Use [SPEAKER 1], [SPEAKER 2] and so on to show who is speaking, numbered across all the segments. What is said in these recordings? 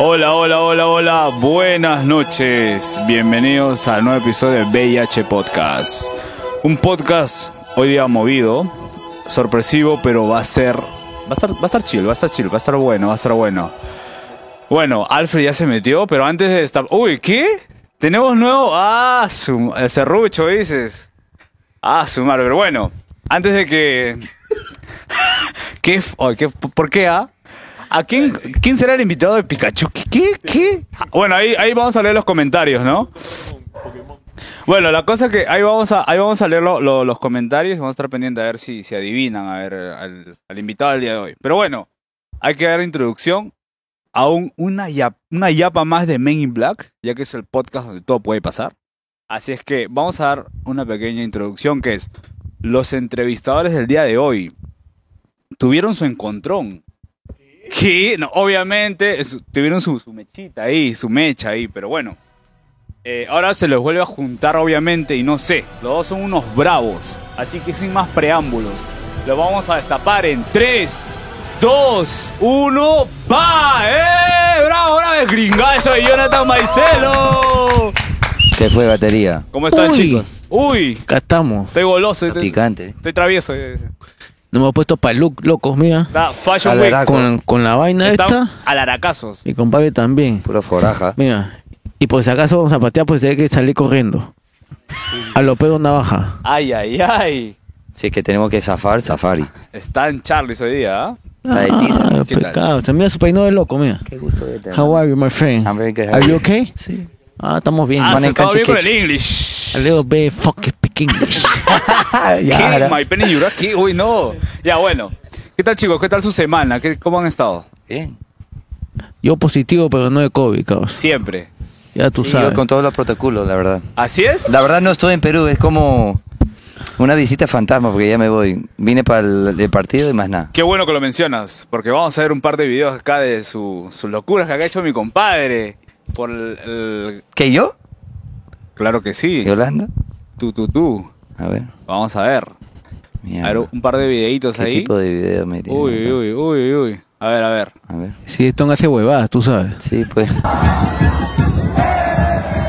[SPEAKER 1] Hola, hola, hola, hola. Buenas noches. Bienvenidos al nuevo episodio de VIH Podcast. Un podcast hoy día movido, sorpresivo, pero va a ser. Va a estar, va a estar chill, va a estar chill, va a estar bueno, va a estar bueno. Bueno, Alfred ya se metió, pero antes de estar. Uy, ¿qué? Tenemos nuevo. Ah, su- el serrucho, dices. Ah, su madre. Pero bueno, antes de que. ¿Qué? f- oh, qué- ¿Por qué, ah? ¿A quién, quién será el invitado de Pikachu? ¿Qué? ¿Qué? ¿Qué? Ah, Bueno, ahí, ahí vamos a leer los comentarios, ¿no? Bueno, la cosa es que ahí vamos a, ahí vamos a leer lo- lo- los comentarios y vamos a estar pendientes a ver si se adivinan a ver al, al invitado del día de hoy. Pero bueno, hay que dar introducción a un- una, ya- una yapa más de Men in Black, ya que es el podcast donde todo puede pasar. Así es que vamos a dar una pequeña introducción que es los entrevistadores del día de hoy tuvieron su encontrón. ¿Qué? No, obviamente su- tuvieron su, su mechita ahí, su mecha ahí, pero bueno. Eh, ahora se los vuelve a juntar, obviamente, y no sé. Los dos son unos bravos. Así que sin más preámbulos, lo vamos a destapar en 3, 2, 1, ¡va! ¡Eh! ¡Bravo, bravo! ¡El gringazo de Jonathan Maicelo!
[SPEAKER 2] ¿Qué fue batería?
[SPEAKER 1] ¿Cómo están,
[SPEAKER 3] Uy.
[SPEAKER 1] chicos? ¡Uy!
[SPEAKER 3] Acá estamos.
[SPEAKER 1] Estoy goloso.
[SPEAKER 2] Está
[SPEAKER 1] Estoy,
[SPEAKER 2] picante.
[SPEAKER 1] estoy travieso. eh.
[SPEAKER 3] Nos hemos puesto pa' look, locos, mira.
[SPEAKER 1] Está Fashion
[SPEAKER 2] Al
[SPEAKER 1] Week.
[SPEAKER 2] Araco.
[SPEAKER 3] Con, con la vaina
[SPEAKER 1] Están
[SPEAKER 3] esta.
[SPEAKER 1] alaracazos.
[SPEAKER 3] Y compadre también.
[SPEAKER 2] Puro foraja.
[SPEAKER 3] Mira. Y por si acaso vamos a patear, pues hay que salir corriendo. A lo pedo navaja.
[SPEAKER 1] Ay, ay, ay.
[SPEAKER 2] Si es que tenemos que zafar, safari.
[SPEAKER 1] Están Charles hoy día, ¿ah?
[SPEAKER 2] Está de tiza.
[SPEAKER 3] Ah,
[SPEAKER 1] ¿Qué tal?
[SPEAKER 3] pecado. O sea, mira su peinado de loco, mira.
[SPEAKER 2] Qué gusto verte.
[SPEAKER 3] How are you, my friend?
[SPEAKER 2] I'm very good.
[SPEAKER 3] Are you okay?
[SPEAKER 2] Sí.
[SPEAKER 3] Ah, estamos bien.
[SPEAKER 1] Ah,
[SPEAKER 2] Eh, Van
[SPEAKER 1] se
[SPEAKER 2] en
[SPEAKER 1] estaba
[SPEAKER 2] cancha
[SPEAKER 1] bien con el
[SPEAKER 2] quechua.
[SPEAKER 1] English.
[SPEAKER 3] A little bit fucking speaking English.
[SPEAKER 1] ¿Qué?
[SPEAKER 2] Ya, ahora.
[SPEAKER 1] My penny you rock. ¿Qué? Uy, no. Ya, bueno. ¿Qué tal, chicos? ¿Qué tal su semana? ¿Qué, ¿Cómo han estado?
[SPEAKER 2] Bien.
[SPEAKER 3] Yo positivo, pero no de COVID, cabrón.
[SPEAKER 1] Siempre.
[SPEAKER 3] Ya tú
[SPEAKER 2] Sí, yo
[SPEAKER 3] sabes.
[SPEAKER 2] con todos los protocolos, la verdad.
[SPEAKER 1] ¿Así es?
[SPEAKER 2] La verdad no estuve en Perú, es como una visita fantasma porque ya me voy. Vine para el, el partido y más nada.
[SPEAKER 1] Qué bueno que lo mencionas, porque vamos a ver un par de videos acá de su- sus locuras que acá ha hecho mi compadre. Por el... el-
[SPEAKER 2] ¿Qué yo?
[SPEAKER 1] Claro que sí.
[SPEAKER 2] ¿Y Holanda?
[SPEAKER 1] Tú, tú, tú.
[SPEAKER 2] A ver.
[SPEAKER 1] Vamos a ver. A
[SPEAKER 2] Mierda.
[SPEAKER 1] ver, un par de videitos
[SPEAKER 2] ¿Qué
[SPEAKER 1] ahí.
[SPEAKER 2] tipo de video me tiene?
[SPEAKER 1] Uy, uy, uy, uy. A ver, a ver.
[SPEAKER 2] A ver.
[SPEAKER 3] Si esto hace huevadas, tú sabes.
[SPEAKER 2] Sí, pues.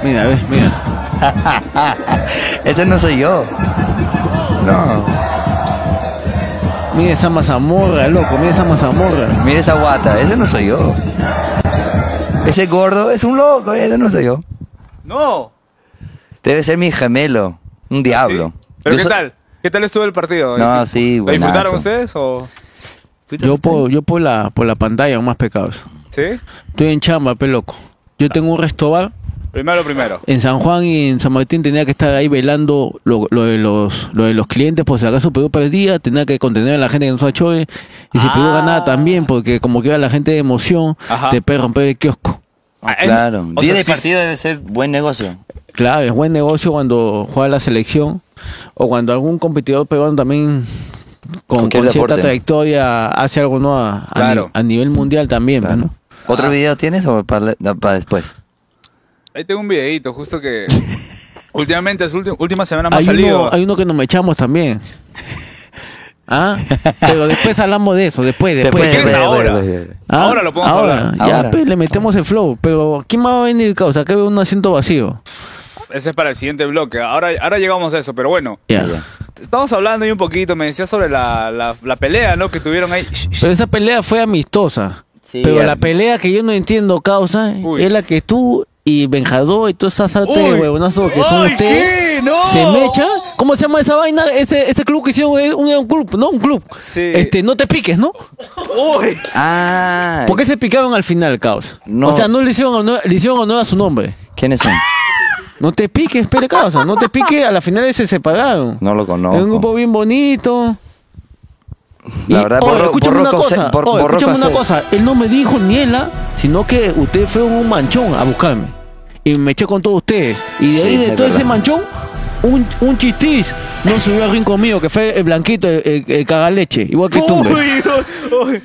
[SPEAKER 3] Mira, ves, mira.
[SPEAKER 2] Ese no soy yo. No.
[SPEAKER 3] Mira esa mazamorra, loco. Mira esa mazamorra.
[SPEAKER 2] Mira esa guata, ese no soy yo. Ese gordo es un loco, ese no soy yo.
[SPEAKER 1] ¡No!
[SPEAKER 2] Debe ser mi gemelo, un diablo.
[SPEAKER 1] Ah, ¿Sí? ¿Pero
[SPEAKER 2] Yo
[SPEAKER 1] qué
[SPEAKER 2] so-
[SPEAKER 1] tal? ¿Qué tal estuvo el partido?
[SPEAKER 2] No, sí,
[SPEAKER 1] ¿Lo
[SPEAKER 2] buenazo.
[SPEAKER 1] disfrutaron ustedes o...?
[SPEAKER 3] Yo por, yo por la por la pantalla más pecados.
[SPEAKER 1] ¿Sí?
[SPEAKER 3] Estoy en chamba, pe loco. Yo tengo un restobar
[SPEAKER 1] Primero lo primero.
[SPEAKER 3] en San Juan y en San Martín tenía que estar ahí velando lo, lo de los lo de los clientes por si acaso Perú perdía, tenía que contener a la gente que nos achove y si
[SPEAKER 1] Ah.
[SPEAKER 3] Perú ganaba también porque como que iba la gente de emoción,
[SPEAKER 1] Ajá.
[SPEAKER 3] te puede romper el kiosco.
[SPEAKER 1] Ah, es-
[SPEAKER 2] Claro,
[SPEAKER 1] o sea,
[SPEAKER 2] día de
[SPEAKER 1] sí-
[SPEAKER 2] partido debe ser buen negocio.
[SPEAKER 3] Claro, es buen negocio cuando juega la selección o cuando algún competidor peruano también con,
[SPEAKER 2] Cualquier
[SPEAKER 3] con cierta
[SPEAKER 2] deporte.
[SPEAKER 3] trayectoria hace algo ¿no? a, a
[SPEAKER 1] Claro.
[SPEAKER 3] ni- a nivel mundial también, pe, ¿no? Ah.
[SPEAKER 2] ¿Otro video tienes o para después?
[SPEAKER 1] Ahí tengo un videito, justo que... últimamente, es ulti- última semana me ha
[SPEAKER 3] hay
[SPEAKER 1] salido...
[SPEAKER 3] uno, hay uno que nos echamos también. ¿Ah? Pero después hablamos de eso, después, después.
[SPEAKER 1] ¿Qué quieres
[SPEAKER 2] Ve, ve,
[SPEAKER 1] ahora?
[SPEAKER 2] ve, ve, ve.
[SPEAKER 3] ¿Ah?
[SPEAKER 1] Ahora lo podemos
[SPEAKER 3] Ahora,
[SPEAKER 1] hablar.
[SPEAKER 3] Ya,
[SPEAKER 2] Ahora.
[SPEAKER 3] pues, le metemos el flow. Pero, ¿quién más va a venir, causa? Acá veo un asiento vacío.
[SPEAKER 1] Ese es para el siguiente bloque. Ahora, ahora llegamos a eso, pero bueno.
[SPEAKER 3] Ya.
[SPEAKER 2] Ya.
[SPEAKER 1] Estamos hablando ahí un poquito, me decías sobre la, la- la pelea, ¿no? Que tuvieron ahí.
[SPEAKER 3] Pero esa pelea fue amistosa.
[SPEAKER 2] Sí,
[SPEAKER 3] pero
[SPEAKER 2] ya.
[SPEAKER 3] la pelea que yo no entiendo, causa,
[SPEAKER 1] Uy.
[SPEAKER 3] es la que tú y Benjador y toda esa sarta de
[SPEAKER 1] Uy.
[SPEAKER 3] huevonazos que son
[SPEAKER 1] Ay, ¿qué?
[SPEAKER 3] ustedes.
[SPEAKER 1] ¡No!
[SPEAKER 3] Se mecha. ¿Cómo se llama esa vaina? Ese, ese club que hicieron es un, un club, ¿no? Un club.
[SPEAKER 1] Sí.
[SPEAKER 3] Este, no te piques, ¿no?
[SPEAKER 1] ¡Uy!
[SPEAKER 2] Ah,
[SPEAKER 3] ¿Por qué se picaron al final, causa?
[SPEAKER 2] No.
[SPEAKER 3] O sea, no le hicieron honor, le hicieron honor a su nombre.
[SPEAKER 2] ¿quiénes son?
[SPEAKER 3] No te piques, espera, causa. No te piques, a la final se separaron.
[SPEAKER 2] No lo
[SPEAKER 3] Es un grupo
[SPEAKER 2] conozco.
[SPEAKER 3] bien bonito.
[SPEAKER 2] La
[SPEAKER 3] Y,
[SPEAKER 2] verdad,
[SPEAKER 3] oye,
[SPEAKER 2] borro-
[SPEAKER 3] escúchame una
[SPEAKER 2] borroco
[SPEAKER 3] cosa,
[SPEAKER 2] se- bor-
[SPEAKER 3] oye,
[SPEAKER 2] borroco
[SPEAKER 3] escúchame
[SPEAKER 2] se-
[SPEAKER 3] una cosa. Él no me dijo ni ela, sino que usted fue un manchón a buscarme. Y me eché con todos ustedes. Y de
[SPEAKER 2] Sí,
[SPEAKER 3] ahí, de
[SPEAKER 2] es
[SPEAKER 3] todo
[SPEAKER 2] verdad.
[SPEAKER 3] ese manchón, un, un chistiz no subió al rincón mío, que fue el blanquito, el, el- el cagaleche, igual que tú. ve.
[SPEAKER 1] ¡Uy! uy.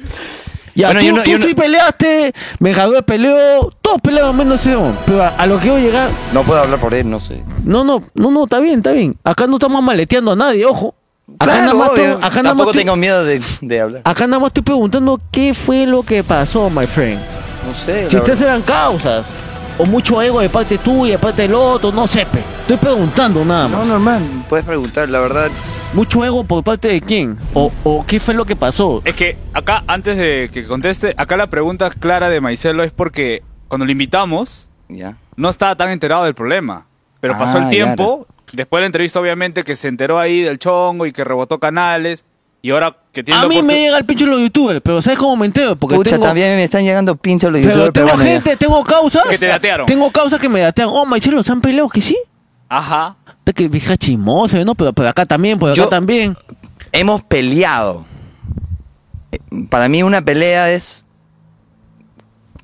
[SPEAKER 3] Ya,
[SPEAKER 2] Bueno,
[SPEAKER 3] tú,
[SPEAKER 2] yo no-
[SPEAKER 3] tú
[SPEAKER 2] yo no-
[SPEAKER 3] sí peleaste, Benjador peleó, todos pelearon menos ese hombre. Pero a, a lo que voy a llegar,
[SPEAKER 2] No puedo hablar por él, no sé.
[SPEAKER 3] no, no, no, no, está bien, está bien. Acá no estamos maleteando a nadie, ojo. Acá
[SPEAKER 2] Claro,
[SPEAKER 3] nada más
[SPEAKER 2] obvio.
[SPEAKER 3] tú- acá nada más
[SPEAKER 2] Tampoco
[SPEAKER 3] tú-
[SPEAKER 2] tengo miedo de, de hablar.
[SPEAKER 3] Acá nada más estoy preguntando qué fue lo que pasó, my friend.
[SPEAKER 2] No sé.
[SPEAKER 3] Si
[SPEAKER 2] la
[SPEAKER 3] ustedes
[SPEAKER 2] verdad.
[SPEAKER 3] eran causas, o mucho ego de parte tuya, de parte del otro, no sé, pe. Estoy preguntando nada
[SPEAKER 2] No,
[SPEAKER 3] más.
[SPEAKER 2] normal. Puedes preguntar, la verdad.
[SPEAKER 3] ¿Mucho ego por parte de quién? ¿O, o qué fue lo que pasó?
[SPEAKER 1] Es que acá, antes de que conteste, acá la pregunta clara de Maicelo es porque cuando le invitamos,
[SPEAKER 2] Ya.
[SPEAKER 1] no estaba tan enterado del problema. Pero pasó
[SPEAKER 2] Ah,
[SPEAKER 1] el tiempo, después de la entrevista, obviamente, que se enteró ahí del chongo y que rebotó canales. Y ahora que tiene
[SPEAKER 3] A
[SPEAKER 1] la
[SPEAKER 3] mí me
[SPEAKER 1] oportun-
[SPEAKER 3] llega el pinche los youtubers, pero ¿sabes cómo me entero? Porque
[SPEAKER 2] Pucha,
[SPEAKER 3] tengo,
[SPEAKER 2] también me están llegando pinchos los
[SPEAKER 3] pero
[SPEAKER 2] youtubers
[SPEAKER 3] tengo
[SPEAKER 2] peruanos, ya.
[SPEAKER 3] gente, tengo causas.
[SPEAKER 1] Que te datearon.
[SPEAKER 3] Tengo causas que me datean. Oh, Maicelo, ¿se han peleado que sí?
[SPEAKER 1] Ajá.
[SPEAKER 3] De que vieja chismosa, ¿no? Pero, pero acá también, por acá
[SPEAKER 2] Yo-
[SPEAKER 3] también.
[SPEAKER 2] Hemos peleado. Eh, Para mí una pelea es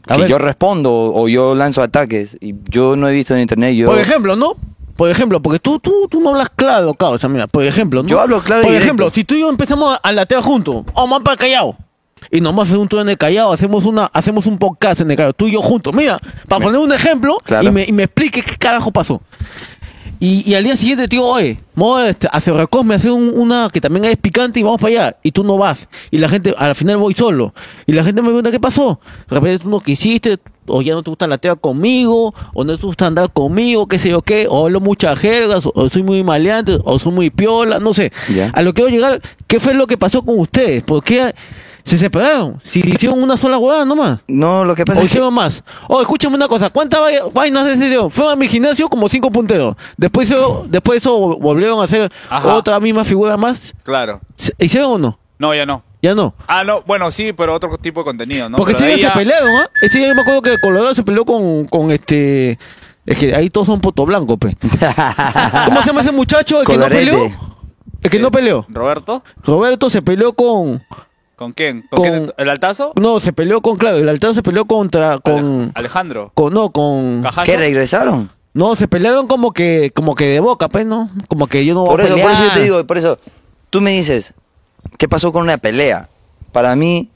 [SPEAKER 3] A
[SPEAKER 2] que
[SPEAKER 3] ver.
[SPEAKER 2] yo respondo o o yo lanzo ataques. Y yo no he visto en internet. Yo,
[SPEAKER 3] Por ejemplo, ¿no? Por ejemplo, porque tú, tú, tú no hablas claro, causa, mira, por ejemplo, ¿no?
[SPEAKER 2] Yo hablo claro y
[SPEAKER 3] Por
[SPEAKER 2] directo.
[SPEAKER 3] ejemplo, si tú y yo empezamos a latear juntos, o más para el Callao, y nomás hacemos un tour en el Callao, hacemos, una, hacemos un podcast en el Callao, tú y yo juntos, mira, para poner un ejemplo,
[SPEAKER 2] Claro.
[SPEAKER 3] y, me, y me explique qué carajo pasó. Y, y al día siguiente, tío, oye, modo este, a Cerracos me hace un- una que también es picante y vamos para allá. Y tú no vas. Y la gente, al final voy solo. Y la gente me pregunta, ¿qué pasó? De repente tú no quisiste, o ya no te gusta la tela conmigo, o no te gusta andar conmigo, qué sé yo qué, o hablo muchas jergas, o, o soy muy maleante, o soy muy piola, no sé.
[SPEAKER 2] Ya.
[SPEAKER 3] A lo que voy a llegar, ¿qué fue lo que pasó con ustedes? ¿Por qué se separaron? Si hicieron una sola huevada nomás.
[SPEAKER 2] No, lo que
[SPEAKER 1] Pues
[SPEAKER 2] pasa
[SPEAKER 3] O
[SPEAKER 2] es que...
[SPEAKER 3] hicieron más. Oh, escúchame una cosa. ¿Cuántas vai- vainas de ese dedo? Fueron a mi gimnasio como cinco punteros. Después eso, después eso vol- volvieron a hacer
[SPEAKER 1] Ajá.
[SPEAKER 3] otra misma figura más.
[SPEAKER 1] Claro.
[SPEAKER 3] ¿Se- ¿Hicieron o no?
[SPEAKER 1] No, ya no.
[SPEAKER 3] Ya no.
[SPEAKER 1] Ah, no, bueno, sí, pero otro tipo de contenido, ¿no?
[SPEAKER 3] Porque
[SPEAKER 1] Pero
[SPEAKER 3] ese
[SPEAKER 1] de
[SPEAKER 3] día
[SPEAKER 1] ahí ya-
[SPEAKER 3] se pelearon, ¿ah? Ese día yo me acuerdo que Colorado se peleó con, con este. Es que ahí todos son poto blanco, pe. ¿Cómo se llama ese muchacho? El que no
[SPEAKER 2] Colorete.
[SPEAKER 3] peleó. El que no peleó.
[SPEAKER 1] Eh, ¿Roberto?
[SPEAKER 3] Roberto se peleó con.
[SPEAKER 1] ¿Con quién? ¿Con,
[SPEAKER 3] Con-
[SPEAKER 1] quién? ¿El altazo?
[SPEAKER 3] No, se peleó con, claro, el altero se peleó contra.
[SPEAKER 1] Alej-
[SPEAKER 3] con.
[SPEAKER 1] Alejandro.
[SPEAKER 3] con no, con.
[SPEAKER 1] Cajaño.
[SPEAKER 2] ¿Qué, regresaron?
[SPEAKER 3] No, se pelearon como que, como que de boca, pues, ¿no? Como que yo no voy
[SPEAKER 2] Por
[SPEAKER 3] a
[SPEAKER 2] eso, por eso yo
[SPEAKER 3] pelear.
[SPEAKER 2] te digo, por eso, tú me dices, ¿qué pasó con una pelea? Para mí,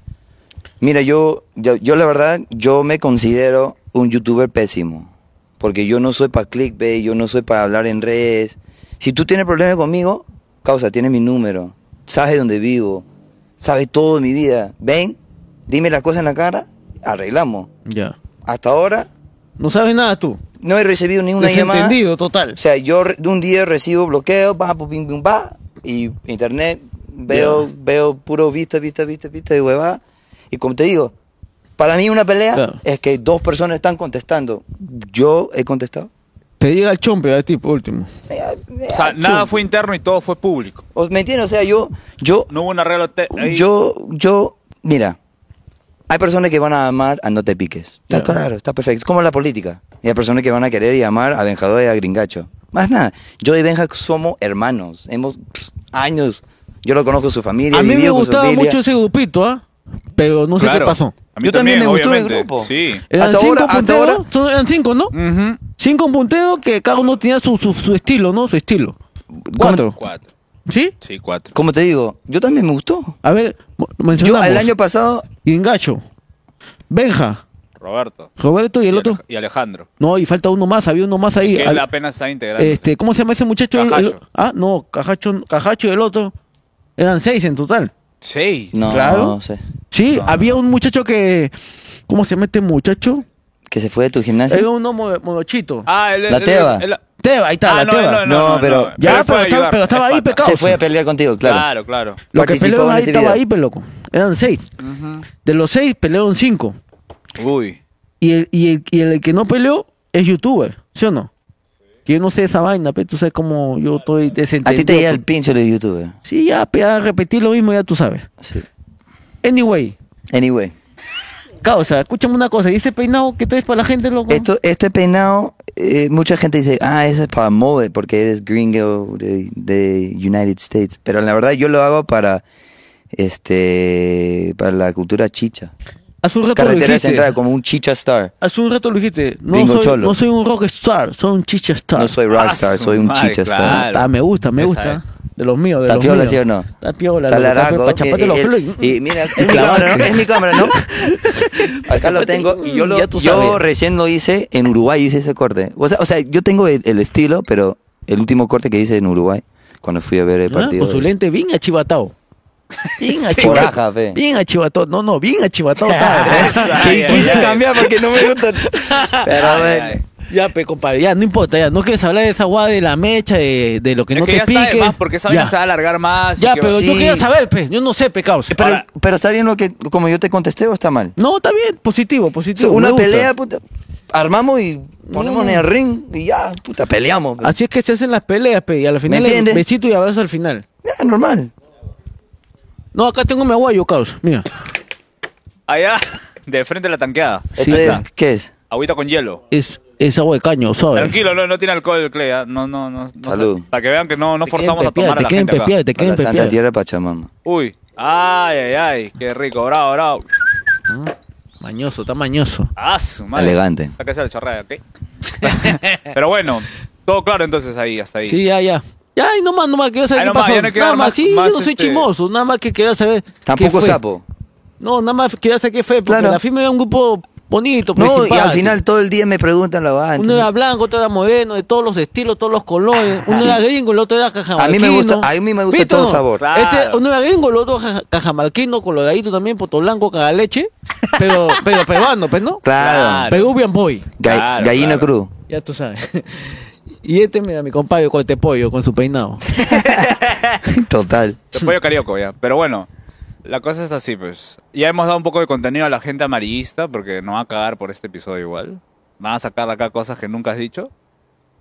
[SPEAKER 2] mira, yo, yo, yo la verdad, yo me considero un youtuber pésimo. Porque yo no soy para clickbait, yo no soy para hablar en redes. Si tú tienes problemas conmigo, causa, tienes mi número, sabes dónde vivo, sabes todo de mi vida. Ven, dime las cosas en la cara, arreglamos.
[SPEAKER 3] Ya.
[SPEAKER 2] Hasta ahora
[SPEAKER 3] No sabes nada tú.
[SPEAKER 2] no he recibido ni una llamada.
[SPEAKER 3] Desentendido, total.
[SPEAKER 2] O sea, yo re- de un día recibo bloqueo, pa, pu, pim, pum, pa, y internet, veo, veo puro vista, vista, vista, vista y huevada. Y como te digo, para mí una pelea
[SPEAKER 3] Claro.
[SPEAKER 2] es que dos personas están contestando. Yo he contestado.
[SPEAKER 3] Te llega el chompe a ti, por último.
[SPEAKER 2] Me- me-
[SPEAKER 1] O sea,
[SPEAKER 2] achú.
[SPEAKER 1] nada fue interno y todo fue público.
[SPEAKER 2] O- ¿Me entiendes? O sea, yo, yo,
[SPEAKER 1] No hubo un arreglo. te- ahí.
[SPEAKER 2] yo, yo, mira, hay personas que van a amar a No Te Piques. Está
[SPEAKER 3] Claro.
[SPEAKER 2] claro, está perfecto. Es como la política. Y hay personas que van a querer y amar a Benjador y a Gringacho. Más nada, yo y Benja somos hermanos. Hemos pff, años. Yo lo conozco su familia.
[SPEAKER 3] A mí me
[SPEAKER 2] vivido con su
[SPEAKER 3] gustaba
[SPEAKER 2] familia.
[SPEAKER 3] mucho ese grupito, ¿ah? Pero no sé
[SPEAKER 1] Claro.
[SPEAKER 3] qué pasó.
[SPEAKER 1] A mí
[SPEAKER 2] Yo también me gustó el
[SPEAKER 1] obviamente.
[SPEAKER 2] grupo.
[SPEAKER 1] Sí.
[SPEAKER 3] Eran
[SPEAKER 2] Hasta
[SPEAKER 3] cinco
[SPEAKER 2] ahora- hasta
[SPEAKER 3] punteros.
[SPEAKER 2] ahora-
[SPEAKER 3] son- eran cinco, ¿no?
[SPEAKER 1] Ujú.
[SPEAKER 3] Cinco punteros que cada uno tenía su, su, su estilo, ¿no? Su estilo. Cuatro.
[SPEAKER 1] Cuatro.
[SPEAKER 3] ¿Sí?
[SPEAKER 1] Sí, cuatro.
[SPEAKER 2] Como te digo, yo también me gustó.
[SPEAKER 3] A ver, mo-
[SPEAKER 2] Yo
[SPEAKER 3] mencionamos.
[SPEAKER 2] el año pasado,
[SPEAKER 3] Guingacho, Benja,
[SPEAKER 1] Roberto.
[SPEAKER 3] Roberto y el
[SPEAKER 1] Y
[SPEAKER 3] otro.
[SPEAKER 1] Alej- Y Alejandro.
[SPEAKER 3] No, y falta uno más, había uno más ahí.
[SPEAKER 1] Que él
[SPEAKER 3] Hab-
[SPEAKER 1] apenas está integrando.
[SPEAKER 3] Este, ¿Cómo se llama ese muchacho? El- el-
[SPEAKER 1] Cajacho.
[SPEAKER 3] ah, no, Cajacho, Cajacho y el otro. Eran seis en total.
[SPEAKER 1] Seis.
[SPEAKER 2] no,
[SPEAKER 3] Claro.
[SPEAKER 2] no sé,
[SPEAKER 3] Sí, había un muchacho que. ¿Cómo se llama este muchacho?
[SPEAKER 2] que se fue de tu gimnasio.
[SPEAKER 3] Era uno mo- monochito.
[SPEAKER 1] Ah, él
[SPEAKER 2] La
[SPEAKER 1] él-
[SPEAKER 2] Teba.
[SPEAKER 1] él- él-
[SPEAKER 3] Teba, ahí está,
[SPEAKER 1] Ah,
[SPEAKER 3] la
[SPEAKER 1] no,
[SPEAKER 3] Teba.
[SPEAKER 1] no, no,
[SPEAKER 2] No,
[SPEAKER 1] no,
[SPEAKER 2] pero-
[SPEAKER 1] no.
[SPEAKER 3] Ya, pero
[SPEAKER 1] fue a
[SPEAKER 3] estaba-
[SPEAKER 1] ayudar,
[SPEAKER 3] pero estaba
[SPEAKER 1] es
[SPEAKER 3] ahí,
[SPEAKER 1] pata.
[SPEAKER 3] pecado.
[SPEAKER 2] se fue a pelear contigo, claro.
[SPEAKER 1] Claro, claro.
[SPEAKER 3] Lo que
[SPEAKER 2] participó
[SPEAKER 3] pelearon
[SPEAKER 2] en
[SPEAKER 3] ahí
[SPEAKER 2] este
[SPEAKER 3] estaba
[SPEAKER 2] video.
[SPEAKER 3] ahí, peloco. Eran seis. De los seis pelearon cinco.
[SPEAKER 1] Uy.
[SPEAKER 3] Y el, y, el, y el que no peleó es youtuber, ¿sí o no? Que yo no sé esa vaina, pero tú sabes cómo yo estoy
[SPEAKER 2] A
[SPEAKER 3] desentendido.
[SPEAKER 2] ti te llega el pinche de youtuber.
[SPEAKER 3] Sí, ya, pe, a repetir lo mismo, ya tú sabes.
[SPEAKER 2] Sí.
[SPEAKER 3] Anyway,
[SPEAKER 2] Anyway.
[SPEAKER 3] causa, escúchame una cosa. ¿Y ese peinado que traes para la gente, loco?
[SPEAKER 2] Esto, este peinado, eh, mucha gente dice, ah, ese es para mode, porque eres gringo de, de United States. Pero la verdad yo lo hago para este para la cultura chicha.
[SPEAKER 3] Hace un rato lo
[SPEAKER 2] Carretera
[SPEAKER 3] dijiste.
[SPEAKER 2] central, como un chicha star.
[SPEAKER 3] Hace un rato lo dijiste. No
[SPEAKER 2] Gringo
[SPEAKER 3] soy,
[SPEAKER 2] cholo.
[SPEAKER 3] no soy un rockstar, soy un chichastar.
[SPEAKER 2] No soy
[SPEAKER 1] Ah,
[SPEAKER 2] rockstar,
[SPEAKER 1] su
[SPEAKER 2] soy un
[SPEAKER 1] madre,
[SPEAKER 2] chicha
[SPEAKER 1] claro.
[SPEAKER 2] star.
[SPEAKER 3] Ah, me gusta, me
[SPEAKER 1] Esa
[SPEAKER 3] gusta.
[SPEAKER 1] es.
[SPEAKER 3] De los míos, de
[SPEAKER 2] ¿Está
[SPEAKER 3] los
[SPEAKER 2] piola,
[SPEAKER 3] míos.
[SPEAKER 2] sí o no?
[SPEAKER 3] Está piola.
[SPEAKER 2] Está
[SPEAKER 3] loco, está
[SPEAKER 2] laraco.
[SPEAKER 3] pe- pa' chaparte
[SPEAKER 2] Y-
[SPEAKER 3] los
[SPEAKER 2] y-
[SPEAKER 3] pelos
[SPEAKER 2] eh, y mira, es mi cámara, ¿no? Es mi cámara, ¿no? Acá lo tengo y yo, lo,
[SPEAKER 3] Ya tú
[SPEAKER 2] yo
[SPEAKER 3] sabes.
[SPEAKER 2] recién lo hice en Uruguay, hice ese corte. O sea, o sea, yo tengo el, el estilo, pero el último corte que hice en Uruguay, cuando fui a ver el
[SPEAKER 3] Ah,
[SPEAKER 2] partido.
[SPEAKER 3] Con su lente bien achivatado. Bien
[SPEAKER 2] Coraja,
[SPEAKER 3] achivatado.
[SPEAKER 2] fe.
[SPEAKER 3] Bien achivatado. No, no, bien achivatado. estaba.
[SPEAKER 1] Ay, ay,
[SPEAKER 2] Que Quise
[SPEAKER 1] ay.
[SPEAKER 2] cambiar porque no me gusta. Pero
[SPEAKER 1] Ay,
[SPEAKER 2] bueno.
[SPEAKER 1] ay.
[SPEAKER 3] Ya, pe, compadre, ya, no importa, ya. No quieres hablar de esa guada de la mecha, de, de lo que
[SPEAKER 1] Es
[SPEAKER 3] no
[SPEAKER 1] que
[SPEAKER 3] te
[SPEAKER 1] ya
[SPEAKER 3] pique.
[SPEAKER 1] está de más porque esa vaina
[SPEAKER 3] ya.
[SPEAKER 1] se va a alargar más. y
[SPEAKER 3] Ya,
[SPEAKER 1] que-
[SPEAKER 3] pero yo
[SPEAKER 2] Sí.
[SPEAKER 3] quería saber, pe. Yo no sé, pecados.
[SPEAKER 2] Pero,
[SPEAKER 1] Ahora-
[SPEAKER 2] pero está bien lo que, como yo te contesté o está mal.
[SPEAKER 3] No, está bien, positivo, positivo. me
[SPEAKER 2] una
[SPEAKER 3] gusta.
[SPEAKER 2] pelea, puta, armamos y ponemos en el ring y ya, puta, peleamos. pe.
[SPEAKER 3] Así es que se hacen las peleas, pe. Y al final,
[SPEAKER 2] pues. entiendes?
[SPEAKER 3] besito y abrazo al final.
[SPEAKER 2] Ya, normal.
[SPEAKER 3] No, acá tengo mi aguayo, caos. Mira.
[SPEAKER 1] Allá, de frente a la tanqueada.
[SPEAKER 2] Esto
[SPEAKER 3] está.
[SPEAKER 2] es, ¿Qué es?
[SPEAKER 1] Agüita con hielo.
[SPEAKER 3] Es, es agua de caño, ¿sabes?
[SPEAKER 1] Tranquilo, no, no tiene alcohol, Clay. ¿ah? No, no, no, no
[SPEAKER 2] Salud.
[SPEAKER 1] sé. Para que vean que no, no
[SPEAKER 3] Te quieren
[SPEAKER 1] forzamos a
[SPEAKER 3] pepear,
[SPEAKER 1] tomar a la
[SPEAKER 3] Te quieren
[SPEAKER 1] gente acá.
[SPEAKER 3] pepear, te
[SPEAKER 2] A
[SPEAKER 3] quieren
[SPEAKER 2] la Santa
[SPEAKER 3] pepear.
[SPEAKER 2] Tierra de Pachamama.
[SPEAKER 1] Uy. Ay, ay, ay. Qué rico. Bravo, bravo.
[SPEAKER 3] Mañoso, está mañoso.
[SPEAKER 1] Ah, su madre.
[SPEAKER 2] Elegante.
[SPEAKER 1] Hay que hacer el chorrea, ¿ok? pero bueno, todo claro entonces ahí, hasta ahí.
[SPEAKER 3] Sí, ya, ya. Ya, y nomás, nomás, quiero saber
[SPEAKER 1] Ay,
[SPEAKER 3] qué
[SPEAKER 1] nomás,
[SPEAKER 3] pasó.
[SPEAKER 1] ya no hay que
[SPEAKER 3] nada
[SPEAKER 1] dar
[SPEAKER 3] más,
[SPEAKER 1] más-
[SPEAKER 3] sí,
[SPEAKER 1] más,
[SPEAKER 3] yo no soy
[SPEAKER 1] este-
[SPEAKER 3] chimoso, nada más que quería saber. qué
[SPEAKER 2] Tampoco
[SPEAKER 3] fue.
[SPEAKER 2] sapo.
[SPEAKER 3] No, nada más quería saber qué fue, porque
[SPEAKER 2] Claro.
[SPEAKER 3] la firma era un grupo bonito, pues,
[SPEAKER 2] No, y al
[SPEAKER 3] simpático.
[SPEAKER 2] final todo el día me preguntan la vaina.
[SPEAKER 3] Uno era blanco, otro era moreno, de todos los estilos, todos los colores. Uno era gringo, el otro era cajamarquino.
[SPEAKER 2] Ah, A mí me gusta- a mí me gusta
[SPEAKER 3] ¿Viste o
[SPEAKER 2] todo
[SPEAKER 3] no?
[SPEAKER 2] sabor.
[SPEAKER 1] Claro.
[SPEAKER 3] Este, uno era gringo, el otro caja- cajamarquino, coloradito también, poto blanco, caga leche. Pero, pero peruano, pues, ¿no?
[SPEAKER 2] Claro.
[SPEAKER 3] Peruvian boy.
[SPEAKER 2] Ga-
[SPEAKER 1] Claro,
[SPEAKER 2] gallino
[SPEAKER 1] claro.
[SPEAKER 2] crudo.
[SPEAKER 3] Ya tú sabes. Y este, mira, mi compadre, con este pollo, con su peinado.
[SPEAKER 2] Total.
[SPEAKER 1] El pollo carioco, ya. Pero bueno, la cosa es así, pues. Ya hemos dado un poco de contenido a la gente amarillista, porque no va a cagar por este episodio igual. Van a sacar acá cosas que nunca has dicho.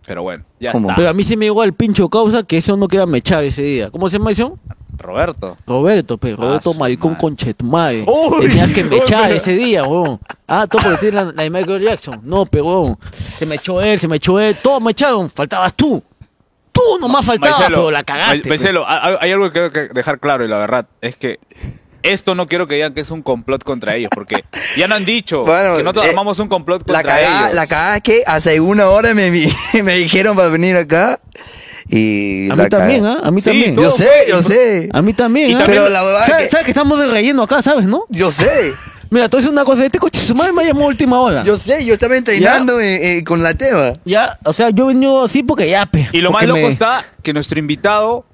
[SPEAKER 1] Pero bueno, ya
[SPEAKER 2] ¿Cómo?
[SPEAKER 1] está.
[SPEAKER 3] Pero a mí se me llegó al pincho causa que eso no queda mechar ese día. ¿Cómo se llama eso?
[SPEAKER 1] Roberto.
[SPEAKER 3] Roberto, pe, Roberto
[SPEAKER 1] su
[SPEAKER 3] Maricón
[SPEAKER 1] madre.
[SPEAKER 3] Conchetmae.
[SPEAKER 1] Uy,
[SPEAKER 3] Tenía que mechar
[SPEAKER 1] uy,
[SPEAKER 3] ese día, weón. Ah, todo porque tiene la, la de Michael Jackson. No, pe, weón. Se me echó él, se me echó él. Todos me echaron. Faltabas tú. Tú nomás faltabas,
[SPEAKER 1] Maicelo,
[SPEAKER 3] pero la cagaste. pues.
[SPEAKER 1] Ma-
[SPEAKER 3] pe.
[SPEAKER 1] Maicelo, ha- ha- hay algo que quiero que dejar claro y la verdad es que esto no quiero que digan que es un complot contra ellos, porque ya no han dicho
[SPEAKER 2] Bueno,
[SPEAKER 1] que nosotros
[SPEAKER 2] eh,
[SPEAKER 1] armamos un complot
[SPEAKER 2] La
[SPEAKER 1] contra
[SPEAKER 2] cagada,
[SPEAKER 1] ellos.
[SPEAKER 2] la cagada es que hace una hora me, vi- me dijeron para venir acá y
[SPEAKER 3] A
[SPEAKER 2] la
[SPEAKER 3] mí también,
[SPEAKER 2] cagada.
[SPEAKER 3] ¿ah? A mí
[SPEAKER 1] Sí,
[SPEAKER 3] también.
[SPEAKER 1] todo
[SPEAKER 2] Yo sé,
[SPEAKER 1] fue-
[SPEAKER 2] yo sé.
[SPEAKER 3] A mí también,
[SPEAKER 1] Y
[SPEAKER 3] ¿ah?
[SPEAKER 1] también-
[SPEAKER 2] Pero la verdad
[SPEAKER 3] ¿Sabes,
[SPEAKER 2] que-
[SPEAKER 3] sabes que estamos de relleno acá, sabes, no?
[SPEAKER 2] Yo sé.
[SPEAKER 3] Mira, tú dices una cosa. Este coche su madre me llamó a última hora.
[SPEAKER 2] Yo sé, yo estaba entrenando eh, eh, con la teba.
[SPEAKER 3] Ya, o sea, yo he venido así porque ya, pe.
[SPEAKER 1] Y lo más
[SPEAKER 3] porque
[SPEAKER 1] loco
[SPEAKER 3] me-
[SPEAKER 1] está que nuestro invitado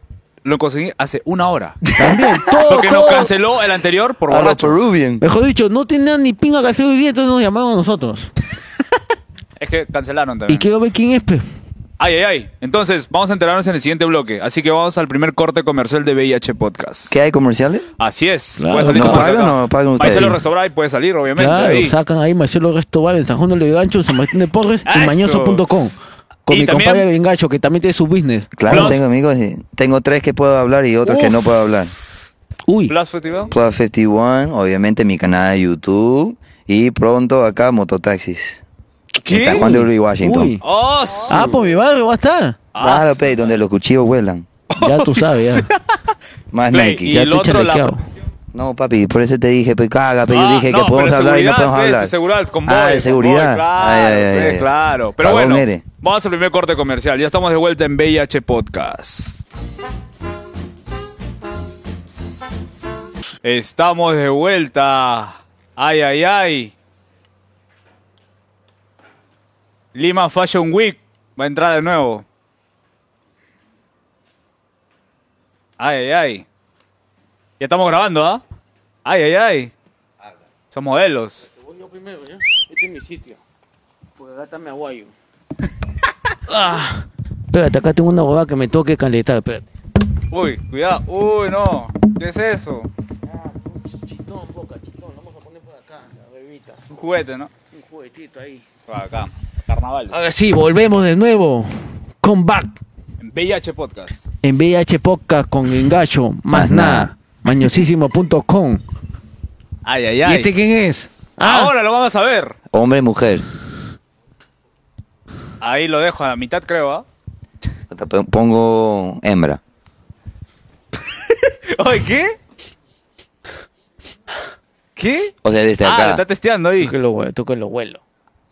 [SPEAKER 1] lo conseguí hace una hora.
[SPEAKER 3] También, todo,
[SPEAKER 1] Porque nos
[SPEAKER 3] todo-
[SPEAKER 1] canceló el anterior por
[SPEAKER 2] A la
[SPEAKER 1] borracho.
[SPEAKER 2] Peruvian.
[SPEAKER 3] Mejor dicho, no tenían ni pinga que hacer hoy día, entonces nos llamaron a nosotros.
[SPEAKER 1] Es que cancelaron también.
[SPEAKER 3] Y quiero ver quién es, pe.
[SPEAKER 1] Ay, ay, ay. Entonces, vamos a enterarnos en el siguiente bloque. Así que vamos al primer corte comercial de VIH Podcast.
[SPEAKER 2] ¿Qué hay comerciales?
[SPEAKER 1] Así es.
[SPEAKER 3] Claro,
[SPEAKER 1] Puedes salir
[SPEAKER 3] ¿no
[SPEAKER 1] con
[SPEAKER 2] pagan
[SPEAKER 1] Marca acá.
[SPEAKER 2] o pagan ustedes?
[SPEAKER 1] Marcelo Restaurar y puede salir, obviamente.
[SPEAKER 3] Claro,
[SPEAKER 1] ahí.
[SPEAKER 3] sacan ahí Marcelo Restobar en San Juan de Gancho, San Martín de Porres y
[SPEAKER 1] Ah, Eso.
[SPEAKER 3] mañoso.com. Con
[SPEAKER 1] Y
[SPEAKER 3] mi
[SPEAKER 1] también-
[SPEAKER 3] compadre Bien Gacho, que también tiene su business.
[SPEAKER 2] Claro,
[SPEAKER 1] Plus.
[SPEAKER 2] tengo amigos. y Tengo tres que puedo hablar y otros que
[SPEAKER 1] Uf.
[SPEAKER 2] no puedo hablar.
[SPEAKER 3] Uy,
[SPEAKER 1] Plus Festival.
[SPEAKER 2] Plus 51, obviamente mi canal de YouTube. Y pronto acá Mototaxis. En San Juan de Uri, Washington.
[SPEAKER 3] Uy.
[SPEAKER 1] ¡Oh! su-
[SPEAKER 3] ah, por mi barrio va a estar.
[SPEAKER 1] ah,
[SPEAKER 2] Claro,
[SPEAKER 1] su-
[SPEAKER 2] pe, donde los cuchillos vuelan.
[SPEAKER 3] Ya tú sabes, ya.
[SPEAKER 2] Más
[SPEAKER 1] Play,
[SPEAKER 2] Nike.
[SPEAKER 1] y
[SPEAKER 3] ya
[SPEAKER 1] el
[SPEAKER 3] estoy
[SPEAKER 1] otro la-
[SPEAKER 3] chalequeado.
[SPEAKER 2] No, papi, por eso te dije, pues caga, pe,
[SPEAKER 1] Ah,
[SPEAKER 2] yo dije
[SPEAKER 1] no,
[SPEAKER 2] que podemos
[SPEAKER 1] pero
[SPEAKER 2] hablar y no
[SPEAKER 1] seguridad,
[SPEAKER 2] podemos
[SPEAKER 1] pe,
[SPEAKER 2] hablar.
[SPEAKER 1] Seguridad, el convoy,
[SPEAKER 2] ah, de
[SPEAKER 1] el
[SPEAKER 2] seguridad.
[SPEAKER 1] convoy, claro,
[SPEAKER 2] Ay, ay, ay,
[SPEAKER 1] pe,
[SPEAKER 2] ay.
[SPEAKER 1] claro. Pero
[SPEAKER 2] Cagón
[SPEAKER 1] bueno,
[SPEAKER 2] eres.
[SPEAKER 1] vamos al primer corte comercial. Ya estamos de vuelta en VIH Podcast. Estamos de vuelta. Ay, ay, ay. Lima Fashion Week va a entrar de nuevo. Ay, ay, ay. Ya estamos grabando, ¿ah? Ay, ay, ay. Son modelos.
[SPEAKER 3] Este es mi sitio. Porque acá está mi aguayo.
[SPEAKER 1] Ah.
[SPEAKER 3] Espérate, acá tengo una huevada que me toque calentar, espérate.
[SPEAKER 1] Uy, cuidado. Uy, no. ¿Qué es eso?
[SPEAKER 3] Chitón, boca, chitón. Vamos a poner por acá, la bebita.
[SPEAKER 1] Un juguete, ¿no?
[SPEAKER 3] Un juguetito ahí.
[SPEAKER 1] Acá. Carnaval.
[SPEAKER 3] Ahora sí, volvemos de nuevo. Come back.
[SPEAKER 1] VIH Podcast.
[SPEAKER 3] en VH Podcast con engacho, más nada, mañosísimo.com.
[SPEAKER 1] Ay, ay,
[SPEAKER 3] ¿Y
[SPEAKER 1] ay.
[SPEAKER 3] este quién es?
[SPEAKER 1] Ahora lo vamos a ver.
[SPEAKER 2] Hombre, mujer.
[SPEAKER 1] Ahí lo dejo a la mitad, creo, ¿ah?
[SPEAKER 2] Hasta pe- Pongo hembra.
[SPEAKER 1] Ay, ¿qué? ¿Qué?
[SPEAKER 2] O sea,
[SPEAKER 3] Este
[SPEAKER 2] desde
[SPEAKER 1] Ah, lo está
[SPEAKER 2] acá.
[SPEAKER 1] testeando ahí.
[SPEAKER 3] Toque lo hue- toque lo huelo.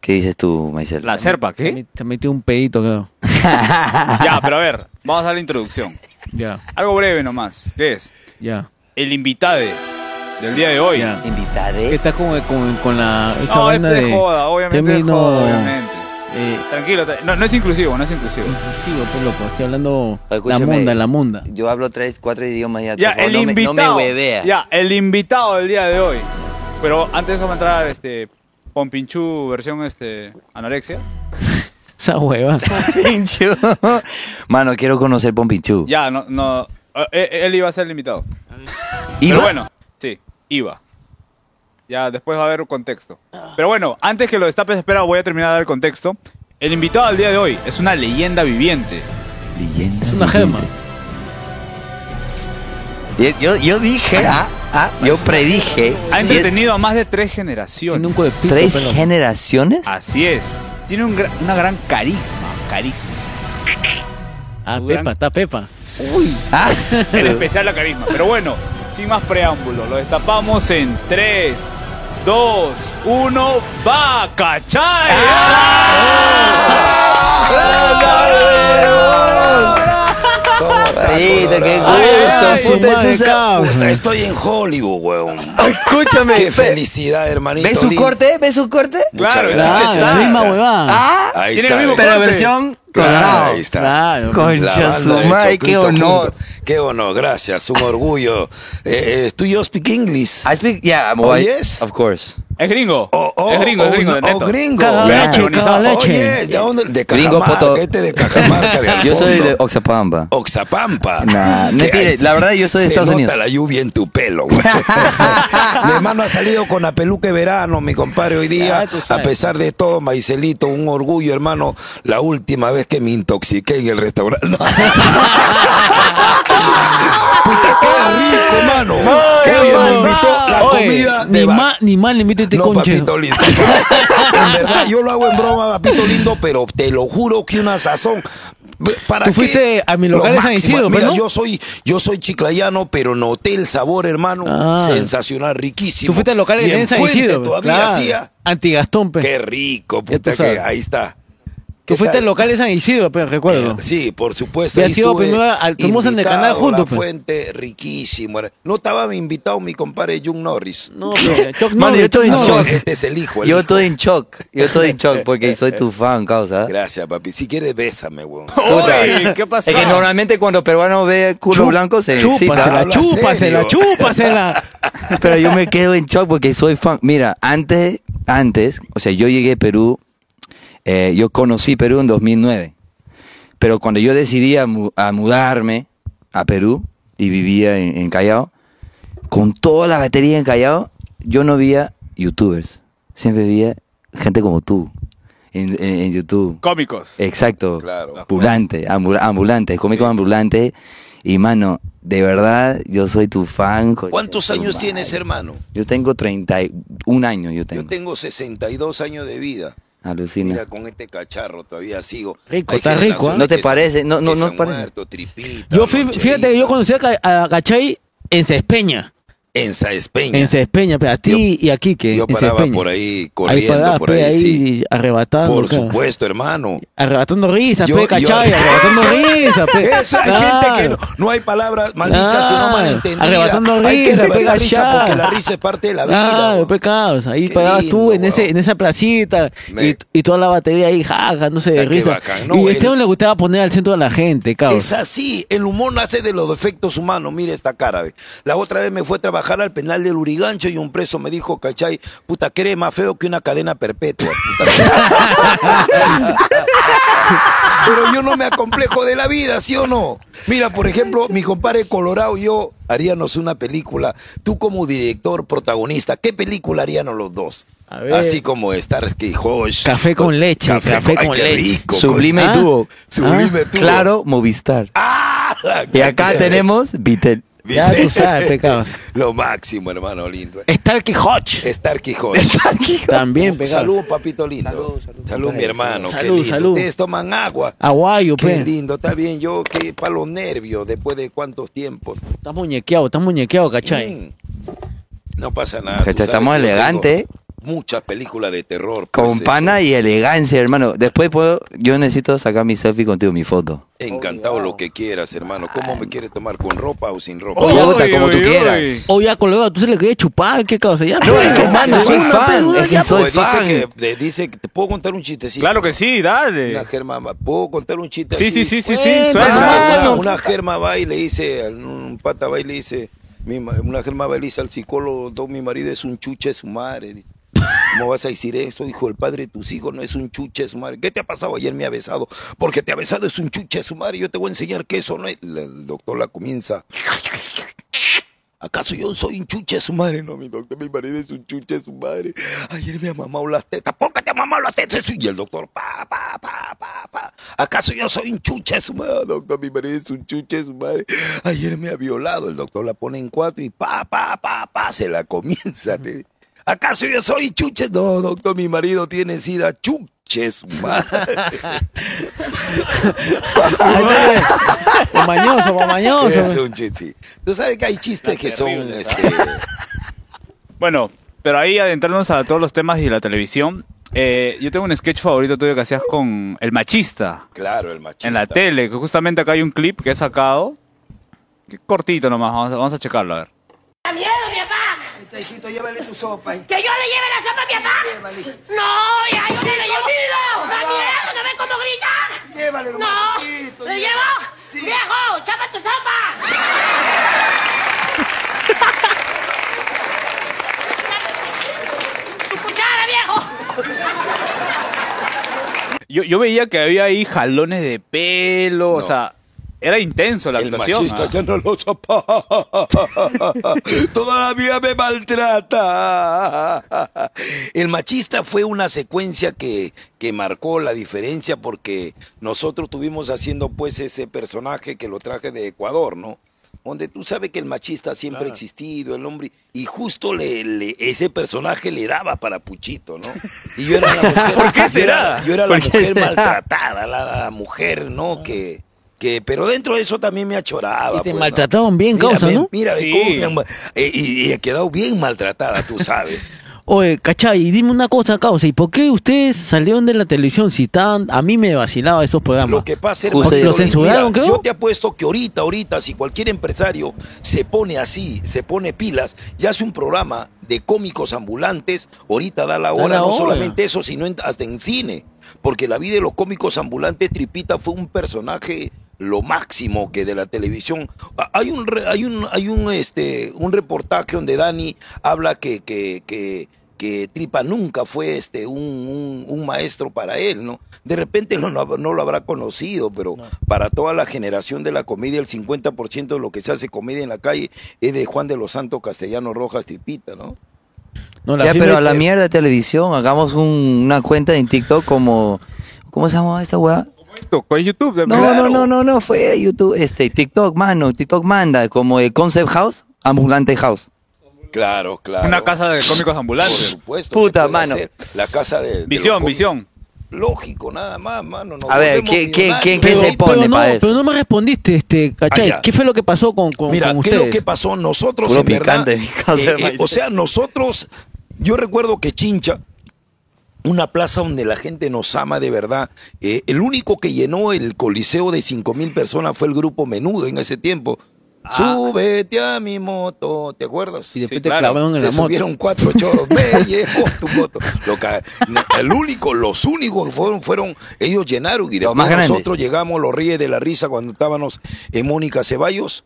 [SPEAKER 2] ¿Qué dices tú, Maicel?
[SPEAKER 1] La serpa, ¿qué?
[SPEAKER 3] Se metió un pedito, creo.
[SPEAKER 1] Ya, pero a ver. Vamos a la introducción.
[SPEAKER 3] Ya,
[SPEAKER 1] Algo breve nomás. ¿Qué es?
[SPEAKER 3] ya.
[SPEAKER 1] El invitado del día de hoy.
[SPEAKER 3] Ya.
[SPEAKER 2] Invitaré.
[SPEAKER 3] Está con, con, con la. Esa
[SPEAKER 1] No, es
[SPEAKER 3] vaina
[SPEAKER 1] de
[SPEAKER 3] de.
[SPEAKER 1] joda, obviamente.
[SPEAKER 3] Ya
[SPEAKER 1] es
[SPEAKER 3] vino-
[SPEAKER 1] joda, obviamente.
[SPEAKER 3] Eh,
[SPEAKER 1] Tranquilo, tra- no, no es inclusivo, no es inclusivo.
[SPEAKER 3] inclusivo, pues loco, estoy hablando la
[SPEAKER 2] Escúchame,
[SPEAKER 3] monda, la monda.
[SPEAKER 2] Yo hablo tres, cuatro idiomas ya.
[SPEAKER 1] Ya,
[SPEAKER 2] por favor,
[SPEAKER 1] el
[SPEAKER 2] no me-
[SPEAKER 1] invitado.
[SPEAKER 2] no me huevea.
[SPEAKER 1] ya, el invitado del día de hoy. Pero antes vamos a entrar este Pompinchú versión este anorexia.
[SPEAKER 3] Esa hueva.
[SPEAKER 2] Pincho. Mano, quiero conocer Pompichu.
[SPEAKER 1] Ya, no no eh, él iba a ser el invitado.
[SPEAKER 2] ¿Iba?
[SPEAKER 1] Pero bueno, sí, iba. Ya después va a haber un contexto. Pero bueno, antes que lo destapes, espera, voy a terminar de dar el contexto. El invitado del día de hoy es una leyenda viviente.
[SPEAKER 2] Leyenda.
[SPEAKER 3] Es una gema.
[SPEAKER 2] Yo, yo- yo dije, ah, ah, yo predije.
[SPEAKER 1] Ha
[SPEAKER 2] si es-
[SPEAKER 1] entretenido a más de tres generaciones.
[SPEAKER 3] Tiene un cuerpito,
[SPEAKER 2] ¿Tres
[SPEAKER 3] pero-
[SPEAKER 2] generaciones?
[SPEAKER 1] Así es. Tiene un gra- una gran carisma, carisma.
[SPEAKER 3] Ah, Pepa, está Pepa.
[SPEAKER 2] Ah,
[SPEAKER 1] En especial la carisma. Pero bueno, sin más preámbulo, lo destapamos en 3, 2, 1, ¡va! ¡Cachai!
[SPEAKER 4] ¡Ah!
[SPEAKER 2] Compadrito, qué
[SPEAKER 1] ay,
[SPEAKER 2] gusto.
[SPEAKER 3] su
[SPEAKER 2] puta,
[SPEAKER 3] madre,
[SPEAKER 2] eso es-
[SPEAKER 3] cabrón.
[SPEAKER 4] Puta, estoy en Hollywood, weón.
[SPEAKER 2] Escúchame.
[SPEAKER 4] Qué
[SPEAKER 2] ve-
[SPEAKER 4] felicidad, hermanito.
[SPEAKER 2] ¿Ves su
[SPEAKER 4] lindo.
[SPEAKER 2] corte? ¿Ves su corte?
[SPEAKER 4] Muchas
[SPEAKER 1] Claro,
[SPEAKER 4] gracias.
[SPEAKER 1] chiches,
[SPEAKER 3] Claro, la
[SPEAKER 1] está,
[SPEAKER 3] misma
[SPEAKER 1] está.
[SPEAKER 3] huevada.
[SPEAKER 2] Ah,
[SPEAKER 4] Ahí
[SPEAKER 1] Tiene
[SPEAKER 4] está.
[SPEAKER 1] el mismo
[SPEAKER 4] ¿ves?
[SPEAKER 2] pero
[SPEAKER 1] corte.
[SPEAKER 2] versión
[SPEAKER 4] Claro,
[SPEAKER 2] colorado.
[SPEAKER 4] ahí está.
[SPEAKER 3] Claro.
[SPEAKER 2] Con-
[SPEAKER 4] La
[SPEAKER 2] Concha
[SPEAKER 4] banda
[SPEAKER 2] su
[SPEAKER 4] de
[SPEAKER 2] madre,
[SPEAKER 4] Choclito
[SPEAKER 2] qué honor.
[SPEAKER 4] junto. Qué honor, gracias, un orgullo. Eh, eh, ¿Tú y yo speak English?
[SPEAKER 2] I speak, yeah, I'm
[SPEAKER 4] Oh,
[SPEAKER 2] white.
[SPEAKER 4] yes.
[SPEAKER 2] Of course.
[SPEAKER 1] Es gringo.
[SPEAKER 4] Oh, oh,
[SPEAKER 1] es gringo,
[SPEAKER 4] oh,
[SPEAKER 1] es gringo, de
[SPEAKER 4] no,
[SPEAKER 1] neto.
[SPEAKER 4] oh, gringo.
[SPEAKER 3] Caga
[SPEAKER 1] Vean,
[SPEAKER 3] leche, caga
[SPEAKER 1] organizado.
[SPEAKER 3] leche.
[SPEAKER 4] Oye, ¿de dónde? De
[SPEAKER 2] Gringo,
[SPEAKER 4] Cajamarca,
[SPEAKER 2] poto.
[SPEAKER 4] este de Cajamarca, de al
[SPEAKER 2] Yo soy
[SPEAKER 4] fondo.
[SPEAKER 2] de Oxapamba.
[SPEAKER 4] Oxapampa.
[SPEAKER 2] Nah,
[SPEAKER 4] Que
[SPEAKER 2] mentira,
[SPEAKER 4] ahí
[SPEAKER 2] la verdad yo soy de
[SPEAKER 4] se
[SPEAKER 2] Estados
[SPEAKER 4] nota
[SPEAKER 2] Unidos.
[SPEAKER 4] la lluvia en tu pelo, güey. Mi hermano ha salido con la peluca de verano, mi compadre, hoy día.
[SPEAKER 3] Ah, tú sabes.
[SPEAKER 4] A pesar de todo, Maicelito, un orgullo, hermano. La última vez que me intoxiqué en el restaurante. No. Puta, qué rico, mano. Qué
[SPEAKER 3] Oye,
[SPEAKER 4] bien, me
[SPEAKER 3] mamá.
[SPEAKER 4] invitó la
[SPEAKER 3] Oye,
[SPEAKER 4] comida de
[SPEAKER 3] ni
[SPEAKER 4] va-
[SPEAKER 3] más ni mal le invito a este
[SPEAKER 4] no,
[SPEAKER 3] conche.
[SPEAKER 4] papito lindo. en verdad, yo lo hago en broma, papito lindo, pero te lo juro que una sazón. ¿Para
[SPEAKER 3] Tú
[SPEAKER 4] qué?
[SPEAKER 3] fuiste a mi
[SPEAKER 4] Lo
[SPEAKER 3] local de San
[SPEAKER 4] máximo.
[SPEAKER 3] Isidro,
[SPEAKER 4] Mira,
[SPEAKER 3] pero no.
[SPEAKER 4] yo soy, yo soy chiclayano, pero noté el sabor, hermano,
[SPEAKER 3] Ah.
[SPEAKER 4] sensacional, riquísimo.
[SPEAKER 3] Tú fuiste al local
[SPEAKER 4] Y
[SPEAKER 3] de
[SPEAKER 4] en
[SPEAKER 3] San
[SPEAKER 4] Fuente
[SPEAKER 3] Isidro. pues,
[SPEAKER 4] todavía
[SPEAKER 3] claro.
[SPEAKER 4] hacía.
[SPEAKER 3] Antigastón, pe.
[SPEAKER 4] Qué rico, puta
[SPEAKER 3] tú sabes.
[SPEAKER 4] que ahí está.
[SPEAKER 3] Tú
[SPEAKER 4] ¿Qué
[SPEAKER 3] fuiste
[SPEAKER 4] tal?
[SPEAKER 3] al local de San Isidro, pero recuerdo.
[SPEAKER 4] Eh, Sí, por supuesto.
[SPEAKER 3] Y
[SPEAKER 4] ahí
[SPEAKER 3] has ido
[SPEAKER 4] estuve
[SPEAKER 3] primero al- fuimos en el
[SPEAKER 4] invitado,
[SPEAKER 3] canal juntos,
[SPEAKER 4] La
[SPEAKER 3] pues.
[SPEAKER 4] fuente, riquísimo. era- No estaba invitado mi compadre Jung Norris.
[SPEAKER 3] No, pero Chuck
[SPEAKER 2] Mano, yo
[SPEAKER 3] Norris,
[SPEAKER 2] estoy en
[SPEAKER 3] no.
[SPEAKER 2] shock.
[SPEAKER 4] Este es el hijo. el
[SPEAKER 2] Yo
[SPEAKER 4] hijo.
[SPEAKER 2] estoy en shock. Yo estoy en shock porque soy tu fan, causa.
[SPEAKER 4] Gracias, papi. Si quieres, bésame, weón.
[SPEAKER 1] Uy, ¿Qué pasó?
[SPEAKER 2] Es que normalmente cuando el peruano ve culo
[SPEAKER 3] Chup-
[SPEAKER 2] blanco se excita.
[SPEAKER 3] Chúpasela,
[SPEAKER 4] Habla
[SPEAKER 3] chúpasela,
[SPEAKER 4] serio.
[SPEAKER 3] chúpasela.
[SPEAKER 2] Pero yo me quedo en shock porque soy fan. Mira, antes, antes, o sea, yo llegué a Perú, eh, yo conocí Perú en 2009. Pero cuando yo decidí a, mu- a mudarme a Perú y vivía en, en Callao, con toda la batería en Callao, yo no veía youtubers. Siempre veía gente como tú en, en- en YouTube.
[SPEAKER 1] Cómicos.
[SPEAKER 2] Exacto.
[SPEAKER 4] Claro.
[SPEAKER 2] Ambulante, ambul- ambulante, cómico ambulante. Y mano, de verdad, yo soy tu fan. coño
[SPEAKER 4] ¿Cuántos
[SPEAKER 2] de tu
[SPEAKER 4] años
[SPEAKER 2] madre.
[SPEAKER 4] tienes, hermano?
[SPEAKER 2] Yo tengo 31 años, yo tengo.
[SPEAKER 4] Yo tengo 62 años de vida.
[SPEAKER 2] Alucina.
[SPEAKER 4] Mira, con este cacharro todavía sigo.
[SPEAKER 3] Rico,
[SPEAKER 4] Hay
[SPEAKER 3] está rico,
[SPEAKER 4] generaciones
[SPEAKER 3] ¿ah?
[SPEAKER 2] ¿No te
[SPEAKER 4] que se-
[SPEAKER 2] parece? No, no,
[SPEAKER 4] que
[SPEAKER 2] no
[SPEAKER 4] se han
[SPEAKER 2] parece.
[SPEAKER 4] muerto, tripita,
[SPEAKER 3] Yo fui,
[SPEAKER 4] loncherita.
[SPEAKER 3] fíjate, yo conocí a, Ca- a Cachay en Cespeña.
[SPEAKER 4] En Saespeña.
[SPEAKER 3] En Cespeña, pe, a ti y a Quique.
[SPEAKER 4] Yo
[SPEAKER 3] en
[SPEAKER 4] paraba
[SPEAKER 3] Cespeña.
[SPEAKER 4] por ahí, corriendo
[SPEAKER 3] paraba,
[SPEAKER 4] por
[SPEAKER 3] pe,
[SPEAKER 4] ahí, sí.
[SPEAKER 3] arrebatando.
[SPEAKER 4] Por
[SPEAKER 3] claro.
[SPEAKER 4] supuesto, hermano.
[SPEAKER 3] Arrebatando risas,
[SPEAKER 4] Yo-
[SPEAKER 3] pe, Cachay,
[SPEAKER 4] yo-
[SPEAKER 3] arrebatando risas, pe.
[SPEAKER 4] Eso hay gente que no, no hay palabras maldichas, sino
[SPEAKER 3] Claro.
[SPEAKER 4] malentendidas.
[SPEAKER 3] Arrebatando
[SPEAKER 4] hay que
[SPEAKER 3] risa,
[SPEAKER 4] arrebatar
[SPEAKER 3] pega
[SPEAKER 4] risa
[SPEAKER 3] ya.
[SPEAKER 4] porque la risa es parte de la vida.
[SPEAKER 3] Claro,
[SPEAKER 4] weón.
[SPEAKER 3] pe, caos. Ahí
[SPEAKER 4] Qué
[SPEAKER 3] pagabas tú
[SPEAKER 4] lindo,
[SPEAKER 3] en, ese,
[SPEAKER 4] weón.
[SPEAKER 3] en esa placita
[SPEAKER 4] Me-
[SPEAKER 3] y, y toda la batería ahí, jaja, no sé, de
[SPEAKER 4] Ah, qué
[SPEAKER 3] risa.
[SPEAKER 4] bacán, ¿no?
[SPEAKER 3] y a
[SPEAKER 4] El-
[SPEAKER 3] Esteban le gustaba poner al centro de la gente, caos.
[SPEAKER 4] Es así, el humor nace de los defectos humanos, mire esta cara. ve. La otra vez me fue a trabajar al penal del Urigancho y un preso me dijo, cachai, puta, que eres más feo que una cadena perpetua. puta". Pero yo no me acomplejo de la vida, ¿sí o no? Mira, por ejemplo, mi compadre Colorado y yo haríamos una película. Tú como director, protagonista, ¿qué película haríamos los dos?
[SPEAKER 3] A ver.
[SPEAKER 4] Así como Starsky Hodge.
[SPEAKER 3] Café con leche, café
[SPEAKER 4] ay,
[SPEAKER 3] con
[SPEAKER 4] qué
[SPEAKER 3] leche.
[SPEAKER 4] rico,
[SPEAKER 2] Sublime
[SPEAKER 3] Ah.
[SPEAKER 2] Dúo. Ah,
[SPEAKER 4] Sublime Dúo.
[SPEAKER 2] Claro, Movistar.
[SPEAKER 4] Ah,
[SPEAKER 2] y acá
[SPEAKER 4] qué-
[SPEAKER 2] tenemos Vitel.
[SPEAKER 3] Ya tú sabes, pe, caos.
[SPEAKER 4] Lo máximo, hermano lindo.
[SPEAKER 3] Starkey Hodge.
[SPEAKER 4] Estar Quijote.
[SPEAKER 3] También, pe, caos.
[SPEAKER 4] Salud, papito lindo. Salud, mi hermano.
[SPEAKER 3] Salud,
[SPEAKER 4] qué lindo.
[SPEAKER 3] salud. Ah,
[SPEAKER 4] Ustedes toman agua.
[SPEAKER 3] Aguayo, pues.
[SPEAKER 4] Qué
[SPEAKER 3] pe.
[SPEAKER 4] lindo, está bien. Yo, qué palo nervio después de cuántos tiempos.
[SPEAKER 3] Estás muñequeado, estás muñequeado, cachai.
[SPEAKER 4] Mm. No pasa nada. tú
[SPEAKER 2] Cacha,
[SPEAKER 4] sabes
[SPEAKER 2] estamos
[SPEAKER 4] que yo
[SPEAKER 2] elegantes.
[SPEAKER 4] tengo- muchas películas de terror. pues,
[SPEAKER 2] Con pana
[SPEAKER 4] este,
[SPEAKER 2] y elegancia, hermano. Después puedo, yo necesito sacar mi selfie contigo, mi foto.
[SPEAKER 4] Encantado lo que quieras, hermano. ¿Cómo me quieres tomar? ¿Con ropa o sin ropa?
[SPEAKER 2] Oye,
[SPEAKER 1] Uy,
[SPEAKER 2] bota, como tú
[SPEAKER 1] uy,
[SPEAKER 2] quieras.
[SPEAKER 1] uy.
[SPEAKER 3] O ya, colega, tú se le querías chupar, ¿qué causa? Ya,
[SPEAKER 2] No, es que,
[SPEAKER 3] pues,
[SPEAKER 2] mano, soy
[SPEAKER 3] una,
[SPEAKER 2] fan,
[SPEAKER 3] pues, una,
[SPEAKER 2] es que
[SPEAKER 3] ya,
[SPEAKER 2] soy
[SPEAKER 3] pues.
[SPEAKER 4] Pues dice
[SPEAKER 2] fan.
[SPEAKER 4] que, de- dice que- ¿Te puedo contar un chistecito?
[SPEAKER 1] Claro que sí, dale.
[SPEAKER 4] Una germa, ¿puedo contar un chiste
[SPEAKER 1] Sí,
[SPEAKER 4] así?
[SPEAKER 1] sí, sí, sí,
[SPEAKER 3] Bueno,
[SPEAKER 1] sí,
[SPEAKER 4] Pasa que
[SPEAKER 1] suelta.
[SPEAKER 4] una,
[SPEAKER 3] Hermano.
[SPEAKER 4] una germa va y le dice, un pata va y le dice, mi ma- una germa va y le dice al psicólogo, "Don, mi marido es un chuche de su madre. Dice, ¿Cómo vas a decir eso, hijo? El padre de tus hijos no es un chuche de su madre. ¿Qué te ha pasado? Ayer me ha besado. Porque te ha besado es un chuche de su madre. Yo te voy a enseñar que eso no es. La- El doctor la comienza. ¿Acaso yo soy un chuche de su madre? No, mi doctor, mi marido es un chuche de su madre. Ayer me ha mamado las tetas. ¿Por qué te ha mamado las tetas? Y el doctor, pa, pa, pa, pa, pa. ¿Acaso yo soy un chuche de su madre? Doctor, mi marido es un chuche de su madre. Ayer me ha violado. El doctor la pone en cuatro y pa, pa, pa, pa, se la comienza. te- ¿Acaso yo soy chuche? No, doctor, mi marido tiene sida. Chuche de su madre.
[SPEAKER 3] pues, Ahí está, pues. Pa' mañoso, pa' mañoso.
[SPEAKER 4] es un chiste. Tú sabes que hay chistes que son...
[SPEAKER 1] terrible,
[SPEAKER 4] Este,
[SPEAKER 1] Bueno, pero ahí adentrarnos a todos los temas y la televisión. eh, yo tengo un sketch favorito tuyo que hacías con El Machista
[SPEAKER 4] claro, el machista.
[SPEAKER 1] en la tele, que justamente acá hay un clip que he sacado. que Cortito nomás, vamos a, vamos a checarlo, a ver.
[SPEAKER 5] ¡Da miedo, mi papá!
[SPEAKER 6] Este hijito, llévale tu sopa. hijo.
[SPEAKER 5] ¡Que yo le lleve la sopa a mi papá!
[SPEAKER 6] Llévale,
[SPEAKER 5] ¡No, ya, yo no le llevo! ¡Da miedo, no ven cómo gritan!
[SPEAKER 6] llévale, nomás, hijito,
[SPEAKER 5] ¡No! ¡Le
[SPEAKER 6] llévale.
[SPEAKER 5] llevo!
[SPEAKER 6] Sí.
[SPEAKER 5] ¡Viejo, chapa tu sopa! ¡Tu cuchara, viejo!
[SPEAKER 1] Yo, yo veía que había ahí jalones de pelo, o sea, era intenso la
[SPEAKER 4] el
[SPEAKER 1] actuación.
[SPEAKER 4] machista
[SPEAKER 1] ¿ah?
[SPEAKER 4] ya no lo soporta. Todavía me maltrata. El machista fue una secuencia que, que marcó la diferencia porque nosotros tuvimos haciendo pues ese personaje que lo traje de Ecuador, ¿no? Donde tú sabes que el machista siempre ha existido, el hombre, y justo le, le- ese personaje le daba para Puchito, ¿no? Y yo era la mujer,
[SPEAKER 1] ¿Por qué
[SPEAKER 4] yo era-
[SPEAKER 1] será?
[SPEAKER 4] Yo era la
[SPEAKER 2] ¿Por qué
[SPEAKER 4] mujer
[SPEAKER 2] será?
[SPEAKER 4] maltratada, la, la mujer, ¿no? Que, que, pero dentro de eso también me achoraba.
[SPEAKER 3] Y te
[SPEAKER 4] pues, ¿no?
[SPEAKER 3] maltrataban bien,
[SPEAKER 4] Mira,
[SPEAKER 3] causa,
[SPEAKER 4] ve-
[SPEAKER 3] ¿no?
[SPEAKER 4] Mira, ve
[SPEAKER 1] Sí.
[SPEAKER 4] cómo me han ma- eh, y, y he quedado bien maltratada, tú sabes.
[SPEAKER 3] Oye, cachai, y dime una cosa, causa, ¿y por qué ustedes salieron de la televisión si estaban... A mí me vacilaba esos programas.
[SPEAKER 4] Lo que pasa,
[SPEAKER 2] Justo
[SPEAKER 4] hermano,
[SPEAKER 2] yo- ¿Lo
[SPEAKER 3] censuraron,
[SPEAKER 4] mira,
[SPEAKER 3] creo?
[SPEAKER 4] yo te apuesto que ahorita, ahorita, si cualquier empresario se pone así, se pone pilas y hace un programa de cómicos ambulantes, ahorita da la hora,
[SPEAKER 3] la
[SPEAKER 4] no
[SPEAKER 3] hora.
[SPEAKER 4] solamente eso, sino en- hasta en cine. Porque la vida de los cómicos ambulantes, Tripita fue un personaje lo máximo que de la televisión. A- Hay un re- hay un hay un este un reportaje donde Dani habla que que, que que Tripa nunca fue este un, un- un maestro para él, ¿no? De repente no, no, no lo habrá conocido, pero para toda la generación de la comedia, el 50% de lo que se hace comedia en la calle es de Juan de los Santos Castellano Rojas Tripita, ¿no?
[SPEAKER 3] No, la este.
[SPEAKER 2] Ya,
[SPEAKER 3] firme-
[SPEAKER 2] pero a la mierda de televisión, hagamos un- una cuenta en TikTok como... ¿Cómo se llama esta weá?
[SPEAKER 1] Con YouTube de
[SPEAKER 2] No,
[SPEAKER 4] Claro.
[SPEAKER 2] no, no, no, no, fue YouTube, este, TikTok, mano, TikTok manda, como el Concept House, Ambulante House.
[SPEAKER 4] Claro, claro.
[SPEAKER 1] Una casa de cómicos
[SPEAKER 4] Por
[SPEAKER 1] ambulantes.
[SPEAKER 4] supuesto.
[SPEAKER 2] Puta,
[SPEAKER 4] se puede
[SPEAKER 2] mano.
[SPEAKER 4] hacer. La casa de. de los
[SPEAKER 1] Visión,
[SPEAKER 4] cómicos.
[SPEAKER 1] visión.
[SPEAKER 4] Lógico, nada más, mano. nos
[SPEAKER 2] A ver,
[SPEAKER 4] volvemos
[SPEAKER 2] ¿qué- qué-
[SPEAKER 4] millonarios.
[SPEAKER 2] qué- qué
[SPEAKER 3] pero,
[SPEAKER 2] se
[SPEAKER 3] pero
[SPEAKER 2] pone
[SPEAKER 3] no,
[SPEAKER 2] pa' eso?
[SPEAKER 3] pero no me respondiste, este, cachai,
[SPEAKER 4] Ah, ya.
[SPEAKER 3] ¿qué fue lo que pasó con, con,
[SPEAKER 4] Mira,
[SPEAKER 3] con
[SPEAKER 4] ¿qué es
[SPEAKER 3] ustedes?
[SPEAKER 4] lo que pasó? Nosotros,
[SPEAKER 2] Puro
[SPEAKER 4] en verdad,
[SPEAKER 2] picante, mi causa,
[SPEAKER 4] eh, eh, o
[SPEAKER 2] maíz.
[SPEAKER 4] sea, nosotros, yo recuerdo que Chincha, una plaza donde la gente nos ama de verdad, eh, el único que llenó el coliseo de cinco mil personas fue el grupo Menudo en ese tiempo.
[SPEAKER 1] Ah.
[SPEAKER 4] Súbete a mi moto, ¿te acuerdas?
[SPEAKER 3] Y después
[SPEAKER 1] Sí,
[SPEAKER 3] te
[SPEAKER 1] claro.
[SPEAKER 3] clavaron en
[SPEAKER 4] Se
[SPEAKER 3] la moto.
[SPEAKER 4] subieron cuatro choros. Me llevo tu moto. Lo ca- no, el único, los únicos que fueron, fueron ellos llenaron.
[SPEAKER 2] Los
[SPEAKER 4] Y después
[SPEAKER 2] más grandes.
[SPEAKER 4] nosotros llegamos, los ríes de la risa cuando estábamos en Mónica Ceballos.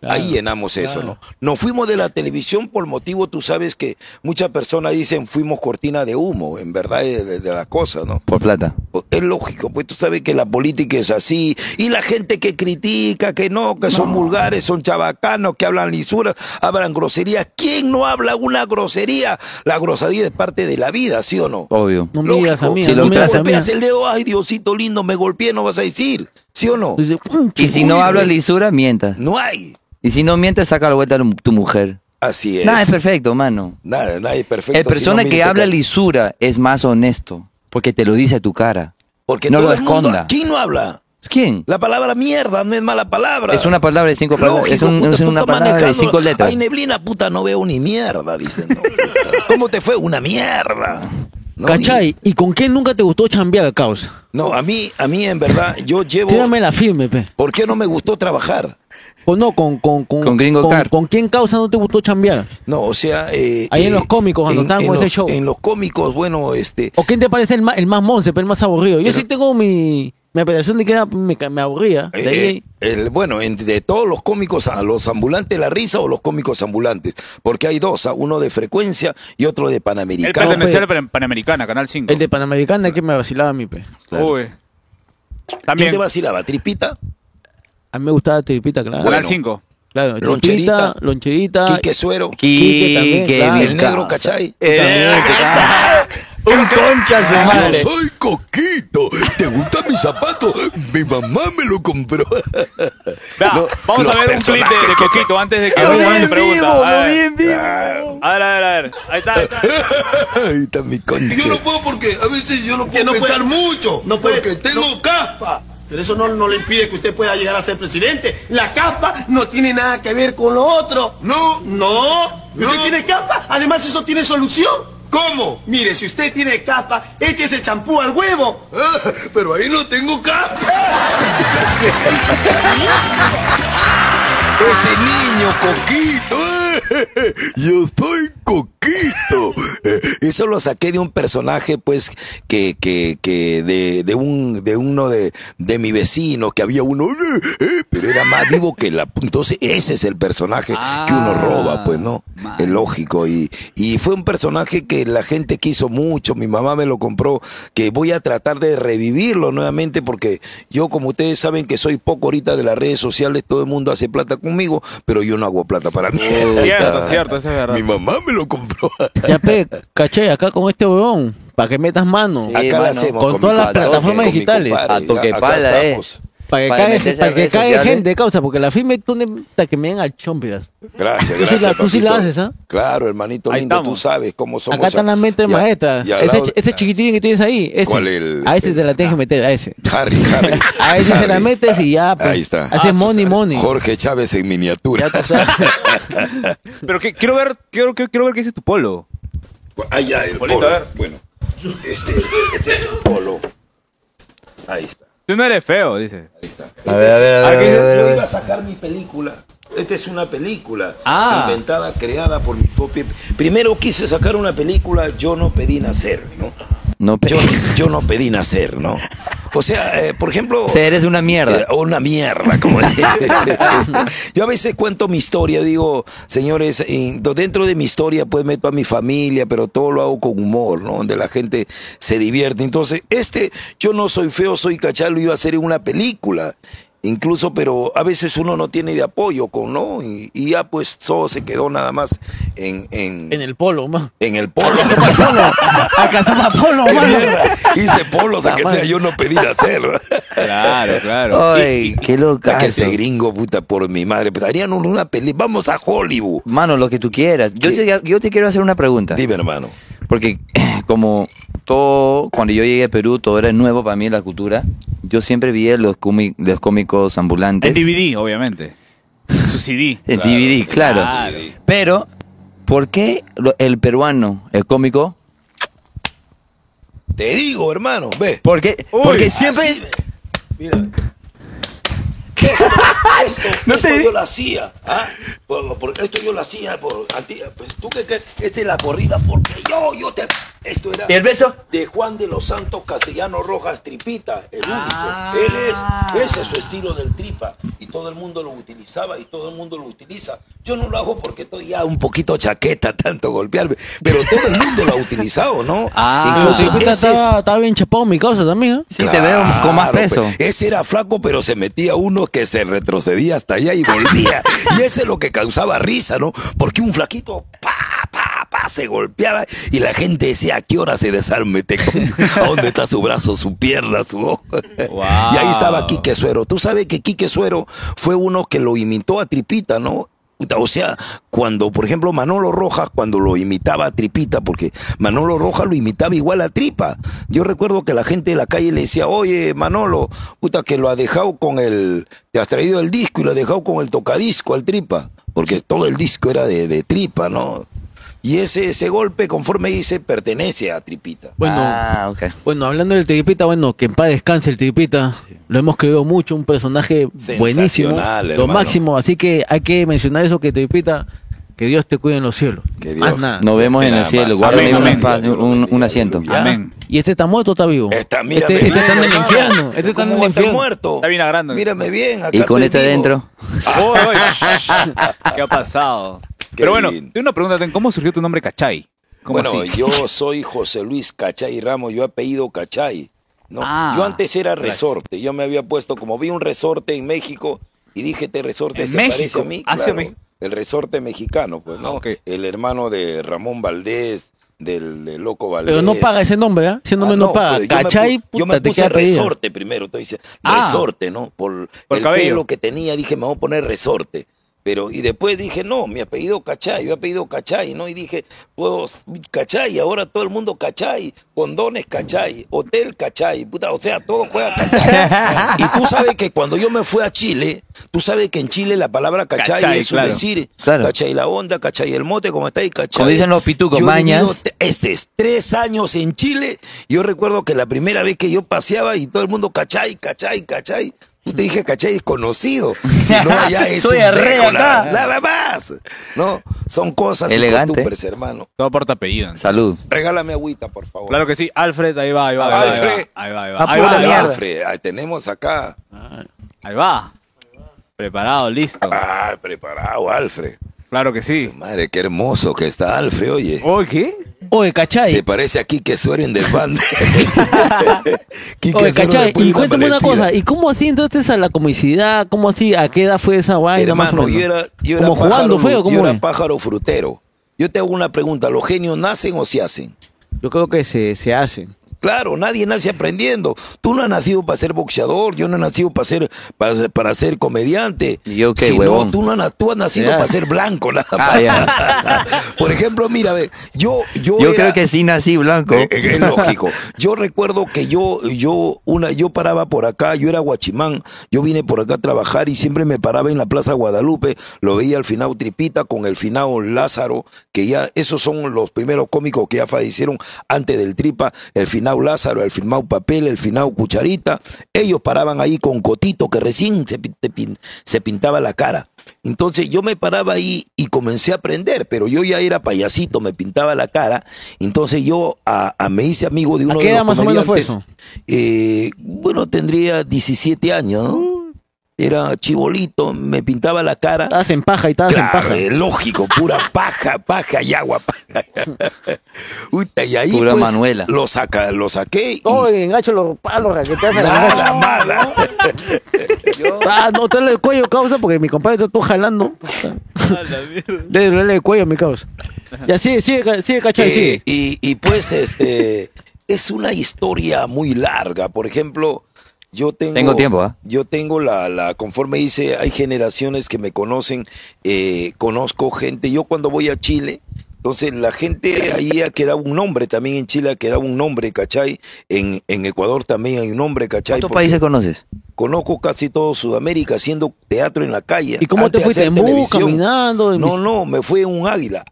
[SPEAKER 3] Claro,
[SPEAKER 4] Ahí llenamos eso,
[SPEAKER 3] claro.
[SPEAKER 4] ¿no? Nos fuimos de la televisión por motivo, tú sabes que muchas personas dicen fuimos cortina de humo, en verdad, eh, de, de la cosa, ¿no?
[SPEAKER 2] Por plata.
[SPEAKER 4] Es lógico, pues tú sabes que la política es así. Y la gente que critica, que no, que son vulgares, son chabacanos, que hablan lisuras, hablan groserías. ¿Quién no habla una grosería? La grosería es parte de la vida, ¿sí o no?
[SPEAKER 2] Obvio.
[SPEAKER 3] No me digas a mí,
[SPEAKER 2] Si
[SPEAKER 3] no
[SPEAKER 2] lo
[SPEAKER 3] me
[SPEAKER 4] te
[SPEAKER 3] digas a mí.
[SPEAKER 4] golpeas el dedo, ay Diosito lindo, me golpeé, no vas a decir, ¿sí o no?
[SPEAKER 3] Dice,
[SPEAKER 2] Y si no hablas lisura, mientas.
[SPEAKER 4] No hay.
[SPEAKER 2] Y si no mientes, saca la vuelta a tu mujer.
[SPEAKER 4] Así es.
[SPEAKER 2] Nada, es perfecto, mano.
[SPEAKER 4] Nada, nadie es perfecto.
[SPEAKER 2] La persona
[SPEAKER 4] si no, mire,
[SPEAKER 2] que
[SPEAKER 4] te
[SPEAKER 2] habla
[SPEAKER 4] cae.
[SPEAKER 2] lisura es más honesto, porque te lo dice a tu cara.
[SPEAKER 4] Porque
[SPEAKER 2] no
[SPEAKER 4] todo
[SPEAKER 2] lo
[SPEAKER 4] el mundo-
[SPEAKER 2] esconda.
[SPEAKER 4] ¿Quién no habla?
[SPEAKER 2] ¿Quién?
[SPEAKER 4] La palabra mierda no es mala palabra.
[SPEAKER 2] Es una palabra de cinco palabras.
[SPEAKER 4] Lógico,
[SPEAKER 2] Es, un-
[SPEAKER 4] puta,
[SPEAKER 2] es
[SPEAKER 4] tú
[SPEAKER 2] una
[SPEAKER 4] estás
[SPEAKER 2] palabra de
[SPEAKER 4] manejando.
[SPEAKER 2] cinco letras.
[SPEAKER 4] Hay neblina, puta, no veo ni mierda, dicen. ¿no? ¿Cómo te fue? Una mierda. ¿No?
[SPEAKER 3] ¿Cachai? ¿Y con qué nunca te gustó chambear, causa?
[SPEAKER 4] No, a mí, a mí en verdad, yo llevo...
[SPEAKER 3] Tírame la firme, pe.
[SPEAKER 4] ¿Por qué no me gustó trabajar?
[SPEAKER 3] O no, con, con, con,
[SPEAKER 2] Con Gringo
[SPEAKER 3] con,
[SPEAKER 2] Car.
[SPEAKER 3] con quién causa no te gustó chambear.
[SPEAKER 4] No, o sea... eh,
[SPEAKER 3] Ahí en
[SPEAKER 4] eh,
[SPEAKER 3] los cómicos, cuando estaban
[SPEAKER 4] en
[SPEAKER 3] con ese
[SPEAKER 4] los-
[SPEAKER 3] show.
[SPEAKER 4] En los cómicos, bueno, este...
[SPEAKER 3] ¿O quién te parece el más, el más monce, pe, el más aburrido? Yo sí tengo mi, mi apelación de que era- me, me aburría. Oh, De ahí-
[SPEAKER 4] Eh, el, bueno, en- de todos los cómicos, a los ambulantes la risa o los cómicos ambulantes, porque hay dos, ah, uno de frecuencia y otro de
[SPEAKER 1] Él
[SPEAKER 4] panamericano.
[SPEAKER 1] perteneció a la Panamericana, Canal 5.
[SPEAKER 3] el de Panamericana que me vacilaba a mí, pe.
[SPEAKER 1] Uy.
[SPEAKER 4] ¿Quién
[SPEAKER 1] También,
[SPEAKER 4] te vacilaba? ¿Tripita?
[SPEAKER 3] A mí me gustaba Tripita, claro.
[SPEAKER 1] Canal
[SPEAKER 4] Bueno.
[SPEAKER 1] 5.
[SPEAKER 3] Claro,
[SPEAKER 4] Loncherita,
[SPEAKER 3] Tripita, Loncherita. eh,
[SPEAKER 4] ¿Quique Suero?
[SPEAKER 3] Quique también,
[SPEAKER 2] Quique,
[SPEAKER 3] claro.
[SPEAKER 2] mi
[SPEAKER 4] ¿El negro
[SPEAKER 2] causa.
[SPEAKER 4] cachai?
[SPEAKER 2] Eh, Un concha su madre.
[SPEAKER 7] Yo soy Coquito. ¿Te gustan mis zapatos? Mi mamá me lo compró.
[SPEAKER 1] Vea, vamos a ver un clip de, de Coquito antes de que
[SPEAKER 2] Lo vi
[SPEAKER 1] hagan
[SPEAKER 2] en
[SPEAKER 1] tu pregunta.
[SPEAKER 2] vivo,
[SPEAKER 1] a,
[SPEAKER 2] lo vi
[SPEAKER 1] ver.
[SPEAKER 2] en vivo.
[SPEAKER 1] a ver, a ver, a ver. Ahí está, ahí está.
[SPEAKER 4] Ahí está mi concha.
[SPEAKER 7] Yo no puedo porque a veces yo no puedo
[SPEAKER 8] no
[SPEAKER 7] pensar mucho.
[SPEAKER 8] no puede-
[SPEAKER 7] Porque tengo caspa.
[SPEAKER 8] capa. Pero eso no, no le impide que usted pueda llegar a ser presidente. La capa no tiene nada que ver con lo otro.
[SPEAKER 7] No.
[SPEAKER 8] No. Usted
[SPEAKER 7] No.
[SPEAKER 8] tiene capa. Además, eso tiene solución.
[SPEAKER 7] ¿Cómo?
[SPEAKER 8] Mire, si usted tiene capa, eche ese champú al huevo.
[SPEAKER 7] Ah, pero ahí no tengo caspa.
[SPEAKER 4] Ese niño
[SPEAKER 7] Coquito. eh, Yo soy Coquito. Eh,
[SPEAKER 4] Eso lo saqué de un personaje, pues, que, que, que de, de un, de uno de, de mi vecino, que había uno, eh, eh, pero era más vivo que la. pu- Entonces, ese es el personaje que uno
[SPEAKER 1] Ah.
[SPEAKER 4] roba, pues, ¿no? Es lógico. Y, y fue un personaje que la gente quiso mucho, mi mamá me lo compró, que voy a tratar de revivirlo nuevamente, porque yo, como ustedes saben, que soy poco ahorita de las redes sociales, todo el mundo hace plata conmigo, pero yo no hago plata para mí.
[SPEAKER 1] Cierto, cierto, eso es verdad.
[SPEAKER 7] Mi mamá me lo compró.
[SPEAKER 3] Ya, pe, caché, acá con este huevón, para que metas mano.
[SPEAKER 2] Sí,
[SPEAKER 4] Acá la
[SPEAKER 2] mano,
[SPEAKER 4] hacemos
[SPEAKER 3] con todas
[SPEAKER 4] mi
[SPEAKER 3] las
[SPEAKER 4] compadre,
[SPEAKER 3] plataformas
[SPEAKER 4] con mi
[SPEAKER 3] digitales.
[SPEAKER 4] compadre.
[SPEAKER 2] A toque
[SPEAKER 4] Acá
[SPEAKER 2] pala, eh.
[SPEAKER 4] estamos.
[SPEAKER 3] Para que
[SPEAKER 2] Para
[SPEAKER 3] caiga
[SPEAKER 2] meterse a
[SPEAKER 3] para que
[SPEAKER 2] redes
[SPEAKER 3] caiga
[SPEAKER 2] sociales.
[SPEAKER 3] gente, causa, porque la firme tú ne- ta que me den al chompiras. Tú
[SPEAKER 4] Gracias,
[SPEAKER 3] sí
[SPEAKER 4] gracias.
[SPEAKER 3] la- tú sí la
[SPEAKER 4] papito.
[SPEAKER 3] haces, ¿ah?
[SPEAKER 4] Claro, hermanito
[SPEAKER 1] Ahí
[SPEAKER 4] lindo, tú
[SPEAKER 1] estamos.
[SPEAKER 4] sabes cómo somos.
[SPEAKER 3] Acá están las mentes
[SPEAKER 4] Ya-
[SPEAKER 3] maestras.
[SPEAKER 4] y al
[SPEAKER 3] Ese,
[SPEAKER 4] lado-
[SPEAKER 3] chi- ese chiquitín que tienes ahí, ese.
[SPEAKER 4] ¿Cuál el-
[SPEAKER 3] a ese
[SPEAKER 4] el-
[SPEAKER 3] te la tienes que meter, a ese.
[SPEAKER 4] Harry, Harry.
[SPEAKER 3] A ese se la
[SPEAKER 4] Harry.
[SPEAKER 3] metes y ya, pe,
[SPEAKER 4] Ahí está. Ah,
[SPEAKER 3] Haces money, money.
[SPEAKER 4] Jorge Chávez en
[SPEAKER 3] Ya
[SPEAKER 4] miniatura.
[SPEAKER 3] tú sabes.
[SPEAKER 1] Pero que- quiero ver, quiero, quiero, quiero ver qué dice tu polo.
[SPEAKER 7] Ay, ya, el
[SPEAKER 1] Polito,
[SPEAKER 7] polo.
[SPEAKER 1] a ver.
[SPEAKER 7] Bueno, este, es- este es el polo. Ahí está.
[SPEAKER 1] Tú no eres feo, dice.
[SPEAKER 2] A ver, a ver, a ver,
[SPEAKER 1] ¿A qué
[SPEAKER 2] a ver,
[SPEAKER 1] se-
[SPEAKER 2] a ver, a
[SPEAKER 7] Yo
[SPEAKER 2] ver.
[SPEAKER 7] iba a sacar mi película.
[SPEAKER 4] Esta es una película
[SPEAKER 3] Ah.
[SPEAKER 4] inventada, creada por mi propio. Primero quise sacar una película, yo no pedí nacer, ¿no?
[SPEAKER 2] No, pe-
[SPEAKER 4] Yo, yo no pedí nacer, ¿no? O sea, eh, por ejemplo.
[SPEAKER 2] O sea, eres una mierda.
[SPEAKER 4] Eh, una mierda, como dice. Yo a veces cuento mi historia, digo, señores, en- do- dentro de mi historia pues meto a mi familia, pero todo lo hago con humor, ¿no? Donde la gente se divierte. Entonces, este, yo no soy feo, soy cachalo, iba a hacer en una película. Incluso, pero a veces uno no tiene de apoyo con, ¿no? Y, y ya pues todo se quedó nada más en, en,
[SPEAKER 3] En el polo, man.
[SPEAKER 4] en el polo.
[SPEAKER 3] Polo. Alcanzó para polo,
[SPEAKER 4] ¡Qué
[SPEAKER 3] mano.
[SPEAKER 4] mierda! Hice polos, a que
[SPEAKER 3] madre.
[SPEAKER 4] sea, yo no pedí hacer.
[SPEAKER 1] Claro, claro.
[SPEAKER 2] Ay, qué
[SPEAKER 4] Puta,
[SPEAKER 2] loca.
[SPEAKER 4] que ese gringo, puta, por mi madre. Pues, harían un- una peli. Vamos a Hollywood.
[SPEAKER 2] Mano, lo que tú quieras. Yo
[SPEAKER 4] ¿Qué?
[SPEAKER 2] te, yo te quiero hacer una pregunta.
[SPEAKER 4] Dime, hermano.
[SPEAKER 2] Porque como todo, cuando yo llegué a Perú, todo era nuevo para mí, la cultura. Yo siempre vi a los, cómi- los cómicos
[SPEAKER 1] En
[SPEAKER 2] ambulantes.
[SPEAKER 1] DVD, obviamente. Su CD.
[SPEAKER 2] En DVD, claro.
[SPEAKER 1] Claro.
[SPEAKER 2] Pero, ¿por qué lo- el peruano, el cómico?
[SPEAKER 4] Te digo, hermano. Ve.
[SPEAKER 2] Porque,
[SPEAKER 1] Uy, Ah,
[SPEAKER 2] porque siempre...
[SPEAKER 4] así, Mira. Esto, esto,
[SPEAKER 2] No
[SPEAKER 4] esto
[SPEAKER 2] te-
[SPEAKER 4] yo lo hacía. ¿ah? Por- por- esto yo lo hacía. Por, anti- pues, ¿Tú qué crees? Esta es la corrida porque yo, yo te. Esto era.
[SPEAKER 2] ¿Y el beso?
[SPEAKER 4] De Juan de los Santos Castellano Rojas Tripita, el único.
[SPEAKER 2] Ah.
[SPEAKER 4] Él es, ese es su estilo del tripa. Y todo el mundo lo utilizaba y todo el mundo lo utiliza. Yo no lo hago porque estoy ya un poquito chaqueta, tanto golpearme. Pero todo el mundo lo ha utilizado, ¿no?
[SPEAKER 2] Ah,
[SPEAKER 3] Pero si
[SPEAKER 4] Incluso
[SPEAKER 3] puta,
[SPEAKER 4] ese es-
[SPEAKER 3] estaba, estaba bien chapado mi causa también, ¿eh?
[SPEAKER 2] Sí, te veo con más
[SPEAKER 4] Claro,
[SPEAKER 2] peso.
[SPEAKER 4] pues, Ese era flaco, pero se metía uno que se retrocedía hasta allá y volvía. y ese es lo que causaba risa, ¿no? Porque un flaquito, pa, pa, pa, se golpeaba y la gente decía, ¿a qué hora se desarme? Te con- ¿A dónde está su brazo, su pierna, su ojo?
[SPEAKER 1] Wow.
[SPEAKER 4] Y ahí estaba Quique Suero. Tú sabes que Quique Suero fue uno que lo imitó a Tripita, ¿no? Puta, o sea, cuando, por ejemplo, Manolo Rojas, cuando lo imitaba a Tripita, porque Manolo Rojas lo imitaba igual a Tripa. Yo recuerdo que la gente de la calle le decía, oye, Manolo, puta, que lo ha dejado con el, te has traído el disco y lo ha dejado con el tocadisco al Tripa, porque todo el disco era de, de Tripa, ¿no? Y ese, ese golpe, conforme dice, pertenece a Tripita.
[SPEAKER 3] Bueno,
[SPEAKER 2] Ah, ok.
[SPEAKER 3] bueno, hablando del Tiripita, bueno, que en paz descanse el Tiripita. Lo hemos querido mucho, un personaje buenísimo.
[SPEAKER 4] Sensacional,
[SPEAKER 3] Lo
[SPEAKER 4] hermano.
[SPEAKER 3] máximo, así que hay que mencionar eso que Tiripita, que Dios te cuide en los cielos.
[SPEAKER 4] Que Dios-
[SPEAKER 3] Más nada.
[SPEAKER 2] Nos vemos en
[SPEAKER 4] Nada
[SPEAKER 2] el cielo.
[SPEAKER 4] más.
[SPEAKER 2] Guárdame
[SPEAKER 1] Amén,
[SPEAKER 2] un
[SPEAKER 1] amén.
[SPEAKER 2] pa- un, un asiento.
[SPEAKER 3] ¿Ya?
[SPEAKER 1] Amén.
[SPEAKER 3] ¿Y este está muerto o está vivo?
[SPEAKER 4] Está, mírame
[SPEAKER 3] este, este
[SPEAKER 4] bien,
[SPEAKER 3] está en el
[SPEAKER 4] hermano.
[SPEAKER 3] infierno. Este está en el
[SPEAKER 4] ¿Cómo va a estar
[SPEAKER 3] infierno.
[SPEAKER 4] muerto?
[SPEAKER 1] Está bien agrando.
[SPEAKER 4] Mírame bien. acá
[SPEAKER 2] Y con
[SPEAKER 4] estoy
[SPEAKER 2] este
[SPEAKER 4] vivo.
[SPEAKER 2] adentro.
[SPEAKER 1] Oy, oy. ¿Qué ha pasado?
[SPEAKER 4] Qué
[SPEAKER 1] Pero bueno,
[SPEAKER 4] lindo.
[SPEAKER 1] tengo una pregunta. Ten, ¿Cómo surgió tu nombre Cachay? ¿Cómo
[SPEAKER 4] Bueno,
[SPEAKER 1] así?
[SPEAKER 4] yo soy José Luis Cachay Ramos, yo apellido Cachay. ¿no?
[SPEAKER 1] Ah.
[SPEAKER 4] yo antes era
[SPEAKER 1] Gracias.
[SPEAKER 4] resorte, yo me había puesto, como vi un resorte en México y dije, este resorte
[SPEAKER 1] ¿En
[SPEAKER 4] se parece
[SPEAKER 1] México?
[SPEAKER 4] a mí.
[SPEAKER 3] Ah,
[SPEAKER 1] ¿Hacia
[SPEAKER 4] claro,
[SPEAKER 1] México?
[SPEAKER 4] El resorte mexicano, pues, ¿no?
[SPEAKER 1] Ah, ok.
[SPEAKER 4] El hermano de Ramón Valdés, del, del Loco Valdés.
[SPEAKER 3] Pero no paga ese nombre, ¿ah? Ese
[SPEAKER 4] Ah,
[SPEAKER 3] nombre no, paga.
[SPEAKER 4] pero yo me
[SPEAKER 3] ¿Cachai?
[SPEAKER 4] pu- Yo me
[SPEAKER 3] Puta, te
[SPEAKER 4] puse
[SPEAKER 3] queda pedido.
[SPEAKER 4] resorte primero, te dice,
[SPEAKER 1] Ah.
[SPEAKER 4] resorte, ¿no? Por,
[SPEAKER 1] Por
[SPEAKER 4] el
[SPEAKER 1] cabello.
[SPEAKER 4] pelo que tenía, dije, me voy a poner resorte. Pero, y después dije, no, mi apellido Cachay, yo apellido Cachay, ¿no? Y dije, puedo, Cachay, ahora todo el mundo Cachay, condones Cachay, hotel Cachay, puta, o sea, todo juega Cachay. y tú sabes que cuando yo me fui a Chile, tú sabes que en Chile la palabra Cachay,
[SPEAKER 1] Cachay,
[SPEAKER 4] es un
[SPEAKER 1] claro.
[SPEAKER 4] decir,
[SPEAKER 2] Claro.
[SPEAKER 4] Cachay la onda, Cachay el mote, como está ahí, Cachay.
[SPEAKER 2] Como dicen los pitucos,
[SPEAKER 4] Yo he
[SPEAKER 2] mañas.
[SPEAKER 4] vivido t- este es, tres años en Chile. Yo recuerdo que la primera vez que yo paseaba y todo el mundo cachay, cachay, cachay. Yo te dije cachay desconocido. Si no, allá es
[SPEAKER 2] Soy
[SPEAKER 4] un
[SPEAKER 2] el rey
[SPEAKER 4] récord,
[SPEAKER 2] acá.
[SPEAKER 4] Nada más. No, son cosas
[SPEAKER 2] Elegante.
[SPEAKER 4] y costumbres, hermano.
[SPEAKER 1] Todo porta apellido. entonces.
[SPEAKER 2] Salud.
[SPEAKER 4] Regálame agüita, por favor.
[SPEAKER 1] Claro que sí. Alfred, ahí va, ahí va. ahí va,
[SPEAKER 4] Alfred.
[SPEAKER 1] Ahí va, ahí va.
[SPEAKER 2] Ah,
[SPEAKER 1] Ahí va,
[SPEAKER 2] pura
[SPEAKER 1] ahí va.
[SPEAKER 2] mierda.
[SPEAKER 4] Alfred, ah, tenemos acá.
[SPEAKER 1] Ahí va. Preparado, listo.
[SPEAKER 4] Ah, preparado, Alfred.
[SPEAKER 1] Claro que sí.
[SPEAKER 4] Madre, qué hermoso que está Alfred, oye.
[SPEAKER 1] ¿Oye qué?
[SPEAKER 3] Oye, ¿cachai?
[SPEAKER 4] Se parece a Quique Suero en The Band. Quique
[SPEAKER 3] Oye,
[SPEAKER 4] Suero
[SPEAKER 3] ¿cachai?
[SPEAKER 4] después de
[SPEAKER 3] Y cuéntame una
[SPEAKER 4] amanecida.
[SPEAKER 3] cosa, ¿y cómo así entonces a la comicidad? ¿Cómo así? ¿A qué edad fue esa vaina más o
[SPEAKER 4] Hermano,
[SPEAKER 3] menos?
[SPEAKER 4] yo era, yo era
[SPEAKER 3] ¿Como
[SPEAKER 4] pájaro,
[SPEAKER 3] jugando fue o
[SPEAKER 4] yo
[SPEAKER 3] cómo
[SPEAKER 4] era
[SPEAKER 3] es?
[SPEAKER 4] pájaro frutero. Yo te hago una pregunta, ¿los genios nacen o se hacen?
[SPEAKER 3] Yo creo que se, se hace.
[SPEAKER 4] Claro, nadie nace aprendiendo. Tú no has nacido para ser boxeador, yo no he nacido para ser para, ser- para ser comediante.
[SPEAKER 2] ¿Y yo qué,
[SPEAKER 4] Si no,
[SPEAKER 2] huevón?
[SPEAKER 4] tú no has, na- tú has nacido
[SPEAKER 2] Ya.
[SPEAKER 4] para ser blanco. nada más.
[SPEAKER 2] Ah, ya.
[SPEAKER 4] Por ejemplo, mira, ve, yo yo
[SPEAKER 2] Yo
[SPEAKER 4] era-
[SPEAKER 2] creo que sí nací blanco.
[SPEAKER 4] eh, eh, Es lógico. Yo recuerdo que yo, yo, una, yo paraba por acá, yo era guachimán, yo vine por acá a trabajar y siempre me paraba en la Plaza Guadalupe, lo veía al final Tripita con el final Lázaro, que ya, esos son los primeros cómicos que ya fallecieron antes del Tripa, el final Lázaro, el final Papel, el final Cucharita, ellos paraban ahí con Cotito, que recién se, pin- se pin- se pintaba la cara. Entonces yo me paraba ahí y comencé a aprender, pero yo ya era payasito, me pintaba la cara. Entonces yo a- a- me hice amigo de uno
[SPEAKER 3] qué
[SPEAKER 4] de
[SPEAKER 3] edad
[SPEAKER 4] los
[SPEAKER 3] más o menos fue
[SPEAKER 4] comediantes. Eh, bueno, tendría 17 años, ¿no? Era chibolito, me pintaba la cara.
[SPEAKER 3] Estabas en paja y estabas en
[SPEAKER 4] Claro,
[SPEAKER 3] paja.
[SPEAKER 4] eh, lógico, pura paja, paja y agua. paja. Puta, y ahí
[SPEAKER 2] Pura
[SPEAKER 4] pues,
[SPEAKER 2] Manuela.
[SPEAKER 4] lo, saca, lo saqué y
[SPEAKER 3] Todo en engacho los palos, raquetas.
[SPEAKER 4] nada, nada.
[SPEAKER 3] Ah, no, te duele el cuello, causa, porque mi compadre está todo jalando. Debe duele el cuello, mi causa. Ya sigue, sigue, ca- sigue, cachai,
[SPEAKER 4] Eh,
[SPEAKER 3] sigue.
[SPEAKER 4] y, y pues este es una historia muy larga. Por ejemplo, yo tengo,
[SPEAKER 2] Tengo tiempo, ¿ah?
[SPEAKER 4] yo tengo la, la, conforme dice, hay generaciones que me conocen, eh, conozco gente. Yo cuando voy a Chile, entonces la gente ahí ha quedado un nombre, también en Chile ha quedado un nombre, ¿cachai? En, en Ecuador también hay un nombre, ¿cachai?
[SPEAKER 2] ¿Cuántos
[SPEAKER 4] Porque
[SPEAKER 2] países conoces?
[SPEAKER 4] Conozco casi todo Sudamérica haciendo teatro en la calle.
[SPEAKER 3] ¿Y cómo te
[SPEAKER 4] antes de
[SPEAKER 3] fuiste?
[SPEAKER 4] hacer
[SPEAKER 3] ¿En bus,
[SPEAKER 4] televisión.
[SPEAKER 3] caminando, en
[SPEAKER 4] No,
[SPEAKER 3] bici-
[SPEAKER 4] no, me fui en un águila.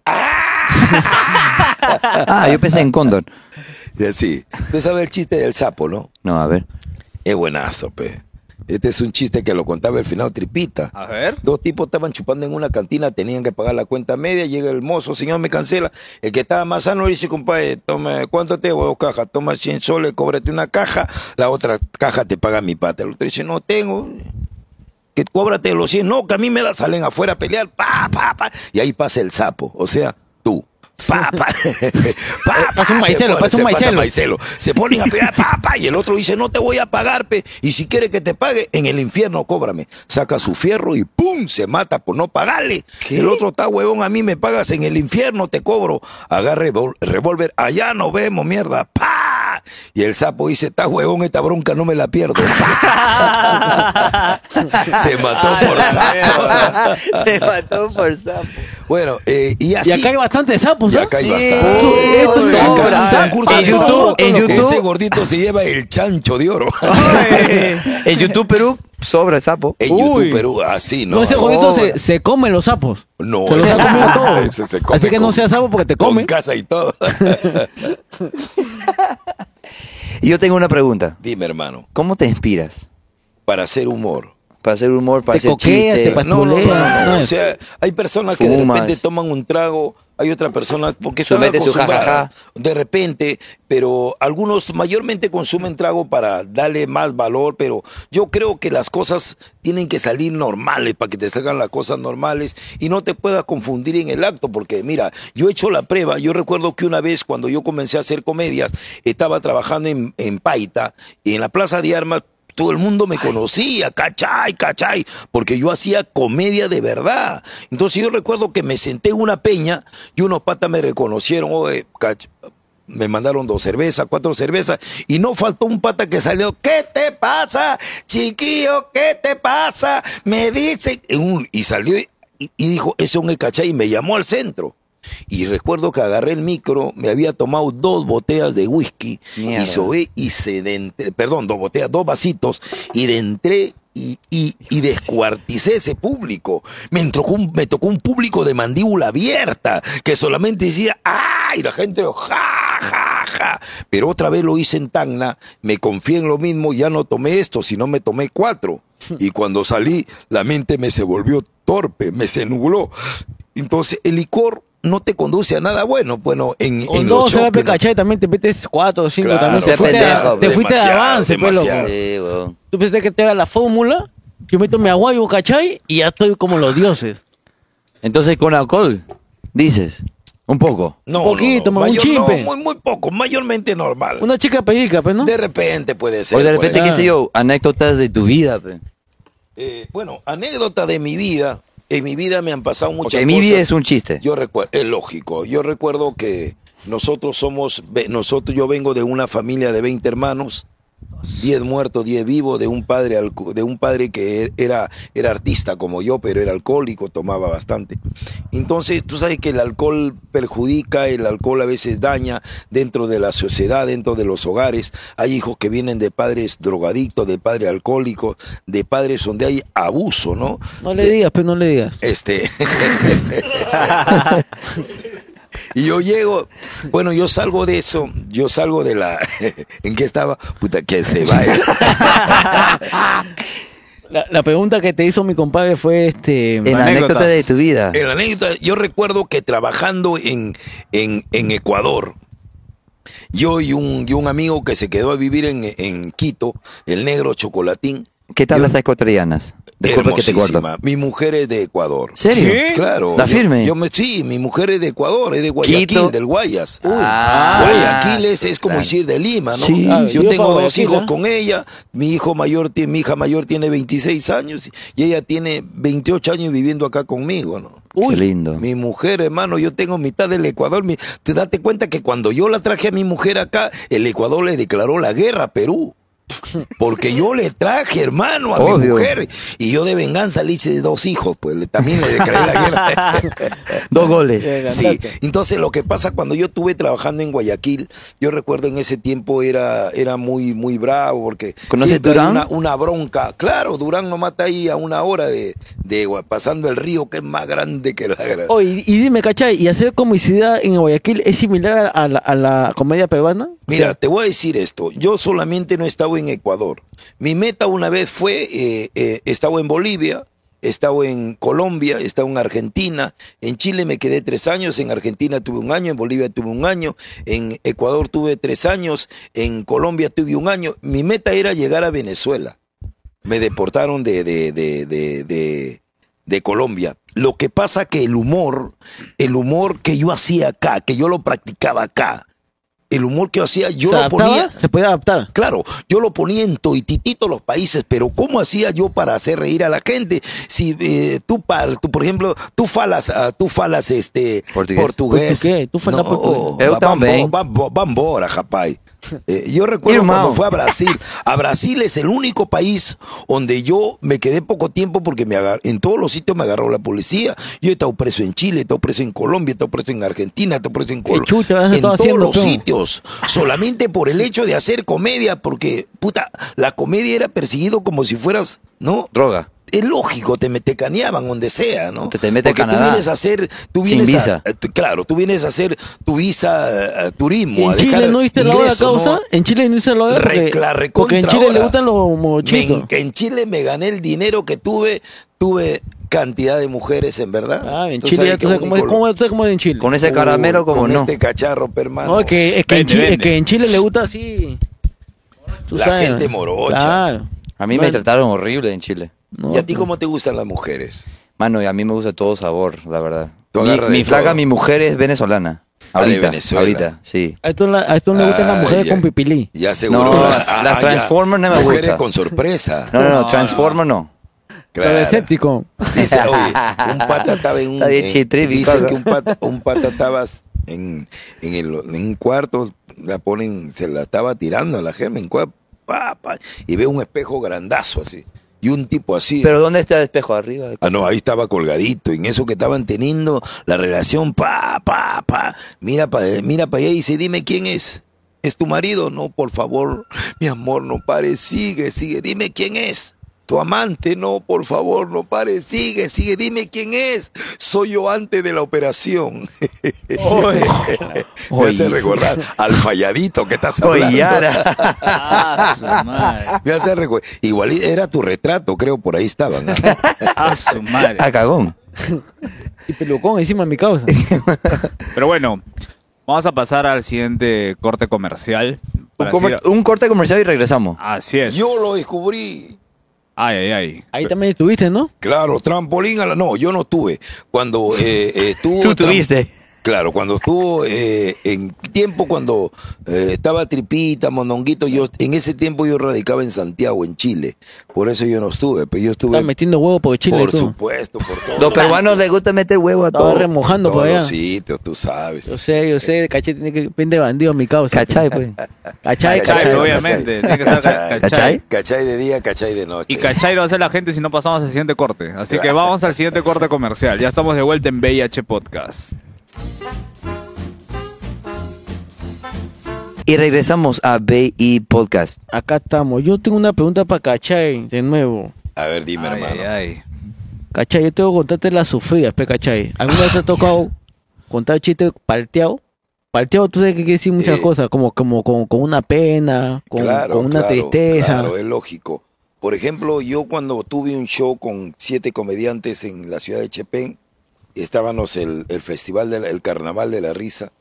[SPEAKER 2] Ah, yo pensé en Cóndor.
[SPEAKER 4] Sí. Tú sabes el chiste del sapo, ¿no?
[SPEAKER 2] No, a ver.
[SPEAKER 4] Es buenazo, pe. Ah. Este es un chiste que lo contaba el final Tripita.
[SPEAKER 1] A ver.
[SPEAKER 4] Dos tipos estaban chupando en una cantina, tenían que pagar la cuenta media, llega el mozo, señor, me cancela. El que estaba más sano le dice, compadre, toma, ¿cuánto te debo? Dos cajas, toma 100 soles, cóbrate una caja, la otra caja te paga mi pata. El otro dice, no tengo, que cóbrate los 100. No, que a mí me da, salen afuera a pelear, pa, pa, pa. Y ahí pasa el sapo, o sea, tú. Pa, pa, pa,
[SPEAKER 3] Pasa un
[SPEAKER 4] se
[SPEAKER 3] maicelo,
[SPEAKER 4] pone-
[SPEAKER 3] pasa un
[SPEAKER 4] se
[SPEAKER 3] maicelo.
[SPEAKER 4] maicelo. Se ponen a pelear, pa, pa, y el otro dice, no te voy a pagar, pe. Y si quiere que te pague, en el infierno cóbrame. Saca su fierro y ¡pum! Se mata por no pagarle. El otro está huevón, a mí me pagas en el infierno, te cobro. Agarre revólver, allá nos vemos, mierda. ¡Pa! ¡pa! Y el sapo dice, está huevón, esta bronca no me la pierdo. Se mató por sapo.
[SPEAKER 2] Se mató por sapo.
[SPEAKER 4] Bueno, eh, y así.
[SPEAKER 3] Y acá hay bastantes sapos,
[SPEAKER 4] Y
[SPEAKER 3] ¿ah?
[SPEAKER 4] acá hay
[SPEAKER 2] Sí,
[SPEAKER 4] bastante.
[SPEAKER 2] obvio,
[SPEAKER 4] Sacan
[SPEAKER 2] sobra.
[SPEAKER 4] un concurso
[SPEAKER 2] En
[SPEAKER 4] de
[SPEAKER 2] YouTube,
[SPEAKER 4] sapo.
[SPEAKER 2] en
[SPEAKER 4] Ese
[SPEAKER 2] YouTube.
[SPEAKER 4] gordito se lleva el chancho de oro.
[SPEAKER 2] En YouTube Perú sobra el sapo.
[SPEAKER 4] en YouTube
[SPEAKER 3] Uy.
[SPEAKER 4] Perú, así, ¿no? Oh,
[SPEAKER 3] No, ese
[SPEAKER 4] Así.
[SPEAKER 3] gordito se, se come los sapos.
[SPEAKER 4] No,
[SPEAKER 3] se los
[SPEAKER 4] ese-
[SPEAKER 3] ha comido todo.
[SPEAKER 4] ese se come
[SPEAKER 3] Así que
[SPEAKER 4] con-
[SPEAKER 3] no sea sapo porque te
[SPEAKER 4] Con
[SPEAKER 3] come.
[SPEAKER 4] casa y todo.
[SPEAKER 2] Y yo tengo una pregunta.
[SPEAKER 4] Dime, hermano,
[SPEAKER 2] ¿Cómo te inspiras?
[SPEAKER 4] para hacer humor.
[SPEAKER 2] Para hacer humor, para
[SPEAKER 3] Te
[SPEAKER 2] hacer
[SPEAKER 3] coqueas,
[SPEAKER 2] chiste.
[SPEAKER 3] te pas-
[SPEAKER 4] Este, No, no, no, no, no.
[SPEAKER 3] Ay.
[SPEAKER 4] O sea, hay personas que de
[SPEAKER 2] Fumas.
[SPEAKER 4] repente toman un trago, hay otras personas porque
[SPEAKER 2] Somete
[SPEAKER 4] están
[SPEAKER 2] su
[SPEAKER 4] acostumbradas,
[SPEAKER 2] jajaja.
[SPEAKER 4] de repente, pero algunos mayormente consumen trago para darle más valor, pero yo creo que las cosas tienen que salir normales para que te salgan las cosas normales y no te puedas confundir en el acto, porque mira, yo he hecho la prueba, yo recuerdo que una vez cuando yo comencé a hacer comedias, estaba trabajando en, en Paita, y en la Plaza de Armas, todo el mundo me conocía, cachay, cachay, porque yo hacía comedia de verdad. Entonces yo recuerdo que me senté en una peña y unos patas me reconocieron, oye, cach- me mandaron dos cervezas, cuatro cervezas, y no faltó un pata que salió, ¿qué te pasa? Chiquillo, ¿qué te pasa? Me dice, en un- y salió y, y dijo, ese es un cachay, y me llamó al centro. Y recuerdo que agarré el micro, me había tomado dos botellas de whisky
[SPEAKER 2] Mierda.
[SPEAKER 4] y sobe y se de entre- perdón, dos botellas, dos vasitos y de entré y, y- y descuarticé ese público. Me, entró un- me tocó un público de mandíbula abierta que solamente decía, ¡ay! La gente, ¡ja, ja, ja! Pero otra vez lo hice en Tacna, me confié en lo mismo, ya no tomé esto, sino me tomé cuatro. Y cuando salí, la mente me se volvió torpe, me se nubló. Entonces, el licor no te conduce a nada bueno. Bueno, en,
[SPEAKER 3] Con
[SPEAKER 4] en
[SPEAKER 3] dos
[SPEAKER 4] los
[SPEAKER 3] se va a
[SPEAKER 4] choques, ¿no?
[SPEAKER 3] cachai, también te metes cuatro o cinco
[SPEAKER 4] Claro,
[SPEAKER 3] también.
[SPEAKER 2] sea
[SPEAKER 3] Te fuiste,
[SPEAKER 2] pendejo,
[SPEAKER 3] a- te
[SPEAKER 2] pues.
[SPEAKER 3] fuiste de
[SPEAKER 4] Demasiado,
[SPEAKER 3] avance, pues, loco.
[SPEAKER 4] demasiado.
[SPEAKER 2] Sí, weón.
[SPEAKER 3] Tú pensé que te era la fórmula, yo meto mi aguayo, cachai, y ya estoy como los dioses.
[SPEAKER 2] Entonces, con alcohol, dices, un poco.
[SPEAKER 4] No,
[SPEAKER 3] Un poquito,
[SPEAKER 4] no, no.
[SPEAKER 3] ma, un
[SPEAKER 4] Mayor-
[SPEAKER 3] chimpe.
[SPEAKER 4] no, muy, muy poco, mayormente normal.
[SPEAKER 3] Una chica pedica, pues, ¿no?
[SPEAKER 4] De repente puede ser.
[SPEAKER 2] O de
[SPEAKER 4] puede-
[SPEAKER 2] repente,
[SPEAKER 3] puede.
[SPEAKER 2] qué sé yo, anécdotas de tu vida. pe.
[SPEAKER 4] Eh, bueno, anécdota de mi vida. En mi vida me han pasado muchas
[SPEAKER 2] Porque mi
[SPEAKER 4] cosas.
[SPEAKER 2] vida es un chiste.
[SPEAKER 4] Yo recuerdo, es lógico. Yo recuerdo que nosotros somos, ve- nosotros, yo vengo de una familia de 20 hermanos, 10 muertos, 10 vivos, de un padre, alco- de un padre que er- era, era artista como yo, pero era alcohólico, tomaba bastante. Entonces, tú sabes que el alcohol perjudica, el alcohol a veces daña dentro de la sociedad, dentro de los hogares. Hay hijos que vienen de padres drogadictos, de padres alcohólicos, de padres donde hay abuso, ¿no?
[SPEAKER 3] No le
[SPEAKER 4] De-
[SPEAKER 3] digas, pues, no le digas.
[SPEAKER 4] este. y yo llego, bueno, yo salgo de eso, yo salgo de la. ¿En qué estaba? Puta, que se vaya.
[SPEAKER 3] La, la pregunta que te hizo mi compadre fue, este...
[SPEAKER 2] En
[SPEAKER 1] Anécdotas.
[SPEAKER 2] anécdotas de tu vida.
[SPEAKER 4] En la anécdota, yo recuerdo que trabajando en, en, en Ecuador, yo y un, y un amigo que se quedó a vivir en, en Quito, el negro chocolatín.
[SPEAKER 2] ¿Qué tal
[SPEAKER 4] yo-
[SPEAKER 2] las ecuatorianas? Disculpa que te corto.
[SPEAKER 4] hermosísima. Mi mujer es de Ecuador.
[SPEAKER 2] ¿Serio?
[SPEAKER 1] ¿Qué?
[SPEAKER 4] Claro.
[SPEAKER 2] ¿La
[SPEAKER 4] yo-
[SPEAKER 2] firme?
[SPEAKER 4] Yo, me, sí, mi mujer es de Ecuador, es de Guayaquil,
[SPEAKER 2] Quito.
[SPEAKER 4] del Guayas.
[SPEAKER 2] Ah,
[SPEAKER 4] Guayaquil es, es como
[SPEAKER 2] claro.
[SPEAKER 4] decir de Lima, ¿no?
[SPEAKER 2] Sí.
[SPEAKER 3] Ah,
[SPEAKER 4] yo
[SPEAKER 3] yo
[SPEAKER 4] tengo
[SPEAKER 3] para
[SPEAKER 4] dos
[SPEAKER 3] Guayaquil,
[SPEAKER 4] hijos
[SPEAKER 3] ¿eh?
[SPEAKER 4] con ella, mi hijo mayor, tie- mi hija mayor tiene 26 años y ella tiene 28 años viviendo acá conmigo, ¿no?
[SPEAKER 2] Qué lindo.
[SPEAKER 4] Mi mujer, hermano, yo tengo mitad del Ecuador. Mi, te date cuenta que cuando yo la traje a mi mujer acá, el Ecuador le declaró la guerra a Perú. Porque yo le traje, hermano, a mi
[SPEAKER 2] Obvio.
[SPEAKER 4] mujer. Y yo de venganza le hice dos hijos, pues le- también le declaré la guerra.
[SPEAKER 2] Dos goles.
[SPEAKER 4] Sí, entonces lo que pasa cuando yo estuve trabajando en Guayaquil, yo recuerdo en ese tiempo era, era muy, muy bravo porque
[SPEAKER 2] ¿Conoces
[SPEAKER 4] siempre hay
[SPEAKER 2] Durán?
[SPEAKER 4] Una, una bronca. Claro, Durán no mata ahí a una hora de, de Gua- pasando el río que es más grande que la gran-
[SPEAKER 3] Oh, y, y dime, ¿cachai? ¿Y hacer comicidad en Guayaquil es similar a la, a la comedia peruana?
[SPEAKER 4] Mira, te voy a decir esto. Yo solamente no he estado en Ecuador. Mi meta una vez fue, eh, eh, he estado en Bolivia, he estado en Colombia, he estado en Argentina. En Chile me quedé tres años, en Argentina tuve un año, en Bolivia tuve un año, en Ecuador tuve tres años, en Colombia tuve un año. Mi meta era llegar a Venezuela. Me deportaron de, de, de, de, de, de Colombia. Lo que pasa que el humor, el humor que yo hacía acá, que yo lo practicaba acá, el humor que yo hacía, yo
[SPEAKER 3] ¿Se
[SPEAKER 4] lo
[SPEAKER 3] adaptaba?
[SPEAKER 4] ponía.
[SPEAKER 3] ¿Se podía adaptar?
[SPEAKER 4] Claro, yo lo ponía en toititito los países, pero ¿cómo hacía yo para hacer reír a la gente? Si eh, tú, par- tú, por ejemplo, tú falas, ah, tú falas este
[SPEAKER 2] Portugués.
[SPEAKER 4] portugués. oh,
[SPEAKER 3] Portugués, tú falas portugués.
[SPEAKER 2] Eu
[SPEAKER 4] va- vambo-
[SPEAKER 2] também.
[SPEAKER 4] vambo- Vambora, rapaz. Eh, yo recuerdo
[SPEAKER 2] Irmao.
[SPEAKER 4] cuando fue a Brasil. A Brasil es el único país donde yo me quedé poco tiempo porque me agar- en todos los sitios me agarró la policía. Yo he estado preso en Chile, he estado preso en Colombia, he estado preso en Argentina, he estado preso en Colombia.
[SPEAKER 3] chucha has
[SPEAKER 4] En
[SPEAKER 3] estado
[SPEAKER 4] todos
[SPEAKER 3] haciendo,
[SPEAKER 4] los
[SPEAKER 3] tú?
[SPEAKER 4] sitios. Solamente por el hecho de hacer comedia, porque, puta, la comedia era perseguido como si fueras, ¿no?
[SPEAKER 2] Droga.
[SPEAKER 4] Es lógico, te, me- te caneaban donde sea, ¿no?
[SPEAKER 2] Te- te mete
[SPEAKER 4] Porque
[SPEAKER 2] Canadá.
[SPEAKER 4] tú vienes a hacer, tú
[SPEAKER 2] Sin
[SPEAKER 4] vienes a- eh,
[SPEAKER 2] visa.
[SPEAKER 4] t- claro, tú vienes a hacer tu visa eh, turismo.
[SPEAKER 3] ¿En
[SPEAKER 4] a
[SPEAKER 3] Chile
[SPEAKER 4] dejar
[SPEAKER 3] no viste la hora
[SPEAKER 4] ingreso, ¿no?
[SPEAKER 3] causa? ¿En Chile no hiciste la hora?
[SPEAKER 4] Re-
[SPEAKER 3] Porque,
[SPEAKER 4] la recontra
[SPEAKER 3] porque en Chile
[SPEAKER 4] hora.
[SPEAKER 3] le gustan los mochitos.
[SPEAKER 4] Me- En, Chile me gané el dinero que tuve, tuve cantidad de mujeres, en verdad.
[SPEAKER 3] Ah, en
[SPEAKER 4] Tú
[SPEAKER 3] Chile
[SPEAKER 4] sabes
[SPEAKER 3] ya
[SPEAKER 4] que
[SPEAKER 3] tú sabes cómo es,
[SPEAKER 4] único
[SPEAKER 3] cómo es- tú sabes cómo es en Chile.
[SPEAKER 2] Con
[SPEAKER 4] lo-
[SPEAKER 2] ese caramelo,
[SPEAKER 4] Uh,
[SPEAKER 2] como
[SPEAKER 4] con
[SPEAKER 2] no.
[SPEAKER 4] este cacharro, permano.
[SPEAKER 3] No, es que, es que en
[SPEAKER 1] Vende,
[SPEAKER 3] Chile, es
[SPEAKER 1] vende.
[SPEAKER 3] que en Chile le gusta así. Tú
[SPEAKER 4] La gente morocha.
[SPEAKER 3] Claro.
[SPEAKER 2] A mí
[SPEAKER 3] No,
[SPEAKER 2] me trataron horrible en Chile.
[SPEAKER 3] no,
[SPEAKER 4] ¿Y a ti cómo te gustan las mujeres?
[SPEAKER 2] Mano, y a mí me gusta todo sabor, la verdad.
[SPEAKER 4] Tú
[SPEAKER 2] Mi,
[SPEAKER 4] agarras
[SPEAKER 2] mi
[SPEAKER 4] de
[SPEAKER 2] flaca,
[SPEAKER 4] todo.
[SPEAKER 2] mi mujer es venezolana.
[SPEAKER 4] Ah, de
[SPEAKER 2] Ahorita,
[SPEAKER 4] Venezuela.
[SPEAKER 2] ahorita, sí.
[SPEAKER 3] A esto, la- a esto le gustan las
[SPEAKER 4] Ay,
[SPEAKER 3] mujeres
[SPEAKER 4] ya.
[SPEAKER 3] con pipilí.
[SPEAKER 4] Ya seguro.
[SPEAKER 2] No, las-
[SPEAKER 4] Ah,
[SPEAKER 2] las
[SPEAKER 4] ya.
[SPEAKER 2] Transformers no me
[SPEAKER 4] Mujeres
[SPEAKER 2] gustan.
[SPEAKER 4] con sorpresa.
[SPEAKER 2] No, no, no, Transformer no.
[SPEAKER 3] Lo de escéptico.
[SPEAKER 4] Dice, oye, un pata estaba en un.
[SPEAKER 2] Está bien
[SPEAKER 4] en-
[SPEAKER 2] chitripi,
[SPEAKER 4] dicen
[SPEAKER 2] cosa.
[SPEAKER 4] que un pata, un pata estaba en, en, el- en un cuarto, la ponen, se la estaba tirando a la gema en cua- pa, pa, y ve un espejo grandazo así. Y un tipo así.
[SPEAKER 2] Pero ¿dónde está el espejo? Arriba.
[SPEAKER 4] Ah, no, ahí estaba colgadito, en eso que estaban teniendo la relación, pa, pa, pa. Mira para mira pa allá y dice, dime quién es. ¿Es tu marido? No, por favor, mi amor, no pare, sigue, sigue, dime quién es. Tu amante, no, por favor, no pare, sigue, sigue, dime quién es. Soy yo antes de la operación. Me hace recordar al falladito que estás hablando.
[SPEAKER 2] Oye, Yara.
[SPEAKER 1] A Ah, su madre.
[SPEAKER 4] Me hace recordar. Igual era tu retrato, creo, por ahí estaban. ¿ah?
[SPEAKER 1] A su madre.
[SPEAKER 2] A cagón.
[SPEAKER 3] Y pelucón encima de mi causa.
[SPEAKER 1] Pero bueno, vamos a pasar al siguiente corte comercial.
[SPEAKER 2] Un,
[SPEAKER 1] Para
[SPEAKER 2] comer-
[SPEAKER 1] seguir-
[SPEAKER 2] un corte comercial y regresamos.
[SPEAKER 1] Así
[SPEAKER 2] Pues.
[SPEAKER 1] es.
[SPEAKER 4] Yo lo descubrí.
[SPEAKER 1] Ay, ay, ay.
[SPEAKER 3] Ahí también estuviste, ¿no?
[SPEAKER 4] Claro, trampolín a la... No, yo no tuve. Cuando eh, eh, estuvo...
[SPEAKER 2] Tú
[SPEAKER 4] tram-
[SPEAKER 2] tuviste.
[SPEAKER 4] Claro, cuando estuvo eh, en tiempo, cuando eh, estaba Tripita, Mondonguito, yo en ese tiempo yo radicaba en Santiago, en Chile. Por eso yo no estuve, pero yo estuve...
[SPEAKER 3] Estás metiendo huevo por Chile.
[SPEAKER 4] por
[SPEAKER 3] tú.
[SPEAKER 4] supuesto, por todo.
[SPEAKER 2] Los peruanos les gusta meter huevo a
[SPEAKER 3] Estaba
[SPEAKER 2] todo.
[SPEAKER 3] remojando por
[SPEAKER 4] todos
[SPEAKER 3] allá.
[SPEAKER 4] los sitios, tú sabes.
[SPEAKER 3] Yo sé, yo sé, caché tiene que pende bandido mi causa.
[SPEAKER 2] Cachai, pues.
[SPEAKER 3] Cachai,
[SPEAKER 1] Cachai,
[SPEAKER 3] cachai.
[SPEAKER 1] obvio. obviamente, tiene que ser
[SPEAKER 4] cachai.
[SPEAKER 2] cachai.
[SPEAKER 4] Cachai de día, cachai de noche.
[SPEAKER 1] Y cachai lo va a hacer la gente si no pasamos al siguiente corte. Así que vamos al siguiente corte comercial. Ya estamos de vuelta en VIH Podcast.
[SPEAKER 2] Y regresamos a BI Podcast.
[SPEAKER 3] Acá estamos. Yo tengo una pregunta para Cachai, de nuevo.
[SPEAKER 4] A ver, dime,
[SPEAKER 1] Ay,
[SPEAKER 4] hermano.
[SPEAKER 1] ay, ay.
[SPEAKER 3] Cachai, yo tengo que contarte las sufridas, pe, Cachai. ¿Alguna vez te ha tocado contar chiste palteado? Palteado, tú sabes que quiere decir muchas
[SPEAKER 4] Eh.
[SPEAKER 3] cosas, como, como con, con una pena, con,
[SPEAKER 4] Claro,
[SPEAKER 3] con una
[SPEAKER 4] claro,
[SPEAKER 3] tristeza.
[SPEAKER 4] Claro, eh. es lógico. Por ejemplo, yo cuando tuve un show con siete comediantes en la ciudad de Chepén, estábamos el, el festival del el carnaval de la risa.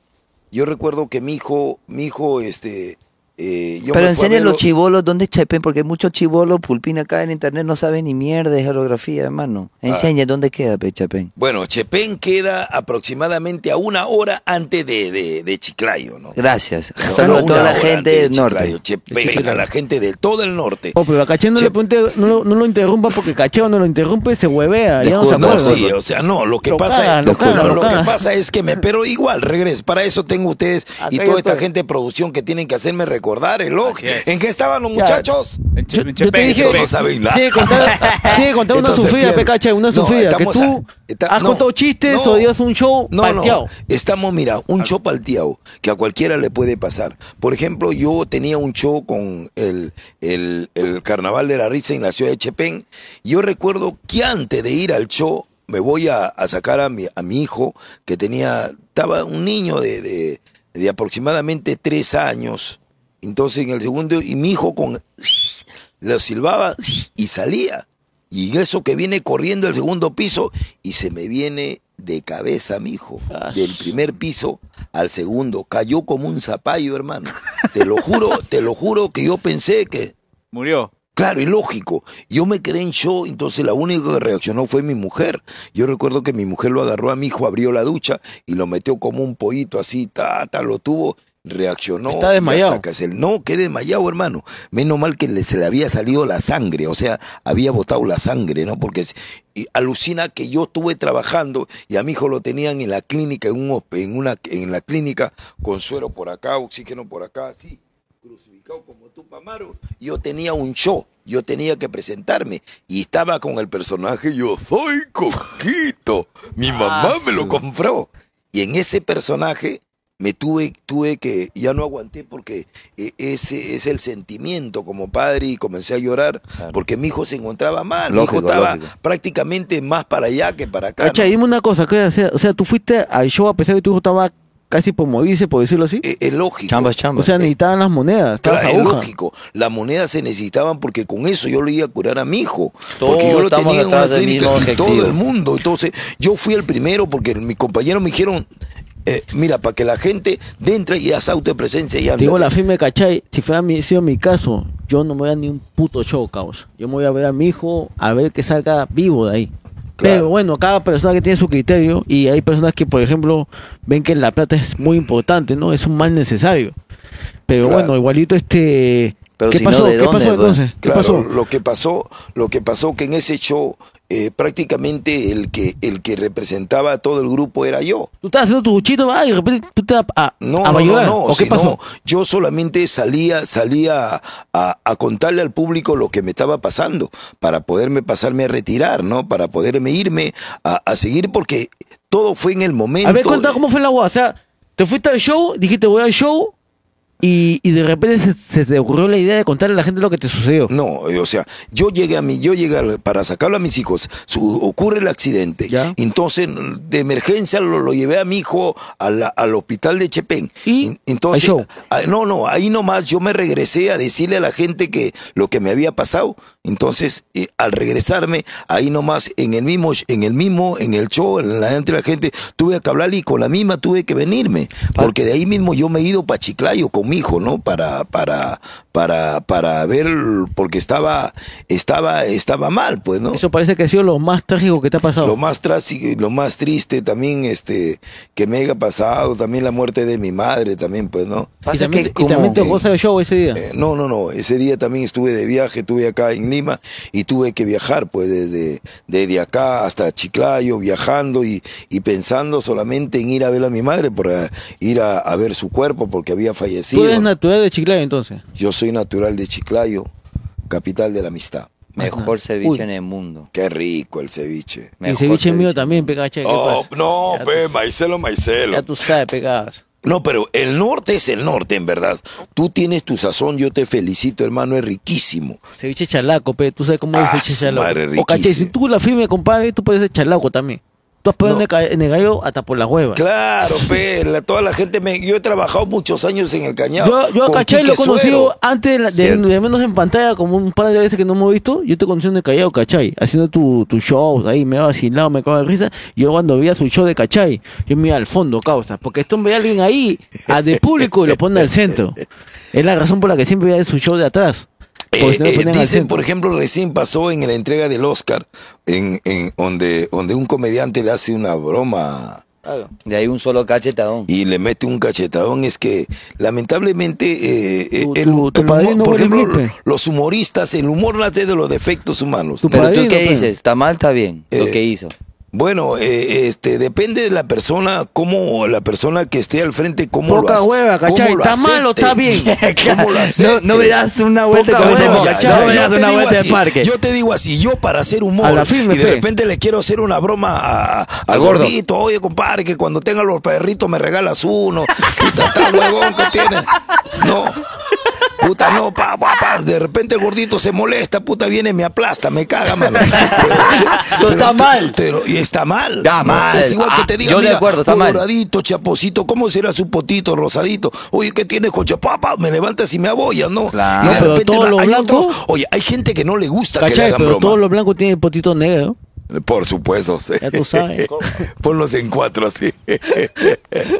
[SPEAKER 4] Yo recuerdo que mi hijo, mi hijo, este, eh, yo
[SPEAKER 2] Pero
[SPEAKER 4] me fui a
[SPEAKER 2] enseñen los
[SPEAKER 4] verlo-
[SPEAKER 2] chivolos dónde es Chaipen, porque muchos chivolos pulpín acá en internet no saben ni mierda de geografía, hermano.
[SPEAKER 4] Ah.
[SPEAKER 2] Enseñen dónde queda, pe, Chaipen.
[SPEAKER 4] Bueno, Chepén queda aproximadamente a una hora antes de, de, de Chiclayo, ¿no?
[SPEAKER 2] Gracias.
[SPEAKER 4] No,
[SPEAKER 2] Saludos a
[SPEAKER 4] una
[SPEAKER 2] toda la
[SPEAKER 4] hora
[SPEAKER 2] gente
[SPEAKER 4] antes de
[SPEAKER 2] del norte.
[SPEAKER 4] Chiclayo, Chepén, a la gente de todo el norte.
[SPEAKER 3] Oh, pero a Cachai no,
[SPEAKER 4] Sí.
[SPEAKER 3] le pregunte- no, lo- no lo interrumpa porque Cachai no lo interrumpe, se huevea. Ya no se
[SPEAKER 2] Disculpa,
[SPEAKER 4] No,
[SPEAKER 3] acuerda.
[SPEAKER 2] acuerdo.
[SPEAKER 4] sí, o sea, no, lo que
[SPEAKER 3] Lo
[SPEAKER 4] pasa
[SPEAKER 3] cagan,
[SPEAKER 4] es,
[SPEAKER 3] lo cagan,
[SPEAKER 4] no,
[SPEAKER 3] lo
[SPEAKER 4] lo que
[SPEAKER 3] cagan.
[SPEAKER 4] pasa es que me, pero igual, regreso, para eso tengo ustedes y
[SPEAKER 3] Acá
[SPEAKER 4] toda
[SPEAKER 3] yo
[SPEAKER 4] esta
[SPEAKER 3] estoy.
[SPEAKER 4] gente de producción que tienen que hacerme recordar el log.
[SPEAKER 1] Así es.
[SPEAKER 4] ¿En qué estaban los muchachos?
[SPEAKER 1] En Che-
[SPEAKER 3] Yo,
[SPEAKER 1] en
[SPEAKER 3] yo te
[SPEAKER 1] Chepén,
[SPEAKER 3] dije,
[SPEAKER 1] Chepén.
[SPEAKER 4] no saben nada.
[SPEAKER 3] tiene que contar, tiene que contar una
[SPEAKER 4] Entonces,
[SPEAKER 3] sufrida,
[SPEAKER 4] pierde.
[SPEAKER 3] pecacha, una
[SPEAKER 4] No,
[SPEAKER 3] sufrida. que
[SPEAKER 4] estamos
[SPEAKER 3] tú
[SPEAKER 4] a- está-
[SPEAKER 3] has
[SPEAKER 4] no,
[SPEAKER 3] contado chistes
[SPEAKER 4] no,
[SPEAKER 3] o días un show
[SPEAKER 4] no,
[SPEAKER 3] palteado.
[SPEAKER 4] No, estamos, mira, un show palteado que a cualquiera le puede pasar. Por ejemplo, yo tenía un show con el, el, el Carnaval de la Risa en la ciudad de Chepén. Yo recuerdo que antes de ir al show me voy a, a sacar a mi, a mi hijo que tenía, estaba un niño de, de, de aproximadamente tres años. Entonces en el segundo, y mi hijo con lo silbaba y salía. Y eso que viene corriendo el segundo piso y se me viene de cabeza, mi hijo. Del primer piso al segundo. Cayó como un zapallo, hermano. Te lo juro, te lo juro que yo pensé que.
[SPEAKER 1] Murió.
[SPEAKER 4] Claro, y lógico. Yo me quedé en show, entonces la única que reaccionó fue mi mujer. Yo recuerdo que mi mujer lo agarró a mi hijo, abrió la ducha y lo metió como un pollito así, ta, ta, lo tuvo, reaccionó.
[SPEAKER 3] Está desmayado.
[SPEAKER 4] y hasta que se- no, quedé desmayado, hermano. Menos mal que le, se le había salido la sangre, o sea, había botado la sangre, ¿no? Porque es- y alucina que yo estuve trabajando y a mi hijo lo tenían en la clínica, en, un hosp- en, una, en la clínica, con suero por acá, oxígeno por acá, así marcado como tú, Pamaro, yo tenía un show, yo tenía que presentarme y estaba con el personaje Yo soy Coquito.
[SPEAKER 2] Ah,
[SPEAKER 4] Mi mamá me lo compró. Y en ese personaje me tuve, tuve que, ya no aguanté porque eh, ese es el sentimiento como padre y comencé a llorar
[SPEAKER 2] Claro.
[SPEAKER 4] porque mi hijo se encontraba mal, mi
[SPEAKER 2] Lógico,
[SPEAKER 4] hijo estaba
[SPEAKER 2] lógico.
[SPEAKER 4] prácticamente más para allá que para acá. ¿no?
[SPEAKER 3] Cacha, dime una cosa, ¿qué? O sea- o sea, tú fuiste al show a pesar de que tu hijo estaba casi como dice, por decirlo así.
[SPEAKER 4] Eh, es lógico.
[SPEAKER 2] Chambas, chambas.
[SPEAKER 3] O sea, necesitaban las monedas,
[SPEAKER 4] Claro,
[SPEAKER 3] estabas
[SPEAKER 4] es
[SPEAKER 3] aguja.
[SPEAKER 4] lógico. Las monedas se necesitaban porque con eso yo le iba a curar a mi hijo.
[SPEAKER 2] Todos
[SPEAKER 4] porque yo lo
[SPEAKER 2] estamos
[SPEAKER 4] tenía en una
[SPEAKER 2] atrás del
[SPEAKER 4] clínica
[SPEAKER 2] mismo
[SPEAKER 4] en
[SPEAKER 2] objetivo.
[SPEAKER 4] todo el mundo. Entonces, yo fui el primero porque mis compañeros me dijeron, eh, mira, para que la gente de entre y haz autopresencia y
[SPEAKER 3] Te
[SPEAKER 4] anda.
[SPEAKER 3] digo la firme, ¿cachai? Si fuera mi, sido mi caso, yo no me voy a ni un puto show, caos. Yo me voy a ver a mi hijo, a ver que salga vivo de ahí.
[SPEAKER 4] Claro.
[SPEAKER 3] Pero bueno, cada persona que tiene su criterio y hay personas que, por ejemplo, ven que la plata es muy importante, ¿no? Es un mal necesario. Pero
[SPEAKER 4] Claro.
[SPEAKER 3] bueno, igualito este...
[SPEAKER 2] Pero
[SPEAKER 3] ¿Qué
[SPEAKER 2] si no,
[SPEAKER 3] pasó?
[SPEAKER 2] ¿de
[SPEAKER 3] ¿Qué
[SPEAKER 2] dónde,
[SPEAKER 3] pasó
[SPEAKER 2] pues?
[SPEAKER 3] entonces? ¿Qué
[SPEAKER 4] Claro,
[SPEAKER 3] pasó?
[SPEAKER 4] Lo que pasó, lo que pasó que en ese show eh, prácticamente el que el que representaba a todo el grupo era yo.
[SPEAKER 3] Tú estás haciendo tu buchito, va, y de repente tú te vas a, a
[SPEAKER 4] No, no, no,
[SPEAKER 3] mayorar.
[SPEAKER 4] no,
[SPEAKER 3] ¿O qué
[SPEAKER 4] si
[SPEAKER 3] pasó?
[SPEAKER 4] no, yo solamente salía, salía a, a contarle al público lo que me estaba pasando para poderme pasarme a retirar, ¿no? Para poderme irme a, a seguir porque todo fue en el momento.
[SPEAKER 3] A ver, cuenta cómo fue la agua. O sea, te fuiste al show, dijiste voy al show y, y de repente se, se te ocurrió la idea de contarle a la gente lo que te sucedió.
[SPEAKER 4] No, eh, o sea, yo llegué a mi, yo llegué al- para sacarlo a mis hijos, su- ocurre el accidente,
[SPEAKER 3] Ya.
[SPEAKER 4] entonces de emergencia lo, lo llevé a mi hijo a la- al hospital de Chepén.
[SPEAKER 3] ¿Y?
[SPEAKER 4] En- entonces,
[SPEAKER 3] ¿Hay show?
[SPEAKER 4] ah, no, no, ahí nomás yo me regresé a decirle a la gente que lo que me había pasado. Entonces, eh, al regresarme, ahí nomás en el mismo, sh- en el mismo, en el show, en la entre la gente, tuve que hablar y con la misma tuve que venirme. Porque de ahí mismo yo me he ido para Chiclayo con mi hijo, ¿no? Para, para, para, para ver, porque estaba, estaba, estaba mal, pues, ¿no?
[SPEAKER 3] Eso parece que ha sido lo más trágico que te ha pasado.
[SPEAKER 4] Lo más trágico, lo más triste también, este, que me haya pasado, también la muerte de mi madre, también, pues, ¿no?
[SPEAKER 3] y,
[SPEAKER 2] Pasa
[SPEAKER 3] también,
[SPEAKER 2] que
[SPEAKER 3] y
[SPEAKER 2] como-
[SPEAKER 3] también te goza el show ese día.
[SPEAKER 4] Eh, no, no, no. Ese día también estuve de viaje, estuve acá en Lima y tuve que viajar, pues, desde, desde acá hasta Chiclayo, viajando y, y pensando solamente en ir a ver a mi madre, por eh, ir a, a ver su cuerpo porque había
[SPEAKER 3] Tú eres
[SPEAKER 4] fallecido.
[SPEAKER 3] natural de Chiclayo entonces.
[SPEAKER 4] Yo soy natural de Chiclayo, capital de la amistad.
[SPEAKER 2] Mejor ceviche
[SPEAKER 3] Uy.
[SPEAKER 2] en el mundo.
[SPEAKER 4] Qué rico el ceviche.
[SPEAKER 2] Mejor
[SPEAKER 3] y ceviche mío
[SPEAKER 2] ceviche.
[SPEAKER 3] también, pegache. ¿qué
[SPEAKER 4] Oh,
[SPEAKER 3] pasa?
[SPEAKER 4] no,
[SPEAKER 3] Ya tú-
[SPEAKER 4] pe, maicelo, maicelo.
[SPEAKER 3] Ya tú sabes, pegadas.
[SPEAKER 4] No, pero el norte es el norte, en verdad. Tú tienes tu sazón, yo te felicito, hermano, es riquísimo.
[SPEAKER 3] Ceviche chalaco, pe. Tú sabes cómo es
[SPEAKER 4] Ah,
[SPEAKER 3] el ceviche
[SPEAKER 4] su
[SPEAKER 3] chalaco.
[SPEAKER 4] madre,
[SPEAKER 3] o caché, si
[SPEAKER 4] riquísimo.
[SPEAKER 3] tú la firme, compadre, tú puedes ser chalaco también. Tú has podido
[SPEAKER 4] No.
[SPEAKER 3] en el ca- en el gallo hasta por las huevas.
[SPEAKER 4] Claro, pe, la- toda la gente me, yo he trabajado muchos años en el cañado.
[SPEAKER 3] Yo, yo a
[SPEAKER 4] con
[SPEAKER 3] Cachai lo he
[SPEAKER 4] Quique
[SPEAKER 3] conocido
[SPEAKER 4] Suero.
[SPEAKER 3] antes de, la- de-
[SPEAKER 2] Cierto.
[SPEAKER 3] de menos en pantalla, como un par de veces que no hemos visto. Yo te conocí en el Callao, Cachai, haciendo tu, tu show ahí, me ha vacilado, me cago de risa. Y yo cuando veía su show de Cachai, yo me iba al fondo, causa. Porque esto ve a alguien ahí, a de público, y lo pone al centro. Es la razón por la que siempre veía su show de atrás. Porque
[SPEAKER 4] Eh,
[SPEAKER 3] si no lo
[SPEAKER 4] eh,
[SPEAKER 3] ponían al
[SPEAKER 4] dicen,
[SPEAKER 3] centro.
[SPEAKER 4] por ejemplo, recién pasó en la entrega del Oscar, en, en- donde, donde un comediante le hace una broma
[SPEAKER 2] De ahí un solo cachetadón.
[SPEAKER 4] y le mete un cachetadón, es que lamentablemente, eh, eh,
[SPEAKER 3] Tu-
[SPEAKER 4] el-
[SPEAKER 3] tu- tu
[SPEAKER 4] el humor-
[SPEAKER 3] padrino
[SPEAKER 4] por
[SPEAKER 3] Willy
[SPEAKER 4] ejemplo,
[SPEAKER 3] Lipe.
[SPEAKER 4] los humoristas, el humor nace de los defectos humanos.
[SPEAKER 3] Tu
[SPEAKER 2] Pero
[SPEAKER 3] padrino,
[SPEAKER 2] tú qué
[SPEAKER 3] pe.
[SPEAKER 2] dices, ¿está mal, está bien? Lo
[SPEAKER 4] Eh,
[SPEAKER 2] que hizo.
[SPEAKER 4] Bueno, eh, este, depende de la persona, cómo la persona que esté al frente, cómo
[SPEAKER 3] Poca
[SPEAKER 4] lo ac-
[SPEAKER 3] hueva,
[SPEAKER 4] cómo
[SPEAKER 3] ¿cachai?
[SPEAKER 4] lo
[SPEAKER 3] ¿Está mal o
[SPEAKER 4] acepte.
[SPEAKER 3] está bien?
[SPEAKER 4] ¿Cómo lo
[SPEAKER 2] No,
[SPEAKER 4] acepte?
[SPEAKER 2] no me das una vuelta
[SPEAKER 3] Poca
[SPEAKER 2] con ese
[SPEAKER 3] hueva,
[SPEAKER 2] mono.
[SPEAKER 3] ya,
[SPEAKER 2] No me
[SPEAKER 4] yo
[SPEAKER 2] das
[SPEAKER 4] te
[SPEAKER 2] una
[SPEAKER 4] digo
[SPEAKER 2] vuelta de
[SPEAKER 4] así,
[SPEAKER 2] parque.
[SPEAKER 4] Yo te digo así, yo para hacer humor
[SPEAKER 3] A la firme,
[SPEAKER 4] y de
[SPEAKER 3] pe.
[SPEAKER 4] repente le quiero hacer una broma a- a- al
[SPEAKER 2] gordo.
[SPEAKER 4] gordito, oye compadre, que cuando tenga los perritos me regalas uno, puta tal huevón que tienes. No. Puta, no, pa, pa, pa. De repente el gordito se molesta, puta, viene, me aplasta, me caga, mano. Pero-
[SPEAKER 2] No está
[SPEAKER 4] tú-
[SPEAKER 2] mal.
[SPEAKER 4] pero- y está mal.
[SPEAKER 2] Está mal.
[SPEAKER 4] Es igual que
[SPEAKER 2] Ah,
[SPEAKER 4] te diga,
[SPEAKER 2] yo de
[SPEAKER 4] mira,
[SPEAKER 2] acuerdo, está mal.
[SPEAKER 4] coloradito, chapocito, ¿cómo será su potito, rosadito? Oye, ¿qué tienes, coche? Papá, me levantas y me abollas, ¿no?
[SPEAKER 2] Claro.
[SPEAKER 4] Y de
[SPEAKER 3] No, Ah, pero
[SPEAKER 4] repente
[SPEAKER 3] todos
[SPEAKER 4] la-
[SPEAKER 3] los
[SPEAKER 4] hay
[SPEAKER 3] blancos-
[SPEAKER 4] otros- oye, hay gente que no le gusta que le
[SPEAKER 3] Cachai,
[SPEAKER 4] hagan
[SPEAKER 3] pero
[SPEAKER 4] broma.
[SPEAKER 3] todos los blancos tienen el potito negro.
[SPEAKER 4] Por supuesto, sí.
[SPEAKER 3] Ya tú sabes.
[SPEAKER 4] Ponlos en cuatro, así.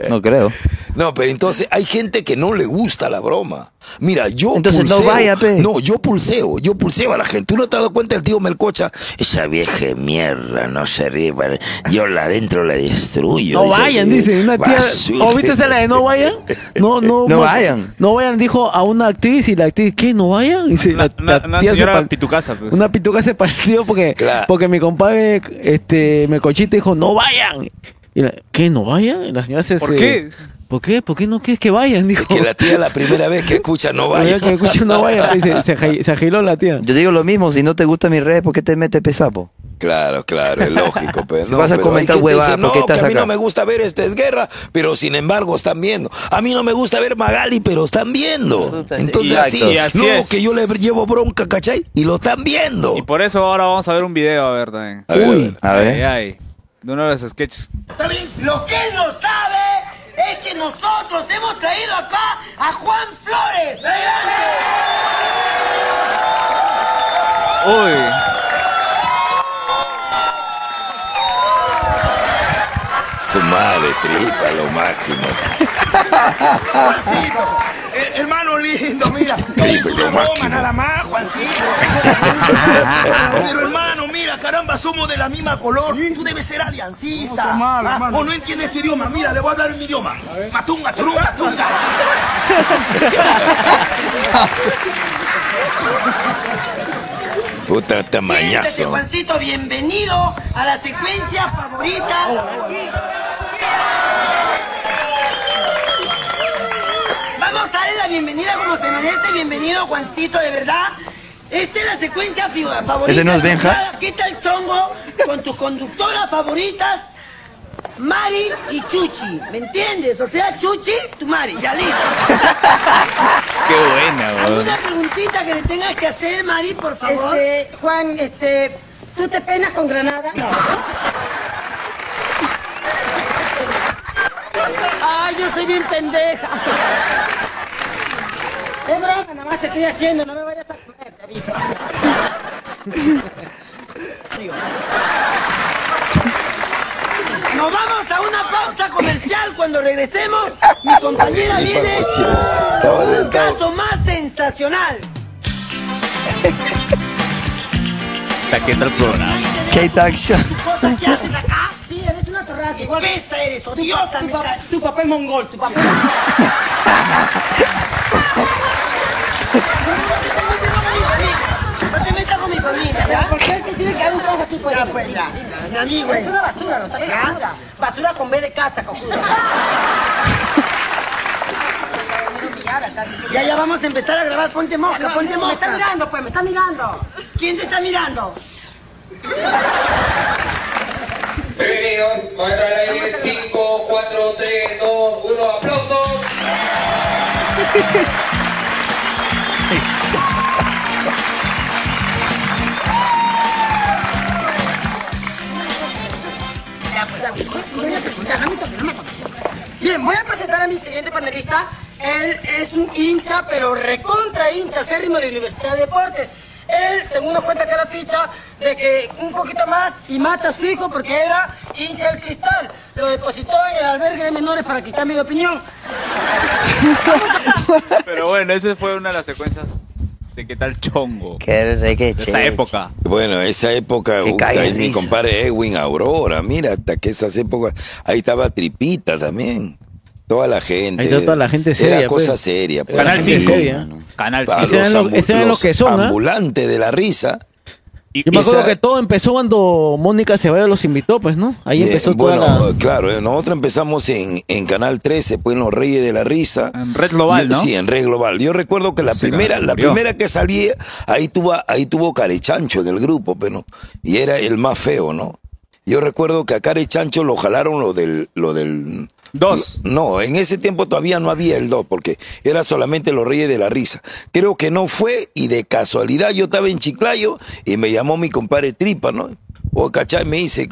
[SPEAKER 2] No creo.
[SPEAKER 4] No, pero entonces hay gente que no le gusta la broma. Mira, yo
[SPEAKER 2] Entonces no
[SPEAKER 4] pulseo.
[SPEAKER 2] vaya, pe.
[SPEAKER 4] No, yo pulseo, yo pulseo a la gente. ¿Tú no te has dado cuenta el tío Melcocha? Esa vieja mierda no se ríe, para- yo la adentro la destruyo.
[SPEAKER 3] No
[SPEAKER 4] Dice,
[SPEAKER 3] vayan,
[SPEAKER 4] eh,
[SPEAKER 3] dice una tía.
[SPEAKER 4] basura.
[SPEAKER 3] ¿O viste esa la de no vayan? No, no,
[SPEAKER 2] No vayan.
[SPEAKER 3] No vayan, dijo a una actriz y la actriz, ¿qué? ¿No vayan? Y se-
[SPEAKER 1] Una-
[SPEAKER 3] la-
[SPEAKER 1] una-
[SPEAKER 3] la
[SPEAKER 1] una
[SPEAKER 3] tía se
[SPEAKER 1] señora
[SPEAKER 3] par-
[SPEAKER 1] pitucaza, pues.
[SPEAKER 3] Una pituca se partió porque,
[SPEAKER 4] Claro.
[SPEAKER 3] porque mi compadre, este, me cochita dijo, no vayan. Y la, ¿Qué? ¿No vayan? Y la señora se.
[SPEAKER 1] ¿Por
[SPEAKER 3] se-
[SPEAKER 1] qué?
[SPEAKER 3] ¿Por qué? ¿Por qué no quieres que vayan? Dijo.
[SPEAKER 4] Que la tía la primera vez que escucha no
[SPEAKER 3] La
[SPEAKER 4] vaya.
[SPEAKER 3] que escucha no vaya. Y se, se, aji- se agiló la tía.
[SPEAKER 2] Yo digo lo mismo, si no te gusta mi red, ¿por qué te metes pesapo?
[SPEAKER 4] Claro, claro, es lógico. Pues,
[SPEAKER 2] Si vas a
[SPEAKER 4] pero hay
[SPEAKER 2] comentar
[SPEAKER 4] gente que
[SPEAKER 2] huevada,
[SPEAKER 4] dice,
[SPEAKER 2] ¿por qué
[SPEAKER 4] no,
[SPEAKER 2] estás
[SPEAKER 4] que a mí
[SPEAKER 2] acá?"
[SPEAKER 4] no me gusta ver esta es guerra, pero sin embargo están viendo. A mí no me gusta ver Magali, pero están viendo. Entonces
[SPEAKER 2] Exacto.
[SPEAKER 4] así,
[SPEAKER 1] Y así
[SPEAKER 4] no,
[SPEAKER 1] es.
[SPEAKER 4] que yo le llevo bronca, ¿cachai? Y lo están
[SPEAKER 3] Oh.
[SPEAKER 4] viendo.
[SPEAKER 1] Y por eso ahora vamos a ver un video, a ver también.
[SPEAKER 4] A ver, a
[SPEAKER 3] Uy.
[SPEAKER 4] ver.
[SPEAKER 2] A
[SPEAKER 1] Ay,
[SPEAKER 2] ver.
[SPEAKER 1] ay. De uno de los sketches.
[SPEAKER 6] ¿Está bien? Lo que él no sabe es que nosotros hemos traído acá a Juan Flores. ¡Adelante!
[SPEAKER 1] Uy.
[SPEAKER 4] Su madre tripa, lo máximo.
[SPEAKER 6] Juancito, eh, hermano lindo, mira. Es
[SPEAKER 4] lo
[SPEAKER 6] una broma
[SPEAKER 4] máximo.
[SPEAKER 6] nada más, Juancito. Pero hermano, mira, caramba, somos de la misma color. Tú debes ser aliancista. ¿ah? O no entiendes tu idioma. Mira, le voy a dar mi idioma. Matunga, trunga, matunga.
[SPEAKER 4] Puta
[SPEAKER 6] Siéntese,
[SPEAKER 4] tamañazo.
[SPEAKER 6] Juancito, bienvenido a la secuencia favorita. Vamos a darle la bienvenida como se merece. Bienvenido, Juancito, de verdad. Esta es la secuencia fi- favorita.
[SPEAKER 2] ¿Ese no es Benja?
[SPEAKER 6] Aquí está el chongo con tus conductoras favoritas, Mari y Chuchi. ¿Me entiendes? O sea, Chuchi, tu Mari. Ya listo.
[SPEAKER 1] Qué buena, weón.
[SPEAKER 6] ¿Alguna preguntita que le tengas que hacer, Mari, por favor?
[SPEAKER 9] Este, Juan, este, ¿tú te penas con Granada? Ay, yo soy bien pendeja. Es broma, nada más te estoy haciendo, no me vayas a comer, te aviso.
[SPEAKER 6] Nos vamos a una pausa comercial cuando regresemos. Mi compañera viene
[SPEAKER 4] Estaba
[SPEAKER 6] con un
[SPEAKER 4] sentado.
[SPEAKER 6] caso más sensacional.
[SPEAKER 1] Hasta que entra el programa.
[SPEAKER 2] K-Tag Show.
[SPEAKER 6] Cosas que haces acá.
[SPEAKER 9] Sí, eres una torraca.
[SPEAKER 6] ¡Qué
[SPEAKER 9] Igual que
[SPEAKER 6] pesa eres,
[SPEAKER 9] tu,
[SPEAKER 6] odiosa!
[SPEAKER 9] tu
[SPEAKER 6] me
[SPEAKER 9] papá-
[SPEAKER 6] cae.
[SPEAKER 9] tu papá es mongol, tu papá.
[SPEAKER 6] No te metas con mi familia,
[SPEAKER 9] Ya,
[SPEAKER 6] ¿ya?
[SPEAKER 9] ¿Por qué él te tiene que dar un trabajo aquí? Pues,
[SPEAKER 6] Ya, pues, ya. Mi amigo
[SPEAKER 9] Es
[SPEAKER 6] es.
[SPEAKER 9] una basura, ¿no sabes?
[SPEAKER 6] Ya.
[SPEAKER 9] Basura. Basura con B de casa, cojudo.
[SPEAKER 6] Ya, ya vamos a empezar a grabar. Ponte mosca, ponte
[SPEAKER 9] Me está
[SPEAKER 6] mosca.
[SPEAKER 9] mirando, pues, me está mirando.
[SPEAKER 6] ¿Quién te está mirando?
[SPEAKER 10] Bienvenidos, vamos a entrar al aire. 5, 4, 3, 2, 1, aplausos.
[SPEAKER 9] Ya, pues, ya, pues, voy a presentar, no me toques, no me toques. Bien, voy a presentar a mi siguiente panelista. Él es un hincha, pero recontra hincha, acérrimo de Universidad de Deportes. Él, según nos cuenta que era ficha, de que un poquito más y mata a su hijo porque era hincha del cristal. Lo depositó en el albergue de menores para que cambie de opinión.
[SPEAKER 1] Pero bueno, esa fue una de las secuencias de qué tal chongo.
[SPEAKER 2] Qué requeche.
[SPEAKER 1] De esa época.
[SPEAKER 4] Bueno, esa época,
[SPEAKER 2] Que
[SPEAKER 4] uh,
[SPEAKER 2] caiga
[SPEAKER 4] ahí
[SPEAKER 2] de
[SPEAKER 4] mi
[SPEAKER 2] risa.
[SPEAKER 4] compadre Edwin Aurora, mira, hasta que esas épocas, ahí estaba Tripita también, toda la gente.
[SPEAKER 3] Ahí está toda la gente seria,
[SPEAKER 4] Era cosa
[SPEAKER 3] pues.
[SPEAKER 4] seria. pues.
[SPEAKER 1] Canal
[SPEAKER 3] Era
[SPEAKER 4] Sí,
[SPEAKER 1] 5.
[SPEAKER 3] seria.
[SPEAKER 4] mano.
[SPEAKER 1] Canal
[SPEAKER 4] Para
[SPEAKER 1] 5.
[SPEAKER 3] Ese era lo-
[SPEAKER 4] los
[SPEAKER 3] ese era lo
[SPEAKER 4] los
[SPEAKER 3] que son, ¿ah?
[SPEAKER 4] ambulantes de la risa.
[SPEAKER 3] Yo me
[SPEAKER 4] Esa-
[SPEAKER 3] acuerdo que todo empezó cuando Mónica Ceballos los invitó, pues, ¿no? Ahí
[SPEAKER 4] Eh,
[SPEAKER 3] empezó toda
[SPEAKER 4] bueno,
[SPEAKER 3] la...
[SPEAKER 4] claro, eh, nosotros empezamos en, en Canal 13, pues en Los Reyes de la Risa.
[SPEAKER 1] En Red Global,
[SPEAKER 4] Yo-
[SPEAKER 1] ¿no?
[SPEAKER 4] Sí, en Red Global. Yo recuerdo que la
[SPEAKER 1] Sí,
[SPEAKER 4] primera
[SPEAKER 1] claro,
[SPEAKER 4] la
[SPEAKER 1] murió.
[SPEAKER 4] primera que salía, ahí tuvo, ahí tuvo Carechancho en el grupo, pero y era el más feo, ¿no? Yo recuerdo que a Carechancho lo jalaron lo del... Lo del
[SPEAKER 1] Dos.
[SPEAKER 4] No, en ese tiempo todavía no había el 2, porque era solamente Los Reyes de la Risa. Creo que no fue, y de casualidad yo estaba en Chiclayo y me llamó mi compadre Tripa, ¿no? O cachai, me dice,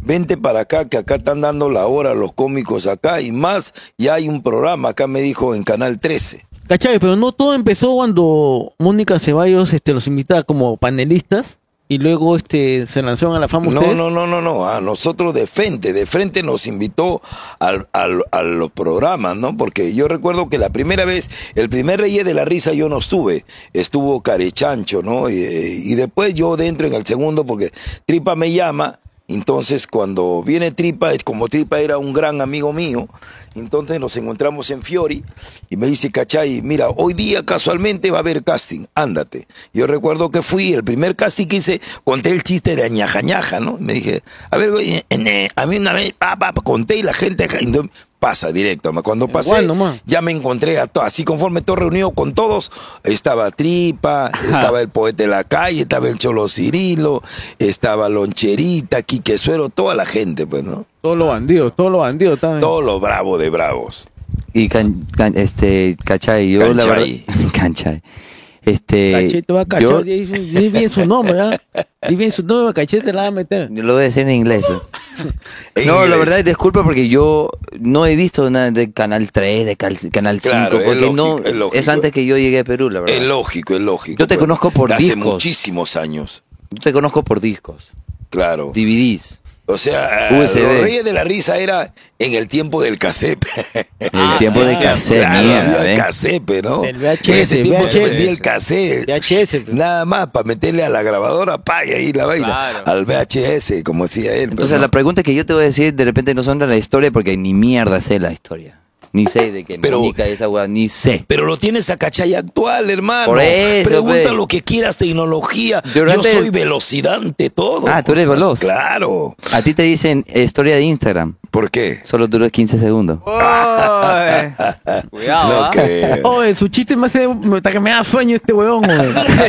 [SPEAKER 4] vente para acá, que acá están dando la hora los cómicos acá, y más, ya hay un programa, acá me dijo en Canal 13.
[SPEAKER 3] ¿Cachai? Pero no todo empezó cuando Mónica Ceballos este, los invitaba como panelistas y luego este, se lanzaron a la fama
[SPEAKER 4] No,
[SPEAKER 3] ustedes.
[SPEAKER 4] no, no, no, no. A nosotros de frente, de frente nos invitó al, al- a los programas, ¿no? Porque yo recuerdo que la primera vez, el primer Reyes de la Risa yo no estuve. Estuvo Carechancho, ¿no? Y, y después yo dentro en el segundo porque Tripa me llama. Entonces cuando viene Tripa, es como Tripa era un gran amigo mío, entonces nos encontramos en Fiori y me dice, cachai, mira, hoy día casualmente va a haber casting, ándate. Yo recuerdo que fui, el primer casting que hice, conté el chiste de eh, añajañaja, ¿no? Me dije, a ver, güey, en- en- eh, a mí una vez, pa, pa, pa, conté y la gente, entonces, pasa directo. ma. Cuando pasé,
[SPEAKER 3] Igual nomás.
[SPEAKER 4] ya me encontré a to- así conforme todo reunido con todos. Estaba Tripa, estaba el poeta de la calle, estaba el Cholo Cirilo, estaba Loncherita, Quique Suero, toda la gente, pues, ¿no?
[SPEAKER 3] Todos los bandidos, todos los bandidos también.
[SPEAKER 4] Todo lo bravo de bravos.
[SPEAKER 2] Y can- can- este, cachai, yo la verdad.
[SPEAKER 4] Canchay.
[SPEAKER 2] Canchay. Este.
[SPEAKER 3] Cachete va a
[SPEAKER 2] yo-
[SPEAKER 3] cachar, di di bien su nombre, ¿verdad? Di bien su nombre, cachete la va a meter.
[SPEAKER 2] Yo lo voy a decir en inglés. pues.
[SPEAKER 4] En
[SPEAKER 2] No, la
[SPEAKER 4] inglés.
[SPEAKER 2] verdad, disculpa porque yo no he visto nada de Canal 3, de Cal- Canal 5,
[SPEAKER 4] Claro, es
[SPEAKER 2] porque no,
[SPEAKER 4] lógico, es lógico.
[SPEAKER 2] es antes que yo llegué a Perú, la verdad.
[SPEAKER 4] Es lógico, es lógico.
[SPEAKER 2] Yo te
[SPEAKER 4] pues.
[SPEAKER 2] conozco por
[SPEAKER 4] Hace
[SPEAKER 2] discos.
[SPEAKER 4] muchísimos años,
[SPEAKER 2] Yo te conozco por discos,
[SPEAKER 4] claro.
[SPEAKER 2] DVDs.
[SPEAKER 4] O sea, eh, los
[SPEAKER 2] USB.
[SPEAKER 4] Reyes de la Risa era en el tiempo del cassette.
[SPEAKER 2] El tiempo de cassette,
[SPEAKER 4] Claro,
[SPEAKER 2] mierda,
[SPEAKER 4] había
[SPEAKER 2] ¿eh?
[SPEAKER 4] el cassette, pues, ¿no?
[SPEAKER 3] El VHS,
[SPEAKER 4] En ese tiempo se
[SPEAKER 3] VHS.
[SPEAKER 4] vendía el cassette.
[SPEAKER 3] VHS, pues.
[SPEAKER 4] Nada más para meterle a la grabadora, pa, y ahí la vaina. Al VHS, como decía él. pues,
[SPEAKER 2] Entonces,
[SPEAKER 4] ¿no?
[SPEAKER 2] la pregunta que yo te voy a decir, de repente no son de la historia porque ni mierda sé la historia. Ni sé de qué
[SPEAKER 4] Pero-
[SPEAKER 2] Mónica esa weá, ni sé.
[SPEAKER 4] Pero lo tienes a cachay actual, hermano.
[SPEAKER 2] Por eso,
[SPEAKER 4] Pregunta
[SPEAKER 2] pe.
[SPEAKER 4] lo que quieras, tecnología.
[SPEAKER 2] Durante-
[SPEAKER 4] Yo soy velocidante, todo.
[SPEAKER 2] Ah, tú eres veloz.
[SPEAKER 4] Oh, Claro.
[SPEAKER 2] A ti te dicen eh, historia de Instagram,
[SPEAKER 4] ¿Por qué?
[SPEAKER 2] solo duró 15 segundos.
[SPEAKER 1] Cuidado,
[SPEAKER 2] ah.
[SPEAKER 1] ¿ah?
[SPEAKER 4] no creo.
[SPEAKER 3] Oye, Oh, eh, su chiste me hace. me- hasta que me da sueño este huevón, güey.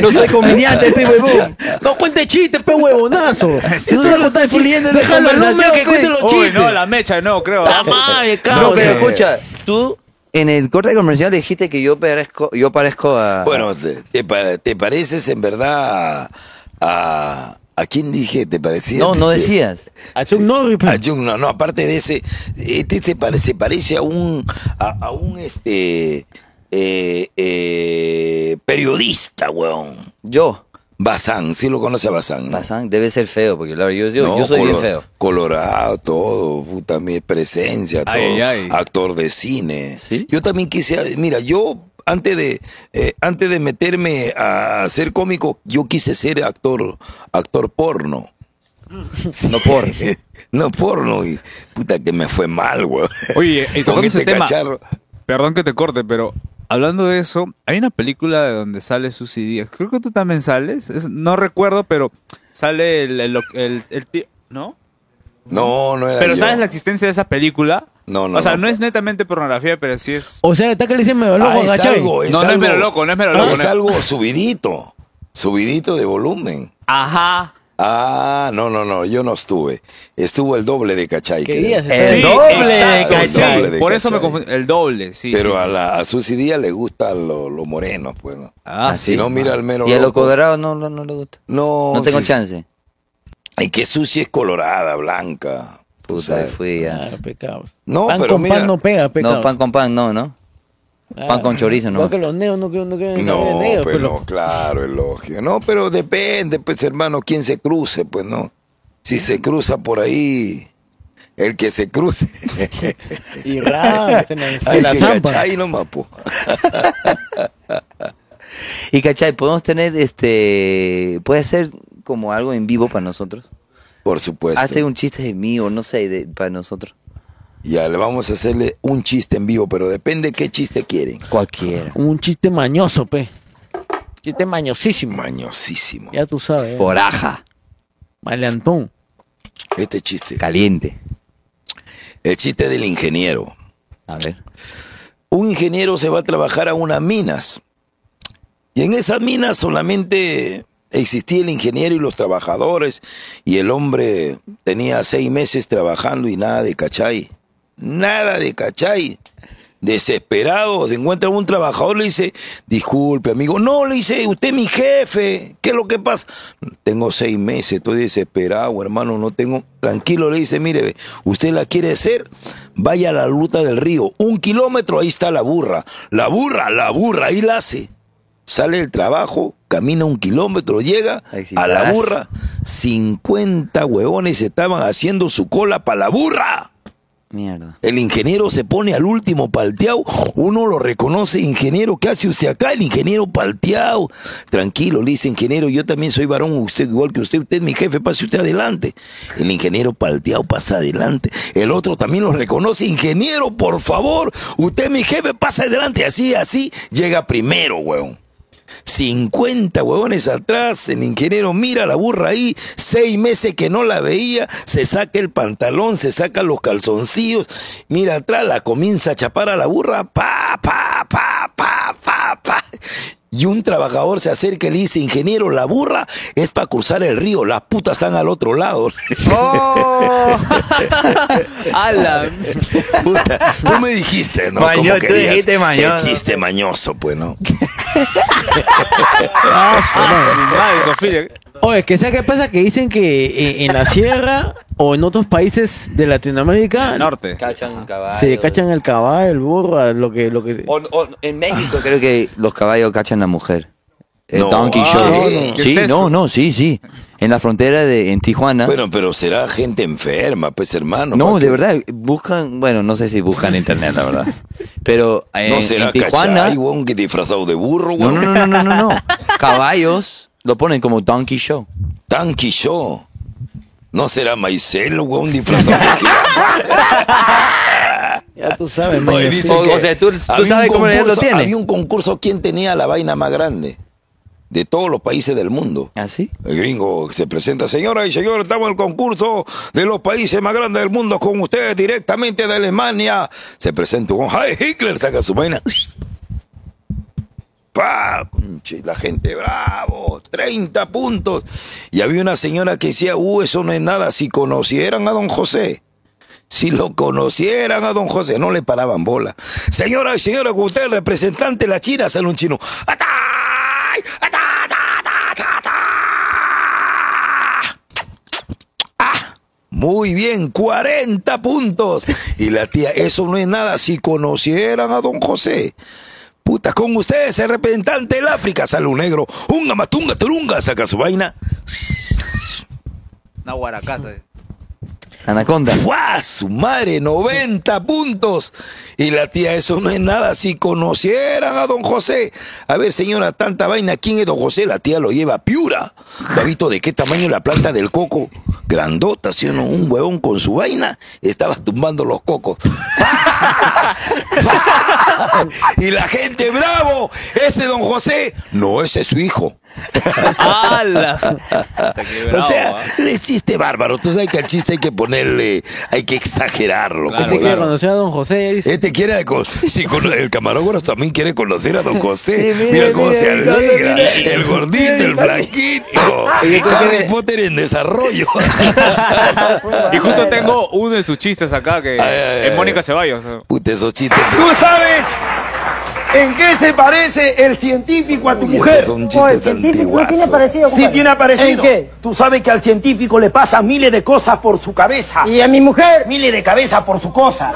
[SPEAKER 2] No soy comediante, pe huevón.
[SPEAKER 3] No cuente chistes, pe huevonazo.
[SPEAKER 2] Esto lo está incluyendo en la
[SPEAKER 3] Déjalo al hombre
[SPEAKER 2] conversación, pues.
[SPEAKER 3] que cuente
[SPEAKER 2] pe.
[SPEAKER 3] los
[SPEAKER 1] Uy,
[SPEAKER 3] chistes.
[SPEAKER 1] no, la mecha de nuevo, creo. ¿ah?
[SPEAKER 3] La madre,
[SPEAKER 2] No,
[SPEAKER 3] cabrón.
[SPEAKER 2] pero
[SPEAKER 4] sí.
[SPEAKER 2] escucha, tú en el corte comercial dijiste que yo parezco, yo parezco a.
[SPEAKER 4] Bueno, te, te pa- te pareces en verdad a, a... ¿a quién dije? ¿Te parecía?
[SPEAKER 2] no, no decías.
[SPEAKER 3] A Chuck Norris, pe.
[SPEAKER 2] Ah,
[SPEAKER 4] A Jung, no, no, aparte de ese, este se parece, se parece a un, a, a un este, eh, eh, periodista, weón.
[SPEAKER 2] Yo.
[SPEAKER 4] Bazán, sí lo conoce a Bazán, ¿no?
[SPEAKER 2] Bazán, debe ser feo, porque la verdad, yo, yo,
[SPEAKER 4] No,
[SPEAKER 2] yo soy bien
[SPEAKER 4] colo-
[SPEAKER 2] feo.
[SPEAKER 4] Colorado, todo, puta, mi presencia, todo.
[SPEAKER 1] Ay, ay.
[SPEAKER 4] Actor de cine.
[SPEAKER 2] ¿Sí?
[SPEAKER 4] Yo también quise, mira, yo antes de, eh, antes de meterme a ser cómico, yo quise ser actor, actor porno.
[SPEAKER 2] No por.
[SPEAKER 4] no porno, y puta que me fue mal, güey.
[SPEAKER 1] Oye, y
[SPEAKER 4] Con
[SPEAKER 1] tocando ese tema,
[SPEAKER 4] cacharro.
[SPEAKER 1] Perdón que te corte, pero hablando de eso, hay una película de donde sale Susy Díaz. Creo que tú también sales. Es- no recuerdo, pero sale el, el, el- el tío. ¿No?
[SPEAKER 4] No, no era
[SPEAKER 1] Pero
[SPEAKER 4] yo.
[SPEAKER 1] ¿sabes la existencia de esa película?
[SPEAKER 4] No, no,
[SPEAKER 1] O sea,
[SPEAKER 4] no.
[SPEAKER 1] no, es netamente pornografía, pero sí es.
[SPEAKER 3] O sea, está que le dicen me va
[SPEAKER 4] Ah,
[SPEAKER 3] loco,
[SPEAKER 4] es
[SPEAKER 3] cachai.
[SPEAKER 4] algo, es
[SPEAKER 1] No, no es
[SPEAKER 4] algo-
[SPEAKER 1] mero loco, no es mero loco,
[SPEAKER 4] Es
[SPEAKER 1] no es-
[SPEAKER 4] algo subidito, subidito de volumen.
[SPEAKER 1] Ajá.
[SPEAKER 4] Ah, no, no, no, yo no estuve. Estuvo el doble de Cachay.
[SPEAKER 3] ¿Qué
[SPEAKER 4] creo.
[SPEAKER 3] días?
[SPEAKER 2] El
[SPEAKER 1] Sí,
[SPEAKER 2] doble de
[SPEAKER 1] exacto,
[SPEAKER 4] El
[SPEAKER 2] cachai.
[SPEAKER 4] doble de
[SPEAKER 1] Por eso me
[SPEAKER 4] cachai.
[SPEAKER 1] confundí. El doble, sí.
[SPEAKER 4] Pero
[SPEAKER 1] sí.
[SPEAKER 4] a, la, a Susy Díaz le gusta lo, lo moreno, pues. ¿no?
[SPEAKER 1] Ah,
[SPEAKER 4] si
[SPEAKER 1] sí.
[SPEAKER 4] no, mira al mero.
[SPEAKER 2] Y a los
[SPEAKER 4] loco.
[SPEAKER 2] cuadrados no, no, no le gusta.
[SPEAKER 4] No,
[SPEAKER 2] No tengo
[SPEAKER 4] sí.
[SPEAKER 2] chance.
[SPEAKER 4] Ay, que Susy es colorada, blanca. O
[SPEAKER 2] Puta,
[SPEAKER 4] sea,
[SPEAKER 2] ahí fui ya.
[SPEAKER 3] Ah, pecado.
[SPEAKER 4] No,
[SPEAKER 3] pan
[SPEAKER 4] pero
[SPEAKER 3] con
[SPEAKER 4] mira-
[SPEAKER 3] pan no pega, pecado.
[SPEAKER 2] No, pan con pan, no, ¿no? Pan con chorizo, no.
[SPEAKER 3] Igual que los neos no quieren no, quieren saber
[SPEAKER 4] No,
[SPEAKER 3] de negro,
[SPEAKER 4] pero
[SPEAKER 3] pero-
[SPEAKER 4] claro, es lógico. No, pero depende, pues, hermano, quién se cruce, pues, ¿no? Si se cruza por ahí, el que se cruce.
[SPEAKER 3] Y ra, se me- se
[SPEAKER 4] Hay
[SPEAKER 3] este la
[SPEAKER 4] que
[SPEAKER 3] zampa.
[SPEAKER 4] Cachay nomás, po.
[SPEAKER 2] Y cachai, podemos tener este. Puede ser como algo en vivo para nosotros.
[SPEAKER 4] Por supuesto.
[SPEAKER 2] Hazte un chiste de mí o no sé, de- para nosotros.
[SPEAKER 4] Ya le vamos a hacerle un chiste en vivo, pero depende qué chiste quieren.
[SPEAKER 2] Cualquiera.
[SPEAKER 3] Un chiste mañoso, pe. Chiste mañosísimo.
[SPEAKER 4] Mañosísimo.
[SPEAKER 3] Ya tú sabes. eh.
[SPEAKER 2] Foraja.
[SPEAKER 3] Maleantón.
[SPEAKER 4] Este chiste.
[SPEAKER 2] Caliente.
[SPEAKER 4] El chiste del ingeniero.
[SPEAKER 2] A ver.
[SPEAKER 4] Un ingeniero se va a trabajar a unas minas. Y en esas minas solamente existía el ingeniero y los trabajadores. Y el hombre tenía seis meses trabajando y nada de cachay. Nada de cachay. Desesperado, se encuentra un trabajador, le dice, disculpe amigo, no, le dice, usted es mi jefe, ¿qué es lo que pasa? Tengo seis meses, estoy desesperado, hermano, no tengo, tranquilo, le dice, mire, ve, usted la quiere hacer, vaya a la ruta del río, un kilómetro, ahí está la burra, la burra, la burra, ahí la hace. Sale del trabajo, camina un kilómetro, llega a la
[SPEAKER 2] Exitazo.
[SPEAKER 4] burra, 50 huevones estaban haciendo su cola para la burra.
[SPEAKER 2] Mierda.
[SPEAKER 4] El ingeniero se pone al último palteado. Uno lo reconoce, ingeniero, ¿qué hace usted acá? El ingeniero palteado. Tranquilo, le dice, ingeniero, yo también soy varón, usted igual que usted, usted es mi jefe, pase usted adelante. El ingeniero palteado pasa adelante. El otro también lo reconoce, ingeniero, por favor, usted es mi jefe, pasa adelante. Así, así, llega primero, weón. 50 huevones atrás, el ingeniero mira la burra ahí, seis meses que no la veía, se saca el pantalón, se saca los calzoncillos, mira atrás, la comienza a chapar a la burra, pa, pa, pa, pa, pa, pa. Y un trabajador se acerca y le dice, ingeniero, la burra es para cruzar el río, las putas están al otro lado.
[SPEAKER 2] Oh.
[SPEAKER 11] Alan.
[SPEAKER 4] Puta, tú me dijiste, ¿no?
[SPEAKER 2] Maño-
[SPEAKER 4] Como
[SPEAKER 2] tú
[SPEAKER 4] querías.
[SPEAKER 2] dijiste mañoso.
[SPEAKER 4] Qué chiste mañoso, pues, ¿no?
[SPEAKER 1] Ah, Madre, Sofía.
[SPEAKER 3] Oye, que sea que pasa que dicen que eh, en la sierra o en otros países de Latinoamérica
[SPEAKER 1] Ah, Norte.
[SPEAKER 2] Cachan un caballo.
[SPEAKER 3] se cachan el caballo, el burro, a lo que, lo que
[SPEAKER 2] O- o en México creo que los caballos cachan a la mujer. El
[SPEAKER 4] No.
[SPEAKER 2] donkey
[SPEAKER 4] Ah,
[SPEAKER 2] show.
[SPEAKER 4] no, no.
[SPEAKER 1] ¿Qué
[SPEAKER 2] Sí,
[SPEAKER 1] es eso?
[SPEAKER 2] no, no, sí, sí. En la frontera de en Tijuana.
[SPEAKER 4] Bueno, pero será gente enferma, pues, hermano.
[SPEAKER 2] ¿Ah? no,
[SPEAKER 4] ¿para
[SPEAKER 2] de
[SPEAKER 4] qué?
[SPEAKER 2] verdad, buscan, bueno, no sé si buscan en internet, la verdad. Pero en,
[SPEAKER 4] No será
[SPEAKER 2] en Tijuana,
[SPEAKER 4] cachay, weón, que disfrazado de burro,
[SPEAKER 2] no,
[SPEAKER 4] weón.
[SPEAKER 2] no, no, no, no, no, no. Caballos lo ponen como donkey show.
[SPEAKER 4] Tanqui show. No será maicelo, weón, disfrazado de
[SPEAKER 3] Ya tú sabes,
[SPEAKER 4] Oye,
[SPEAKER 3] maño,
[SPEAKER 4] dicen
[SPEAKER 2] O-
[SPEAKER 4] que
[SPEAKER 2] o sea, tú- tú
[SPEAKER 4] había un
[SPEAKER 2] sabes cómo lo
[SPEAKER 4] concurso-
[SPEAKER 2] tiene.
[SPEAKER 4] Había un concurso quién tenía la vaina más grande de todos los países del mundo.
[SPEAKER 2] ¿Así?
[SPEAKER 4] El gringo se presenta, señoras y señores, estamos en el concurso de los países más grandes del mundo con ustedes directamente de Alemania. Se presenta un Hi Hitler, saca su vaina. ¡Pa! Conche, La gente, bravo, 30 puntos. Y había una señora que decía, uh, eso no es nada, si conocieran a don José. Si lo conocieran a don José, no le paraban bola. Señora y señora, con usted el representante de la China, sale un chino. ¡Atay! ¡Atá, atá, atá, atá, atá! ¡Ah! Muy bien, 40 puntos. Y la tía, eso no es nada. Si conocieran a don José. Puta, con ustedes, el representante del África, sale un negro. Unga, matunga, turunga, saca su vaina.
[SPEAKER 11] Una guaracata.
[SPEAKER 2] Anaconda.
[SPEAKER 4] ¡Fua! Su madre, 90 puntos. Y la tía, eso no es nada. Si conocieran a don José. A ver, señora, tanta vaina. ¿Quién es don José? La tía lo lleva a piura. Gabito, ¿de qué tamaño la planta del coco? Grandota, si uno, un huevón con su vaina estaba tumbando los cocos. y la gente, bravo, ese don José, no, ese es su hijo. O sea,
[SPEAKER 1] ¿ah?
[SPEAKER 4] es chiste bárbaro. Tú sabes que al chiste hay que ponerle, hay que exagerarlo.
[SPEAKER 3] Gente
[SPEAKER 4] como
[SPEAKER 3] quiere
[SPEAKER 4] dicen.
[SPEAKER 3] conocer a don José, dice.
[SPEAKER 4] Este quiere, con- sí, con- el camarógrafo también quiere conocer a don José.
[SPEAKER 2] Sí, mira,
[SPEAKER 4] mira, cómo
[SPEAKER 2] mira,
[SPEAKER 4] se
[SPEAKER 2] mira,
[SPEAKER 4] alegra.
[SPEAKER 2] mira.
[SPEAKER 4] el gordito, el blanquito. Harry Potter en desarrollo.
[SPEAKER 1] Y justo tengo uno de tus chistes acá que
[SPEAKER 4] pues, Ay, ay,
[SPEAKER 1] es
[SPEAKER 4] ay.
[SPEAKER 1] Mónica Ceballos.
[SPEAKER 4] Puta, esos chistes.
[SPEAKER 6] ¿Tú sabes en qué se parece el científico a tu
[SPEAKER 4] Uy,
[SPEAKER 6] mujer?
[SPEAKER 4] esos son chistes antiguazos.
[SPEAKER 6] Sí tiene aparecido.
[SPEAKER 9] ¿En qué?
[SPEAKER 6] Tú sabes que al científico le pasan miles de cosas por su cabeza.
[SPEAKER 9] Y a mi mujer.
[SPEAKER 6] Miles de cabeza por su cosa.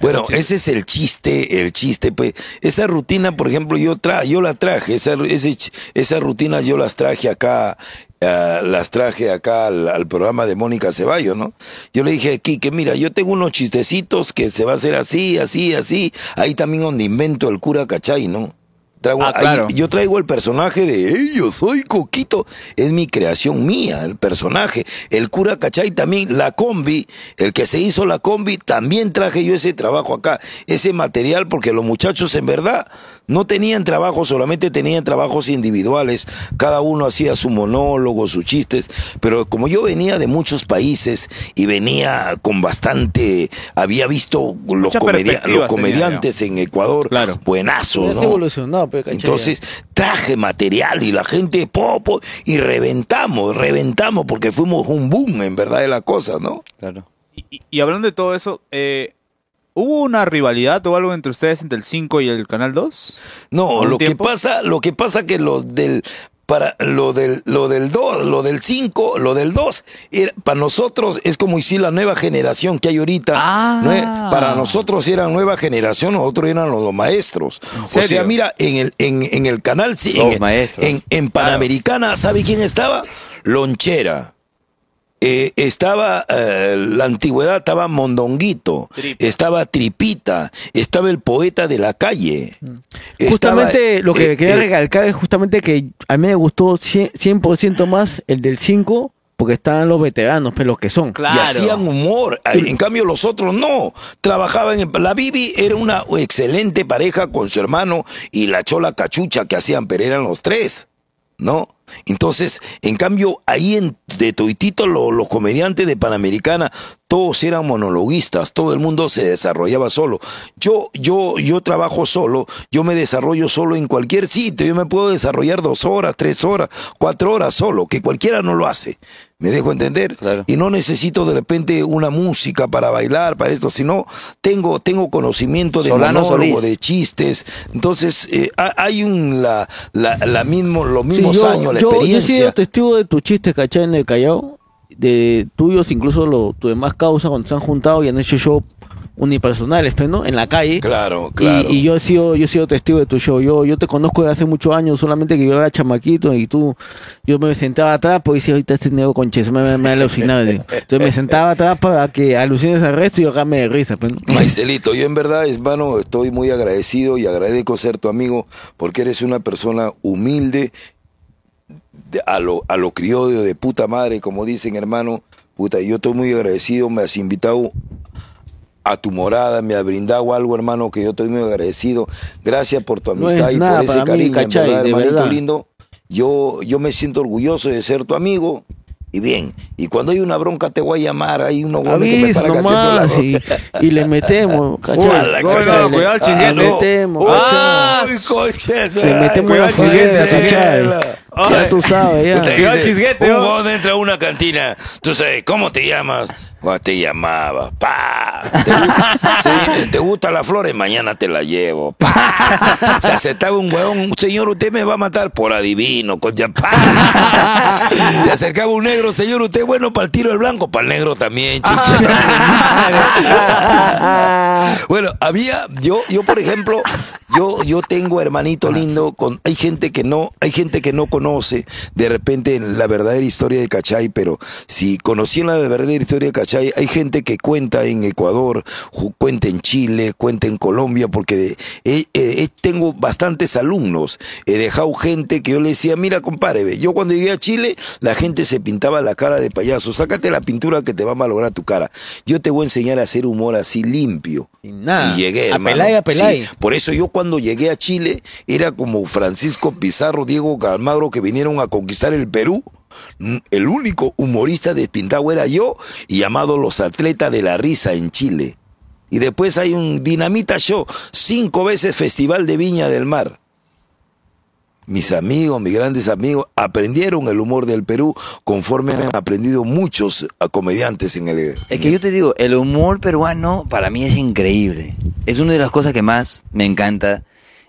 [SPEAKER 4] Bueno, ese es el chiste, el chiste, pues, esa rutina, por ejemplo, yo tra, yo la traje, esa, ru- ese ch- esa rutina yo las traje acá, ah, las traje acá al, al programa de Mónica Ceballos, ¿no? Yo le dije aquí que mira, yo tengo unos chistecitos que se va a hacer así, así, así, ahí también donde invento el cura cachay, ¿no? Traigo-
[SPEAKER 1] Ah, claro.
[SPEAKER 4] ahí- yo traigo el personaje de "Ey, yo soy Coquito, es mi creación mía, el personaje. El cura Cachay también, la combi, el que se hizo la combi, también traje yo ese trabajo acá, ese material, porque los muchachos en verdad no tenían trabajo, solamente tenían trabajos individuales, cada uno hacía su monólogo, sus chistes, pero como yo venía de muchos países y venía con bastante, había visto los,
[SPEAKER 1] Muchas
[SPEAKER 4] comedia-
[SPEAKER 1] perspectivas
[SPEAKER 4] los
[SPEAKER 1] tenía,
[SPEAKER 4] comediantes en Ecuador,
[SPEAKER 1] Claro.
[SPEAKER 4] buenazos,
[SPEAKER 3] Ya se
[SPEAKER 4] ¿no?
[SPEAKER 3] evolucionó, pe, cachai,
[SPEAKER 4] Entonces traje material y la gente popo y reventamos, reventamos porque fuimos un boom en verdad de la cosa, ¿no?
[SPEAKER 2] Claro.
[SPEAKER 1] Y, y- y hablando de todo eso, eh, ¿hubo una rivalidad o algo entre ustedes entre el 5 y el Canal 2?
[SPEAKER 4] No,
[SPEAKER 1] ¿Un
[SPEAKER 4] lo
[SPEAKER 1] tiempo?
[SPEAKER 4] que pasa, lo que pasa que lo del para lo del lo del 2, lo del 5, lo del 2 para nosotros es como si la nueva generación que hay ahorita,
[SPEAKER 1] Ah.
[SPEAKER 4] ¿no es? para nosotros era nueva generación, nosotros eran los, los maestros. O
[SPEAKER 1] serio?
[SPEAKER 4] sea, mira, en el en, en el canal sí,
[SPEAKER 2] Los
[SPEAKER 4] en,
[SPEAKER 2] maestros.
[SPEAKER 4] en en Panamericana, ¿sabe quién estaba? Lonchera. Eh, estaba eh, la antigüedad, estaba Mondonguito,
[SPEAKER 1] Tripa.
[SPEAKER 4] estaba Tripita, estaba el poeta de la calle. estaba-
[SPEAKER 3] Mm. Justamente lo que
[SPEAKER 4] eh,
[SPEAKER 3] quería
[SPEAKER 4] eh,
[SPEAKER 3] recalcar es justamente que a mí me gustó cien- 100%, más el del 5 Porque están los veteranos, pero los que son.
[SPEAKER 4] Y hacían humor. Ay, En cambio, los otros no. Trabajaban en. La Bibi era una excelente pareja con su hermano y la Chola Cachucha que hacían, pero eran los tres. ¿No? Entonces, en cambio, ahí en, de Toitito, lo- los comediantes de Panamericana, todos eran monologuistas, todo el mundo se desarrollaba solo. Yo, yo, yo trabajo solo, yo me desarrollo solo en cualquier sitio, yo me puedo desarrollar dos horas, tres horas, cuatro horas solo, que cualquiera no lo hace. ¿Me dejo entender? Y no necesito de repente una música para bailar, para esto, sino tengo, tengo conocimiento de
[SPEAKER 2] Solano
[SPEAKER 4] monólogo,
[SPEAKER 2] Solís.
[SPEAKER 4] de chistes. Entonces, eh, ha- hay un la, la, la mismo, los
[SPEAKER 3] Sí,
[SPEAKER 4] mismos
[SPEAKER 3] yo-
[SPEAKER 4] años, la
[SPEAKER 3] yo- Yo he
[SPEAKER 4] experiencia.
[SPEAKER 3] sido testigo de tus chistes, ¿cachai? En el Callao, de tuyos, incluso lo, tus demás causas cuando se han juntado y han hecho show unipersonales, pues, ¿no? En la calle.
[SPEAKER 4] Claro,
[SPEAKER 3] Y-
[SPEAKER 4] claro.
[SPEAKER 3] Y, yo he sido yo he sido testigo de tu show. Yo yo te conozco desde hace muchos años, solamente que yo era chamaquito y tú yo me sentaba atrás porque decía, ahorita este negro conches, me, me, me alucinaba", digo. Entonces me sentaba atrás para que alucines al resto y yo acá me de risa, pues, ¿no?
[SPEAKER 4] Maicelito, yo en verdad, hermano, estoy muy agradecido y agradezco ser tu amigo porque eres una persona humilde de- a lo, a lo criollo de puta madre, como dicen, hermano. Puta, yo estoy muy agradecido, me has invitado a tu morada, me has brindado algo, hermano, que yo estoy muy agradecido. Gracias por tu
[SPEAKER 3] No es
[SPEAKER 4] amistad y
[SPEAKER 3] nada
[SPEAKER 4] por ese
[SPEAKER 3] para mí,
[SPEAKER 4] cariño, en
[SPEAKER 3] ¿cachai?
[SPEAKER 4] verdad,
[SPEAKER 3] De
[SPEAKER 4] hermanito
[SPEAKER 3] verdad.
[SPEAKER 4] lindo. Yo, yo me siento orgulloso de ser tu amigo. Y bien, y cuando hay una bronca te voy a llamar, hay unos huevones que me
[SPEAKER 3] Avisa
[SPEAKER 4] paran acá haciendo la
[SPEAKER 3] nomás y,
[SPEAKER 4] bronca.
[SPEAKER 3] y le metemos,
[SPEAKER 4] Uala,
[SPEAKER 3] ¿cachai?
[SPEAKER 4] no,
[SPEAKER 3] ¿Cachai?
[SPEAKER 4] no,
[SPEAKER 3] Le-
[SPEAKER 4] cuidado el
[SPEAKER 3] le
[SPEAKER 4] chinguete.
[SPEAKER 3] metemos, ¿cachai?
[SPEAKER 4] Uy, conches,
[SPEAKER 3] Le
[SPEAKER 4] ay,
[SPEAKER 3] metemos
[SPEAKER 4] cuidado
[SPEAKER 3] la
[SPEAKER 4] el chinguete,
[SPEAKER 3] fidela,
[SPEAKER 4] chinguete.
[SPEAKER 3] cachai.
[SPEAKER 4] Ay.
[SPEAKER 3] Ya tú sabes, ya.
[SPEAKER 4] Puta,
[SPEAKER 3] Cuidado el
[SPEAKER 4] dice,
[SPEAKER 3] chisguete,
[SPEAKER 4] un
[SPEAKER 3] oh.
[SPEAKER 4] huevón entra a una cantina. Tú sabes, ¿cómo te llamas? Bueno, te llamaba, pa. ¿Te, gusta- sí, ¿te gustan las flores? Mañana te las llevo, pa. Se acercaba un huevón, señor, usted me va a matar por adivino, concha, pa. Se acercaba un negro, señor, usted es bueno para el tiro del blanco, para el negro también, chucha. Bueno, había, yo, yo por ejemplo, yo, yo tengo hermanito lindo, con, hay gente que no, hay gente que no conoce de repente la verdadera historia de Cachay, pero si conocían la verdadera historia de Cachay, hay gente que cuenta en Ecuador, ju- cuenta en Chile, cuenta en Colombia, porque eh, eh, tengo bastantes alumnos, he dejado gente que yo le decía, mira compadre, ve, yo cuando llegué a Chile, la gente se pintaba la cara de payaso, sácate la pintura que te va a malograr tu cara, yo te voy a enseñar a hacer humor así limpio.
[SPEAKER 3] nada.
[SPEAKER 4] Y llegué,
[SPEAKER 3] A
[SPEAKER 4] hermano.
[SPEAKER 3] pelay, a pelay.
[SPEAKER 4] Sí. Por eso yo cuando llegué a Chile era como Francisco Pizarro, Diego Calmagro que vinieron a conquistar el Perú. Mm, El único humorista despintado era yo y llamado los atletas de la risa en Chile. Y después hay un Dinamita Show, cinco veces Festival de Viña del Mar. Mis amigos, mis grandes amigos, aprendieron el humor del Perú conforme han aprendido muchos ah, comediantes en el...
[SPEAKER 2] Es que yo te digo, el humor peruano para mí es increíble. Es una de las cosas que más me encanta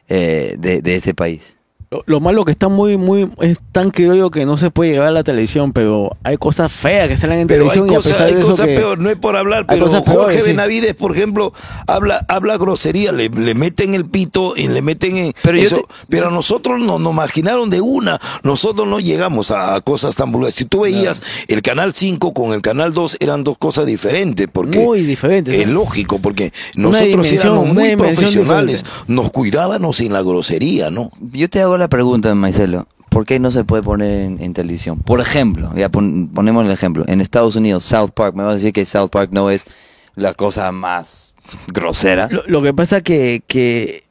[SPEAKER 2] eh, de, de este país.
[SPEAKER 3] Lo, lo malo que está muy, muy, es tan criollo que no se puede llevar a la televisión, pero hay cosas feas que salen en
[SPEAKER 4] Pero hay
[SPEAKER 3] televisión y a
[SPEAKER 4] cosas,
[SPEAKER 3] pesar
[SPEAKER 4] hay
[SPEAKER 3] de eso
[SPEAKER 4] cosas
[SPEAKER 3] que-
[SPEAKER 4] peor, no es por hablar,
[SPEAKER 3] hay
[SPEAKER 4] pero
[SPEAKER 3] cosas peores,
[SPEAKER 4] Jorge
[SPEAKER 3] sí.
[SPEAKER 4] Benavides, por ejemplo, habla, habla grosería, le, le meten el pito, y le meten en-
[SPEAKER 2] Pero yo
[SPEAKER 4] eso,
[SPEAKER 2] te-
[SPEAKER 4] pero a nosotros no, nos marginaron de una, nosotros no llegamos a, a cosas tan vulgares. Si tú veías el canal 5 con el canal 2 eran dos cosas diferentes, porque
[SPEAKER 3] Muy diferentes,
[SPEAKER 4] es
[SPEAKER 3] ¿no?
[SPEAKER 4] lógico, porque
[SPEAKER 3] Una
[SPEAKER 4] nosotros
[SPEAKER 3] dimensión,
[SPEAKER 4] éramos
[SPEAKER 3] una
[SPEAKER 4] muy
[SPEAKER 3] dimensión
[SPEAKER 4] profesionales, nos cuidábamos en la grosería, ¿no?
[SPEAKER 2] Yo te hago la pregunta, Maicelo. ¿Por qué no se puede poner en, en televisión? Por ejemplo, ya pon- ponemos el ejemplo. En Estados Unidos, South Park, me vas a decir que South Park no es la cosa más grosera.
[SPEAKER 3] Lo, lo que pasa que, que,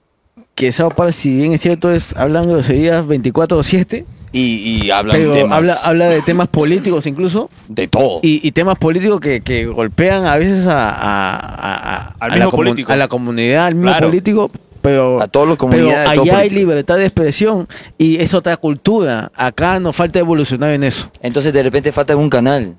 [SPEAKER 3] que Sao Paulo, si bien es cierto, es hablan groserías 24-7,
[SPEAKER 2] Y, y hablan
[SPEAKER 3] pero
[SPEAKER 2] temas
[SPEAKER 3] habla, habla de temas políticos incluso.
[SPEAKER 2] de todo.
[SPEAKER 3] Y, y temas políticos que, que golpean a veces a, a- a- a-
[SPEAKER 1] Al
[SPEAKER 3] a
[SPEAKER 1] mismo
[SPEAKER 3] la comu-
[SPEAKER 1] político.
[SPEAKER 3] a la comunidad, al mismo
[SPEAKER 1] Claro.
[SPEAKER 3] político, pero,
[SPEAKER 2] A todos los
[SPEAKER 3] pero
[SPEAKER 2] comunidades.
[SPEAKER 3] allá
[SPEAKER 2] todo
[SPEAKER 3] hay
[SPEAKER 2] político.
[SPEAKER 3] libertad de expresión y es otra cultura. Acá nos falta evolucionar en eso.
[SPEAKER 2] Entonces de repente falta un canal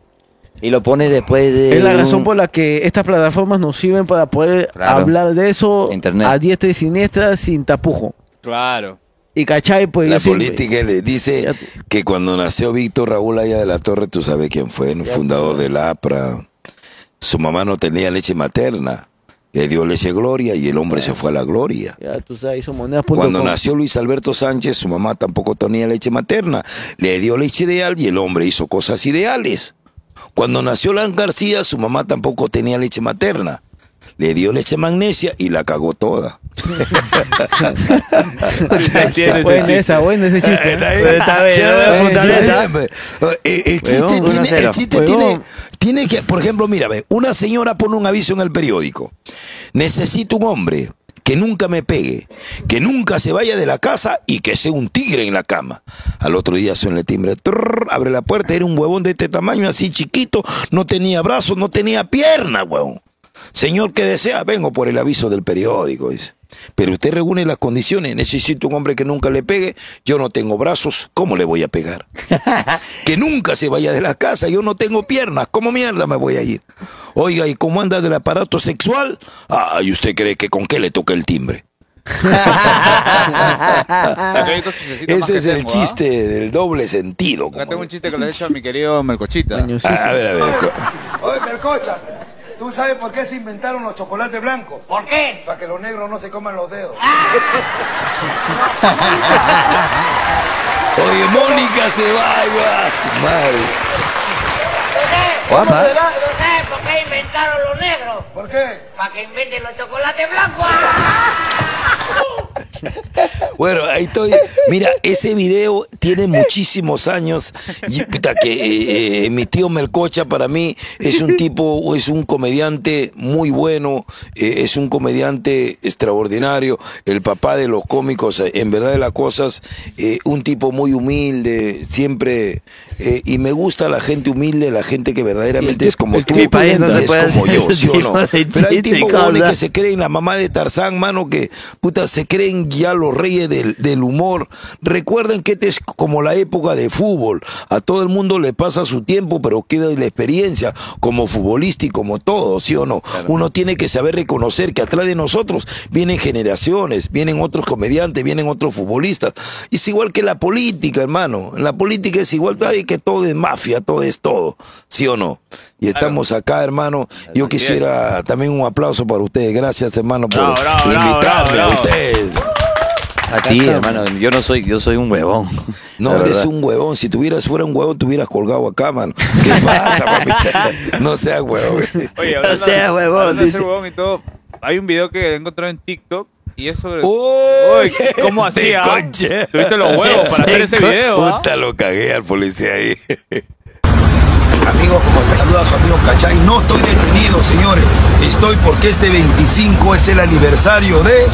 [SPEAKER 2] y lo pones después de...
[SPEAKER 3] Es la
[SPEAKER 4] Eh,
[SPEAKER 2] un-
[SPEAKER 3] razón por la que estas plataformas nos sirven para poder
[SPEAKER 2] Claro.
[SPEAKER 3] hablar de eso
[SPEAKER 2] Internet.
[SPEAKER 3] a diestra y siniestra sin tapujo.
[SPEAKER 11] Claro.
[SPEAKER 3] Y cachai, pues
[SPEAKER 4] La
[SPEAKER 3] yo siempre-
[SPEAKER 4] política le dice que cuando nació Víctor Raúl Aya de la Torre, tú sabes quién fue, el fundador del APRA. Su mamá no tenía leche materna. Le dio leche gloria y el hombre se fue a la gloria.
[SPEAKER 3] Ya, tú sabes, hizo monedas.com.
[SPEAKER 4] Cuando nació Luis Alberto Sánchez, su mamá tampoco tenía leche materna. Le dio leche ideal y el hombre hizo cosas ideales. Cuando nació Lan García, su mamá tampoco tenía leche materna. Le dio leche magnesia y la cagó toda.
[SPEAKER 1] entiende ese
[SPEAKER 3] Buena
[SPEAKER 1] chiste.
[SPEAKER 3] esa, buena ese chiste.
[SPEAKER 4] Está bien.
[SPEAKER 2] Está bien,
[SPEAKER 4] Sí,
[SPEAKER 2] no voy a
[SPEAKER 4] sí,
[SPEAKER 2] apuntar
[SPEAKER 4] sí.
[SPEAKER 2] esa.
[SPEAKER 4] Eh, El chiste,
[SPEAKER 2] Huevón,
[SPEAKER 4] tiene,
[SPEAKER 2] 1-0.
[SPEAKER 4] el chiste
[SPEAKER 2] Huevón.
[SPEAKER 4] tiene, tiene que, por ejemplo, mírame, una señora pone un aviso en el periódico. Necesito un hombre que nunca me pegue, que nunca se vaya de la casa y que sea un tigre en la cama. Al otro día suena el timbre, trrr, abre la puerta, era un huevón de este tamaño, así chiquito, no tenía brazos, no tenía pierna, huevón. Señor que desea, vengo por el aviso del periódico, dice. Pero usted reúne las condiciones, necesito un hombre que nunca le pegue, yo no tengo brazos, ¿cómo le voy a pegar? que nunca se vaya de la casa, yo no tengo piernas, ¿cómo mierda me voy a ir? Oiga, ¿y cómo anda del aparato sexual? Ah, ¿y usted cree que con qué le toca el timbre?
[SPEAKER 1] Ah.
[SPEAKER 11] Acá hay otro chistecito más
[SPEAKER 4] Ah, Ese
[SPEAKER 11] que
[SPEAKER 4] es el
[SPEAKER 11] tengo, ¿ah?
[SPEAKER 4] chiste del doble sentido.
[SPEAKER 11] Acá
[SPEAKER 4] como-
[SPEAKER 11] tengo un chiste que le he hecho a mi querido Melcochita.
[SPEAKER 4] Ah, a ver, a ver. co-
[SPEAKER 12] Oye, Percocha, ¿tú sabes por qué se inventaron los chocolates blancos? ¿Por qué? Para que los negros no se coman los dedos.
[SPEAKER 4] Oye, Mónica se va, ay, va, su madre.
[SPEAKER 5] ¿Cómo
[SPEAKER 6] ¿Ah?
[SPEAKER 4] Guapa.
[SPEAKER 5] será? ¿Tú sabes por qué inventaron los negros? ¿Por qué? Para que inventen los chocolates blancos. ah.
[SPEAKER 4] Bueno, ahí estoy. Mira, ese video tiene muchísimos años. Y, puta, que eh, eh, mi tío Melcocha para mí es un tipo, es un comediante muy bueno, eh, es un comediante extraordinario, el papá de los cómicos, eh, en verdad de las cosas, eh, un tipo muy humilde, siempre. eh, y me gusta la gente humilde, la gente que verdaderamente es como
[SPEAKER 2] el
[SPEAKER 4] tú,
[SPEAKER 2] tipo país no se
[SPEAKER 4] es
[SPEAKER 2] puede
[SPEAKER 4] como
[SPEAKER 2] hacer
[SPEAKER 4] yo,
[SPEAKER 2] ese
[SPEAKER 4] ¿sí o no?
[SPEAKER 2] tipo de
[SPEAKER 4] Pero hay
[SPEAKER 2] chiste,
[SPEAKER 4] tipos
[SPEAKER 2] ¿cómo
[SPEAKER 4] huevones que
[SPEAKER 2] hablas?
[SPEAKER 4] se creen la mamá de Tarzán, mano, que puta, se creen ya los reyes del, del humor. Recuerden que este es como la época de fútbol. A todo el mundo le pasa su tiempo, pero queda la experiencia como futbolista y como todo, ¿sí o no? Uno tiene que saber reconocer que atrás de nosotros vienen generaciones, vienen otros comediantes, vienen otros futbolistas. Y Es igual que la política, hermano. En la política es igual ay, que todo es mafia, todo es todo, ¿sí o no? Y estamos acá, hermano. Yo quisiera también un aplauso para ustedes. Gracias, hermano, por
[SPEAKER 2] Bravo, bravo, bravo,
[SPEAKER 4] invitarme
[SPEAKER 2] bravo,
[SPEAKER 4] a
[SPEAKER 2] bravo.
[SPEAKER 4] ustedes.
[SPEAKER 2] A ti, hermano, yo no soy, yo soy un huevón.
[SPEAKER 4] No,
[SPEAKER 2] La
[SPEAKER 4] eres
[SPEAKER 2] verdad.
[SPEAKER 4] un huevón. Si tuvieras fuera un huevón, te hubieras colgado acá, mano. ¿Qué pasa, papita? No seas huevón.
[SPEAKER 11] Oye,
[SPEAKER 4] no
[SPEAKER 11] hablando-
[SPEAKER 4] seas huevón.
[SPEAKER 11] hablando de ser
[SPEAKER 4] dice.
[SPEAKER 11] huevón y todo, hay un video que he encontrado en TikTok y es sobre...
[SPEAKER 4] Uy,
[SPEAKER 11] Uy, ¿Cómo
[SPEAKER 4] este
[SPEAKER 11] hacía?
[SPEAKER 4] conche.
[SPEAKER 11] Tuviste los huevos para hacer ese
[SPEAKER 4] co-
[SPEAKER 11] video, ¿ah?
[SPEAKER 4] Puta, lo cagué al policía ahí.
[SPEAKER 6] Amigos, como se saluda su amigo Cachay, no estoy detenido, señores. Estoy porque este 25 es el aniversario de...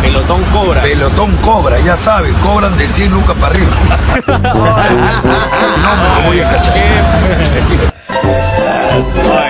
[SPEAKER 6] Pelotón Cobra. Pelotón Cobra, ya saben, cobran de 100 lucas para arriba. no, me lo voy a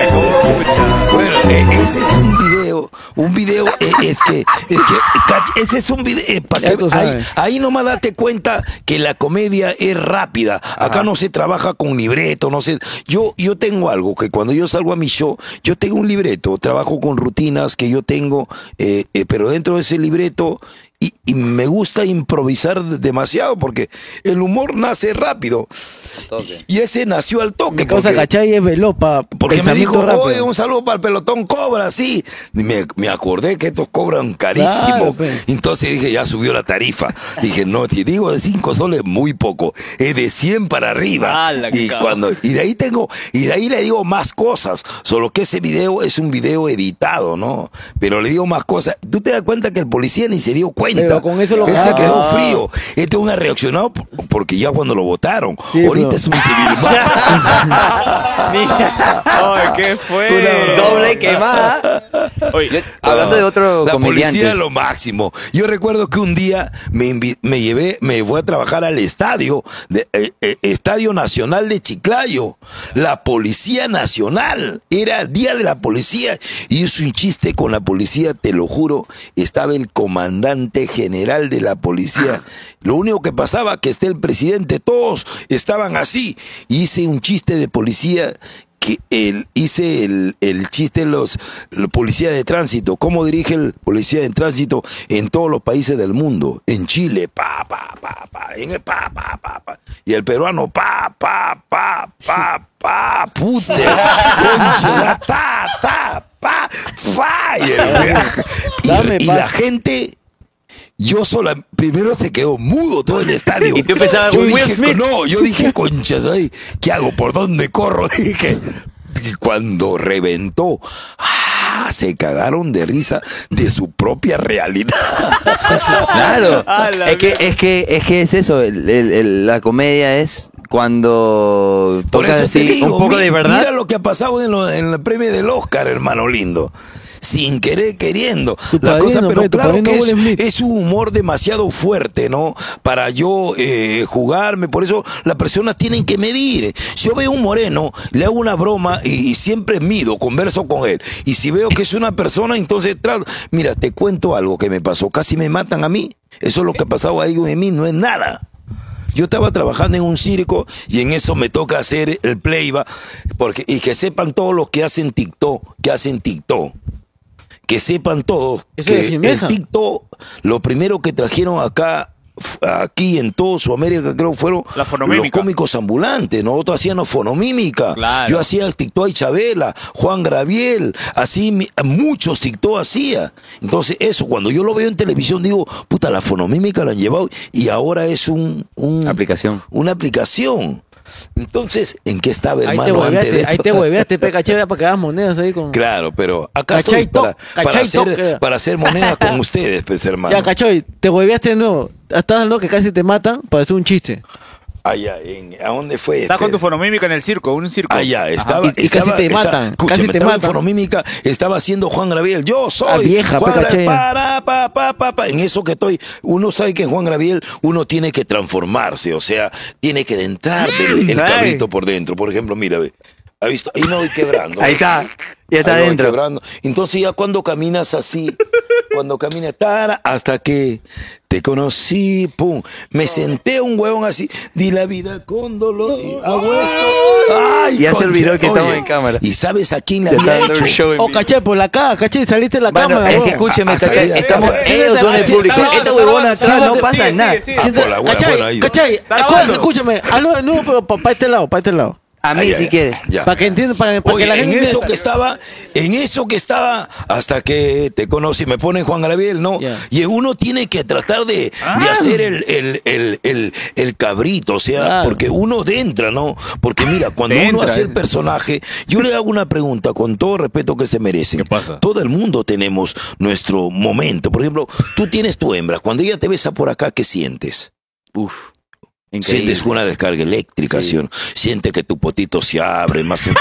[SPEAKER 4] Bueno, eh, ese es un video, un video, eh, es que, es que, cach- ese es un video, eh, pa'
[SPEAKER 3] Ya
[SPEAKER 4] que-
[SPEAKER 3] tú
[SPEAKER 4] ahí,
[SPEAKER 3] sabes.
[SPEAKER 4] ahí nomás date cuenta que la comedia es rápida, acá no se trabaja con libreto, no sé, yo, yo tengo algo que cuando yo salgo a mi show, yo tengo un libreto, trabajo con rutinas que yo tengo, eh, eh, pero dentro de ese libreto, y, y me gusta improvisar demasiado porque el humor nace rápido y ese nació al toque.
[SPEAKER 3] Mi causa
[SPEAKER 4] porque-
[SPEAKER 3] cachai es velopa.
[SPEAKER 4] porque me dijo,
[SPEAKER 3] rápido.
[SPEAKER 4] oye, un saludo para el pelotón Cobra, sí. Y Me, me acordé que estos cobran carísimo.
[SPEAKER 3] Claro, pues. pe.
[SPEAKER 4] Entonces dije, ya subió la tarifa. Dije, no, te digo de 5 soles muy poco. Es de 100 para arriba.
[SPEAKER 3] Ah,
[SPEAKER 11] ¡Hala, qué
[SPEAKER 4] y,
[SPEAKER 11] cabrón!
[SPEAKER 4] cuando, y de ahí tengo, y de ahí le digo más cosas. Solo que ese video es un video editado, ¿no? Pero le digo más cosas. Tú te das cuenta que el policía ni se dio cuenta.
[SPEAKER 3] Pero con eso lo Ah.
[SPEAKER 4] Él se
[SPEAKER 3] grababa.
[SPEAKER 4] quedó frío. Este es un reaccionado porque ya cuando lo votaron.
[SPEAKER 3] Sí,
[SPEAKER 4] ahorita
[SPEAKER 3] pero-
[SPEAKER 4] es un civil más.
[SPEAKER 11] Ay, ¿qué fue?
[SPEAKER 2] Doble quemada.
[SPEAKER 11] Oye,
[SPEAKER 2] Hablando de otro
[SPEAKER 4] la policía
[SPEAKER 2] comediante.
[SPEAKER 4] es lo máximo. Yo recuerdo que un día me, invi- me llevé, me fue a trabajar al estadio, de- eh, eh, Estadio Nacional de Chiclayo. La Policía Nacional. Era Día de la Policía. Y hice un chiste con la policía, te lo juro. Estaba el comandante general de la policía. Lo único que pasaba que esté el presidente, todos estaban así. Hice un chiste de policía que el, hice el, el chiste de los, los policías de tránsito, cómo dirige el policía de tránsito en todos los países del mundo, en Chile, pa, pa, pa, pa, en el pa, pa, pa, pa, y el peruano, pa, pa, pa, pa, pa, pute, concha, ta, ta, pa, pa, y, el- y-
[SPEAKER 3] Dame
[SPEAKER 4] y
[SPEAKER 3] paz.
[SPEAKER 4] la gente... Yo sola, primero se quedó mudo todo el estadio.
[SPEAKER 2] Y tú pensabas,
[SPEAKER 4] Yo
[SPEAKER 2] Will
[SPEAKER 4] dije,
[SPEAKER 2] Smith.
[SPEAKER 4] No, yo dije, conchas, ay, ¿qué hago? ¿Por dónde corro? Dije, y cuando reventó, ¡Ah! Se cagaron de risa de su propia realidad.
[SPEAKER 2] Claro. es, que, es, que, es que es eso. el- el- el- la comedia es cuando
[SPEAKER 4] Por
[SPEAKER 2] tocas
[SPEAKER 4] eso te
[SPEAKER 2] así
[SPEAKER 4] digo,
[SPEAKER 2] un poco
[SPEAKER 4] mi-
[SPEAKER 2] de verdad.
[SPEAKER 4] Mira lo que ha pasado en, lo- en el premio del Oscar, hermano lindo. Sin querer, queriendo.
[SPEAKER 3] Tu
[SPEAKER 4] La
[SPEAKER 3] padrino,
[SPEAKER 4] cosa, pero
[SPEAKER 3] pe, tu
[SPEAKER 4] claro
[SPEAKER 3] padrino
[SPEAKER 4] que es,
[SPEAKER 3] Will Smith.
[SPEAKER 4] es un humor demasiado fuerte, ¿no? Para yo eh, jugarme. Por eso las personas tienen que medir. Si yo veo un moreno, le hago una broma y, y siempre mido, converso con él. Y si veo que es una persona, entonces trato. Mira, te cuento algo que me pasó. Casi me matan a mí. Eso es lo que ha pasado ahí en mí, no es nada. Yo estaba trabajando en un circo y en eso me toca hacer el playback porque y que sepan todos los que hacen TikTok, que hacen TikTok. Que sepan todos
[SPEAKER 3] Eso
[SPEAKER 4] que
[SPEAKER 3] es
[SPEAKER 4] el
[SPEAKER 3] firmeza.
[SPEAKER 4] TikTok lo primero que trajeron acá f- aquí en todo Sudamérica creo fueron
[SPEAKER 11] La
[SPEAKER 4] los
[SPEAKER 11] fonomímica.
[SPEAKER 4] cómicos ambulantes, nosotros hacíamos fonomímica.
[SPEAKER 11] Claro.
[SPEAKER 4] Yo hacía TikTok y Chabela, Juan Graviel, así mi- muchos TikTok hacía. Entonces eso, cuando yo lo veo en televisión digo, puta, la fonomímica la han llevado y ahora es un, un-
[SPEAKER 2] Aplicación.
[SPEAKER 4] Mm. una aplicación. Entonces, ¿en qué estaba
[SPEAKER 3] Ahí te
[SPEAKER 4] hermano antes de
[SPEAKER 3] hueveaste, ahí
[SPEAKER 4] esto?
[SPEAKER 3] te hueveaste, peca chévere, para que hagas monedas ahí con.
[SPEAKER 4] Claro, pero acá
[SPEAKER 3] Cachai
[SPEAKER 4] estoy para,
[SPEAKER 3] toc,
[SPEAKER 4] para
[SPEAKER 3] cachai toc,
[SPEAKER 4] hacer,
[SPEAKER 3] era.
[SPEAKER 4] para hacer moneda con ustedes, pues hermano.
[SPEAKER 3] Ya, cachoy, te hueveaste de nuevo. Estás loco que casi te matan para hacer un chiste.
[SPEAKER 4] Allá, en- ¿a dónde fue?
[SPEAKER 11] Estás con
[SPEAKER 4] Pedro?
[SPEAKER 11] tu fonomímica en el circo, en un circo.
[SPEAKER 4] Allá, estaba,
[SPEAKER 3] Y- y casi
[SPEAKER 4] estaba-
[SPEAKER 3] te
[SPEAKER 4] estaba-
[SPEAKER 3] matan,
[SPEAKER 4] escúchame,
[SPEAKER 3] casi te
[SPEAKER 4] estaba en
[SPEAKER 3] matan.
[SPEAKER 4] fonomímica, estaba haciendo Juan Graviel. Yo soy
[SPEAKER 3] Ah, vieja,
[SPEAKER 4] Juan
[SPEAKER 3] peca,
[SPEAKER 4] Graviel.
[SPEAKER 3] che.
[SPEAKER 4] Para, pa, pa, pa, pa. En eso que estoy, uno sabe que en Juan Graviel uno tiene que transformarse, o sea, tiene que entrar del- el
[SPEAKER 11] Ay.
[SPEAKER 4] cabrito por dentro. Por ejemplo, mira, ve. ¿Ha visto? Ahí no voy quebrando.
[SPEAKER 2] Ahí está. Ya está
[SPEAKER 4] Ahí lo voy
[SPEAKER 2] adentro.
[SPEAKER 4] quebrando. Entonces ya cuando caminas así, cuando caminas tara, hasta que te conocí, pum, me senté un huevón así, di la vida con dolor, y hago esto. Ay,
[SPEAKER 2] Ya se olvidó
[SPEAKER 4] concha,
[SPEAKER 2] que estamos
[SPEAKER 4] oye,
[SPEAKER 2] en cámara.
[SPEAKER 4] ¿Y sabes a quién le
[SPEAKER 2] Ya está
[SPEAKER 4] había
[SPEAKER 2] dando
[SPEAKER 4] hecho?
[SPEAKER 2] el show en
[SPEAKER 3] O
[SPEAKER 2] vivo.
[SPEAKER 3] caché, por la cara, caché, saliste de la
[SPEAKER 2] Bueno,
[SPEAKER 3] cámara.
[SPEAKER 2] es
[SPEAKER 3] huevón.
[SPEAKER 2] que escúchame,
[SPEAKER 4] Ah,
[SPEAKER 2] ¿cachai?
[SPEAKER 4] ah,
[SPEAKER 2] Estamos,
[SPEAKER 4] sí,
[SPEAKER 2] ellos son el
[SPEAKER 11] sí,
[SPEAKER 2] público.
[SPEAKER 11] sí,
[SPEAKER 2] Esta
[SPEAKER 11] sí,
[SPEAKER 2] huevona
[SPEAKER 11] sí,
[SPEAKER 2] atrás
[SPEAKER 11] sí,
[SPEAKER 2] no
[SPEAKER 11] sí,
[SPEAKER 2] pasa
[SPEAKER 11] sí,
[SPEAKER 2] nada.
[SPEAKER 11] sí, sí.
[SPEAKER 4] Ah, por la buena,
[SPEAKER 3] ¿Cachai?
[SPEAKER 4] buena idea.
[SPEAKER 3] ¿Cachai?
[SPEAKER 11] Está grabando.
[SPEAKER 3] Acuérdate, escúchame, hazlo de nuevo, pero para este lado, para este lado.
[SPEAKER 2] A mí
[SPEAKER 4] Ay,
[SPEAKER 2] si
[SPEAKER 4] ay,
[SPEAKER 2] quieres.
[SPEAKER 4] ya.
[SPEAKER 3] Para que entiendan, para, para
[SPEAKER 4] Oye,
[SPEAKER 3] que la
[SPEAKER 4] en
[SPEAKER 3] gente
[SPEAKER 4] eso
[SPEAKER 3] entienda.
[SPEAKER 4] que estaba, en eso que estaba, hasta que te conocí, me pone Juan Gabriel, ¿no?
[SPEAKER 3] Ya.
[SPEAKER 4] Y uno tiene que tratar de, de hacer el, el, el, el, el cabrito, o sea,
[SPEAKER 3] Claro.
[SPEAKER 4] porque uno de entra, ¿no? Porque mira, cuando
[SPEAKER 11] Te
[SPEAKER 4] uno
[SPEAKER 11] entra,
[SPEAKER 4] hace
[SPEAKER 11] eh.
[SPEAKER 4] el personaje, yo le hago una pregunta con todo respeto que se merece.
[SPEAKER 11] ¿Qué pasa?
[SPEAKER 4] Todo el mundo tenemos nuestro momento. Por ejemplo, tú tienes tu hembra, cuando ella te besa por acá, ¿qué sientes?
[SPEAKER 2] Uf. Increíble.
[SPEAKER 4] Sientes una descarga eléctrica, ¿sí o no? Sientes que tu potito se abre más. o-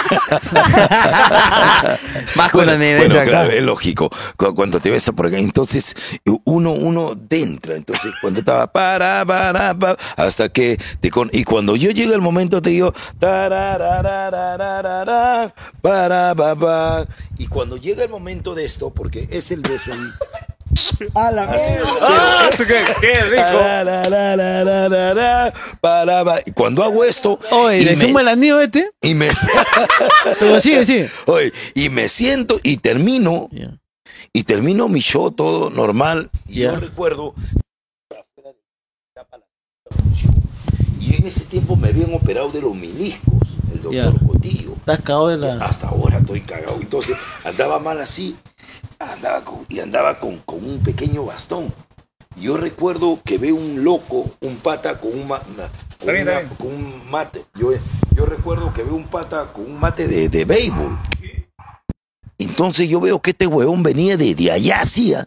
[SPEAKER 2] Más cuando me ves
[SPEAKER 4] bueno,
[SPEAKER 2] acá.
[SPEAKER 4] claro, es lógico. Cu- Cuando te besa por acá, entonces uno, uno entra. Entonces, cuando estaba para, para, para, hasta que te con. Y cuando yo llego el momento, te digo. tararararararara, Para, pa, pa. Y cuando llega el momento de esto, porque es el beso ahí. A la vez.
[SPEAKER 11] ¡Ah! ¡Qué, qué
[SPEAKER 4] Ah.
[SPEAKER 11] rico!
[SPEAKER 4] Tarararararara, para, pa. Y Cuando hago esto.
[SPEAKER 3] Oye,
[SPEAKER 4] y
[SPEAKER 3] le
[SPEAKER 4] me-
[SPEAKER 3] suma el anillo este,
[SPEAKER 4] y me,
[SPEAKER 3] pero sigue, sigue.
[SPEAKER 4] Oye, y me siento y termino
[SPEAKER 3] Ya.
[SPEAKER 4] y termino mi show todo normal. Y
[SPEAKER 3] Ya.
[SPEAKER 4] yo recuerdo. Y en ese tiempo me habían operado de los meniscos, el doctor
[SPEAKER 3] Ya.
[SPEAKER 4] Cotillo.
[SPEAKER 3] Estás cagado de la.
[SPEAKER 4] Hasta ahora estoy cagado. Entonces andaba mal así. Andaba con- y andaba con, con un pequeño bastón. Yo recuerdo que veo un loco, un pata con un, ma- una- con
[SPEAKER 11] bien,
[SPEAKER 4] una-
[SPEAKER 11] está bien.
[SPEAKER 4] con un mate. Yo, yo recuerdo que veo un pata con un mate de, de béisbol. Entonces yo veo que este huevón venía de, de allá, así. ¿ah?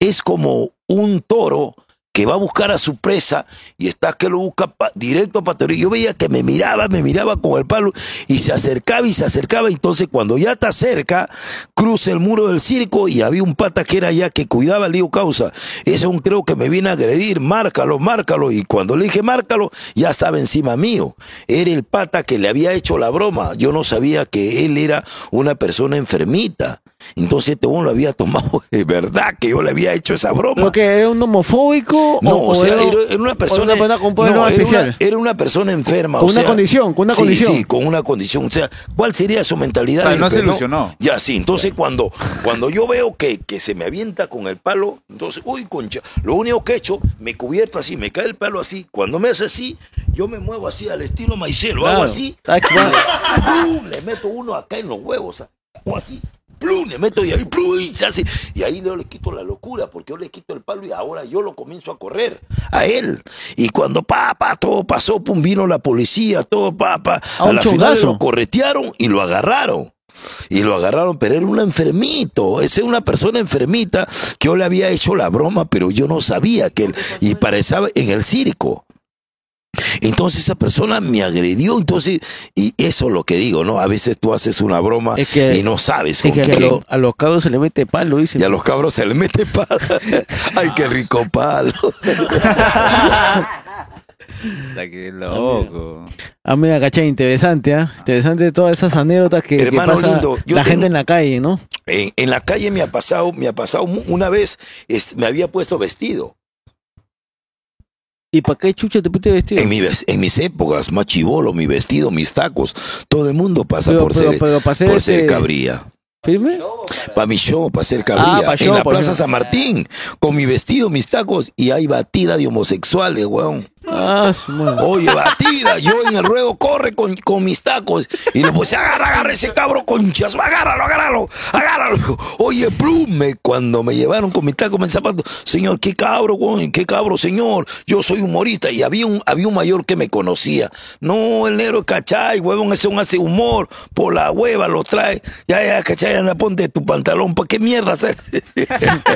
[SPEAKER 4] Es como un toro que va a buscar a su presa y está que lo busca pa- directo para Toreo. Yo veía que me miraba, me miraba con el palo y se acercaba y se acercaba. Entonces cuando ya está cerca, cruza el muro del circo y había un pata que era allá que cuidaba el lío causa. Ese un creo que me vino a agredir, márcalo, márcalo. Y cuando le dije márcalo, ya estaba encima mío. Era el pata que le había hecho la broma. Yo no sabía que él era una persona enfermita. Entonces este hombre lo había tomado de verdad que yo le había hecho esa broma.
[SPEAKER 3] ¿Lo que es un homofóbico
[SPEAKER 4] No,
[SPEAKER 3] o,
[SPEAKER 4] o, sea,
[SPEAKER 3] era,
[SPEAKER 4] era, era una persona.
[SPEAKER 3] o una con un poder
[SPEAKER 4] no, era,
[SPEAKER 3] especial?
[SPEAKER 4] una, era una persona enferma.
[SPEAKER 3] Con
[SPEAKER 4] o
[SPEAKER 3] una
[SPEAKER 4] sea-
[SPEAKER 3] condición, con una
[SPEAKER 4] Sí,
[SPEAKER 3] condición.
[SPEAKER 4] Sí, con una condición. O sea, ¿cuál sería su mentalidad?
[SPEAKER 11] O sea,
[SPEAKER 4] Y
[SPEAKER 11] no se
[SPEAKER 4] pues,
[SPEAKER 11] ilusionó.
[SPEAKER 4] Ya, sí. Entonces, cuando, cuando yo veo que, que se me avienta con el palo, entonces, uy, concha. Lo único que he hecho, me cubierto así, me cae el palo así. Cuando me hace así, yo me muevo así al estilo maicelo, hago
[SPEAKER 3] Claro.
[SPEAKER 4] así.
[SPEAKER 3] Está chupado.
[SPEAKER 4] ¡Plum! Le meto uno acá en los huevos. O así. ¡Plum! Le meto y ahí ¡plum! y se hace. Y ahí yo le quito la locura, porque yo le quito el palo y ahora yo lo comienzo a correr a él. Y cuando pa, pa, todo pasó, pum, vino la policía, todo pa, pa.
[SPEAKER 3] A un
[SPEAKER 4] la final
[SPEAKER 3] chongazo.
[SPEAKER 4] lo corretearon y lo agarraron. Y lo agarraron, pero era un enfermito. Esa es una persona enfermita que yo le había hecho la broma, pero yo no sabía que él. Y parecía en el circo. Entonces esa persona me agredió, entonces, y eso es lo que digo, ¿no? A veces tú haces una broma
[SPEAKER 3] que-
[SPEAKER 4] y no sabes
[SPEAKER 3] Es
[SPEAKER 4] con
[SPEAKER 3] que a,
[SPEAKER 4] quién.
[SPEAKER 3] lo- a los cabros se le mete palo, dice.
[SPEAKER 4] Y a los cabros se le mete palo. Ay, qué rico palo.
[SPEAKER 11] Puta, qué loco.
[SPEAKER 3] Ah, mira, cachai, interesante, ¿ah? Interesante todas esas anécdotas que, que
[SPEAKER 4] Hermano
[SPEAKER 3] pasa
[SPEAKER 4] lindo, yo
[SPEAKER 3] la
[SPEAKER 4] tengo-
[SPEAKER 3] gente en la calle, ¿no?
[SPEAKER 4] En, en la calle me ha pasado, me ha pasado mu- una vez, es- me había puesto vestido.
[SPEAKER 3] ¿Y para qué chucha te pusiste vestido?
[SPEAKER 4] En, mi ves- en mis épocas, más chivolo, mi vestido, mis tacos. Todo el mundo pasa
[SPEAKER 3] Pero-
[SPEAKER 4] por,
[SPEAKER 3] pero-
[SPEAKER 4] ser,
[SPEAKER 3] pero para ser
[SPEAKER 4] por ser
[SPEAKER 3] ese-
[SPEAKER 4] cabría.
[SPEAKER 3] ¿Firme?
[SPEAKER 4] Para mi show, para ser
[SPEAKER 3] Ah,
[SPEAKER 4] cabría.
[SPEAKER 3] pa' show,
[SPEAKER 4] en la
[SPEAKER 3] por
[SPEAKER 4] Plaza
[SPEAKER 3] ejemplo.
[SPEAKER 4] San Martín, con mi vestido, mis tacos, y hay batida de homosexuales, weón.
[SPEAKER 3] Ah, su madre.
[SPEAKER 4] Oye, batida, yo en el ruedo corre con, con mis tacos. Y le puse, agarra, agarra ese cabro conchas, agárralo, agárralo, agárralo. Oye, plume, cuando me llevaron con mis tacos, mis zapatos, señor, qué cabro, güey, qué cabro, señor, yo soy humorista. Y había un, había un mayor que me conocía. No, el negro es cachay, huevón, ese un hace humor, por la hueva lo trae. Ya, ya, cachay, anda, ponte tu pantalón, ¿para qué mierda hacer?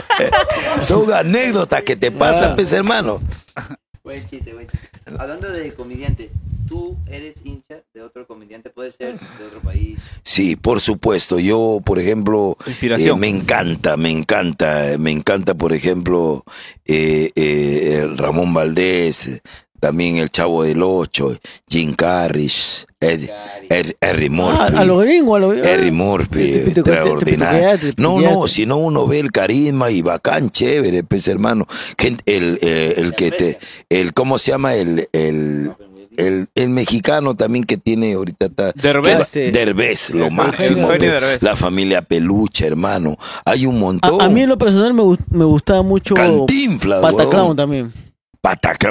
[SPEAKER 4] Son anécdotas que te pasan, pues, hermano.
[SPEAKER 2] Buen chiste, buen chiste. Hablando de comediantes, tú eres hincha de otro comediante, puede ser de otro país.
[SPEAKER 4] Sí, por supuesto. Yo, por ejemplo,
[SPEAKER 1] Inspiración.
[SPEAKER 4] eh, me encanta, me encanta, eh, me encanta, por ejemplo, eh, eh, el Ramón Valdés, eh, también el Chavo del Ocho, Jim Carrish, Ed- Ed- Harry
[SPEAKER 3] Ah,
[SPEAKER 4] Murphy.
[SPEAKER 3] a los gringos, a los gringos.
[SPEAKER 4] Harry Murphy,
[SPEAKER 3] Te- te- te- te-
[SPEAKER 4] extraordinario.
[SPEAKER 3] te- te- te-
[SPEAKER 4] No,
[SPEAKER 3] te-
[SPEAKER 4] no, si no uno ve el carisma y bacán, chévere, pues hermano. Gen- El, eh, el que te, el, ¿cómo se llama? El, el, el, el mexicano también que tiene ahorita está.
[SPEAKER 11] Derbez.
[SPEAKER 3] Este,
[SPEAKER 4] que- Derbez, lo máximo.
[SPEAKER 11] Eugenio
[SPEAKER 4] pues.
[SPEAKER 11] Derbez.
[SPEAKER 4] La familia Peluche, hermano. Hay un montón.
[SPEAKER 3] A, a mí en lo personal me, gust- me gustaba mucho
[SPEAKER 4] Cantinflas,
[SPEAKER 3] Pataclown
[SPEAKER 4] huevón.
[SPEAKER 3] también.
[SPEAKER 4] Patacra,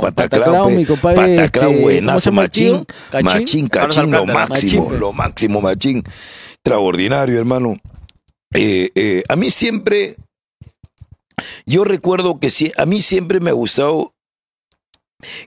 [SPEAKER 3] Pataclao,
[SPEAKER 4] Patacra,
[SPEAKER 3] Pataclao,
[SPEAKER 4] pe.
[SPEAKER 3] mi compadre,
[SPEAKER 4] Patacra,
[SPEAKER 3] este, ¿cómo se
[SPEAKER 4] buenazo,
[SPEAKER 3] llama el tío?
[SPEAKER 4] machín,
[SPEAKER 3] Cachín.
[SPEAKER 4] machín,
[SPEAKER 3] Carlos
[SPEAKER 4] cachín, lo
[SPEAKER 3] Alcántara.
[SPEAKER 4] máximo,
[SPEAKER 3] Machín, pe.
[SPEAKER 4] lo máximo, machín, extraordinario, hermano. Eh, eh, a mí siempre, yo recuerdo que sí, a mí siempre me ha gustado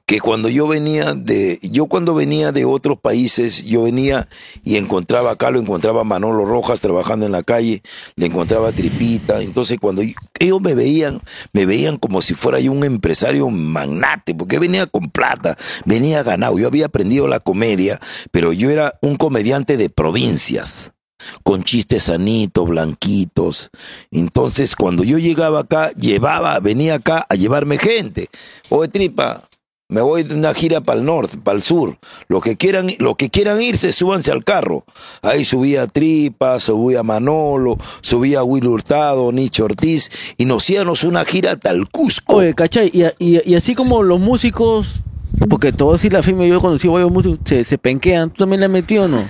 [SPEAKER 4] que cuando yo venía de, yo cuando venía de otros países, yo venía y encontraba acá, lo encontraba a Manolo Rojas trabajando en la calle, le encontraba a Tripita, entonces cuando yo- ellos me veían, me veían como si fuera yo un empresario magnate, porque venía con plata, venía ganado, yo había aprendido la comedia, pero yo era un comediante de provincias con chistes sanitos, blanquitos. Entonces, cuando yo llegaba acá, llevaba, venía acá a llevarme gente. Oye, tripa, me voy de una gira para el norte, para el sur. Los que quieran, los que quieran irse, súbanse al carro. Ahí subía Tripa, subía Manolo, subía Will Hurtado, Nicho Ortiz, y nos íbamos una gira hasta el Cusco.
[SPEAKER 3] Oye, ¿cachai? Y, y- y así como los músicos, porque todos sí la firme, yo he conocido varios músicos, se, se penquean, ¿tú también le has metido o no?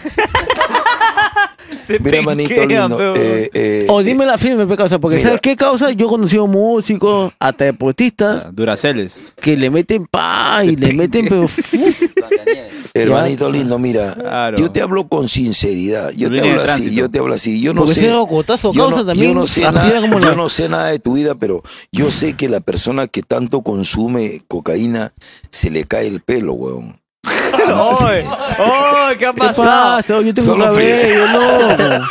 [SPEAKER 11] Se
[SPEAKER 4] Mira, manito
[SPEAKER 11] penquea,
[SPEAKER 4] lindo,
[SPEAKER 11] weón.
[SPEAKER 4] eh, eh,
[SPEAKER 3] o dime la firme, pe, causa, porque
[SPEAKER 11] mira.
[SPEAKER 3] ¿sabes qué causa? Yo he conocido músicos, hasta
[SPEAKER 4] Ah.
[SPEAKER 3] deportistas,
[SPEAKER 11] Duraceles.
[SPEAKER 3] que le meten pa y le meten, pero...
[SPEAKER 4] Hermanito lindo, mira,
[SPEAKER 11] Claro.
[SPEAKER 4] yo te hablo con sinceridad, yo te
[SPEAKER 11] Línea de
[SPEAKER 4] hablo así,
[SPEAKER 11] tránsito.
[SPEAKER 4] yo te hablo así, yo no
[SPEAKER 3] Porque
[SPEAKER 4] sé,
[SPEAKER 3] ese cocotazo
[SPEAKER 4] yo
[SPEAKER 3] causa
[SPEAKER 4] no,
[SPEAKER 3] también
[SPEAKER 4] yo no sé
[SPEAKER 3] rapidez
[SPEAKER 4] nada,
[SPEAKER 3] como
[SPEAKER 4] yo
[SPEAKER 3] la-
[SPEAKER 4] no sé nada de tu vida, pero yo sé que la persona que tanto consume cocaína se le cae el pelo, weón.
[SPEAKER 11] ¡Oye! ¡Oye! ¿Qué ha
[SPEAKER 3] ¿Qué
[SPEAKER 11] pasado?
[SPEAKER 3] pasa? Yo tengo un
[SPEAKER 4] Solo pri-
[SPEAKER 3] cabello, loco.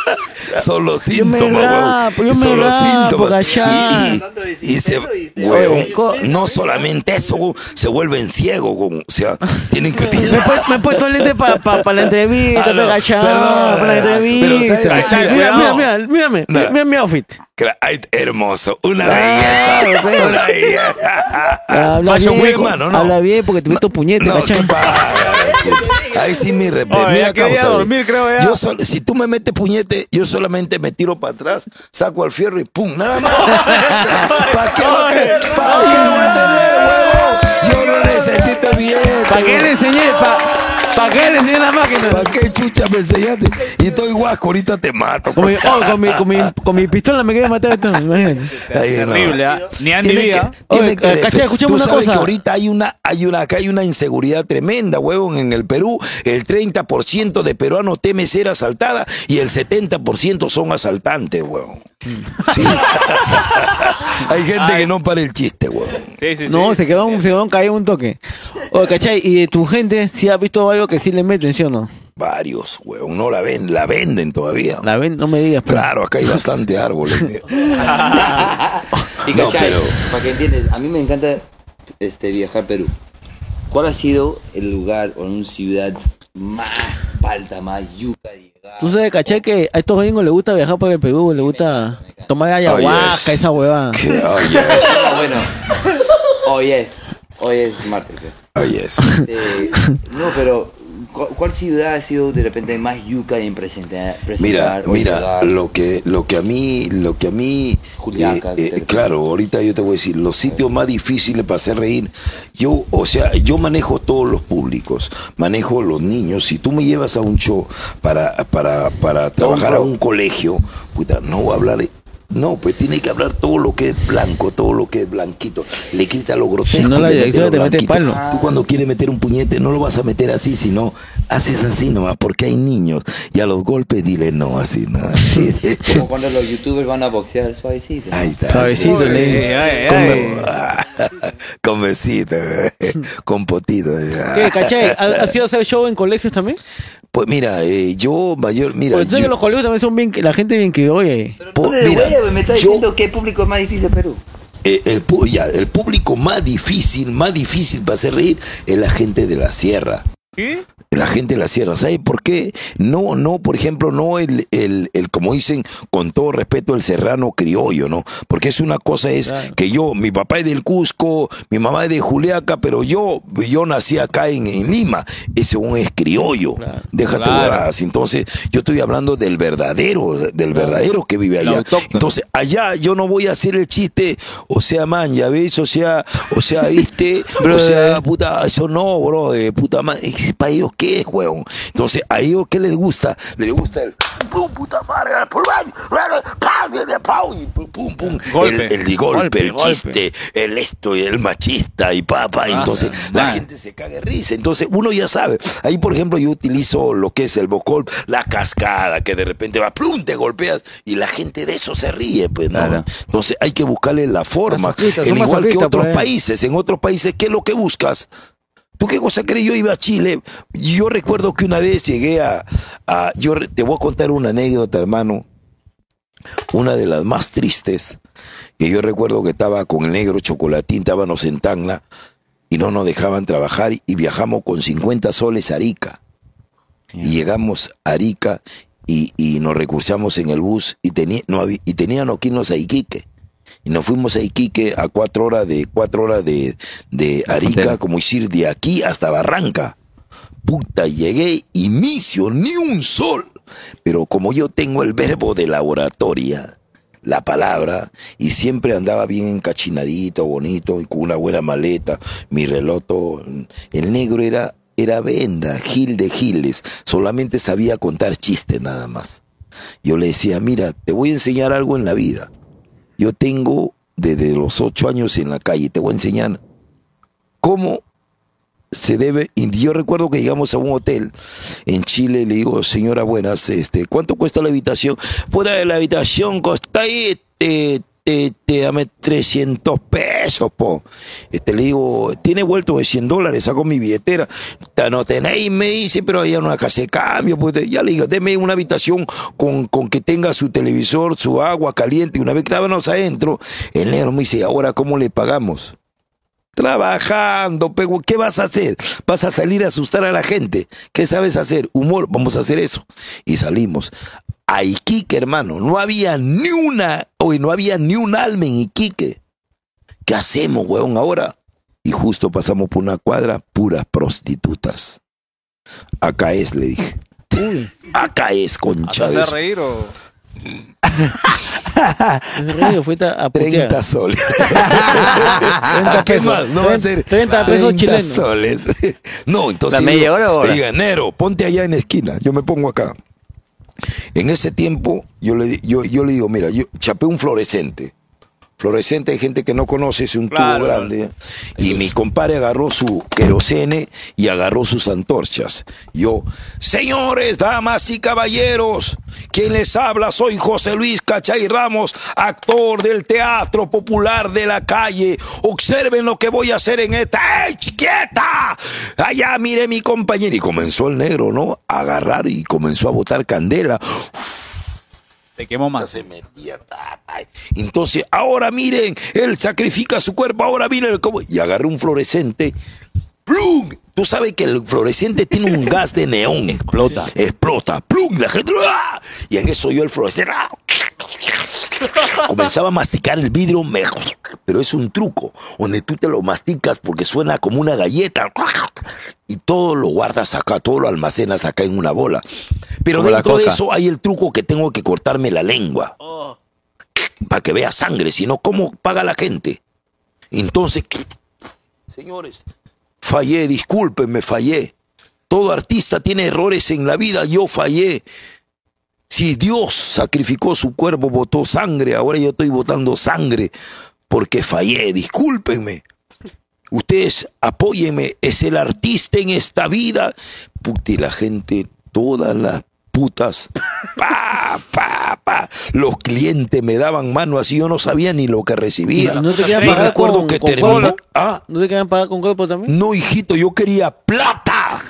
[SPEAKER 4] Son los
[SPEAKER 3] Yo me
[SPEAKER 4] síntomas, weón.
[SPEAKER 3] rapo, yo me
[SPEAKER 4] Son los
[SPEAKER 3] rapo,
[SPEAKER 4] síntomas.
[SPEAKER 3] cachá.
[SPEAKER 4] Y, y- y se,
[SPEAKER 3] Oye, co-
[SPEAKER 4] weón, no solamente eso, weón, se vuelven ciegos, weón. o sea, tienen que
[SPEAKER 3] Me he pu- me he puesto el lente para la entrevista,
[SPEAKER 4] Ah, no,
[SPEAKER 3] pe, cachá,
[SPEAKER 4] perdón,
[SPEAKER 3] para la
[SPEAKER 4] pero ¿sabes
[SPEAKER 3] entrevista.
[SPEAKER 4] qué?
[SPEAKER 3] Cachá, Mira, mira,
[SPEAKER 11] cuidado.
[SPEAKER 3] mira, mírame,
[SPEAKER 4] Nada.
[SPEAKER 3] mira mi outfit.
[SPEAKER 4] Cla- ay, hermoso, una
[SPEAKER 3] Claro,
[SPEAKER 4] belleza,
[SPEAKER 3] pero-
[SPEAKER 4] una belleza.
[SPEAKER 3] Habla
[SPEAKER 4] Ah, Fashion
[SPEAKER 3] bien,
[SPEAKER 4] Week, hermano, ¿no?
[SPEAKER 3] habla bien porque te meto puñete,
[SPEAKER 4] No,
[SPEAKER 3] cachá.
[SPEAKER 4] qué padre. Ahí sí mi respeto.
[SPEAKER 11] Oye, ya
[SPEAKER 4] Mira,
[SPEAKER 11] quería
[SPEAKER 4] causa,
[SPEAKER 11] dormir, creo, ya.
[SPEAKER 4] Yo sol- si tú me metes puñete, yo solamente me tiro para atrás, saco al fierro y pum, nada más. ¿Para qué, voy a querer- pa' qué voy a tener huevo? Yo no necesito billete.
[SPEAKER 3] ¿Para qué le
[SPEAKER 4] huevón.
[SPEAKER 3] enseñé? ¿Para qué le enseñé la máquina?
[SPEAKER 4] ¿Para qué chucha me enseñaste? Y estoy guasco, ahorita te mato. pues.
[SPEAKER 3] Con mi, oh, con mi, con mi, con mi pistola me quería matar a todos, imagínate.
[SPEAKER 4] Ahí no.
[SPEAKER 11] Terrible, ¿ah? Ni Andy
[SPEAKER 4] Tiene que-
[SPEAKER 11] Vía.
[SPEAKER 4] tiene
[SPEAKER 3] Oye,
[SPEAKER 4] que
[SPEAKER 3] eh, cachai,
[SPEAKER 4] defe-
[SPEAKER 3] escúchame
[SPEAKER 4] Tú
[SPEAKER 3] una
[SPEAKER 4] sabes
[SPEAKER 3] cosa.
[SPEAKER 4] que ahorita hay una, hay una, acá hay una inseguridad tremenda, huevón, en el Perú. El 30% de peruanos teme ser asaltada y el 70% son asaltantes, huevón. Sí. hay gente que no para el chiste, huevón.
[SPEAKER 11] Sí, sí, sí.
[SPEAKER 3] No, se quedó un, se quedó un caído un toque. Oye, ¿cachai? Y de tu gente, si has visto algo que sí le meten, ¿sí o no?
[SPEAKER 4] Varios, huevón. No la venden, la venden todavía. La
[SPEAKER 3] venden, no me digas.
[SPEAKER 4] Claro, acá hay bastante árboles.
[SPEAKER 2] Y
[SPEAKER 4] No,
[SPEAKER 2] Ah, cachai,
[SPEAKER 4] pero-
[SPEAKER 2] para que entiendas, a mí me encanta este, viajar a Perú. ¿Cuál ha sido el lugar o una ciudad más palta, más yuca?
[SPEAKER 3] Tú sabes, caché que a estos gringos les gusta viajar para el Perú, les gusta tomar ayahuasca,
[SPEAKER 2] Oh, yes.
[SPEAKER 3] esa huevada.
[SPEAKER 2] No, bueno, hoy es, hoy es martes. Eh,
[SPEAKER 4] Hoy es.
[SPEAKER 2] no, pero ¿cu- ¿cuál ciudad ha sido de repente más yuca en presentar?
[SPEAKER 4] Mira,
[SPEAKER 2] presentar o
[SPEAKER 4] mira,
[SPEAKER 2] llegar?
[SPEAKER 4] lo que, lo que a mí, lo que a mí, eh, eh, claro, ahorita yo te voy a decir, los sitios más difíciles para hacer reír, yo, o sea, yo manejo todos los públicos, manejo los niños, si tú me llevas a un show para, para, para trabajar a un colegio, puta, no voy a hablar, no, pues tiene que hablar todo lo que es blanco, todo lo que es blanquito, le quita lo grosero.
[SPEAKER 3] Si no, la
[SPEAKER 4] le mete
[SPEAKER 3] directora
[SPEAKER 4] lo
[SPEAKER 3] te mete
[SPEAKER 4] blanquito.
[SPEAKER 3] palo.
[SPEAKER 4] Tú cuando quieres meter un puñete no lo vas a meter así, sino haces así nomás, porque hay niños. Y a los golpes dile no, así nada.
[SPEAKER 2] Como cuando los youtubers van a boxear suavecito.
[SPEAKER 4] Ahí está.
[SPEAKER 2] Suavecito,
[SPEAKER 4] Sí,
[SPEAKER 2] le-
[SPEAKER 4] sí,
[SPEAKER 2] ay,
[SPEAKER 4] Con,
[SPEAKER 2] ay.
[SPEAKER 4] con besito, con potito.
[SPEAKER 3] ¿Qué, caché? ¿Has sido hacer show en colegios también?
[SPEAKER 4] Pues mira, eh, yo mayor, mira,
[SPEAKER 3] Pues tú sabes
[SPEAKER 4] yo-
[SPEAKER 3] que los colegios también son bien, que- la gente bien que oye.
[SPEAKER 4] po-
[SPEAKER 2] Entonces,
[SPEAKER 4] mira,
[SPEAKER 2] güey, me está diciendo que el público es más difícil de Perú.
[SPEAKER 4] eh, el, pu- ya, el público más difícil, más difícil para hacer reír es la gente de la sierra.
[SPEAKER 11] ¿Qué?
[SPEAKER 4] La gente de la sierra, ¿sabe por qué? No, no, por ejemplo, no el, el, el, como dicen, con todo respeto, el serrano criollo, ¿no? Porque es una cosa es que yo, mi papá es del Cusco, mi mamá es de Juliaca, pero yo, yo nací acá en, en Lima. Ese un es criollo. Déjate
[SPEAKER 11] Claro.
[SPEAKER 4] huevadas. Entonces, yo estoy hablando del verdadero, del verdadero que vive allá. Entonces, allá yo no voy a hacer el chiste, o sea, man, ya ves, o sea, o sea, viste, o sea, puta, eso no, bro, eh, puta madre, para ellos qué es, huevón. Entonces, a ellos qué les gusta, les gusta el pum, puta madre, pum, pum, pum, pum,
[SPEAKER 7] Golpe.
[SPEAKER 4] el, el golpe,
[SPEAKER 7] Golpe,
[SPEAKER 4] el
[SPEAKER 7] golpe.
[SPEAKER 4] chiste, el esto y el machista y papá,
[SPEAKER 7] Ah,
[SPEAKER 4] entonces, la
[SPEAKER 7] man.
[SPEAKER 4] gente se caga de risa. Entonces, uno ya sabe. Ahí, por ejemplo, yo utilizo lo que es el bocol, la cascada, que de repente va, plum, te golpeas y la gente de eso se ríe, pues, ¿no? Entonces, hay que buscarle la forma.
[SPEAKER 7] Masoquistas,
[SPEAKER 4] El
[SPEAKER 7] son
[SPEAKER 4] igual que
[SPEAKER 7] masoquistas,
[SPEAKER 4] otros
[SPEAKER 7] pues.
[SPEAKER 4] países, en otros países, ¿qué es lo que buscas? ¿Tú qué cosa crees? Yo iba a Chile. Yo recuerdo que una vez llegué a. a- yo re- te voy a contar una anécdota, hermano. Una de las más tristes. Que yo recuerdo que estaba con el negro chocolatín, estábamos en Tacna y no nos dejaban trabajar y viajamos con 50 soles a Arica. Y llegamos a Arica y, y nos recursamos en el bus y, teni- no habí- y teníamos que irnos a Iquique. Y nos fuimos a Iquique a cuatro horas de, cuatro horas de, de Arica, como decir, de aquí hasta Barranca. Puta, llegué y misio, ni un sol. Pero como yo tengo el verbo de la oratoria, la palabra, y siempre andaba bien encachinadito, bonito, y con una buena maleta, mi reloj, todo. el negro era, era venda, gil de giles, solamente sabía contar chistes nada más. Yo le decía, mira, te voy a enseñar algo en la vida. Yo tengo desde los ocho años en la calle, te voy a enseñar cómo se debe, y yo recuerdo que llegamos a un hotel en Chile, le digo, señora, buenas, este, ¿cuánto cuesta la habitación? Puta, la habitación costa ahí, te, te, te dame 300 pesos, po. Este, le digo, tiene vuelto de 100 dólares, saco mi billetera. "Ta, No tenéis, me dice, pero hay una casa de cambio, pues ya le digo, deme una habitación con, con que tenga su televisor, su agua caliente, y una vez que estábamos adentro, el negro me dice, ahora, ¿cómo le pagamos? Trabajando, pero ¿qué vas a hacer? Vas a salir a asustar a la gente. ¿Qué sabes hacer? Humor, vamos a hacer eso. Y salimos. A Iquique, hermano, no había ni una, hoy no había ni un alma en Iquique. ¿Qué hacemos, weón, ahora? Y justo pasamos por una cuadra, puras prostitutas. Acá es, le dije. Acá es, concha de
[SPEAKER 11] ¿Hacer
[SPEAKER 4] su-
[SPEAKER 11] reír o...?
[SPEAKER 3] fuiste a
[SPEAKER 4] 30 soles.
[SPEAKER 3] 30
[SPEAKER 4] ¿Qué
[SPEAKER 3] pesos.
[SPEAKER 4] más? No va a ser
[SPEAKER 3] 30 pesos
[SPEAKER 4] 30
[SPEAKER 3] chilenos.
[SPEAKER 4] soles. No, entonces.
[SPEAKER 2] ¿La media hora o hora?
[SPEAKER 4] Diga, enero, ponte allá en la esquina. Yo me pongo acá. En ese tiempo, yo le, di- yo, yo le digo, mira, yo chapé un fluorescente. Fluorescente hay gente que no conoce, es un
[SPEAKER 11] Claro,
[SPEAKER 4] tubo grande. Y mi compadre agarró su querosene y agarró sus antorchas. Yo, señores, damas y caballeros, quien les habla soy José Luis Cachay Ramos, actor del Teatro Popular de la Calle. Observen lo que voy a hacer en esta. ¡Ey, quieta! Allá mire mi compañero. Y comenzó el negro, ¿no? A agarrar y comenzó a botar candela.
[SPEAKER 11] Te quemo más.
[SPEAKER 4] Se metía, ta, ta. Entonces, ahora miren, él sacrifica su cuerpo, ahora miren cómo. Y agarré un fluorescente. ¡Plum! Tú sabes que el fluorescente tiene un gas de neón. Explota. Explota. ¡Plum! La gente. ¡ah! Y en eso yo el fluorescente. ¡ah! Comenzaba a masticar el vidrio mejor. Pero es un truco, donde tú te lo masticas porque suena como una galleta. Y todo lo guardas acá, todo lo almacenas acá en una bola. Pero
[SPEAKER 2] Como la
[SPEAKER 4] dentro de
[SPEAKER 2] coca. Oh.
[SPEAKER 4] eso hay el truco que tengo que cortarme la lengua. Para que vea sangre, si no, ¿cómo paga la gente? Entonces, Señores. fallé, discúlpenme, fallé. Todo artista tiene errores en la vida, yo fallé. Si Dios sacrificó su cuerpo, botó sangre, ahora yo estoy botando sangre porque fallé, discúlpenme. Ustedes apóyenme, es el artista en esta vida. Puta, y la gente, todas las putas, pa, pa, pa. Los clientes me daban mano así, yo no sabía ni lo que recibía.
[SPEAKER 3] ¿No te querían
[SPEAKER 4] Yo
[SPEAKER 3] pagar
[SPEAKER 4] recuerdo
[SPEAKER 3] con-
[SPEAKER 4] que
[SPEAKER 3] con
[SPEAKER 4] terminó.
[SPEAKER 3] cola?
[SPEAKER 4] ¿Ah?
[SPEAKER 3] ¿No te querían pagar con cuerpo también?
[SPEAKER 4] No, hijito, yo quería plata.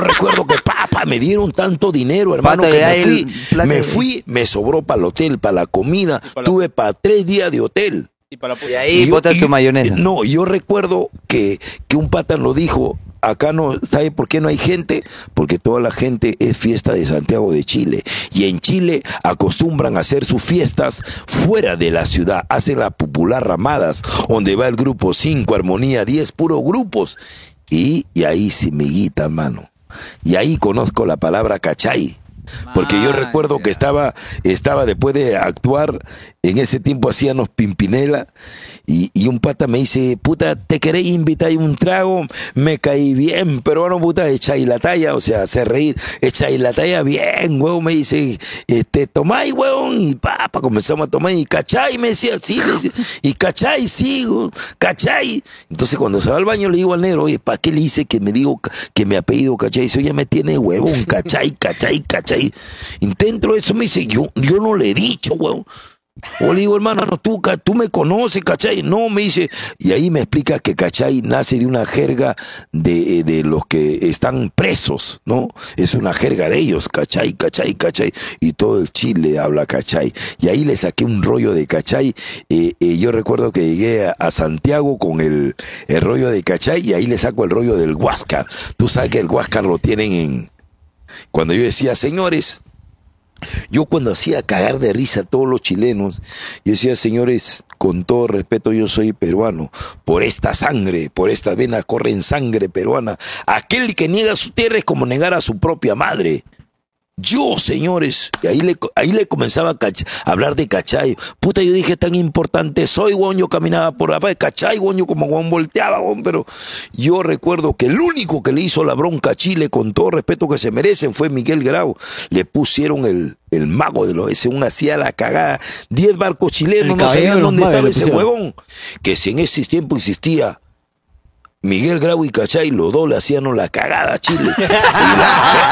[SPEAKER 4] recuerdo que papá me dieron tanto dinero, hermano,
[SPEAKER 2] Pata,
[SPEAKER 4] que
[SPEAKER 2] ya
[SPEAKER 4] me
[SPEAKER 2] el
[SPEAKER 4] fui,
[SPEAKER 2] plata-
[SPEAKER 4] me fui, me sobró para el hotel, para la comida, tuve para tres días de hotel.
[SPEAKER 11] Y para la puta.
[SPEAKER 2] ahí
[SPEAKER 4] yo-
[SPEAKER 2] botas tu mayonesa.
[SPEAKER 4] No, yo recuerdo que, que un pata lo dijo, acá no, ¿sabe por qué no hay gente? Porque toda la gente es fiesta de Santiago de Chile. Y en Chile acostumbran a hacer sus fiestas fuera de la ciudad. Hacen las popular ramadas, donde va el grupo 5, Armonía 10, puros grupos. Y, y ahí sí me guita, mano. Y ahí conozco la palabra cachay. Porque
[SPEAKER 2] Ah,
[SPEAKER 4] yo recuerdo que estaba, estaba después de actuar, en ese tiempo hacíamos Pimpinela, y, y un pata me dice, puta, te querés invitar a un trago, me caí bien, peruano, puta, echáis la talla, o sea, hacer reír, echáis la talla bien, huevón, me dice, este, tomáis, huevón, y papá, comenzamos a tomar, y cachai, me decía, sí, me decía, y cachai, sigo, cachai. Entonces cuando se va al baño le digo al negro, oye, ¿para qué le hice que me digo, ca- que me apellido cachai? Eso ya me tiene huevón, cachai, cachai, cachai. Intento eso, me dice, yo, yo no le he dicho, huevón. O le digo, hermano, no, tú, ca- tú me conoces, ¿cachai? No, me dice. Y ahí me explica que cachai nace de una jerga de, eh, de los que están presos, ¿no? Es una jerga de ellos, cachai, cachai, cachai. Y todo el Chile habla cachai. Y ahí le saqué un rollo de cachai. Eh, eh, yo recuerdo que llegué a, a Santiago con el, el rollo de cachai y ahí le saco el rollo del Huáscar. Tú sabes que el Huáscar lo tienen en... Cuando yo decía, señores, yo cuando hacía cagar de risa a todos los chilenos, yo decía, señores, con todo respeto, yo soy peruano. Por esta sangre, por esta vena corren sangre peruana. Aquel que niega su tierra es como negar a su propia madre. Yo, señores, y ahí le, ahí le comenzaba a cach- a hablar de cachay. Puta, yo dije, tan importante soy, weón, yo caminaba por acá, cachay, weón, yo como weón volteaba, weón, pero yo recuerdo que el único que le hizo la bronca a Chile, con todo respeto que se merecen, fue Miguel Grau. Le pusieron el, el mago de los, ese un hacía la cagada. Diez barcos chilenos,
[SPEAKER 2] El
[SPEAKER 4] no
[SPEAKER 2] caballero de
[SPEAKER 4] sabían
[SPEAKER 2] los
[SPEAKER 4] dónde
[SPEAKER 2] magos
[SPEAKER 4] estaba
[SPEAKER 2] le
[SPEAKER 4] ese
[SPEAKER 2] pusieron.
[SPEAKER 4] huevón. Que si en ese tiempo existía Miguel Grau y Cachay, los dos le hacían la cagada a Chile. Y la,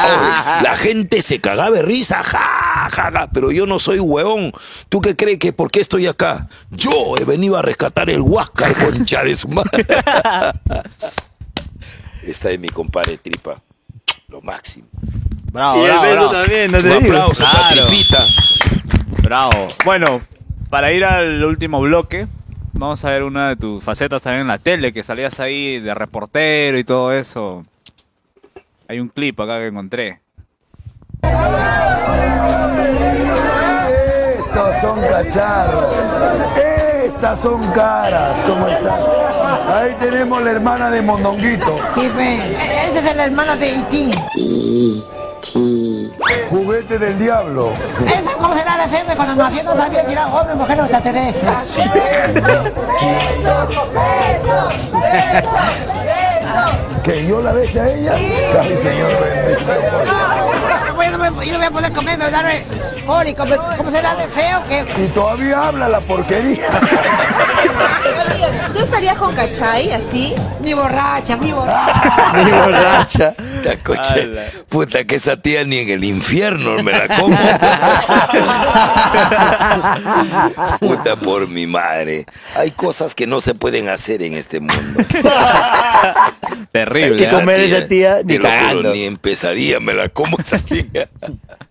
[SPEAKER 4] oye, la gente se cagaba de risa, ja, ja, ja, pero yo no soy huevón. ¿Tú qué crees que por qué estoy acá? Yo he venido a rescatar el Huáscar, concha de su madre. Esta es mi compadre Tripa, lo máximo.
[SPEAKER 1] Bravo,
[SPEAKER 11] Y el
[SPEAKER 1] bravo,
[SPEAKER 11] Beto
[SPEAKER 1] bravo.
[SPEAKER 11] también, no te Un digo. aplauso para Tripita.
[SPEAKER 1] Bravo. Bueno, para ir al último bloque, vamos a ver una de tus facetas también en la tele, que salías ahí de reportero y todo eso. Hay un clip acá que encontré.
[SPEAKER 12] Estos son cacharros. Estas son caras. ¿Cómo están? Ahí tenemos la hermana de Mondonguito.
[SPEAKER 5] Sí, pues, ese es el hermano de Itín.
[SPEAKER 12] Juguete del diablo.
[SPEAKER 5] Esa cómo será la fe, pues, cuando nació no sabía si era hombre, mujer o extraterrestre.
[SPEAKER 12] Besos, besos, besos, besos, que yo la bese a ella. Ay, señor bendito, por favor.
[SPEAKER 9] Bueno, me- yo no voy a poder comer, me va a dar eh, cólico. pero ¿Cómo será de feo que
[SPEAKER 12] Y todavía habla la porquería.
[SPEAKER 13] ¿Tú estarías con Cachay así?
[SPEAKER 9] ni borracha, ni borracha?
[SPEAKER 2] Mi borracha.
[SPEAKER 4] La coche. Puta, que esa tía ni en el infierno me la como. Puta, por mi madre. Hay cosas que no se pueden hacer en este mundo.
[SPEAKER 1] Terrible.
[SPEAKER 2] Hay que
[SPEAKER 1] ¿eh?
[SPEAKER 2] comer esa tía ni
[SPEAKER 4] Te lo juro,
[SPEAKER 2] cagando.
[SPEAKER 4] ni en pesadilla me la como esa tía.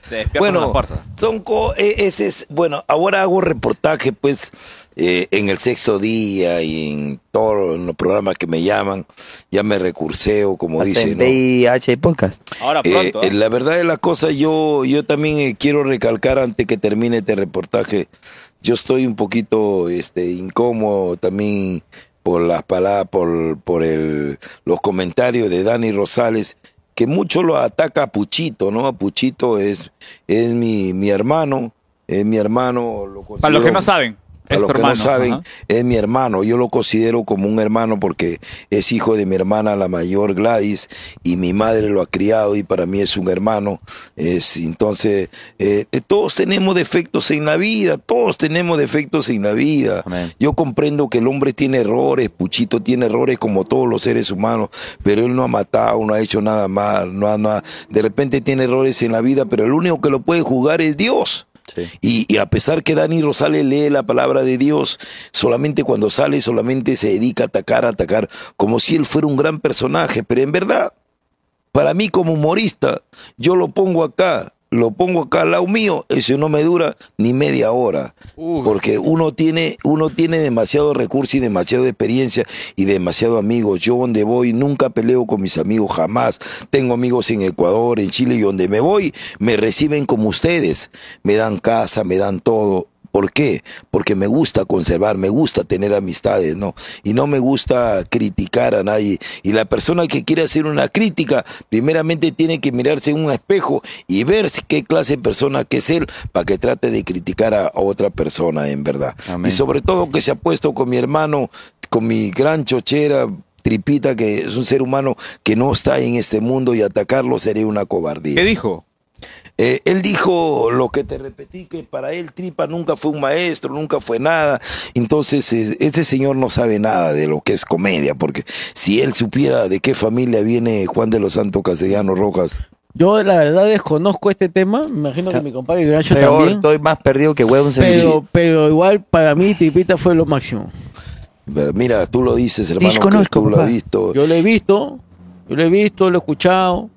[SPEAKER 11] Te despiertas con
[SPEAKER 4] Bueno,
[SPEAKER 11] la fuerza.
[SPEAKER 4] son co- e- ese es, bueno, ahora hago reportaje, pues, eh, en el sexto día y en todos los programas que me llaman, ya me recurseo, como
[SPEAKER 2] Hasta
[SPEAKER 4] dicen.
[SPEAKER 2] en
[SPEAKER 4] ¿no?
[SPEAKER 2] VIH y podcast.
[SPEAKER 11] Ahora
[SPEAKER 4] Eh,
[SPEAKER 11] pronto.
[SPEAKER 4] eh, la verdad de la cosa, yo, yo también eh, quiero recalcar antes que termine este reportaje, yo estoy un poquito este, incómodo también por las palabras, por, por el, los comentarios de Dani Rosales, que mucho lo ataca a Puchito, ¿no? A Puchito es, es mi, mi hermano, es mi hermano. Lo
[SPEAKER 11] Para los que
[SPEAKER 4] considero-
[SPEAKER 11] no saben,
[SPEAKER 4] para
[SPEAKER 11] es tu
[SPEAKER 4] los que
[SPEAKER 11] hermano.
[SPEAKER 4] no saben,
[SPEAKER 11] Ajá.
[SPEAKER 4] es mi hermano. Yo lo considero como un hermano porque es hijo de mi hermana, la mayor Gladys, y mi madre lo ha criado y para mí es un hermano. Es, entonces, eh, eh, todos tenemos defectos en la vida, todos tenemos defectos en la vida. Yo comprendo que el hombre tiene errores, Puchito tiene errores como todos los seres humanos, pero él no ha matado, no ha hecho nada mal, no ha, no ha- de repente tiene errores en la vida, pero el único que lo puede jugar es Dios. Y, y a pesar que Dani Rosales lee la palabra de Dios, solamente cuando sale, solamente se dedica a atacar, a atacar, como si él fuera un gran personaje. Pero en verdad, para mí como humorista, yo lo pongo acá, lo pongo acá al lado mío, eso no me dura ni media hora. Porque uno tiene, uno tiene demasiado recurso y demasiada experiencia y demasiado amigos. Yo donde voy nunca peleo con mis amigos, jamás. Tengo amigos en Ecuador, en Chile y donde me voy me reciben como ustedes. Me dan casa, me dan todo. ¿Por qué? Porque me gusta conservar, me gusta tener amistades, ¿no? Y no me gusta criticar a nadie. Y la persona que quiere hacer una crítica, primeramente tiene que mirarse en un espejo y ver si- qué clase de persona que es él para que trate de criticar a, a otra persona, en verdad. Y sobre todo que se ha puesto con mi hermano, con mi gran chochera, tripita, que es un ser humano que no está en este mundo y atacarlo sería una cobardía.
[SPEAKER 11] ¿Qué dijo?
[SPEAKER 4] Eh, él dijo lo que te repetí, que para él Tripa nunca fue un maestro, nunca fue nada. Entonces, eh, ese señor no sabe nada de lo que es comedia, porque si él supiera de qué familia viene Juan de los Santos Castellanos Rojas.
[SPEAKER 3] Yo la verdad desconozco este tema, me imagino que mi compadre Ignacio
[SPEAKER 2] Peor,
[SPEAKER 3] también.
[SPEAKER 2] estoy más perdido que huevo en
[SPEAKER 3] Pero, pero igual para mí Tripita fue lo máximo.
[SPEAKER 4] eh, Mira, tú lo dices, hermano, que
[SPEAKER 3] Desconozco,
[SPEAKER 4] tú lo has
[SPEAKER 3] papá.
[SPEAKER 4] visto.
[SPEAKER 3] Yo lo he visto, yo lo he visto, lo he escuchado.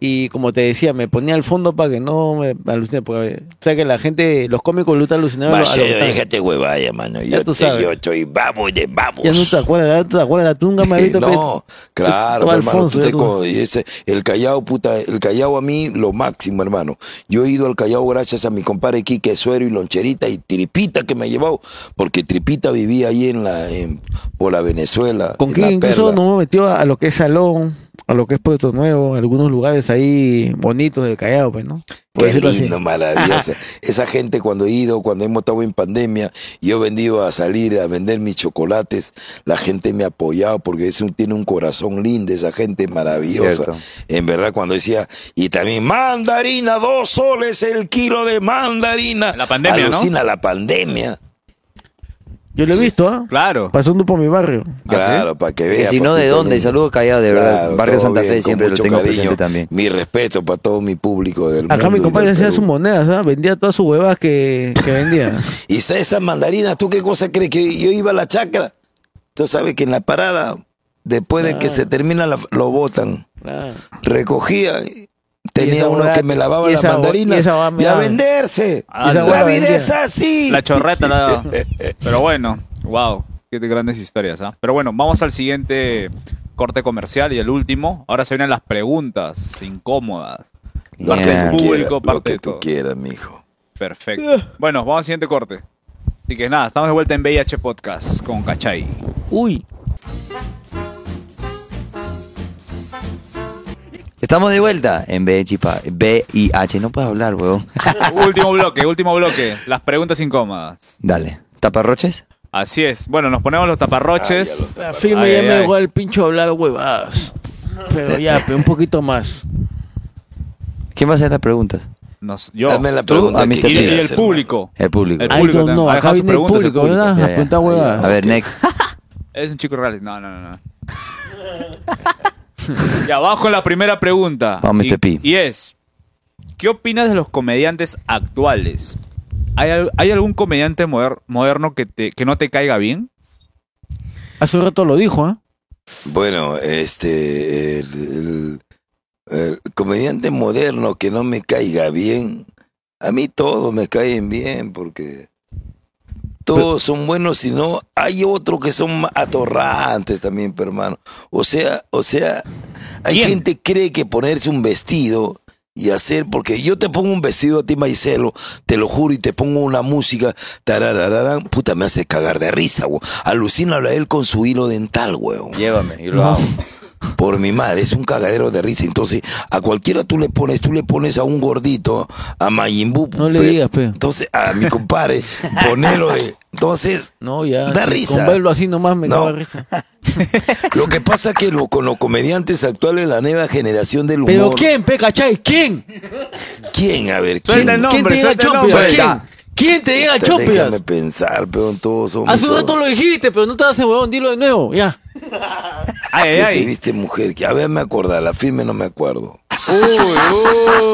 [SPEAKER 3] Y como te decía, me ponía al fondo para que no me alucine. Porque, eh, o sea que la gente, los cómicos lutan alucinados.
[SPEAKER 4] Macedo, déjate huevaya, mano.
[SPEAKER 3] Ya
[SPEAKER 4] Yo,
[SPEAKER 3] tú
[SPEAKER 4] te-
[SPEAKER 3] sabes.
[SPEAKER 4] yo soy babo de babos.
[SPEAKER 3] Ya no te acuerdas, ya no te acuerdas, la tunga me ha visto,
[SPEAKER 4] no,
[SPEAKER 3] pe-
[SPEAKER 4] claro,
[SPEAKER 3] Estaba
[SPEAKER 4] hermano.
[SPEAKER 3] Alfonso,
[SPEAKER 4] tú
[SPEAKER 3] ya
[SPEAKER 4] te
[SPEAKER 3] tú-
[SPEAKER 4] co- y ese- el Callao, puta, el Callao a mí lo máximo, hermano. Yo he ido al Callao gracias a mi compadre Quique Suero y Loncherita y Tripita que me ha llevado, porque Tripita vivía ahí en la, en- por la Venezuela.
[SPEAKER 3] Con
[SPEAKER 4] en
[SPEAKER 3] King
[SPEAKER 4] la
[SPEAKER 3] incluso
[SPEAKER 4] Perla.
[SPEAKER 3] nos hemos metido a, a lo que es Salón, a lo que es Puerto Nuevo, a algunos lugares ahí bonitos del Callao, pues, ¿no? Por
[SPEAKER 4] Qué
[SPEAKER 3] decirlo así.
[SPEAKER 4] lindo, maravilloso. Esa gente cuando he ido, cuando hemos estado en pandemia, yo he venido a salir a vender mis chocolates, la gente me ha apoyado porque es un, tiene un corazón lindo, esa gente maravillosa.
[SPEAKER 2] Cierto.
[SPEAKER 4] En verdad, cuando decía, y también mandarina, dos soles el kilo de mandarina.
[SPEAKER 11] La pandemia, ¿no?
[SPEAKER 4] Alucina la pandemia.
[SPEAKER 2] Ah,
[SPEAKER 3] Yo lo he visto, ¿ah?
[SPEAKER 11] Claro.
[SPEAKER 3] Pasando por mi barrio.
[SPEAKER 4] Claro, para que
[SPEAKER 2] Que
[SPEAKER 4] vea.
[SPEAKER 2] si no, ¿de
[SPEAKER 4] papito
[SPEAKER 2] dónde?
[SPEAKER 4] lindo.
[SPEAKER 2] Saludos callado, de verdad.
[SPEAKER 4] Claro,
[SPEAKER 2] Barrio
[SPEAKER 4] todo
[SPEAKER 2] Santa
[SPEAKER 4] bien,
[SPEAKER 2] Fe
[SPEAKER 4] con
[SPEAKER 2] siempre lo
[SPEAKER 4] mucho
[SPEAKER 2] tengo
[SPEAKER 4] cariño.
[SPEAKER 2] presente también.
[SPEAKER 4] Mi respeto para todo mi público del mundo.
[SPEAKER 3] Acá mi
[SPEAKER 4] y del
[SPEAKER 3] compadre hacía
[SPEAKER 4] Perú.
[SPEAKER 3] sus monedas, ¿ah? Vendía todas sus huevas que, que vendía.
[SPEAKER 4] Y sa- esas mandarinas, ¿tú qué cosa crees? Que yo iba a la chacra. Tú sabes que en la parada, después
[SPEAKER 3] Ah.
[SPEAKER 4] de que se termina, la- lo botan.
[SPEAKER 3] Claro.
[SPEAKER 4] Recogía. Tenía
[SPEAKER 3] esa
[SPEAKER 4] uno
[SPEAKER 3] hueá-
[SPEAKER 4] que me lavaba
[SPEAKER 3] y
[SPEAKER 4] las
[SPEAKER 3] esa hue- y
[SPEAKER 4] mandarinas.
[SPEAKER 3] esa hueá me
[SPEAKER 4] Y a
[SPEAKER 3] daba-
[SPEAKER 4] venderse.
[SPEAKER 11] Ah,
[SPEAKER 3] esa
[SPEAKER 4] la
[SPEAKER 3] hueá
[SPEAKER 4] vida
[SPEAKER 3] vendía.
[SPEAKER 4] es así.
[SPEAKER 11] La chorreta la Pero bueno, wow, qué grandes historias, ¿ah? Pero bueno, vamos al siguiente corte comercial y el último. Ahora se vienen las preguntas incómodas. Parte
[SPEAKER 2] Yeah.
[SPEAKER 11] del público,
[SPEAKER 4] Quiera, lo
[SPEAKER 11] parte
[SPEAKER 4] que
[SPEAKER 11] de
[SPEAKER 4] tú
[SPEAKER 11] todo.
[SPEAKER 4] quieras, mijo.
[SPEAKER 2] Ah.
[SPEAKER 11] Perfecto. Bueno, vamos al siguiente corte. Así que nada, estamos de vuelta en VIH Podcast con Cachay.
[SPEAKER 3] Uy,
[SPEAKER 2] Estamos de vuelta en VIH. pa- VIH. No puedo hablar, huevón.
[SPEAKER 11] último bloque, último bloque. Las preguntas incómodas.
[SPEAKER 2] Dale. ¿Taparroches?
[SPEAKER 11] Así es. Bueno, nos ponemos los taparroches.
[SPEAKER 3] a fin me
[SPEAKER 11] Ay,
[SPEAKER 3] ya
[SPEAKER 11] ay,
[SPEAKER 3] me
[SPEAKER 11] ay.
[SPEAKER 3] llegó el pincho a hablar huevadas. Pero ya, pe, un poquito más.
[SPEAKER 2] ¿Quién va a hacer las preguntas?
[SPEAKER 11] Nos- yo.
[SPEAKER 2] Dame la Tú, pregunta a mí que te
[SPEAKER 11] y, y
[SPEAKER 2] quieras,
[SPEAKER 11] el
[SPEAKER 2] hermano.
[SPEAKER 11] público.
[SPEAKER 2] El público.
[SPEAKER 11] El público.
[SPEAKER 3] I don't know,
[SPEAKER 11] ha
[SPEAKER 3] acá
[SPEAKER 11] dejado sus
[SPEAKER 3] viene el
[SPEAKER 11] preguntas
[SPEAKER 3] público, ¿verdad?
[SPEAKER 2] Ya, ya.
[SPEAKER 3] Ah, Apunta huevadas.
[SPEAKER 2] A ver, next.
[SPEAKER 11] Es un chico real. No, no, no. no. y abajo la primera pregunta.
[SPEAKER 2] Vamos,
[SPEAKER 11] y,
[SPEAKER 2] Mr. Oh, P.
[SPEAKER 11] y es, ¿qué opinas de los comediantes actuales? ¿Hay, al- hay algún comediante moder- moderno que, te, que no te caiga bien?
[SPEAKER 3] Hace un rato lo dijo, ¿ah?
[SPEAKER 4] Bueno, este, el, el- el comediante moderno que no me caiga bien, a mí todos me caen bien porque todos son buenos, si no, hay otros que son ma- atorrantes también, pe, hermano. O sea, o sea, hay gente que cree que ponerse un vestido y hacer, porque yo te pongo un vestido a ti, Maicelo, te lo juro, y te pongo una música, tararararán, puta, me hace cagar de risa, weón. Alucínalo a él con su hilo dental, weón.
[SPEAKER 2] Llévame, yo lo hago.
[SPEAKER 4] Por mi madre, es un cagadero de risa. Entonces, a cualquiera tú le pones, tú le pones a un gordito, a Mayimbu.
[SPEAKER 3] No le digas, pe.
[SPEAKER 4] Entonces, a mi compadre, ponelo de. Entonces,
[SPEAKER 3] No, ya.
[SPEAKER 4] Da
[SPEAKER 3] sí,
[SPEAKER 4] risa.
[SPEAKER 3] Con verlo así nomás me
[SPEAKER 4] No.
[SPEAKER 3] daba risa.
[SPEAKER 4] lo que pasa que lo, con los comediantes actuales, la nueva generación del humor.
[SPEAKER 3] ¿Pero quién, pe, cachai? ¿Quién?
[SPEAKER 4] ¿Quién? A ver, ¿quién?
[SPEAKER 3] Suelta el nombre, ¿Quién te suelta llega el Chompiras? nombre. ¿Quién? ¿Quién te llega el
[SPEAKER 4] Puta, Déjame
[SPEAKER 3] Chompiras?
[SPEAKER 4] pensar, peón, todos son.
[SPEAKER 3] Hace un rato lo dijiste, pero no te hagas el huevón, dilo de nuevo, ya.
[SPEAKER 4] Ay,
[SPEAKER 3] ay.
[SPEAKER 4] se viste mujer? Que- A ver, me acordar, la firme no me acuerdo.
[SPEAKER 3] Uy, uy.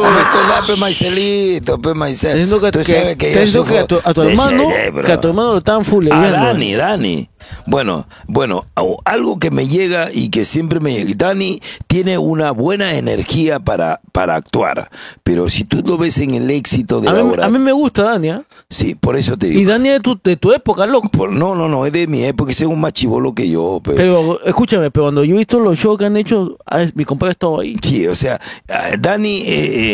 [SPEAKER 4] No me acordaba, pe Maicelito, pe Maicel.
[SPEAKER 3] Teniendo que,
[SPEAKER 4] Tú
[SPEAKER 3] que,
[SPEAKER 4] sabes que yo
[SPEAKER 3] te digo que a tu,
[SPEAKER 4] sufro
[SPEAKER 3] a tu
[SPEAKER 4] de
[SPEAKER 3] hermano,
[SPEAKER 4] cerebro.
[SPEAKER 3] que a tu hermano lo estaban
[SPEAKER 4] Ah,
[SPEAKER 3] fuleyando.
[SPEAKER 4] Dani, Dani. Bueno, bueno, au- algo que me llega y que siempre me llega. Dani tiene una buena energía para, para actuar, pero si tú lo ves en el éxito de
[SPEAKER 3] A
[SPEAKER 4] la
[SPEAKER 3] mí,
[SPEAKER 4] obra,
[SPEAKER 3] a mí me gusta Dani, ¿ah?
[SPEAKER 4] sí, por eso te digo.
[SPEAKER 3] Y Dani es de tu, de tu época, loco.
[SPEAKER 4] Por- no, no, no, es de mi época, ese es un más chibolo que yo, pero.
[SPEAKER 3] Pero escúchame, pero cuando yo he visto los shows que han hecho, ah, mi compadre estaba ahí.
[SPEAKER 4] Sí, o sea, ah, Dani, eh,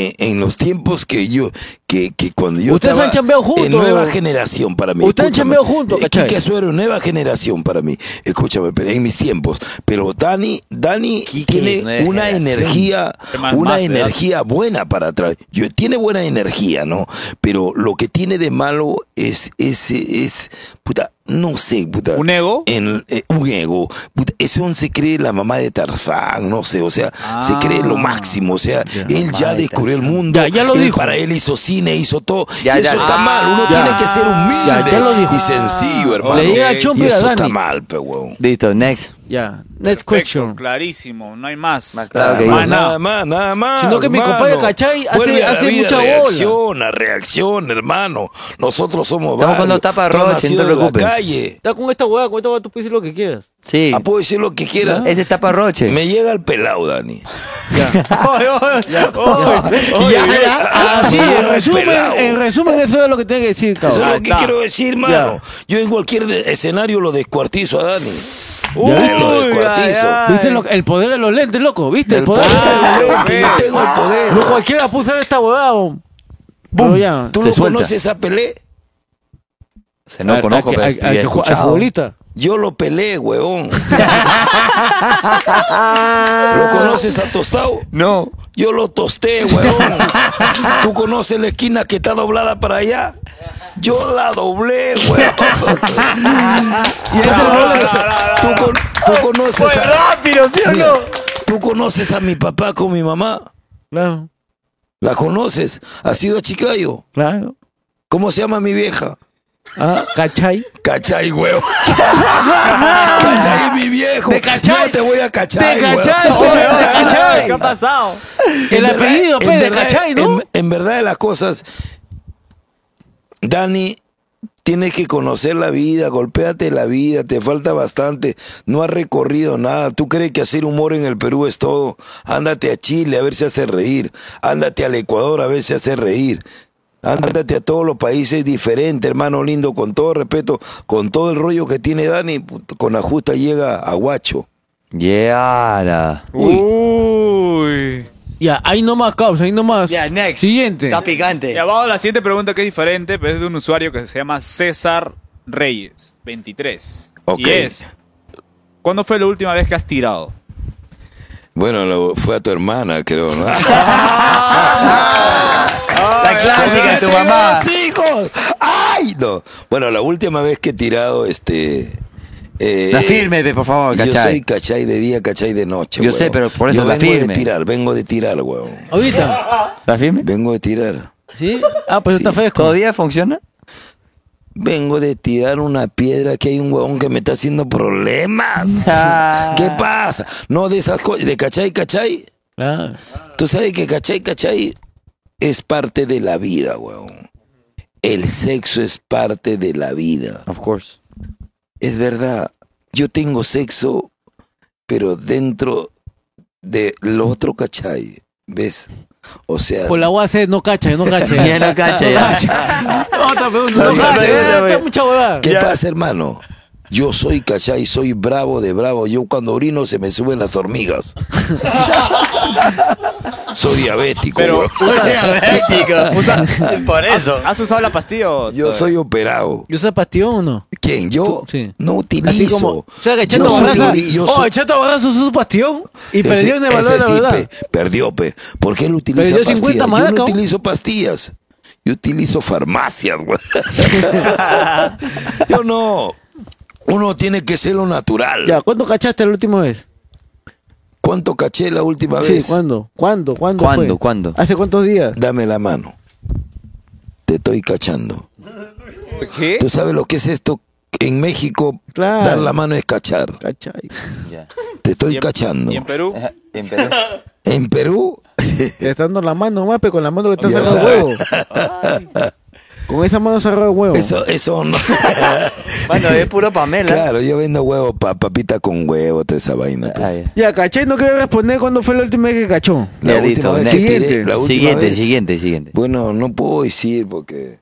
[SPEAKER 4] eh, en los tiempos que yo, que, que cuando yo
[SPEAKER 3] Ustedes
[SPEAKER 4] estaba
[SPEAKER 3] han chambeado juntos.
[SPEAKER 4] en nueva generación para mí.
[SPEAKER 3] Ustedes han
[SPEAKER 4] escúchame,
[SPEAKER 3] chambeado juntos,
[SPEAKER 4] eh,
[SPEAKER 3] ¿cachai?
[SPEAKER 4] Quique Suero, nueva generación para mí. Escúchame, pero en mis tiempos. Pero Dani, Dani tiene
[SPEAKER 2] nueva
[SPEAKER 4] una
[SPEAKER 2] generación.
[SPEAKER 4] energía,
[SPEAKER 11] Qué mal
[SPEAKER 4] una
[SPEAKER 11] más, ¿verdad?
[SPEAKER 4] energía buena para atrás. Yo tiene buena energía, ¿no? Pero lo que tiene de malo es, es, es, puta, no sé, puta.
[SPEAKER 11] ¿Un ego?
[SPEAKER 4] En, eh, un ego. Puta, ese hombre se cree la mamá de Tarzán, no sé, o sea, se cree lo máximo, o sea, él ya descubrió el mundo,
[SPEAKER 3] Ah. Ya, ya lo
[SPEAKER 4] él
[SPEAKER 3] dijo.
[SPEAKER 4] para él hizo cine, hizo todo,
[SPEAKER 2] Ya,
[SPEAKER 4] y eso
[SPEAKER 2] ya.
[SPEAKER 4] está mal, uno
[SPEAKER 2] Ya.
[SPEAKER 4] tiene que ser humilde
[SPEAKER 3] Ya, ya lo dijo.
[SPEAKER 4] y sencillo, hermano.
[SPEAKER 3] Le llega
[SPEAKER 4] y
[SPEAKER 3] el
[SPEAKER 4] eso
[SPEAKER 3] chompe a
[SPEAKER 4] está
[SPEAKER 3] Dani.
[SPEAKER 4] mal, pe huevón.
[SPEAKER 2] Listo, next.
[SPEAKER 3] Ya,
[SPEAKER 11] Perfecto,
[SPEAKER 3] next question.
[SPEAKER 11] Clarísimo, no hay más. Ah,
[SPEAKER 2] Claro que
[SPEAKER 11] Más
[SPEAKER 2] yo.
[SPEAKER 11] nada.
[SPEAKER 4] Nada más, nada más.
[SPEAKER 3] Sino que mi
[SPEAKER 4] hermano.
[SPEAKER 3] compadre Cachay hace-
[SPEAKER 4] Vuelve a la
[SPEAKER 3] hace
[SPEAKER 4] vida,
[SPEAKER 3] mucha bola.
[SPEAKER 4] reacciona, Reacciona, hermano. Nosotros somos
[SPEAKER 2] Estamos cuando
[SPEAKER 4] varios.
[SPEAKER 2] tapa
[SPEAKER 4] Tú has
[SPEAKER 2] Roche, no te
[SPEAKER 4] nacido en la
[SPEAKER 2] preocupes.
[SPEAKER 4] calle.
[SPEAKER 3] Está con esta hueá, con esta hueá tú puedes decir lo que quieras.
[SPEAKER 2] Sí.
[SPEAKER 4] Ah, puedo decir lo que quiera.
[SPEAKER 2] Ese está para Roche.
[SPEAKER 4] Me llega el pelado, Dani.
[SPEAKER 11] Oye, oye, oye, oye,
[SPEAKER 2] Ya,
[SPEAKER 11] oye.
[SPEAKER 2] ya.
[SPEAKER 3] Así,
[SPEAKER 4] no,
[SPEAKER 3] Ah, en resumen,
[SPEAKER 4] pelao.
[SPEAKER 3] en resumen, eso es lo que tiene que decir,
[SPEAKER 4] Eso es
[SPEAKER 3] cabrón.
[SPEAKER 4] lo que quiero decir, mano. Yo en cualquier de- escenario lo descuartizo a Dani.
[SPEAKER 11] Uy,
[SPEAKER 4] Yo lo descuartizo.
[SPEAKER 11] ay, ay.
[SPEAKER 3] ¿Viste lo- el poder de los lentes, loco? ¿Viste? El,
[SPEAKER 4] El
[SPEAKER 3] poder
[SPEAKER 4] poder
[SPEAKER 3] de los
[SPEAKER 4] del
[SPEAKER 3] lentes.
[SPEAKER 4] hombre, yo tengo el poder.
[SPEAKER 3] No cualquiera puso esta huevada. bo. Pero ya.
[SPEAKER 4] ¿Tú
[SPEAKER 2] Se
[SPEAKER 4] lo
[SPEAKER 2] suelta.
[SPEAKER 4] conoces a Pelé?
[SPEAKER 2] O sea, no
[SPEAKER 3] Al-
[SPEAKER 2] conozco,
[SPEAKER 3] al que-
[SPEAKER 2] pero
[SPEAKER 3] al-
[SPEAKER 2] sí
[SPEAKER 3] al
[SPEAKER 2] he
[SPEAKER 3] que ju- al
[SPEAKER 2] escuchado.
[SPEAKER 3] futbolista.
[SPEAKER 4] Yo lo pelé, huevón. ¿Lo conoces a Tostado?
[SPEAKER 2] No.
[SPEAKER 4] Yo lo tosté, huevón. ¿Tú conoces la esquina que está doblada para allá? Yo la doblé, huevón. ¿Tú conoces a- tú con- tú conoces a...
[SPEAKER 2] rápido, ¿sí o
[SPEAKER 4] Mira, ¿Tú conoces a mi papá con mi mamá?
[SPEAKER 3] Claro,
[SPEAKER 4] ¿La conoces? ¿Has ido a Chiclayo?
[SPEAKER 3] claro.
[SPEAKER 4] ¿Cómo se llama mi vieja?
[SPEAKER 3] Ah, ¿cachai?
[SPEAKER 4] Cachai, huevo. cachai, mi viejo.
[SPEAKER 3] De cachai.
[SPEAKER 4] No te voy a cachai.
[SPEAKER 3] Te
[SPEAKER 4] huevo.
[SPEAKER 3] cachai, pe,
[SPEAKER 4] Oye,
[SPEAKER 3] te cachai.
[SPEAKER 11] ¿Qué ha pasado?
[SPEAKER 4] en
[SPEAKER 3] El
[SPEAKER 4] verdad-
[SPEAKER 3] apellido,
[SPEAKER 4] en
[SPEAKER 3] pe, de
[SPEAKER 4] verdad-
[SPEAKER 3] cachai, ¿no?
[SPEAKER 4] En, en verdad de las cosas, Dani, tienes que conocer la vida, golpéate la vida, te falta bastante, no has recorrido nada. ¿Tú crees que hacer humor en el Perú es todo? Ándate a Chile a ver si hace reír, ándate al Ecuador a ver si hace reír. Ándate a todos los países diferentes, hermano lindo, con todo respeto, con todo el rollo que tiene Dani, put- con la justa llega a Guacho.
[SPEAKER 2] Yeah. la-
[SPEAKER 11] Uy.
[SPEAKER 3] Ya, ahí nomás, caos, ahí nomás.
[SPEAKER 2] Ya, next.
[SPEAKER 3] Siguiente.
[SPEAKER 2] Está picante.
[SPEAKER 11] Y abajo la siguiente pregunta que es diferente, pero es de un usuario que se llama César Reyes, 23.
[SPEAKER 4] Ok.
[SPEAKER 11] Y es, ¿cuándo fue la última vez que has tirado?
[SPEAKER 4] Bueno, lo- fue a tu hermana, creo, ¿no?
[SPEAKER 2] La clásica de tu
[SPEAKER 4] ¡Tiene
[SPEAKER 2] mamá.
[SPEAKER 4] dos hijos! ¡Ay! No. Bueno, la última vez que he tirado, este. eh,
[SPEAKER 2] La firme, pe, por favor,
[SPEAKER 4] Yo
[SPEAKER 2] cachai.
[SPEAKER 4] soy cachai de día, cachai de noche.
[SPEAKER 2] Yo
[SPEAKER 4] huevón.
[SPEAKER 2] sé, pero por eso
[SPEAKER 4] Yo
[SPEAKER 2] la
[SPEAKER 4] vengo
[SPEAKER 2] firme.
[SPEAKER 4] de tirar, vengo de tirar, huevón.
[SPEAKER 3] ¿Ahorita?
[SPEAKER 2] ¿La firme?
[SPEAKER 4] Vengo de tirar.
[SPEAKER 3] ¿Sí? Ah, pues está fresco.
[SPEAKER 2] ¿Todavía funciona?
[SPEAKER 4] Vengo de tirar una piedra que hay un huevón que me está haciendo problemas.
[SPEAKER 2] Ah.
[SPEAKER 4] ¿Qué pasa? No de esas cosas, de cachai, cachai.
[SPEAKER 3] Ah,
[SPEAKER 4] Tú sabes que cachai, cachai es parte de la vida, huevón. El sexo es parte de la vida.
[SPEAKER 2] Of course.
[SPEAKER 4] Es verdad. Yo tengo sexo, pero dentro de lo otro, cachai. ¿Ves? O sea,
[SPEAKER 3] Por pues la UAC no cacha, no cacha.
[SPEAKER 4] Ya no cacha, ya.
[SPEAKER 3] Otra pregunta,
[SPEAKER 4] No,
[SPEAKER 3] no
[SPEAKER 4] ya,
[SPEAKER 3] cacha,
[SPEAKER 4] ya, ya,
[SPEAKER 3] ya,
[SPEAKER 4] ya.
[SPEAKER 3] está mucha huevada.
[SPEAKER 4] ¿Qué pasa, hermano? Yo soy cachai, soy bravo de bravo. Yo cuando orino se me suben las hormigas. soy diabético.
[SPEAKER 11] Pero-
[SPEAKER 4] güey.
[SPEAKER 11] Diabético.
[SPEAKER 2] Por
[SPEAKER 11] eso. ¿Has, has usado la pastilla? o-
[SPEAKER 4] Yo soy operado.
[SPEAKER 3] ¿Yo soy pastillón o no?
[SPEAKER 4] ¿Quién? Yo no utilizo.
[SPEAKER 3] Así como, o sea, que Chato
[SPEAKER 4] No soy
[SPEAKER 3] Barraza,
[SPEAKER 4] ori- yo
[SPEAKER 3] oh,
[SPEAKER 4] soy-
[SPEAKER 3] Chato Barraza usó su pastillón y
[SPEAKER 4] Ese-
[SPEAKER 3] perdió en el valor de la
[SPEAKER 4] ese sí,
[SPEAKER 3] verdad.
[SPEAKER 4] pe, perdió, pe. ¿Por qué él utiliza
[SPEAKER 3] Perdió
[SPEAKER 4] pastillas?
[SPEAKER 3] 50
[SPEAKER 4] Yo
[SPEAKER 3] maracas,
[SPEAKER 4] no
[SPEAKER 3] ¿o?
[SPEAKER 4] utilizo pastillas. Yo utilizo farmacias, güey. Yo no. Uno tiene que ser lo natural.
[SPEAKER 3] Ya, ¿cuánto cachaste la última vez?
[SPEAKER 4] ¿Cuánto caché la última
[SPEAKER 3] Sí,
[SPEAKER 4] vez?
[SPEAKER 3] ¿cuándo? ¿Cuándo? ¿Cuándo?
[SPEAKER 4] ¿Cuándo?
[SPEAKER 3] fue?
[SPEAKER 4] ¿Cuándo?
[SPEAKER 3] ¿Hace cuántos días?
[SPEAKER 4] Dame la mano. Te estoy cachando.
[SPEAKER 3] ¿Eh?
[SPEAKER 11] ¿Qué?
[SPEAKER 4] ¿Tú sabes lo que es esto? En México,
[SPEAKER 3] Claro.
[SPEAKER 4] dar la mano es cachar.
[SPEAKER 3] Cachai.
[SPEAKER 4] Te estoy cachando.
[SPEAKER 11] ¿Y en Perú?
[SPEAKER 2] En Perú.
[SPEAKER 4] En Perú,
[SPEAKER 3] Te están dando la mano, mape, con la mano que te
[SPEAKER 4] Ya
[SPEAKER 3] has sacado
[SPEAKER 4] sabes.
[SPEAKER 3] el huevo. Con esa mano cerrada el huevo.
[SPEAKER 4] eso, eso no.
[SPEAKER 2] Bueno, es puro Pamela.
[SPEAKER 4] Claro, yo vendo huevo, pa- papita con huevo, toda esa vaina. pe.
[SPEAKER 3] Ya, caché, no quiero responder cuándo fue la última vez que cachó.
[SPEAKER 4] La
[SPEAKER 2] Ya,
[SPEAKER 4] última
[SPEAKER 2] listo,
[SPEAKER 4] vez
[SPEAKER 2] next.
[SPEAKER 4] que tiré,
[SPEAKER 2] Siguiente,
[SPEAKER 4] la última
[SPEAKER 2] siguiente,
[SPEAKER 4] vez.
[SPEAKER 2] siguiente, siguiente.
[SPEAKER 4] Bueno, no puedo decir porque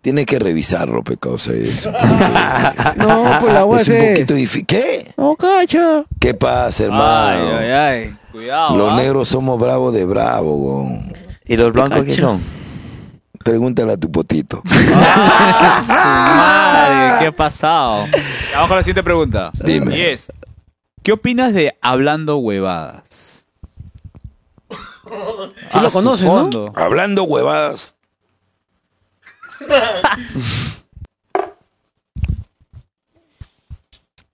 [SPEAKER 4] tienes que revisarlo, pecados eso. pues,
[SPEAKER 3] No, pues la voy a
[SPEAKER 4] es un
[SPEAKER 3] hacer.
[SPEAKER 4] poquito difícil. ¿Qué?
[SPEAKER 3] No, cacha.
[SPEAKER 4] ¿Qué pasa,
[SPEAKER 11] Ay,
[SPEAKER 4] hermano?
[SPEAKER 11] ay, ay. Cuidado.
[SPEAKER 4] Los
[SPEAKER 11] ¿ah?
[SPEAKER 4] negros somos bravos de bravo, weón.
[SPEAKER 2] ¿Y los blancos qué
[SPEAKER 4] Cacha.
[SPEAKER 2] son?
[SPEAKER 4] Pregúntale a tu potito.
[SPEAKER 11] Ah, su madre, ¿qué ha pasado? Vamos con la siguiente pregunta.
[SPEAKER 4] Dime.
[SPEAKER 11] Y es, ¿qué opinas de hablando huevadas? Ah,
[SPEAKER 3] Sí lo conoces, ¿no?
[SPEAKER 4] Hablando huevadas.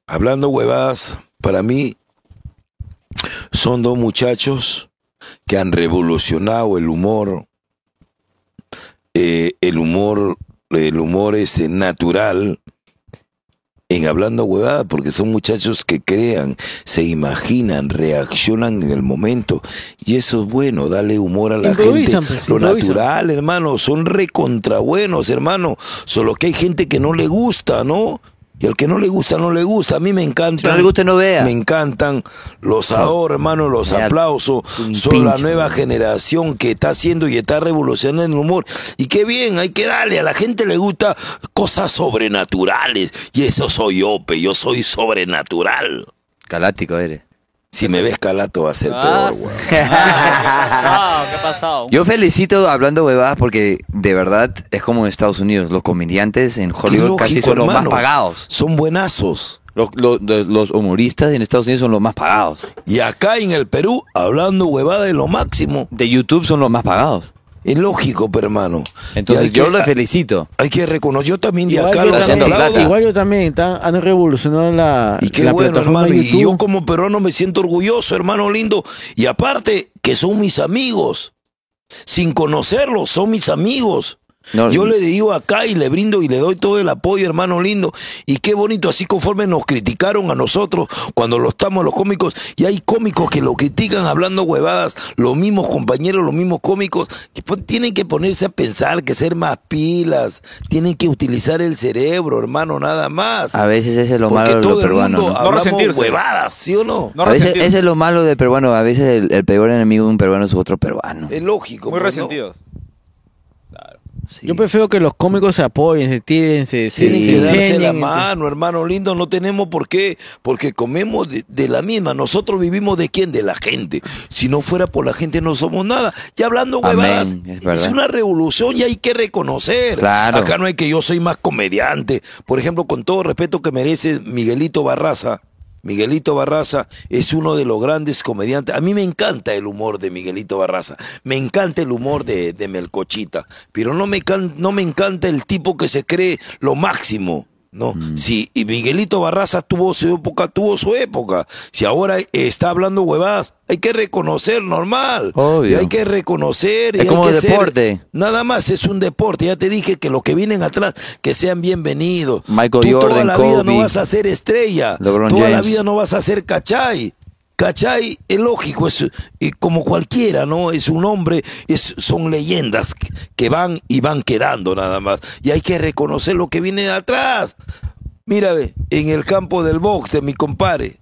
[SPEAKER 4] Hablando huevadas, para mí son dos muchachos que han revolucionado el humor. eh, el humor, el humor es natural en hablando huevadas, porque son muchachos que crean, se imaginan, reaccionan en el momento. Y eso es bueno, dale humor a la
[SPEAKER 3] Improvisan,
[SPEAKER 4] gente.
[SPEAKER 3] pues,
[SPEAKER 4] Lo
[SPEAKER 3] improvisan.
[SPEAKER 4] natural, hermano, son recontra buenos, hermano. Solo que hay gente que no le gusta, ¿no? Y al que no le gusta, no le gusta. A mí me encantan.
[SPEAKER 2] no le gusta, no vea.
[SPEAKER 4] Me encantan los ador, hermano, los
[SPEAKER 2] Mira,
[SPEAKER 4] aplausos.
[SPEAKER 2] un
[SPEAKER 4] Son la
[SPEAKER 2] pinche,
[SPEAKER 4] nueva generación que está haciendo y está revolucionando el humor. Y qué bien, hay que darle. A la gente le gusta cosas sobrenaturales. Y eso soy Ope, yo soy sobrenatural.
[SPEAKER 2] Calático eres.
[SPEAKER 4] Si me ves calato va a ser
[SPEAKER 11] Ah,
[SPEAKER 4] peor,
[SPEAKER 11] su
[SPEAKER 4] güey.
[SPEAKER 11] madre, ¿Qué ha pasado? ¿Qué ha pasado?
[SPEAKER 2] Yo felicito hablando huevadas porque de verdad es como en Estados Unidos. Los comediantes en
[SPEAKER 4] Qué
[SPEAKER 2] Hollywood casi
[SPEAKER 4] lógico,
[SPEAKER 2] son los más
[SPEAKER 4] hermano.
[SPEAKER 2] pagados.
[SPEAKER 4] Son buenazos.
[SPEAKER 2] Los, los- los humoristas en Estados Unidos son los más pagados.
[SPEAKER 4] Y acá en el Perú, hablando huevada de lo máximo.
[SPEAKER 2] De YouTube son los más pagados.
[SPEAKER 4] Es lógico, pero hermano. Y
[SPEAKER 2] Entonces
[SPEAKER 4] hay
[SPEAKER 2] yo
[SPEAKER 4] que-
[SPEAKER 2] los felicito.
[SPEAKER 4] Hay que reconocer, yo también de
[SPEAKER 3] Igual
[SPEAKER 4] acá
[SPEAKER 3] yo,
[SPEAKER 4] los
[SPEAKER 2] haciendo
[SPEAKER 3] también,
[SPEAKER 4] aplaudo.
[SPEAKER 2] plata.
[SPEAKER 3] igual yo también, tan- han revolucionado la,
[SPEAKER 4] Y qué
[SPEAKER 3] la
[SPEAKER 4] bueno,
[SPEAKER 3] plataforma
[SPEAKER 4] hermano.
[SPEAKER 3] de
[SPEAKER 4] Y
[SPEAKER 3] YouTube.
[SPEAKER 4] yo como peruano me siento orgulloso, hermano lindo. Y aparte, que son mis amigos. Sin conocerlos, son mis amigos.
[SPEAKER 2] No,
[SPEAKER 4] yo le digo acá y le brindo y le doy todo el apoyo, hermano lindo. Y qué bonito, así conforme nos criticaron a nosotros cuando lo estamos los cómicos. Y hay cómicos que lo critican hablando huevadas, los mismos compañeros, los mismos cómicos. que pon- tienen que ponerse a pensar, que ser más pilas. Tienen que utilizar el cerebro, hermano, nada más.
[SPEAKER 2] A veces ese es lo
[SPEAKER 4] Porque
[SPEAKER 2] malo de
[SPEAKER 4] todo
[SPEAKER 2] los
[SPEAKER 4] el
[SPEAKER 2] peruanos.
[SPEAKER 4] mundo
[SPEAKER 2] ¿no?
[SPEAKER 4] hablamos
[SPEAKER 11] resentirse.
[SPEAKER 4] huevadas, ¿sí o no?
[SPEAKER 11] No
[SPEAKER 2] A veces
[SPEAKER 11] resentidos.
[SPEAKER 2] ese es lo malo del peruano. A veces el, el peor enemigo de un peruano es otro peruano.
[SPEAKER 4] Es lógico.
[SPEAKER 11] Muy
[SPEAKER 4] pues, ¿no?
[SPEAKER 11] resentidos.
[SPEAKER 2] Sí.
[SPEAKER 3] Yo prefiero que los cómicos se apoyen, se tiren, se, se
[SPEAKER 4] Tienen que darse
[SPEAKER 3] enseñen,
[SPEAKER 4] la
[SPEAKER 3] entonces-
[SPEAKER 4] mano, hermano lindo. No tenemos por qué, porque comemos de, de la misma. Nosotros vivimos de quién? De la gente. Si no fuera por la gente, no somos nada. Y hablando
[SPEAKER 2] Amén,
[SPEAKER 4] huevadas,
[SPEAKER 2] es
[SPEAKER 4] es,
[SPEAKER 2] verdad.
[SPEAKER 4] una revolución y hay que reconocer.
[SPEAKER 2] Claro.
[SPEAKER 4] Acá no hay que yo soy más comediante. Por ejemplo, con todo respeto que merece Miguelito Barraza. Miguelito Barraza es uno de los grandes comediantes. A mí me encanta el humor de Miguelito Barraza. Me encanta el humor de, de Melcochita. Pero no me, can- no me encanta el tipo que se cree lo máximo. No,
[SPEAKER 2] Mm.
[SPEAKER 4] si y Miguelito Barraza tuvo su época, tuvo su época. Si ahora está hablando huevadas, hay que reconocer normal.
[SPEAKER 2] Obvio.
[SPEAKER 4] Y hay que reconocer. y
[SPEAKER 2] Es
[SPEAKER 4] hay
[SPEAKER 2] como
[SPEAKER 4] que ser-
[SPEAKER 2] deporte.
[SPEAKER 4] nada más es un deporte. Ya te dije que los que vienen atrás, que sean bienvenidos.
[SPEAKER 2] Michael
[SPEAKER 4] Tú toda
[SPEAKER 2] Jordan,
[SPEAKER 4] la vida no
[SPEAKER 2] Kobe,
[SPEAKER 4] vas a ser estrella.
[SPEAKER 2] LeBron
[SPEAKER 4] toda la
[SPEAKER 2] James.
[SPEAKER 4] vida no vas a ser cachai. Cachai, es lógico, es y como cualquiera, ¿no? Es un hombre, es, son leyendas que- que van y van quedando nada más. Y hay que reconocer lo que viene de atrás. Mira, ve, en el campo del box de mi compadre,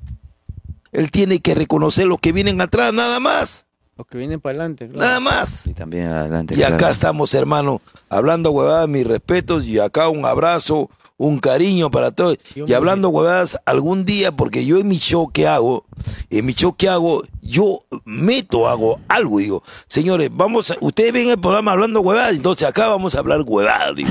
[SPEAKER 4] él tiene que reconocer lo que vienen atrás, nada más.
[SPEAKER 3] Los que vienen para adelante.
[SPEAKER 4] Nada más.
[SPEAKER 2] Y también adelante.
[SPEAKER 4] Y acá
[SPEAKER 2] claro.
[SPEAKER 4] estamos, hermano, hablando huevadas, mis respetos, y acá un abrazo, un cariño para todos. Y hablando huevadas, algún día, porque yo en mi show que hago, en mi show que hago, yo meto, hago algo, digo, señores, vamos, a- ustedes ven el programa hablando huevadas, entonces acá vamos a hablar huevadas, digo.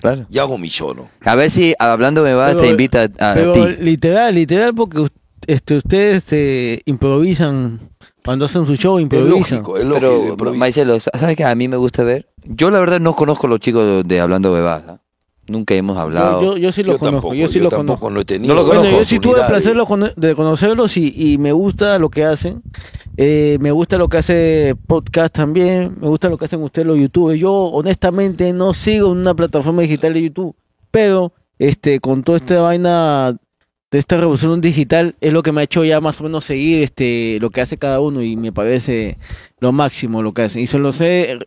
[SPEAKER 2] Claro.
[SPEAKER 4] Y hago mi show, ¿no?
[SPEAKER 2] A ver si hablando me va, te
[SPEAKER 3] Pero-
[SPEAKER 2] invita a, a
[SPEAKER 3] pero
[SPEAKER 2] ti.
[SPEAKER 3] literal, literal, porque us- este, ustedes este, improvisan. Cuando hacen su show, improvisan.
[SPEAKER 2] Pero, Maicelo, ¿sabes qué? A mí me gusta ver. Yo, la verdad, no conozco a los chicos de Hablando Bebadas. ¿ah? Nunca hemos hablado.
[SPEAKER 3] yo, yo sí lo
[SPEAKER 4] Yo
[SPEAKER 3] conozco,
[SPEAKER 4] tampoco,
[SPEAKER 3] yo sí
[SPEAKER 4] yo
[SPEAKER 3] lo
[SPEAKER 4] tampoco
[SPEAKER 3] conozco.
[SPEAKER 4] lo he tenido
[SPEAKER 2] No lo
[SPEAKER 3] Bueno,
[SPEAKER 2] conozco.
[SPEAKER 3] yo sí tuve el
[SPEAKER 2] Oportunidad,
[SPEAKER 3] placer lo cono- de conocerlos y, y me gusta lo que hacen. Eh, me gusta lo que hace podcast también. Me gusta lo que hacen ustedes los youtubers. Yo, honestamente, no sigo una plataforma digital de YouTube. Pero, este, con toda esta vaina de esta revolución digital, es lo que me ha hecho ya más o menos seguir este, lo que hace cada uno y me parece lo máximo lo que hacen. Y se los he,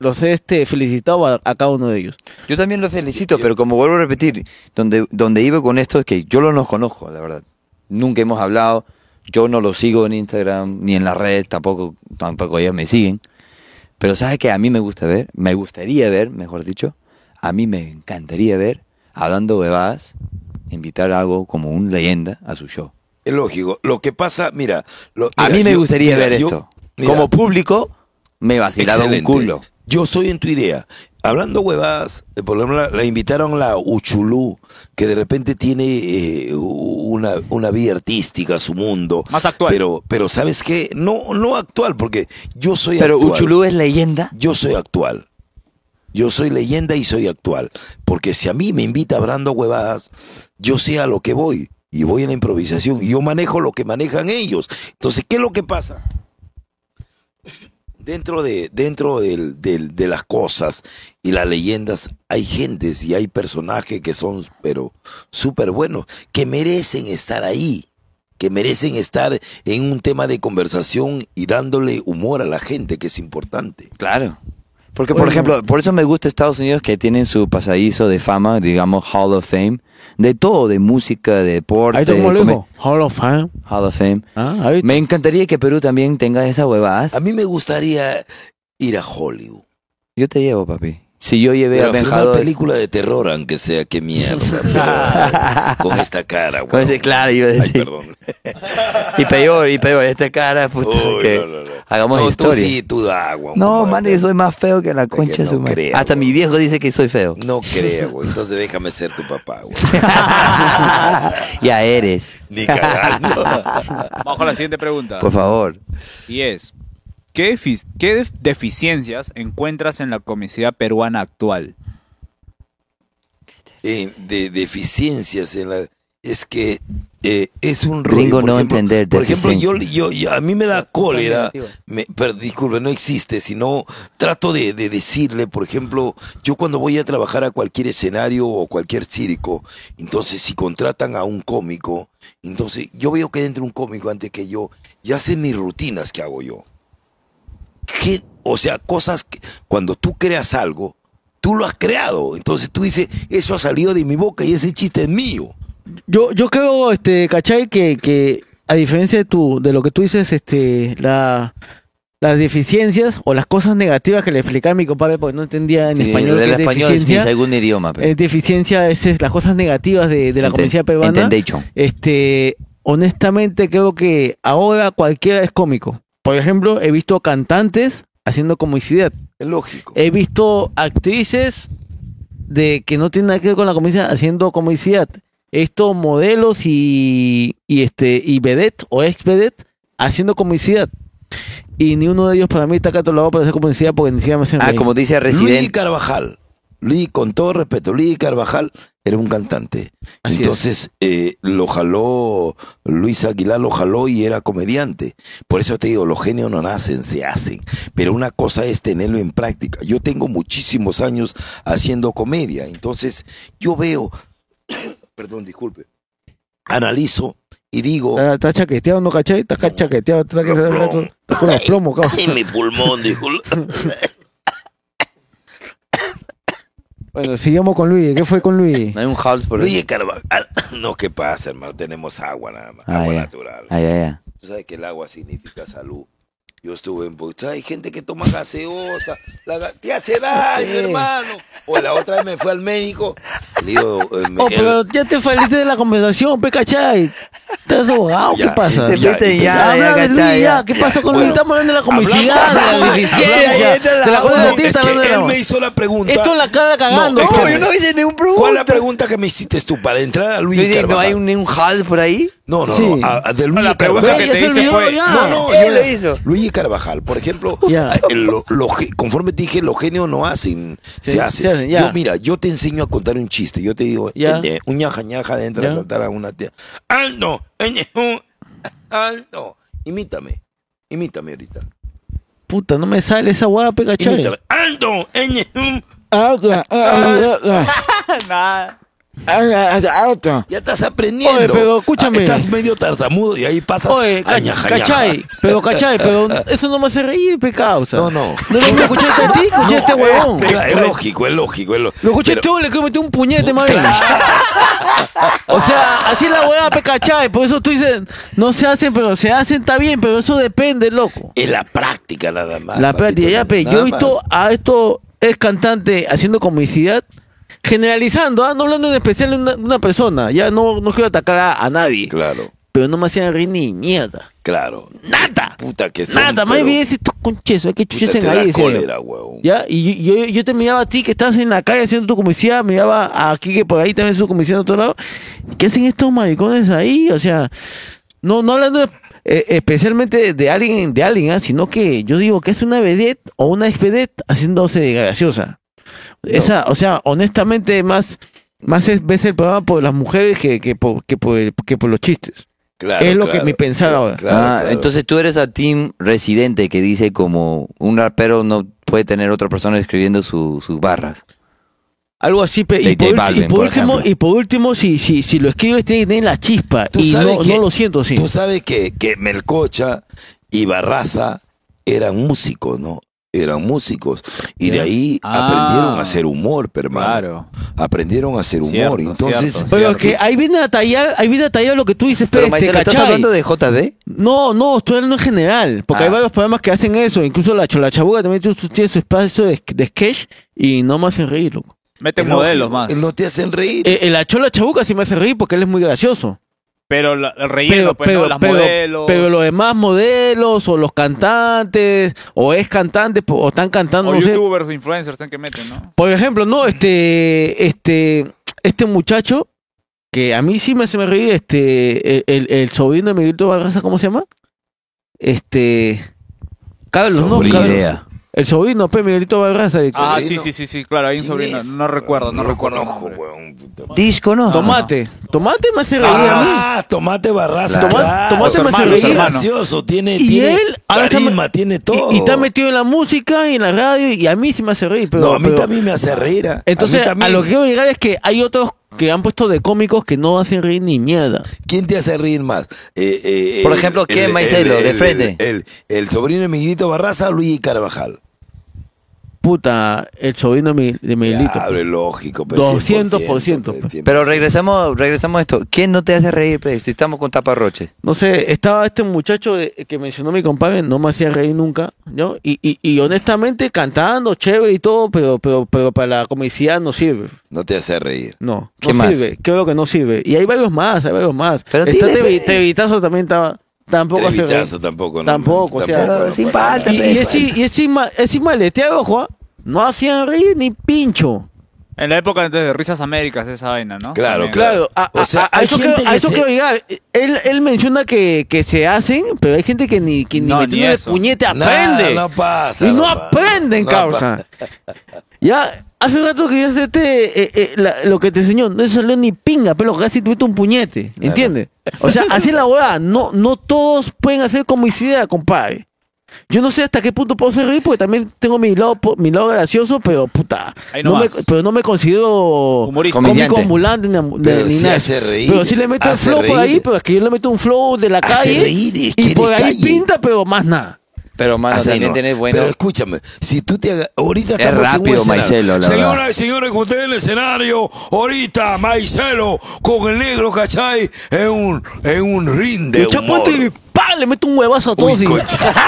[SPEAKER 3] los he este, felicitado a- a cada uno de ellos.
[SPEAKER 2] Yo también los felicito, pero como vuelvo a repetir, donde, donde iba con esto es que yo los no conozco, la verdad. Nunca hemos hablado, yo no los sigo en Instagram, ni en la red, tampoco, tampoco ellos me siguen. Pero ¿sabes qué? A mí me gusta ver, me gustaría ver, mejor dicho, a mí me encantaría ver, hablando bebadas, invitar a algo como un leyenda a su show.
[SPEAKER 4] Es lógico. Lo que pasa, mira. lo-
[SPEAKER 2] A
[SPEAKER 4] mira,
[SPEAKER 2] mí me
[SPEAKER 4] yo-
[SPEAKER 2] gustaría
[SPEAKER 4] mira,
[SPEAKER 2] ver
[SPEAKER 4] yo-
[SPEAKER 2] esto.
[SPEAKER 4] mira,
[SPEAKER 2] como público, me vacilaba un
[SPEAKER 4] Excelente.
[SPEAKER 2] culo.
[SPEAKER 4] Yo soy en tu idea. Hablando huevadas, eh, por ejemplo, la, la invitaron a la Uchulú, que de repente tiene eh, una, una vida artística, su mundo. Más actual. Pero, pero ¿sabes qué? No, no actual, porque yo soy
[SPEAKER 2] Pero
[SPEAKER 4] actual.
[SPEAKER 2] Uchulú es leyenda.
[SPEAKER 4] Yo soy actual. Yo soy leyenda y soy actual. Porque si a mí me invita hablando huevadas, yo sé a lo que voy. Y voy a la improvisación. Y yo manejo lo que manejan ellos. Entonces, ¿qué es lo que pasa? Dentro, de, dentro del- del- de las cosas y las leyendas hay gentes y hay personajes que son, pero súper buenos, que merecen estar ahí, que merecen estar en un tema de conversación y dándole humor a la gente, que es importante.
[SPEAKER 2] Claro. Porque, por ejemplo, por eso me gusta Estados Unidos que tienen su pasadizo de fama, digamos Hall of Fame, de todo, de música, de deporte.
[SPEAKER 3] Ahí está como lo
[SPEAKER 2] de
[SPEAKER 3] dijo. Hall of Fame.
[SPEAKER 2] come- Hall of Fame.
[SPEAKER 3] Ah, ahí
[SPEAKER 2] Me encantaría que Perú también tenga esas huevadas.
[SPEAKER 4] A mí me gustaría ir a Hollywood.
[SPEAKER 2] Yo te llevo, papi. Si yo llevé
[SPEAKER 4] Pero
[SPEAKER 2] a
[SPEAKER 4] a filmar
[SPEAKER 2] Benjador.
[SPEAKER 4] película de terror, aunque sea, qué mierda. pero, con esta cara,
[SPEAKER 2] Con
[SPEAKER 4] weón.
[SPEAKER 2] ese- claro, iba a
[SPEAKER 4] Ay,
[SPEAKER 2] decir.
[SPEAKER 4] perdón.
[SPEAKER 2] y peor, y peor, esta cara, puta,
[SPEAKER 4] Uy,
[SPEAKER 2] que
[SPEAKER 4] no, no, no.
[SPEAKER 2] hagamos
[SPEAKER 4] No,
[SPEAKER 2] historia.
[SPEAKER 4] Tú sí, tú da agua.
[SPEAKER 2] no, mano, yo soy más feo que la concha de
[SPEAKER 4] no
[SPEAKER 2] su madre.
[SPEAKER 4] creo,
[SPEAKER 2] Hasta mi viejo dice que soy feo.
[SPEAKER 4] No creo, güey. Entonces déjame ser tu papá, güey.
[SPEAKER 2] ya eres.
[SPEAKER 4] Ni cagando.
[SPEAKER 11] Vamos con la siguiente pregunta.
[SPEAKER 2] Por favor.
[SPEAKER 11] Y es, ¿qué, defi- qué def- deficiencias encuentras en la comicidad peruana actual?
[SPEAKER 4] eh, de deficiencias en la es que eh, es un rollo.
[SPEAKER 2] Gringo
[SPEAKER 4] Por
[SPEAKER 2] no
[SPEAKER 4] ejemplo-
[SPEAKER 2] entender
[SPEAKER 4] Por ejemplo, yo,
[SPEAKER 2] deficiencia.
[SPEAKER 4] yo- yo- a mí me da cólera, me, pero disculpe, no existe, sino trato de, de decirle, por ejemplo, yo cuando voy a trabajar a cualquier escenario o cualquier circo, entonces si contratan a un cómico, entonces yo veo que dentro un cómico antes que yo, ya sé mis rutinas que hago yo. ¿Qué? O sea, cosas que cuando tú creas algo, tú lo has creado. Entonces tú dices, eso ha salido de mi boca y ese chiste es mío.
[SPEAKER 3] Yo, yo creo, este, ¿cachai? Que, que a diferencia de, tu, de lo que tú dices, este, la, las deficiencias o las cosas negativas que le explicaba a mi compadre porque no entendía en
[SPEAKER 2] Sí,
[SPEAKER 3] español.
[SPEAKER 2] el
[SPEAKER 3] qué es
[SPEAKER 2] español es mi
[SPEAKER 3] deficiencia.
[SPEAKER 2] segundo idioma, pero.
[SPEAKER 3] Eh, deficiencia es, es las cosas negativas de, de la
[SPEAKER 2] Enten-
[SPEAKER 3] comunidad peruana.
[SPEAKER 2] entendecho.
[SPEAKER 3] Este, honestamente creo que ahora cualquiera es cómico. Por ejemplo, he visto cantantes haciendo comicidad.
[SPEAKER 4] Es lógico.
[SPEAKER 3] He visto actrices de que no tienen nada que ver con la comicidad haciendo comicidad. Estos modelos y, y este y vedette o ex vedette haciendo comicidad. Y ni uno de ellos para mí está catalogado para hacer comicidad porque ni siquiera me hacen
[SPEAKER 2] Ah,
[SPEAKER 3] reír.
[SPEAKER 2] como dice
[SPEAKER 4] Luis
[SPEAKER 2] Resident.
[SPEAKER 4] Carvajal. Luis, con todo respeto, Luis Carvajal era un cantante.
[SPEAKER 3] Así
[SPEAKER 4] Entonces eh, lo jaló, Luis Aguilar lo jaló y era comediante. Por eso te digo, los genios no nacen, se hacen. Pero una cosa es tenerlo en práctica. Yo tengo muchísimos años haciendo comedia. Entonces yo veo, perdón, disculpe, analizo y digo...
[SPEAKER 2] Ah.
[SPEAKER 3] Está chaqueteado, no cachai, está ca- chaqueteado, está chaqueteado. Con los plomos, cabrón.
[SPEAKER 4] En mi pulmón, disculpe.
[SPEAKER 3] Bueno, sigamos con Luis. ¿Qué fue con Luis?
[SPEAKER 2] Hay un house por
[SPEAKER 4] Luis Carvajal. No, ¿qué pasa, hermano? Tenemos agua nada más.
[SPEAKER 2] Ah,
[SPEAKER 4] agua
[SPEAKER 2] ya.
[SPEAKER 4] natural.
[SPEAKER 2] Ah, ya, ya.
[SPEAKER 4] Tú sabes que el agua significa salud. Yo estuve en Bogotá. Hay gente que toma gaseosa. La ga- te hace daño,
[SPEAKER 3] Sí.
[SPEAKER 4] hermano. O la otra vez me fue al médico. Le digo, eh, me-
[SPEAKER 3] Oh, pero ya te saliste de la conversación, pe, cachai. Estás abogado, ¿qué
[SPEAKER 4] Ya,
[SPEAKER 3] pasa?
[SPEAKER 2] Este,
[SPEAKER 4] te fuiste ya,
[SPEAKER 3] Habla
[SPEAKER 4] ya,
[SPEAKER 3] de Luis,
[SPEAKER 4] cachai,
[SPEAKER 3] ya.
[SPEAKER 4] ya.
[SPEAKER 3] ¿Qué pasó con
[SPEAKER 4] Bueno,
[SPEAKER 3] Luis? Estamos hablando de la comicidad,
[SPEAKER 4] hablamos-
[SPEAKER 3] de la
[SPEAKER 4] hablamos-
[SPEAKER 3] deficiencia,
[SPEAKER 4] hablamos-
[SPEAKER 3] de la cosa de ti,
[SPEAKER 4] Ah, Es
[SPEAKER 3] está
[SPEAKER 4] que
[SPEAKER 3] hablando de la
[SPEAKER 4] él
[SPEAKER 3] voz.
[SPEAKER 4] me hizo la pregunta.
[SPEAKER 3] Esto en la cara cagando.
[SPEAKER 4] es que
[SPEAKER 3] No, yo no hice ningún pregunta.
[SPEAKER 4] ¿Cuál es la pregunta que me hiciste tú para entrar a Luis
[SPEAKER 2] Luis, ¿no
[SPEAKER 4] Carvajal?
[SPEAKER 2] hay un, un hall por ahí?
[SPEAKER 4] No, no,
[SPEAKER 2] Sí.
[SPEAKER 4] no, a- a- de Luis
[SPEAKER 2] la pregunta
[SPEAKER 4] Carvajal.
[SPEAKER 2] que te Ya se hice olvidó fue- ya.
[SPEAKER 3] Ah,
[SPEAKER 4] No, no,
[SPEAKER 2] Él
[SPEAKER 4] yo
[SPEAKER 2] lo
[SPEAKER 4] le-
[SPEAKER 2] hizo.
[SPEAKER 4] Luis Carvajal, por ejemplo,
[SPEAKER 2] Ya.
[SPEAKER 4] eh, lo- lo ge- conforme te dije, los genios no hacen,
[SPEAKER 3] Sí,
[SPEAKER 4] se hacen.
[SPEAKER 3] se hacen, ya.
[SPEAKER 4] Yo, mira, yo te enseño a contar un chiste. Yo te digo,
[SPEAKER 3] Ya.
[SPEAKER 4] eh, un ñaja ñaja de entrar
[SPEAKER 3] Ya.
[SPEAKER 4] a saltar a una tía. ¡Alto! eh, eh, ¡Alto! Imítame, imítame ahorita.
[SPEAKER 3] Puta, no me sale esa guada, pe, cachai.
[SPEAKER 4] Imítame. ¡Alto! eh, eh, Ya estás aprendiendo.
[SPEAKER 3] Ah. Oye, pero escúchame.
[SPEAKER 4] Ah, Estás medio tartamudo y ahí pasas.
[SPEAKER 3] Oye, ca-
[SPEAKER 4] a ñaja,
[SPEAKER 3] cachai,
[SPEAKER 4] ñaja.
[SPEAKER 3] pero cachai, pero eso no me hace reír, pe causa.
[SPEAKER 4] No, no.
[SPEAKER 3] No no, me escuchaste a ti, escuché a este
[SPEAKER 4] No,
[SPEAKER 3] huevón.
[SPEAKER 4] Es, es lógico, es lógico, es lógico.
[SPEAKER 3] Lo escuché a este huevón, le quiero meter un puñete, madre. O sea, así es la hueá, pe cachai. Por eso tú dices, no se hacen, pero se hacen, está bien, pero eso depende, loco.
[SPEAKER 4] Es la práctica nada más.
[SPEAKER 3] La
[SPEAKER 4] Ah, papito,
[SPEAKER 3] práctica, ya, pe.
[SPEAKER 4] nada
[SPEAKER 3] Yo he visto
[SPEAKER 4] más.
[SPEAKER 3] a estos ex cantantes haciendo comicidad, generalizando, ¿ah? no hablando en especial de una, de una persona. Ya no, no quiero atacar a, a nadie.
[SPEAKER 4] Claro,
[SPEAKER 3] Pero no me hacían reír ni mierda.
[SPEAKER 4] claro.
[SPEAKER 3] Nada.
[SPEAKER 4] Puta que son,
[SPEAKER 3] Nada, más
[SPEAKER 4] pero-
[SPEAKER 3] bien estos conches, que
[SPEAKER 4] Puta,
[SPEAKER 3] chuchesen
[SPEAKER 4] te da
[SPEAKER 3] ahí. decía yo.
[SPEAKER 4] cólera, huevón.
[SPEAKER 3] Ya, y yo, yo, yo te miraba a ti que estás en la calle haciendo tu comicidad, miraba a aquí que por ahí también su comicidad de otro lado. ¿Qué hacen estos maricones ahí? O sea, no, no hablando eh, especialmente de, de alguien, de alguien, ah, sino que yo digo que es una vedette o una ex vedette haciéndose de graciosa. Esa, o sea, honestamente más, más es, ves el programa por las mujeres que, que, por, que, por, el- que por los chistes.
[SPEAKER 4] Claro,
[SPEAKER 3] es lo que
[SPEAKER 4] claro,
[SPEAKER 3] mi pensar
[SPEAKER 4] claro,
[SPEAKER 3] ahora.
[SPEAKER 4] claro,
[SPEAKER 2] ah,
[SPEAKER 4] claro.
[SPEAKER 2] entonces tú eres a team residente que dice como un rapero no puede tener otra persona escribiendo su- sus barras.
[SPEAKER 3] Algo así, pe-
[SPEAKER 2] De
[SPEAKER 3] y, por,
[SPEAKER 2] J
[SPEAKER 3] ulti-
[SPEAKER 2] Balvin,
[SPEAKER 3] y por
[SPEAKER 2] por
[SPEAKER 3] último,
[SPEAKER 2] ejemplo.
[SPEAKER 3] y por último, si, si, si lo escribes, tiene que tener la chispa.
[SPEAKER 4] Tú
[SPEAKER 3] y
[SPEAKER 4] sabes
[SPEAKER 3] no,
[SPEAKER 4] que-
[SPEAKER 3] no lo siento, sí.
[SPEAKER 4] Tú sabes que, que Melcocha y Barraza eran músicos, ¿no? Eran músicos. Y de ahí
[SPEAKER 11] Ah.
[SPEAKER 4] aprendieron a hacer humor, hermano.
[SPEAKER 11] Claro.
[SPEAKER 4] Aprendieron a hacer humor.
[SPEAKER 11] Cierto,
[SPEAKER 4] Entonces,
[SPEAKER 11] cierto,
[SPEAKER 3] Pero es que ahí viene a tallar, ahí viene a tallar lo que tú dices,
[SPEAKER 2] Pero
[SPEAKER 3] pe,
[SPEAKER 2] Maicelo,
[SPEAKER 3] este,
[SPEAKER 2] ¿estás
[SPEAKER 3] ¿cachai?
[SPEAKER 2] hablando de JB?
[SPEAKER 3] No, no, estoy hablando en general, porque
[SPEAKER 2] Ah.
[SPEAKER 3] hay varios programas que hacen eso, incluso la cholachabuga también tú- tú tiene su espacio de, de sketch y no me hacen reír, loco.
[SPEAKER 11] Mete
[SPEAKER 4] es
[SPEAKER 11] modelos
[SPEAKER 4] lógico,
[SPEAKER 11] más.
[SPEAKER 4] No te hacen reír.
[SPEAKER 3] Eh, eh, la chola chabuca sí me hace reír porque él es muy gracioso.
[SPEAKER 11] Pero la- el relleno, pues, ¿no? las modelos.
[SPEAKER 3] pero los demás modelos o los cantantes o es cantante po- o están cantando
[SPEAKER 11] o
[SPEAKER 3] no sé,
[SPEAKER 11] youtubers, influencers, ten que meten, ¿no?
[SPEAKER 3] Por ejemplo, no, este, este, este muchacho que a mí sí me hace me reír, este, el, el, el sobrino de Miguelito Barraza, ¿cómo se llama? Este, Carlos,
[SPEAKER 4] Sobrino.
[SPEAKER 3] ¿no? Carlos.
[SPEAKER 4] Idea.
[SPEAKER 3] El sobrino, pe, Miguelito Barraza. de-
[SPEAKER 11] Ah, sí, sí, sí, sí, claro, hay un sobrino. No recuerdo, no, recuerdo. el nombre.
[SPEAKER 2] Disco no.
[SPEAKER 3] Tomate, tomate me hace reír a mí.
[SPEAKER 4] Ah, Tomate Barraza.
[SPEAKER 3] Toma-
[SPEAKER 4] claro.
[SPEAKER 3] Tomate
[SPEAKER 11] Los
[SPEAKER 3] me hace
[SPEAKER 11] hermanos,
[SPEAKER 3] reír.
[SPEAKER 11] hermanos.
[SPEAKER 4] gracioso, tiene,
[SPEAKER 3] Y
[SPEAKER 4] tiene
[SPEAKER 3] él ahora está
[SPEAKER 4] carisma,
[SPEAKER 3] ma-
[SPEAKER 4] tiene todo.
[SPEAKER 3] Y, y está metido en la música y en la radio y a mí sí me hace reír. Pero,
[SPEAKER 4] no, a mí
[SPEAKER 3] pero-
[SPEAKER 4] también me hace reír. ah.
[SPEAKER 3] Entonces,
[SPEAKER 4] mí
[SPEAKER 3] a,
[SPEAKER 4] también.
[SPEAKER 3] lo que quiero llegar es que hay otros que han puesto de cómicos que no hacen reír ni mierda.
[SPEAKER 4] ¿Quién te hace reír más? Eh, eh,
[SPEAKER 2] Por
[SPEAKER 4] el-
[SPEAKER 2] ejemplo,
[SPEAKER 4] el-
[SPEAKER 2] ¿quién,
[SPEAKER 4] el-
[SPEAKER 2] Maicelo?
[SPEAKER 4] el-
[SPEAKER 2] De
[SPEAKER 4] el-
[SPEAKER 2] frente.
[SPEAKER 4] El, el- el sobrino de Miguelito Barraza, Luis Carvajal.
[SPEAKER 3] Puta, el sobrino de mi- de Miguelito.
[SPEAKER 4] Claro, es lógico. pues,
[SPEAKER 3] 200%,
[SPEAKER 4] 100%,
[SPEAKER 3] pues.
[SPEAKER 4] pues,
[SPEAKER 2] Pero
[SPEAKER 4] 100%.
[SPEAKER 2] regresamos, regresamos a esto. ¿Quién no te hace reír, pe? Si estamos con taparroche.
[SPEAKER 3] No sé, estaba este muchacho de- que mencionó mi compadre, no me hacía reír nunca, ¿no? Y, y, y honestamente cantando, chévere y todo, pero, pero, pero para la comicidad no sirve.
[SPEAKER 4] No te hace reír.
[SPEAKER 3] No,
[SPEAKER 2] ¿Qué
[SPEAKER 3] no
[SPEAKER 2] más?
[SPEAKER 3] sirve, creo que no sirve. Y hay varios más, hay varios más.
[SPEAKER 2] Pero
[SPEAKER 3] Está
[SPEAKER 2] dile,
[SPEAKER 4] pues.
[SPEAKER 3] Tevi-
[SPEAKER 2] pe.
[SPEAKER 3] Tevitazo también estaba, tampoco hace reír.
[SPEAKER 4] Trevichazo tampoco. No,
[SPEAKER 3] Tampoco, o sea,
[SPEAKER 4] no
[SPEAKER 2] sin
[SPEAKER 4] pasa
[SPEAKER 2] falta,
[SPEAKER 3] Y,
[SPEAKER 4] nada.
[SPEAKER 3] y es, y es sin ma- es sin maleteado, ojo, ¿ah? no hacían reír ni pincho.
[SPEAKER 11] En la época entonces de Risas Américas, esa vaina, ¿no?
[SPEAKER 4] Claro,
[SPEAKER 3] Claro, a,
[SPEAKER 4] O
[SPEAKER 3] a-
[SPEAKER 4] sea,
[SPEAKER 3] a- a
[SPEAKER 4] hay
[SPEAKER 3] eso,
[SPEAKER 4] gente
[SPEAKER 3] quiero, a
[SPEAKER 4] que
[SPEAKER 3] eso
[SPEAKER 4] se-
[SPEAKER 3] quiero llegar. Él, él menciona que, que se hacen, pero hay gente que ni, que ni
[SPEAKER 11] No, ni
[SPEAKER 3] metiéndole
[SPEAKER 11] eso.
[SPEAKER 3] puñete
[SPEAKER 4] Nada,
[SPEAKER 3] aprende.
[SPEAKER 4] no pasa.
[SPEAKER 3] y no
[SPEAKER 4] pasa.
[SPEAKER 3] aprenden,
[SPEAKER 4] No
[SPEAKER 3] causa.
[SPEAKER 4] pa-
[SPEAKER 3] Ya, hace rato que ya se te, eh, eh, la- lo que te enseñó, no salió ni pinga, pero casi tuviste un puñete, ¿entiendes? O sea, así es la hueá, no, no todos pueden hacer comicidad, compadre. Yo no sé hasta qué punto puedo ser reír, porque también tengo mi lado, po- mi lado gracioso, pero puta.
[SPEAKER 11] Ahí
[SPEAKER 3] No me,
[SPEAKER 11] nomás.
[SPEAKER 3] pero no me considero
[SPEAKER 11] Humorista.
[SPEAKER 3] cómico
[SPEAKER 11] Comediante.
[SPEAKER 3] ambulante ni, am-
[SPEAKER 11] Pero
[SPEAKER 3] ni
[SPEAKER 11] sí
[SPEAKER 3] nada.
[SPEAKER 11] hace reír,
[SPEAKER 3] Pero sí le meto el
[SPEAKER 11] hace
[SPEAKER 3] flow por ahí,
[SPEAKER 11] reír.
[SPEAKER 3] pero es que yo le meto un flow de la
[SPEAKER 4] Hace
[SPEAKER 3] calle.
[SPEAKER 4] reír, es que
[SPEAKER 3] y
[SPEAKER 4] de
[SPEAKER 3] por ahí
[SPEAKER 4] calle.
[SPEAKER 3] pinta, pero más nada.
[SPEAKER 2] Pero, mano,
[SPEAKER 4] Hace
[SPEAKER 2] también
[SPEAKER 4] no.
[SPEAKER 2] tenés bueno.
[SPEAKER 4] Pero escúchame, si tú te haga- ahorita
[SPEAKER 2] Es
[SPEAKER 4] estamos en un
[SPEAKER 2] rápido,
[SPEAKER 4] escenario.
[SPEAKER 2] Maicelo, la
[SPEAKER 4] Señoras
[SPEAKER 2] verdad.
[SPEAKER 4] y señores, con ustedes en el escenario, ahorita Maicelo con el negro, ¿cachai? Es un, es un ring de
[SPEAKER 3] Yo chapo
[SPEAKER 4] humor.
[SPEAKER 3] esto y pa, le meto un huevazo a todos. y-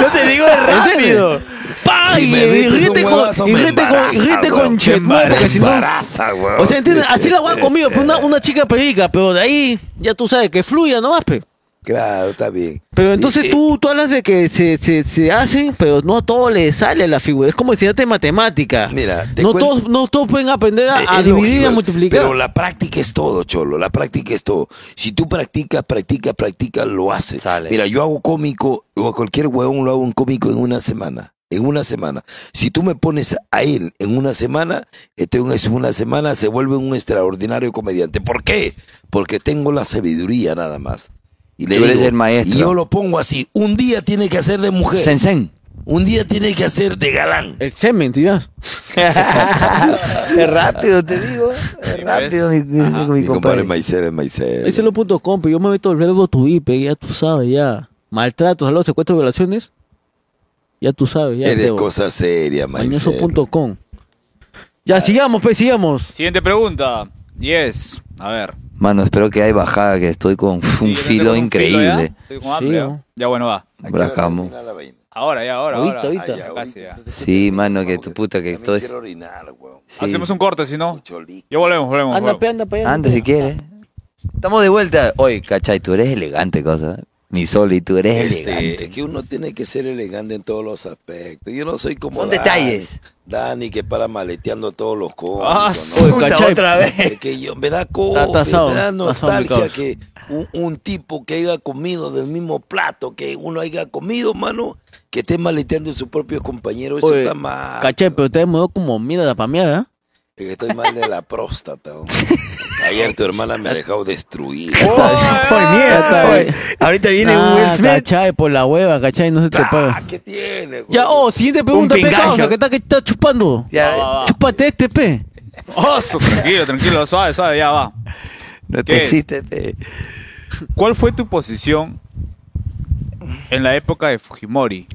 [SPEAKER 2] Yo te digo es rápido.
[SPEAKER 3] Pa,
[SPEAKER 4] Si
[SPEAKER 3] y,
[SPEAKER 4] me
[SPEAKER 3] y
[SPEAKER 4] metes un
[SPEAKER 3] ríete
[SPEAKER 4] huevazo,
[SPEAKER 3] con, y
[SPEAKER 4] me
[SPEAKER 3] ríete con, y
[SPEAKER 4] embaraza,
[SPEAKER 3] ríete
[SPEAKER 4] weón.
[SPEAKER 3] con
[SPEAKER 4] Te
[SPEAKER 3] Chetmar, porque si no-
[SPEAKER 4] embaraza, weón.
[SPEAKER 3] O sea, ¿entiendes? Así la van conmigo, pues una, una chica perica, pero de ahí ya tú sabes que fluya nomás, pe.
[SPEAKER 4] Claro, está bien.
[SPEAKER 3] Pero entonces
[SPEAKER 4] Eh,
[SPEAKER 3] tú, tú hablas de que se, se, se hace, pero no a todo le sale la figura. Es como enseñarte matemática.
[SPEAKER 4] Mira, te
[SPEAKER 3] no
[SPEAKER 4] cuento-
[SPEAKER 3] todos, no todos pueden aprender a,
[SPEAKER 4] Es-
[SPEAKER 3] a
[SPEAKER 4] es
[SPEAKER 3] Eh, dividir y
[SPEAKER 4] Ah, lógico,
[SPEAKER 3] a multiplicar.
[SPEAKER 4] Pero la práctica es todo, Cholo. La práctica es todo. Si tú practicas, practicas, practicas, lo haces. Mira, yo hago cómico, o a cualquier huevón lo hago un cómico en una semana. En una semana. Si tú me pones a él en una semana, este en es- una semana se vuelve un extraordinario comediante. ¿Por qué? Porque tengo la sabiduría nada más. Y le
[SPEAKER 2] Tú eres
[SPEAKER 4] digo,
[SPEAKER 2] el maestro.
[SPEAKER 4] y yo lo pongo así. Un día tiene que hacer de mujer.
[SPEAKER 2] Sensei.
[SPEAKER 4] Un día tiene que hacer de galán.
[SPEAKER 3] El semen, tías.
[SPEAKER 2] es rápido, te digo. Es rápido, mi, mi- mi
[SPEAKER 4] Mi compadre
[SPEAKER 2] compadre.
[SPEAKER 4] Maicel es Maicel.
[SPEAKER 3] Ese es lo punto com, pe. Yo me meto el verbo tu pe, ya tú sabes, ya. Maltratos, saludos, secuestros, violaciones. Ya tú sabes, ya.
[SPEAKER 4] Eres
[SPEAKER 3] Teo.
[SPEAKER 4] cosa seria, Maicel.
[SPEAKER 3] Mañoso.com. Ya, sigamos, pues, sigamos.
[SPEAKER 11] Siguiente pregunta. Yes. A ver.
[SPEAKER 2] Mano, espero que hay bajada, que estoy con un
[SPEAKER 11] Sí, yo tengo
[SPEAKER 2] filo
[SPEAKER 11] un
[SPEAKER 2] increíble.
[SPEAKER 11] ¿ya? Estoy con hambre, ¿ah? Ya bueno, va.
[SPEAKER 2] Bracamo.
[SPEAKER 11] Ahora, ya, ahora.
[SPEAKER 3] Ahorita,
[SPEAKER 11] ahora.
[SPEAKER 3] ahorita.
[SPEAKER 11] Ah, ya, casi, ya.
[SPEAKER 2] Sí, mano, que tu puta que estoy. Sí.
[SPEAKER 11] Hacemos un corte, si no. Ya volvemos, volvemos.
[SPEAKER 3] Anda,
[SPEAKER 11] volvemos.
[SPEAKER 3] pe, anda, pe.
[SPEAKER 2] Anda si quieres. Estamos de vuelta. Oye, cachai, tú eres elegante, cosa. Mi Soli, tú eres elegante.
[SPEAKER 4] Este, es que uno tiene que ser elegante en todos los aspectos. Yo no soy como
[SPEAKER 2] Son
[SPEAKER 4] Dani.
[SPEAKER 2] detalles.
[SPEAKER 4] Dani que para maleteando todos los cómicos.
[SPEAKER 2] Ah,
[SPEAKER 4] ¿no?
[SPEAKER 2] su- Puta, cachai. otra vez.
[SPEAKER 4] Es que yo, me da cosa,
[SPEAKER 3] Está asado,
[SPEAKER 4] me
[SPEAKER 3] está
[SPEAKER 4] da
[SPEAKER 3] asado mi
[SPEAKER 4] nostalgia
[SPEAKER 3] causa.
[SPEAKER 4] que un, un tipo que haya comido del mismo plato que uno haya comido, mano, que esté maleteando a sus propios compañeros. Eso
[SPEAKER 3] Oye,
[SPEAKER 4] está mal.
[SPEAKER 3] Cachai, pero te mudó como mierda la pameada. ¿eh?
[SPEAKER 4] Es que estoy mal de la próstata. hombre. Ayer tu hermana me ha dejado destruido.
[SPEAKER 3] mierda!
[SPEAKER 2] Ahorita
[SPEAKER 3] viene Will Smith. Ah, Cachai, por la hueva, cachai, no se te paga.
[SPEAKER 4] ¿Qué tiene, güey?
[SPEAKER 3] Ya, oh, siguiente pregunta,
[SPEAKER 2] Un
[SPEAKER 3] pe,
[SPEAKER 2] pingajo.
[SPEAKER 3] causa, que está, que está chupando.
[SPEAKER 2] Ya,
[SPEAKER 3] Chúpate este, pe.
[SPEAKER 11] Oh, su- tranquilo, tranquilo, suave, suave, ya va.
[SPEAKER 2] no
[SPEAKER 11] ¿qué
[SPEAKER 2] te
[SPEAKER 11] es?
[SPEAKER 2] existe, pe.
[SPEAKER 11] ¿Cuál fue tu posición en la época de Fujimori?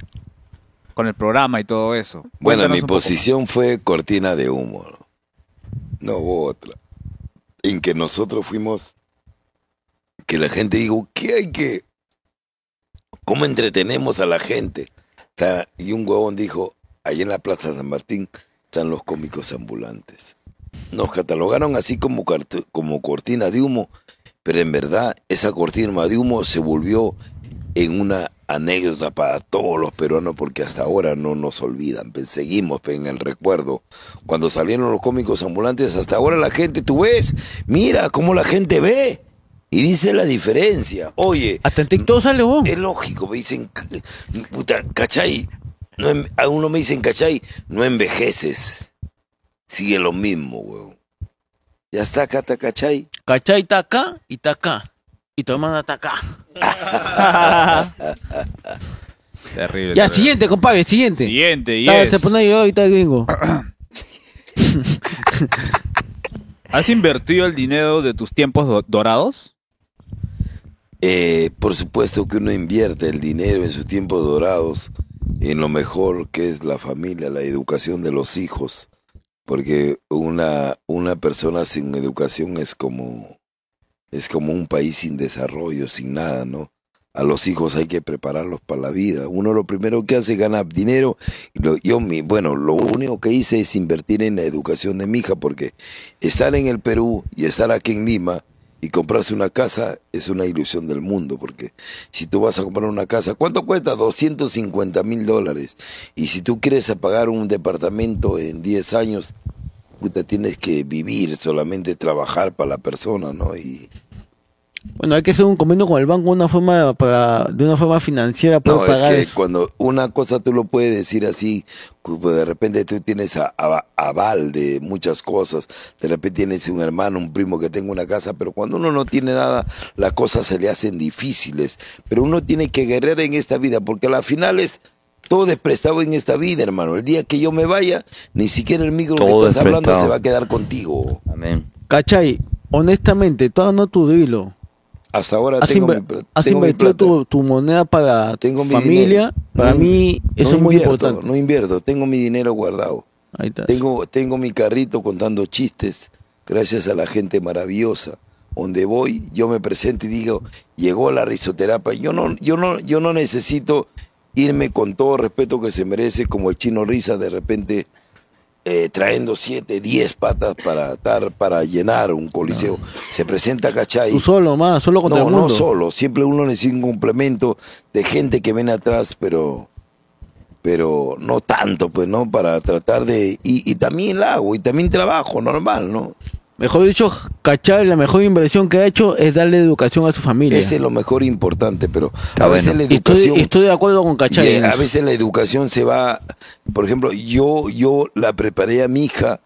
[SPEAKER 11] Con el programa y todo eso.
[SPEAKER 4] Bueno,
[SPEAKER 11] Cuéntanos
[SPEAKER 4] mi
[SPEAKER 11] un poco.
[SPEAKER 4] posición fue cortina de humo. No No hubo otra. En que nosotros fuimos. Que la gente dijo, ¿qué hay que.? ¿Cómo entretenemos a la gente? O sea, y un huevón dijo, allí en la Plaza San Martín están los cómicos ambulantes. Nos catalogaron así como, cartu- como cortina de humo, pero en verdad esa cortina de humo se volvió en una anécdota para todos los peruanos porque hasta ahora no nos olvidan, pe, seguimos pe, en el recuerdo. Cuando salieron los cómicos ambulantes, hasta ahora la gente, tú ves, mira cómo la gente ve y dice la diferencia. Oye,
[SPEAKER 3] Hasta en TikTok sale, vos.
[SPEAKER 4] es lógico, me dicen, puta, ¿cachai? No en- a uno me dicen, ¿cachai? No envejeces, sigue lo mismo, weón. Ya está, cata, ¿cachai?
[SPEAKER 3] Cachai está acá y está acá. Y tu hermana está acá.
[SPEAKER 11] Terrible.
[SPEAKER 3] Ya,
[SPEAKER 11] terrible.
[SPEAKER 3] siguiente, compadre, siguiente.
[SPEAKER 11] Siguiente,
[SPEAKER 3] Está-
[SPEAKER 11] yes.
[SPEAKER 3] Se pone yo ahorita el gringo.
[SPEAKER 11] ¿Has invertido el dinero de tus tiempos do- dorados?
[SPEAKER 4] Eh, por supuesto que uno invierte el dinero en sus tiempos dorados, en lo mejor que es la familia, la educación de los hijos, porque una, una persona sin educación es como, es como un país sin desarrollo, sin nada, ¿no? A los hijos hay que prepararlos para la vida. Uno lo primero que hace es ganar dinero. Y lo- yo, mi, bueno, lo único que hice es invertir en la educación de mi hija, porque estar en el Perú y estar aquí en Lima y comprarse una casa es una ilusión del mundo, porque si tú vas a comprar una casa, ¿cuánto cuesta? 250 mil dólares. Y si tú quieres pagar un departamento en 10 años, puta, tienes que vivir, solamente trabajar para la persona, ¿no? Y,
[SPEAKER 3] Bueno, hay que hacer un convenio con el banco de una forma, para, de una forma financiera. Puedo
[SPEAKER 4] No, es
[SPEAKER 3] pagar
[SPEAKER 4] que
[SPEAKER 3] eso.
[SPEAKER 4] cuando una cosa tú lo puedes decir así, cu- pues de repente tú tienes a- a- aval de muchas cosas, de repente tienes un hermano, un primo que tenga una casa, pero cuando uno no tiene nada, las cosas se le hacen difíciles. Pero uno tiene que guerrear en esta vida, porque a la final es todo es prestado en esta vida, hermano. El día que yo me vaya, ni siquiera el micro
[SPEAKER 2] Todo
[SPEAKER 4] que estás
[SPEAKER 2] es
[SPEAKER 4] hablando
[SPEAKER 2] prestado.
[SPEAKER 4] se va a quedar contigo.
[SPEAKER 2] Amén.
[SPEAKER 3] ¿Cachai? Honestamente, tú has ganado tu hilo.
[SPEAKER 4] Hasta ahora
[SPEAKER 3] Has,
[SPEAKER 4] tengo
[SPEAKER 3] inver-
[SPEAKER 4] mi pla-
[SPEAKER 3] has
[SPEAKER 4] tengo mi
[SPEAKER 3] invertido
[SPEAKER 4] plata.
[SPEAKER 3] tu, tu moneda para
[SPEAKER 4] Tengo
[SPEAKER 3] tu
[SPEAKER 4] mi
[SPEAKER 3] familia.
[SPEAKER 4] dinero.
[SPEAKER 3] Para
[SPEAKER 4] No
[SPEAKER 3] mí,
[SPEAKER 4] in-
[SPEAKER 3] eso
[SPEAKER 4] no
[SPEAKER 3] es muy
[SPEAKER 4] invierto,
[SPEAKER 3] importante.
[SPEAKER 4] No invierto, tengo mi dinero guardado.
[SPEAKER 3] Ahí está.
[SPEAKER 4] Tengo, tengo mi carrito contando chistes, gracias a la gente maravillosa. Donde voy, yo me presento y digo, llegó la risoterapia. Yo no, yo no, yo no necesito irme con todo respeto que se merece, como el chino risa de repente eh, trayendo siete, diez patas para estar, para llenar un coliseo. Se presenta, ¿cachai?
[SPEAKER 3] Tú solo, más, solo con
[SPEAKER 4] no,
[SPEAKER 3] todo el mundo.
[SPEAKER 4] No solo, siempre uno necesita un complemento de gente que viene atrás, pero pero no tanto, pues, ¿no? Para tratar de... Y, y también la hago, y también trabajo, normal, ¿no?
[SPEAKER 3] Mejor dicho, ¿cachai? La mejor inversión que ha hecho es darle educación a su familia.
[SPEAKER 4] Ese es lo mejor importante, pero
[SPEAKER 3] Está
[SPEAKER 4] a veces
[SPEAKER 3] bueno.
[SPEAKER 4] la educación...
[SPEAKER 3] estoy, estoy de acuerdo con Cachai.
[SPEAKER 4] Y, eh,
[SPEAKER 3] en
[SPEAKER 4] a
[SPEAKER 3] eso.
[SPEAKER 4] veces la educación se va, por ejemplo, yo, yo la preparé a mi hija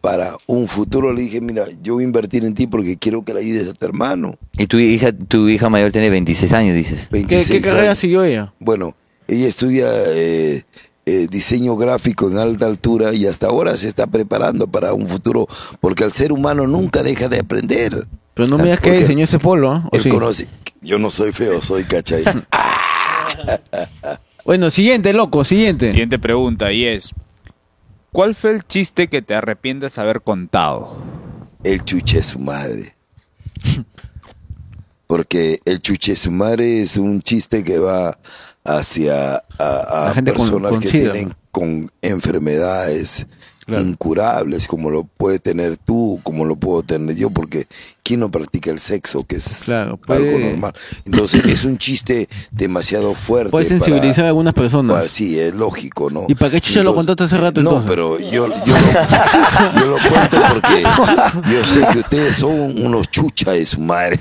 [SPEAKER 4] para un futuro, le dije, mira, yo voy a invertir en ti porque quiero que la ayudes a tu hermano.
[SPEAKER 2] Y tu hija, tu hija mayor tiene 26 años, dices.
[SPEAKER 3] ¿Qué,
[SPEAKER 4] 26
[SPEAKER 3] qué carrera
[SPEAKER 4] años.
[SPEAKER 3] siguió ella?
[SPEAKER 4] Bueno, ella estudia eh, eh, diseño gráfico en alta altura y hasta ahora se está preparando para un futuro, porque el ser humano nunca deja de aprender.
[SPEAKER 3] Pero no me digas que
[SPEAKER 4] Porque
[SPEAKER 3] diseñó ese polo, ¿ah? ¿O
[SPEAKER 4] él
[SPEAKER 3] sí?
[SPEAKER 4] conoce- Yo no soy feo, soy cachai.
[SPEAKER 3] Bueno, siguiente, loco, siguiente.
[SPEAKER 11] Siguiente pregunta y es, ¿cuál fue el chiste que te arrepientes haber contado?
[SPEAKER 4] el chuche es su madre. Porque el chuche es su madre es un chiste que va hacia a, a
[SPEAKER 3] La gente con-
[SPEAKER 4] personas que
[SPEAKER 3] considera,
[SPEAKER 4] tienen con enfermedades incurables, como lo puede tener tú, como lo puedo tener yo, porque ¿quién no practica el sexo? Que es
[SPEAKER 3] Claro,
[SPEAKER 4] algo
[SPEAKER 3] puede-
[SPEAKER 4] normal. Entonces es un chiste demasiado fuerte.
[SPEAKER 3] Puede
[SPEAKER 4] eh, para-
[SPEAKER 3] sensibilizar a algunas personas.
[SPEAKER 4] para- Pues, sí, es lógico, ¿no?
[SPEAKER 3] ¿Y para qué chucha lo
[SPEAKER 4] Entonces-
[SPEAKER 3] contaste hace rato
[SPEAKER 4] No,
[SPEAKER 3] entonces?
[SPEAKER 4] pero yo, yo lo, yo lo cuento porque yo sé que ustedes son unos chuchas de su madre.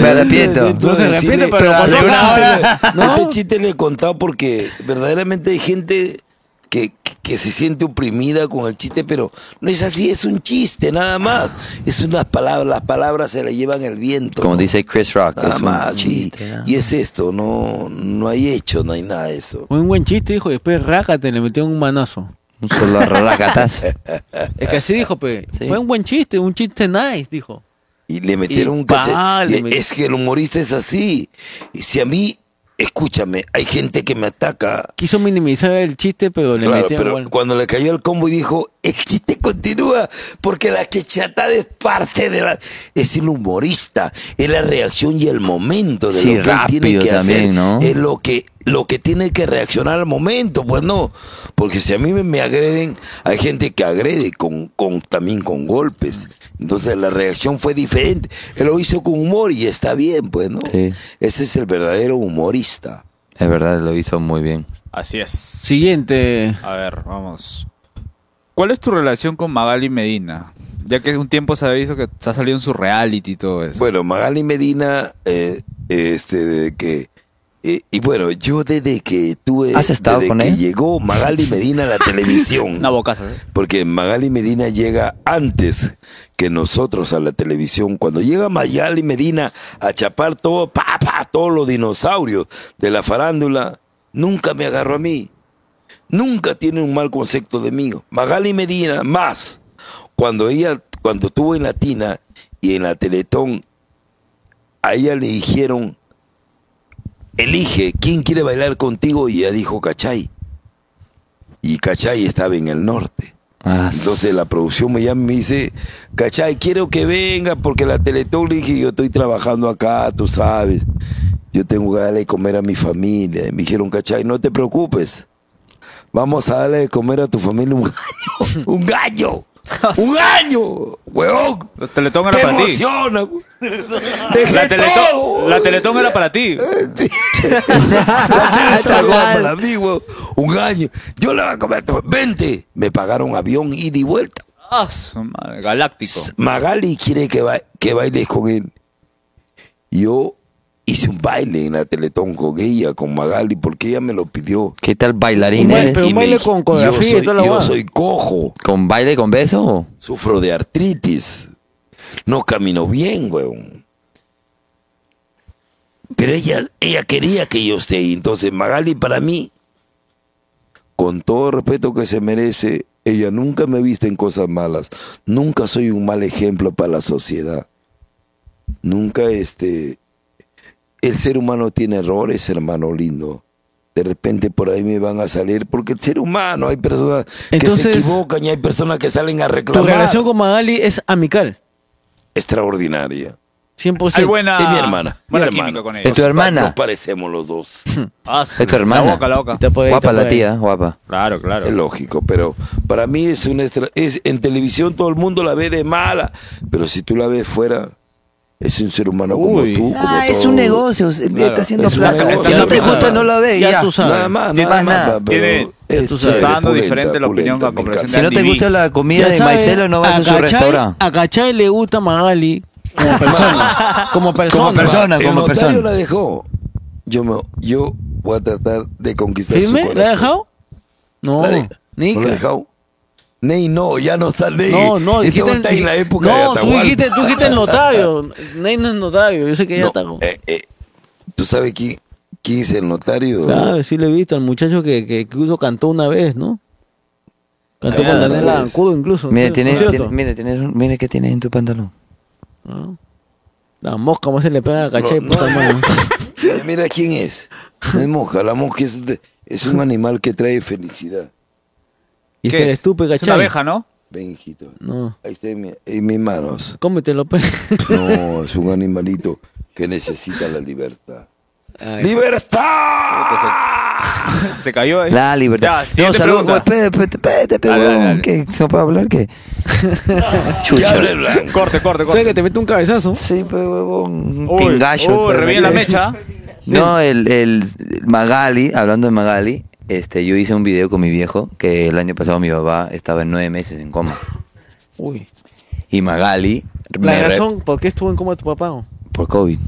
[SPEAKER 2] Me arrepiento.
[SPEAKER 4] Dentro
[SPEAKER 2] No se
[SPEAKER 4] de
[SPEAKER 2] arrepiente,
[SPEAKER 4] decirle-
[SPEAKER 2] pero pasó
[SPEAKER 4] este
[SPEAKER 2] una
[SPEAKER 4] chiste
[SPEAKER 2] hora,
[SPEAKER 4] le-
[SPEAKER 2] ¿no?
[SPEAKER 4] Este chiste le he contado porque verdaderamente hay gente que, que- que se siente oprimida con el chiste, pero no es así, es un chiste nada más. Es unas palabras, las palabras se le llevan el viento.
[SPEAKER 2] Como
[SPEAKER 4] ¿no?
[SPEAKER 2] dice Chris Rock.
[SPEAKER 4] Nada
[SPEAKER 2] es un
[SPEAKER 4] más, sí.
[SPEAKER 2] chiste, ¿no?
[SPEAKER 4] Y es esto, no, no hay hecho, no hay nada de eso.
[SPEAKER 3] Un buen chiste, dijo, y después rácate, le metió un manazo.
[SPEAKER 2] Un solo racatas.
[SPEAKER 3] Es que así dijo, pe.
[SPEAKER 2] Sí.
[SPEAKER 3] Fue un buen chiste, un chiste nice, dijo.
[SPEAKER 4] Y le metieron
[SPEAKER 3] Y
[SPEAKER 4] un cachet.
[SPEAKER 3] pa, le
[SPEAKER 4] Y
[SPEAKER 3] met-
[SPEAKER 4] Es que el humorista es así. Y si a mí, escúchame, hay gente que me ataca.
[SPEAKER 3] Quiso minimizar el chiste, pero le
[SPEAKER 4] Claro,
[SPEAKER 3] metió
[SPEAKER 4] pero
[SPEAKER 3] igual.
[SPEAKER 4] cuando le cayó el combo y dijo, el chiste continúa, porque la quechata es parte de la... Es el humorista, es la reacción y el momento de
[SPEAKER 2] Sí,
[SPEAKER 4] lo que él tiene
[SPEAKER 2] rápido
[SPEAKER 4] que hacer.
[SPEAKER 2] también, ¿no?
[SPEAKER 4] Es lo que, lo que tiene que reaccionar al momento, pues no. Porque si a mí me, me agreden, hay gente que agrede con, con, también con golpes. Entonces la reacción fue diferente. Él lo hizo con humor y está bien, pues no.
[SPEAKER 2] Sí.
[SPEAKER 4] Ese es el verdadero humorista.
[SPEAKER 2] Es verdad, lo hizo muy bien.
[SPEAKER 11] Así es.
[SPEAKER 3] Siguiente.
[SPEAKER 11] A ver, vamos. ¿Cuál es tu relación con Magali Medina? Ya que un tiempo se ha visto que se ha salido en su reality y todo eso.
[SPEAKER 4] Bueno, Magali Medina, eh, este, de que. eh, y bueno, yo desde que tuve.
[SPEAKER 2] ¿Has estado
[SPEAKER 4] desde
[SPEAKER 2] con
[SPEAKER 4] que
[SPEAKER 2] él?
[SPEAKER 4] llegó Magali Medina a la televisión.
[SPEAKER 11] Una bocaza, ¿eh?
[SPEAKER 4] Porque Magali Medina llega antes que nosotros a la televisión. Cuando llega Magali Medina a chapar todo, pa, pa, todos los dinosaurios de la farándula, nunca me agarró a mí. Nunca tiene un mal concepto de mí. Magali Medina, más. Cuando ella, cuando estuvo en Latina y en la Teletón, a ella le dijeron, elige quién quiere bailar contigo, y ella dijo, Cachay. Y Cachay estaba en el norte.
[SPEAKER 2] Ah,
[SPEAKER 4] Entonces la producción me llama y me dice, Cachay, quiero que venga porque la Teletón le dije, yo estoy trabajando acá, tú sabes. Yo tengo que darle de comer a mi familia. Y me dijeron, Cachay, no te preocupes. Vamos a darle de comer a tu familia un gallo. Un gallo. Un gallo. Huevón.
[SPEAKER 11] La Teletón era
[SPEAKER 4] Te
[SPEAKER 11] para ti.
[SPEAKER 4] emociona. güey. Dejé
[SPEAKER 11] La
[SPEAKER 4] todo.
[SPEAKER 11] teletón, la Teletón era para ti.
[SPEAKER 4] Sí. Ah, La Teletón era para mí, güey. Un gallo. Yo le voy a comer a tu- Vente. Me pagaron avión, ida y vuelta.
[SPEAKER 11] Ah, su madre, galáctico.
[SPEAKER 4] Magali quiere que, ba- que bailes con él. Yo hice un baile en la Teletón con ella, con Magali, porque ella me lo pidió.
[SPEAKER 2] ¿Qué tal bailarín
[SPEAKER 4] Un baile-
[SPEAKER 2] eres?
[SPEAKER 4] pero un Y me baile dije, con coreografía y yo soy- toda la yo huevada. soy
[SPEAKER 2] cojo. ¿Con baile con beso? o?
[SPEAKER 4] Sufro de artritis. No camino bien, weón. Pero ella, ella quería que yo esté ahí. Entonces, Magali, para mí, con todo el respeto que se merece, ella nunca me ha visto en cosas malas. Nunca soy un mal ejemplo para la sociedad. Nunca, este. El ser humano tiene errores, hermano lindo. De repente por ahí me van a salir, porque el ser humano, hay personas que
[SPEAKER 3] Entonces,
[SPEAKER 4] se equivocan y hay personas que salen a
[SPEAKER 3] Tu
[SPEAKER 4] reclamar
[SPEAKER 3] relación con Magali es amical.
[SPEAKER 4] extraordinaria.
[SPEAKER 3] 100%.
[SPEAKER 4] Hay buena- Es mi hermana,
[SPEAKER 11] buena
[SPEAKER 4] mi
[SPEAKER 11] química
[SPEAKER 4] hermana.
[SPEAKER 11] con ella.
[SPEAKER 2] ¿Es tu hermana?
[SPEAKER 4] Nos parecemos los dos.
[SPEAKER 11] Ah, su-
[SPEAKER 2] ¿Es tu hermana?
[SPEAKER 11] La boca, la boca.
[SPEAKER 2] Guapa la tía, guapa.
[SPEAKER 11] Claro, claro.
[SPEAKER 4] Es lógico, pero para mí es una extra- es en televisión todo el mundo la ve de mala, pero si tú la ves fuera es un ser humano como
[SPEAKER 2] Uy.
[SPEAKER 4] tú, como
[SPEAKER 2] Ah, es
[SPEAKER 4] todo.
[SPEAKER 2] un negocio, se- está haciendo
[SPEAKER 4] Es un
[SPEAKER 2] plata.
[SPEAKER 4] negocio.
[SPEAKER 2] Si no te gusta, no la ve,
[SPEAKER 4] Nada
[SPEAKER 2] ya.
[SPEAKER 4] más, Nada más,
[SPEAKER 2] Tiene-
[SPEAKER 4] nada más,
[SPEAKER 2] nada.
[SPEAKER 4] pero
[SPEAKER 11] Tiene-
[SPEAKER 4] es
[SPEAKER 11] tú sabes,
[SPEAKER 4] chévere,
[SPEAKER 11] está dando
[SPEAKER 4] pulenta,
[SPEAKER 11] diferente la opinión
[SPEAKER 4] pulenta,
[SPEAKER 11] a comparación
[SPEAKER 4] me
[SPEAKER 2] Si no
[SPEAKER 4] encanta.
[SPEAKER 2] te gusta la comida
[SPEAKER 3] Ya
[SPEAKER 2] de
[SPEAKER 3] sabe,
[SPEAKER 2] Maicelo, no vas a su
[SPEAKER 3] Cachai-
[SPEAKER 2] restaurante.
[SPEAKER 3] A Cachai le gusta Magali como persona. como persona.
[SPEAKER 2] Como persona,
[SPEAKER 4] El
[SPEAKER 2] como
[SPEAKER 4] notario
[SPEAKER 2] persona.
[SPEAKER 4] la dejó. Yo me, yo voy a tratar de conquistar su
[SPEAKER 3] ¿Firme?
[SPEAKER 4] corazón.
[SPEAKER 3] ¿La ha dejado? No,
[SPEAKER 4] La de-
[SPEAKER 3] Nica.
[SPEAKER 4] ¿No la he dejado? Ney, no, ya no está Ney.
[SPEAKER 3] No, no,
[SPEAKER 4] Este
[SPEAKER 3] dijiste
[SPEAKER 4] está
[SPEAKER 3] el-
[SPEAKER 4] en la época de
[SPEAKER 3] No, tú
[SPEAKER 4] Atahualpa.
[SPEAKER 3] dijiste, tú dijiste el notario. Ney no es notario, yo sé que ella está con...
[SPEAKER 4] Eh, eh, ¿Tú sabes quién, quién es el notario?
[SPEAKER 3] Claro, sí le he visto al muchacho que, que incluso cantó una vez, ¿no? Cantó
[SPEAKER 2] Ah,
[SPEAKER 3] con
[SPEAKER 2] una
[SPEAKER 3] Daniela
[SPEAKER 2] vez.
[SPEAKER 3] Dancudo incluso.
[SPEAKER 2] Mira,
[SPEAKER 3] Ah, ¿no?
[SPEAKER 2] tiene-
[SPEAKER 3] ¿No es
[SPEAKER 2] tiene-
[SPEAKER 3] cierto?
[SPEAKER 2] mira, tienes un- mira qué tienes en tu pantalón.
[SPEAKER 3] Ah. La mosca más se le pega a Cachai,
[SPEAKER 4] No,
[SPEAKER 3] puta
[SPEAKER 4] no.
[SPEAKER 3] madre.
[SPEAKER 4] Eh, Mira quién es. No es monja, la monja es, de- es un animal que trae felicidad.
[SPEAKER 3] Y
[SPEAKER 11] ¿Qué
[SPEAKER 3] se le
[SPEAKER 11] es?
[SPEAKER 3] estupe, Cachai.
[SPEAKER 11] Es una abeja, ¿no?
[SPEAKER 4] Ven, hijito.
[SPEAKER 3] No,
[SPEAKER 4] Ahí está en, mi- en mis manos.
[SPEAKER 3] cómetelo, pues. pe.
[SPEAKER 4] No, es un animalito que necesita la libertad. Ah,
[SPEAKER 3] Ay.
[SPEAKER 4] ¡Libertad!
[SPEAKER 11] Se cayó ahí.
[SPEAKER 2] La libertad.
[SPEAKER 11] Ya,
[SPEAKER 2] No,
[SPEAKER 11] siguiente
[SPEAKER 2] saludos. pues,
[SPEAKER 11] pregunta.
[SPEAKER 2] Espérate,
[SPEAKER 11] Dale, dale,
[SPEAKER 2] huevón.
[SPEAKER 11] dale.
[SPEAKER 2] ¿Qué? ¿No puedo hablar? ¿Qué? Chucha.
[SPEAKER 4] hable blanco.
[SPEAKER 11] Corte, corte,
[SPEAKER 3] ¿Sabes
[SPEAKER 11] corte.
[SPEAKER 3] que te mete un cabezazo?
[SPEAKER 2] Sí, pues, huevón. Un
[SPEAKER 11] Uy,
[SPEAKER 2] pingacho.
[SPEAKER 11] uy,
[SPEAKER 2] te
[SPEAKER 11] revienta la
[SPEAKER 2] metí.
[SPEAKER 11] mecha.
[SPEAKER 2] No, el, el Magali, hablando de Magali, este, yo hice un video con mi viejo que el año pasado mi papá estaba en nueve meses en coma.
[SPEAKER 3] Uy.
[SPEAKER 2] Y Magali. me
[SPEAKER 3] La
[SPEAKER 2] re-
[SPEAKER 3] razón por qué estuvo en coma tu papá. ¿o?
[SPEAKER 2] Por COVID.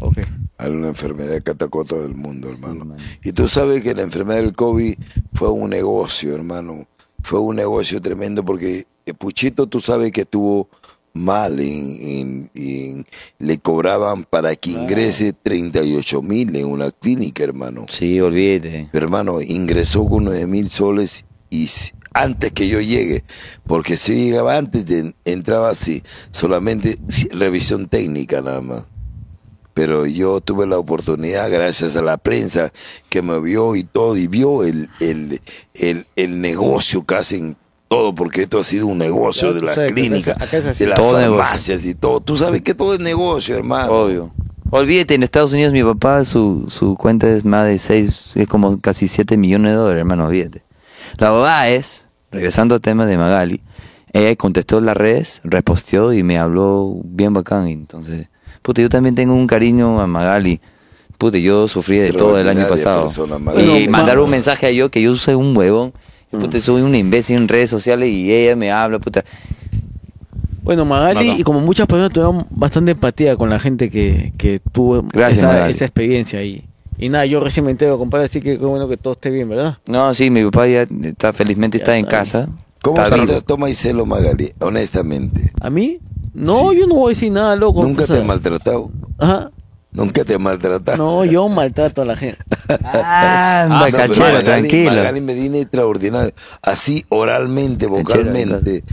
[SPEAKER 3] Ok.
[SPEAKER 4] Hay una enfermedad que atacó a todo el mundo, hermano. Y tú sabes que la enfermedad del COVID fue un negocio, hermano. Fue un negocio tremendo porque eh, Puchito, tú sabes que estuvo mal. en- en- en- le cobraban para que ingrese 38 mil en una clínica, hermano.
[SPEAKER 2] Sí, olvídate.
[SPEAKER 4] Mi hermano ingresó con 9 mil soles y s- antes que yo llegue, porque si yo llegaba antes, de- entraba así, solamente si- revisión técnica nada más. Pero yo tuve la oportunidad, gracias a la prensa que me vio y todo, y vio el, el, el, el negocio que hacen todo, porque esto ha sido un negocio
[SPEAKER 3] Ya,
[SPEAKER 4] de
[SPEAKER 3] tú
[SPEAKER 4] la
[SPEAKER 3] sabes que acá
[SPEAKER 4] clínica,
[SPEAKER 3] es- acá es así.
[SPEAKER 4] de las
[SPEAKER 2] Todo negocio.
[SPEAKER 4] farmacias y todo. Tú sabes que todo es negocio, hermano.
[SPEAKER 2] Obvio. Olvídate, en Estados Unidos mi papá, su, su cuenta es más de 6, es como casi 7 millones de dólares, hermano, olvídate. La verdad es, regresando al tema de Magali, ella contestó en las redes, reposteó y me habló bien bacán. y entonces, puta, yo también tengo un cariño a Magali. Puta, yo sufrí de todo el año
[SPEAKER 4] Extraordinaria
[SPEAKER 2] pasado.
[SPEAKER 4] persona, Magali. Ah.
[SPEAKER 2] y mandar un mensaje a yo que yo soy un huevón. yo, Puta, soy un imbécil en redes sociales y ella me habla, puta.
[SPEAKER 3] Bueno, Magali,
[SPEAKER 2] Bacán.
[SPEAKER 3] y como muchas personas tuvieron bastante empatía con la gente que, que tuvo
[SPEAKER 2] Gracias,
[SPEAKER 3] esa,
[SPEAKER 2] Magali.
[SPEAKER 3] esa experiencia ahí. Y nada, yo recién me entero, compadre, así que qué bueno que todo esté bien, ¿verdad?
[SPEAKER 2] No, sí, mi papá ya está, felizmente está en casa.
[SPEAKER 4] ¿Cómo
[SPEAKER 2] está
[SPEAKER 4] se
[SPEAKER 2] vivo.
[SPEAKER 4] lo toma y se lo Magali? Honestamente.
[SPEAKER 3] ¿A mí? No, yo no voy a decir nada, loco.
[SPEAKER 4] Nunca
[SPEAKER 3] o sea,
[SPEAKER 4] te he maltratado.
[SPEAKER 3] Ajá.
[SPEAKER 4] Nunca te he maltratado.
[SPEAKER 3] No, yo maltrato a la gente.
[SPEAKER 2] Anda,
[SPEAKER 4] Ah, no,
[SPEAKER 2] cachero,
[SPEAKER 4] pero Magali-
[SPEAKER 2] tranquilo.
[SPEAKER 4] Magali Medina es extraordinaria. Así oralmente, vocalmente.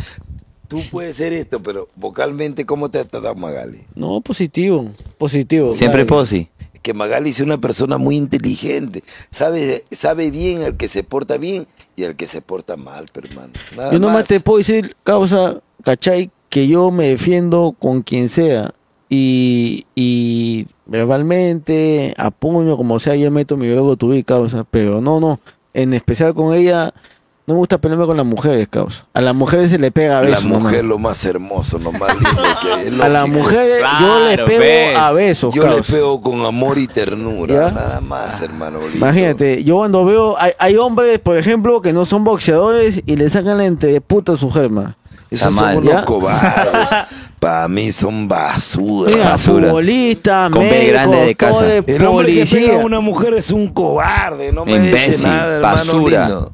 [SPEAKER 4] Tú puedes ser esto, pero vocalmente, ¿cómo te ha tratado Magali?
[SPEAKER 3] No, positivo, positivo.
[SPEAKER 2] Siempre
[SPEAKER 3] claro.
[SPEAKER 2] posi.
[SPEAKER 4] Que Magali es una persona muy inteligente. Sabe, sabe bien al que se porta bien y al que se porta mal, pero hermano. Nada
[SPEAKER 3] Yo nomás
[SPEAKER 4] más.
[SPEAKER 3] te puedo decir, causa, ¿cachai? Que yo me defiendo con quien sea. Y, y verbalmente, a puño, como sea, yo meto mi verbo tu causa. Pero no, no. En especial con ella, no me gusta pelearme con las mujeres, causa. A las mujeres se le pega a
[SPEAKER 4] La
[SPEAKER 3] veces.
[SPEAKER 4] mujer lo más hermoso, lo más lindo que hay. Es
[SPEAKER 3] A las
[SPEAKER 4] lógico.
[SPEAKER 3] mujeres yo les
[SPEAKER 11] Claro,
[SPEAKER 3] pego
[SPEAKER 11] ves.
[SPEAKER 3] a besos,
[SPEAKER 4] Yo le
[SPEAKER 3] causa.
[SPEAKER 4] pego con amor y ternura,
[SPEAKER 3] ¿Ya? Ah,
[SPEAKER 4] nada más, hermano. lindo.
[SPEAKER 3] Imagínate, yo cuando veo, hay, hay hombres, por ejemplo, que no son boxeadores y le sacan la entre puta a su germa.
[SPEAKER 4] Esos
[SPEAKER 2] Está mal,
[SPEAKER 4] son unos
[SPEAKER 2] ¿ya?
[SPEAKER 4] cobardes. Para mí son basura.
[SPEAKER 3] Mira,
[SPEAKER 4] basura.
[SPEAKER 3] futbolista,
[SPEAKER 4] Con B
[SPEAKER 3] médico,
[SPEAKER 4] grande de casa.
[SPEAKER 3] todo de
[SPEAKER 4] El hombre que
[SPEAKER 3] policía.
[SPEAKER 4] pega a una mujer es un cobarde. No me
[SPEAKER 2] Imbécil,
[SPEAKER 4] dice nada, hermano
[SPEAKER 2] basura.
[SPEAKER 4] lindo.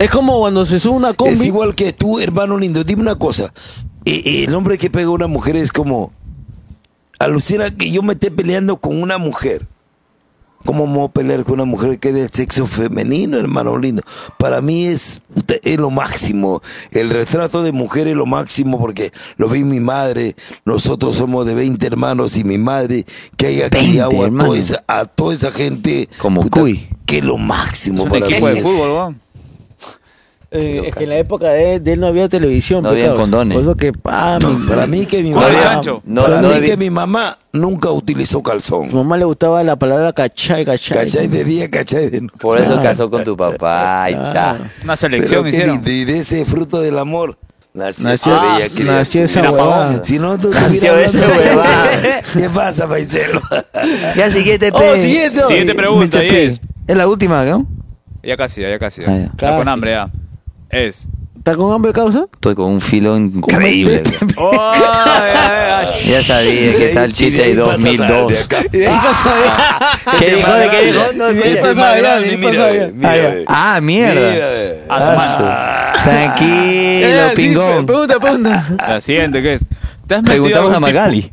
[SPEAKER 3] Es como cuando se sube una combi.
[SPEAKER 4] Es igual que tú, hermano lindo. Dime una cosa. Eh, eh, El hombre que pega a una mujer es como. Alucina que yo me esté peleando con una mujer. ¿Cómo me voy a pelear con una mujer que es del sexo femenino, hermano lindo? Para mí es, puta, es lo máximo. El retrato de mujer es lo máximo porque lo vi mi madre. Nosotros somos de 20 hermanos y mi madre que haya
[SPEAKER 2] 20
[SPEAKER 4] criado a
[SPEAKER 2] hermanos.
[SPEAKER 4] toda, esa, a toda esa gente.
[SPEAKER 2] Como
[SPEAKER 4] puta,
[SPEAKER 2] cuy.
[SPEAKER 4] Que es lo máximo.
[SPEAKER 11] Es un
[SPEAKER 4] para
[SPEAKER 11] equipo
[SPEAKER 4] mí
[SPEAKER 11] de
[SPEAKER 4] es-
[SPEAKER 11] fútbol, weón.
[SPEAKER 3] Eh, es que en la época de, de él no había televisión.
[SPEAKER 2] No
[SPEAKER 3] pues,
[SPEAKER 2] había
[SPEAKER 3] claro.
[SPEAKER 2] condones.
[SPEAKER 3] Por eso que, pa, mi-
[SPEAKER 4] Para mí que mi
[SPEAKER 3] ¿Cuál,
[SPEAKER 4] mamá,
[SPEAKER 3] Chancho?
[SPEAKER 2] No,
[SPEAKER 4] para
[SPEAKER 2] no
[SPEAKER 4] mí
[SPEAKER 2] debí-
[SPEAKER 4] que mi mamá nunca utilizó calzón.
[SPEAKER 3] su mamá le gustaba la palabra cachay, cachay.
[SPEAKER 4] ¿Cachai de día, cachai de noche?
[SPEAKER 2] Por eso
[SPEAKER 3] Ah.
[SPEAKER 2] casó con tu papá. Ahí está.
[SPEAKER 11] Una
[SPEAKER 4] Pero
[SPEAKER 11] selección
[SPEAKER 4] que
[SPEAKER 11] hicieron.
[SPEAKER 4] de, de ese fruto del amor. Nació,
[SPEAKER 3] Nació-
[SPEAKER 4] esa bella
[SPEAKER 3] ah,
[SPEAKER 4] criatura.
[SPEAKER 3] nació esa
[SPEAKER 4] Mira,
[SPEAKER 3] huevada.
[SPEAKER 4] pavón, Si no, tú
[SPEAKER 2] Nació
[SPEAKER 4] estuvieras
[SPEAKER 2] esa
[SPEAKER 4] hablando-
[SPEAKER 2] huevada.
[SPEAKER 4] ¿Qué pasa, paisero?
[SPEAKER 2] Ya, siguiente,
[SPEAKER 3] Oh,
[SPEAKER 2] pe.
[SPEAKER 3] siguiente.
[SPEAKER 11] Siguiente pregunta,
[SPEAKER 2] Mr.
[SPEAKER 11] y
[SPEAKER 2] P.
[SPEAKER 11] es.
[SPEAKER 2] Es la última, ¿no?
[SPEAKER 11] Ya casi, ya, ya casi.
[SPEAKER 2] Ah, ya.
[SPEAKER 11] Ya. Está
[SPEAKER 3] Casi.
[SPEAKER 11] con hambre, ya. Es.
[SPEAKER 3] ¿Está con hambre, causa?
[SPEAKER 2] Estoy con un filo increíble. bro.
[SPEAKER 11] ¡Oh! ay, ay, ay!
[SPEAKER 2] Ya sabía que tal chiste hay 2002.
[SPEAKER 3] Y de ahí pasó
[SPEAKER 2] ¿Qué dijo? ¿De qué dijo? No,
[SPEAKER 3] Y ahí
[SPEAKER 2] mira.
[SPEAKER 3] pasó allá, y ahí pasó allá. Ahí va.
[SPEAKER 2] Ah, mierda. Ah, su-
[SPEAKER 3] Eh,
[SPEAKER 2] Tranquilo,
[SPEAKER 3] sí,
[SPEAKER 2] pingón.
[SPEAKER 3] pre- Pregunta, pregunta.
[SPEAKER 11] La siguiente, ¿qué es? ¿Te has metido
[SPEAKER 2] Preguntamos a
[SPEAKER 11] algún tipo-
[SPEAKER 2] Magali.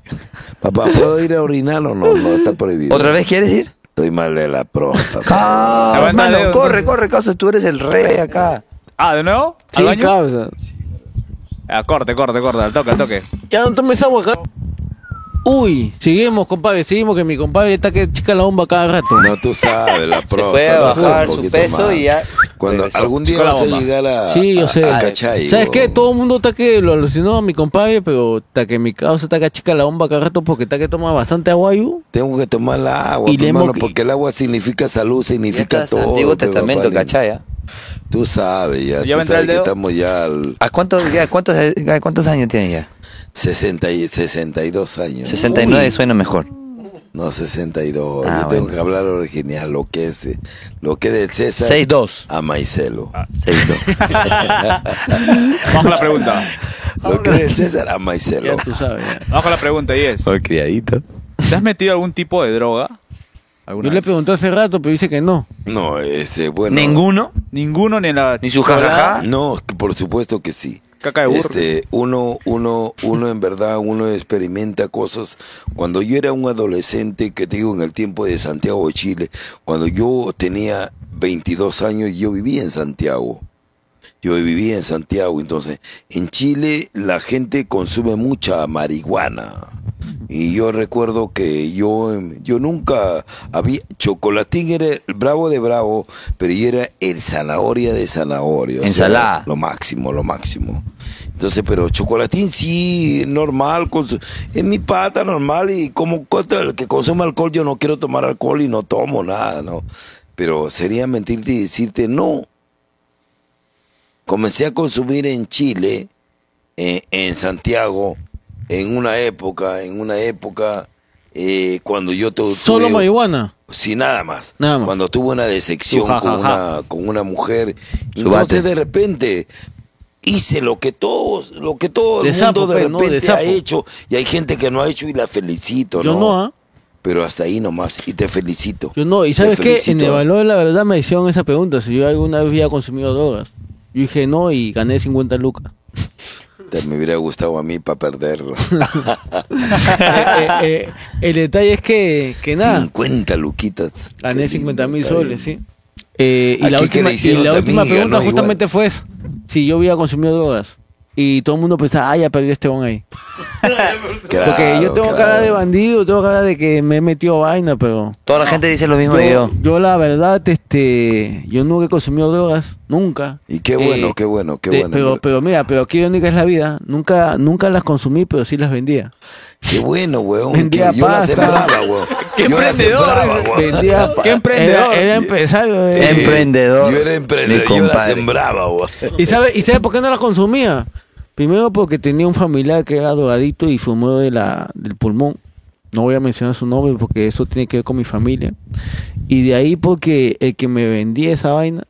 [SPEAKER 4] Papá, ¿puedo ir a orinar o no? No, está prohibido.
[SPEAKER 2] ¿Otra vez quieres ir?
[SPEAKER 4] Estoy mal de la próstata.
[SPEAKER 2] Ah,
[SPEAKER 11] Levanta
[SPEAKER 2] hermano,
[SPEAKER 11] dedo,
[SPEAKER 2] corre, corre, cosas. Tú eres el rey acá.
[SPEAKER 11] Ah, ¿de nuevo? ¿Al
[SPEAKER 3] Sí,
[SPEAKER 11] baño?
[SPEAKER 3] causa.
[SPEAKER 11] Ah, corte, corte, corte. Al toque, al toque.
[SPEAKER 3] Ya no tomes agua acá. Uy, seguimos, compadre, seguimos que mi compadre está que chica la bomba cada rato.
[SPEAKER 4] No, tú sabes, la próstata.
[SPEAKER 2] fue a
[SPEAKER 4] un
[SPEAKER 2] bajar su
[SPEAKER 4] poquito
[SPEAKER 2] peso
[SPEAKER 4] más.
[SPEAKER 2] y ya pues,
[SPEAKER 4] Cuando
[SPEAKER 2] regresó.
[SPEAKER 4] algún día
[SPEAKER 11] Chico, la
[SPEAKER 4] vas a
[SPEAKER 11] bomba.
[SPEAKER 4] llegar a.
[SPEAKER 3] Sí, yo sé.
[SPEAKER 4] a- a Cachay,
[SPEAKER 3] ¿Sabes
[SPEAKER 4] weón.
[SPEAKER 3] qué? Todo el mundo está que lo alucinó a mi compadre, pero está que mi causa está que chica la bomba cada rato porque está que toma bastante aguayu.
[SPEAKER 4] Tengo que tomar la agua,
[SPEAKER 3] Y
[SPEAKER 4] pues,
[SPEAKER 3] le hemos-
[SPEAKER 4] hermano, porque el agua significa salud,
[SPEAKER 2] Ya
[SPEAKER 4] significa
[SPEAKER 2] estás
[SPEAKER 4] todo.
[SPEAKER 2] Antiguo
[SPEAKER 4] pues,
[SPEAKER 2] Testamento,
[SPEAKER 4] papá,
[SPEAKER 2] ¿cachai? ah?
[SPEAKER 4] Tú sabes, ya,
[SPEAKER 11] ¿Ya va a entrar
[SPEAKER 4] tú
[SPEAKER 11] el
[SPEAKER 4] sabes que
[SPEAKER 11] dedo?
[SPEAKER 4] estamos ya al
[SPEAKER 2] ¿A cuántos, ya, cuántos, ya, cuántos años tiene ya?
[SPEAKER 4] 60 y 62 años.
[SPEAKER 2] 69 suena mejor.
[SPEAKER 4] No, 62.
[SPEAKER 2] Ah,
[SPEAKER 4] Yo tengo
[SPEAKER 2] bueno.
[SPEAKER 4] que hablar original, lo que es, eh, lo que es del César
[SPEAKER 2] 6-2.
[SPEAKER 4] a Maicelo.
[SPEAKER 3] Ah.
[SPEAKER 2] 6-2.
[SPEAKER 11] Vamos con la pregunta.
[SPEAKER 4] Lo que es del César a
[SPEAKER 3] Ya
[SPEAKER 4] Maicelo.
[SPEAKER 3] tú sabes. ya.
[SPEAKER 11] Vamos con la pregunta, y es.
[SPEAKER 2] Soy criadito.
[SPEAKER 11] ¿Te has metido algún tipo de droga? ¿Alguna
[SPEAKER 3] Yo le
[SPEAKER 11] vez?
[SPEAKER 3] pregunté hace rato, pero dice que no.
[SPEAKER 4] No, ese, bueno.
[SPEAKER 2] ¿Ninguno?
[SPEAKER 11] Ninguno ni en la.
[SPEAKER 2] Ni su jajaja.
[SPEAKER 4] No, por supuesto que sí.
[SPEAKER 11] Caca de burro.
[SPEAKER 4] Este, uno, uno, uno en verdad, uno experimenta cosas. Cuando yo era un adolescente, que te digo, en el tiempo de Santiago de Chile, cuando yo tenía 22 años, yo vivía en Santiago. Yo vivía en Santiago, entonces en Chile la gente consume mucha marihuana. Y yo recuerdo que yo, em, yo nunca había... Chocolatín era el bravo de bravo, pero yo era el zanahoria de zanahoria. o sea,
[SPEAKER 2] Ensalada.
[SPEAKER 4] lo máximo, lo máximo. Entonces, pero chocolatín sí, normal, con su- es mi pata normal y como cuanto el que consume alcohol, yo no quiero tomar alcohol y no tomo nada, ¿no? Pero sería mentirte y decirte no. Comencé a consumir en Chile, en, en Santiago, en una época, en una época eh, cuando yo to-
[SPEAKER 3] Solo
[SPEAKER 4] tuve-
[SPEAKER 3] marihuana.
[SPEAKER 4] Sí, nada más.
[SPEAKER 3] Nada más.
[SPEAKER 4] Cuando tuve una
[SPEAKER 11] Su
[SPEAKER 4] decepción
[SPEAKER 11] jajaja.
[SPEAKER 4] con, una, con una mujer.
[SPEAKER 2] Su bate.
[SPEAKER 4] entonces de repente hice lo que todos, lo que todo
[SPEAKER 3] De
[SPEAKER 4] el mundo
[SPEAKER 3] sapo,
[SPEAKER 4] de
[SPEAKER 3] pe, ¿no? De
[SPEAKER 4] repente ha
[SPEAKER 3] sapo.
[SPEAKER 4] hecho. Y hay gente que no ha hecho y la felicito,
[SPEAKER 3] Yo
[SPEAKER 4] ¿no?
[SPEAKER 3] no, ¿ah?
[SPEAKER 4] Pero hasta ahí nomás. Y te felicito.
[SPEAKER 3] Yo no, y
[SPEAKER 4] Te
[SPEAKER 3] sabes qué, en
[SPEAKER 4] felicito.
[SPEAKER 3] el valor de la verdad me hicieron esa pregunta, si yo alguna vez había consumido drogas. Yo dije no y gané 50 lucas.
[SPEAKER 4] Te- me hubiera gustado a mí para perderlo.
[SPEAKER 3] Eh, eh, eh, el detalle es que, que nada,
[SPEAKER 4] 50 luquitas.
[SPEAKER 3] gané
[SPEAKER 4] Qué
[SPEAKER 3] 50 mil
[SPEAKER 4] lindo, está
[SPEAKER 3] soles, sí.
[SPEAKER 4] bien.
[SPEAKER 3] Eh, y
[SPEAKER 4] Aquí
[SPEAKER 3] la
[SPEAKER 4] que
[SPEAKER 3] última,
[SPEAKER 4] le
[SPEAKER 3] y
[SPEAKER 4] hicieron
[SPEAKER 3] la
[SPEAKER 4] de
[SPEAKER 3] última
[SPEAKER 4] amiga,
[SPEAKER 3] pregunta
[SPEAKER 4] ¿no?
[SPEAKER 3] justamente fue esa, si yo había consumido drogas. Y todo el mundo pensaba, ah, ya perdió este bon ahí. Porque yo tengo
[SPEAKER 4] Claro, claro.
[SPEAKER 3] cara de bandido, tengo cara de que me he metido vaina, pero...
[SPEAKER 2] Toda la gente dice lo mismo que
[SPEAKER 3] Yo,
[SPEAKER 2] yo.
[SPEAKER 3] yo la verdad, este, yo nunca he consumido drogas, nunca. Eh,
[SPEAKER 4] Y qué bueno, qué bueno, qué
[SPEAKER 3] de-
[SPEAKER 4] bueno,
[SPEAKER 3] Pero,
[SPEAKER 4] pero-
[SPEAKER 3] pero mira, pero aquí única es la vida. Nunca, nunca las consumí, pero sí las vendía.
[SPEAKER 4] Qué bueno, weón.
[SPEAKER 3] Vendía
[SPEAKER 4] que yo la
[SPEAKER 3] pasta.
[SPEAKER 4] sembraba, weón.
[SPEAKER 11] ¡Qué
[SPEAKER 4] Yo la
[SPEAKER 11] emprendedor!
[SPEAKER 4] sembraba, weón.
[SPEAKER 3] Vendía pa-
[SPEAKER 11] ¡Qué
[SPEAKER 4] oh.
[SPEAKER 11] emprendedor!
[SPEAKER 3] Era, era empresario. eh.
[SPEAKER 2] Emprendedor.
[SPEAKER 4] Yo era emprendedor,
[SPEAKER 2] mi
[SPEAKER 4] yo la
[SPEAKER 2] compadre.
[SPEAKER 4] sembraba, weón.
[SPEAKER 3] ¿Y sabe, ¿Y sabe por qué no las consumía? Primero porque tenía un familiar que era drogadicto y fumó de la, del pulmón. No voy a mencionar su nombre porque eso tiene que ver con mi familia. Y de ahí porque el que me vendía esa vaina,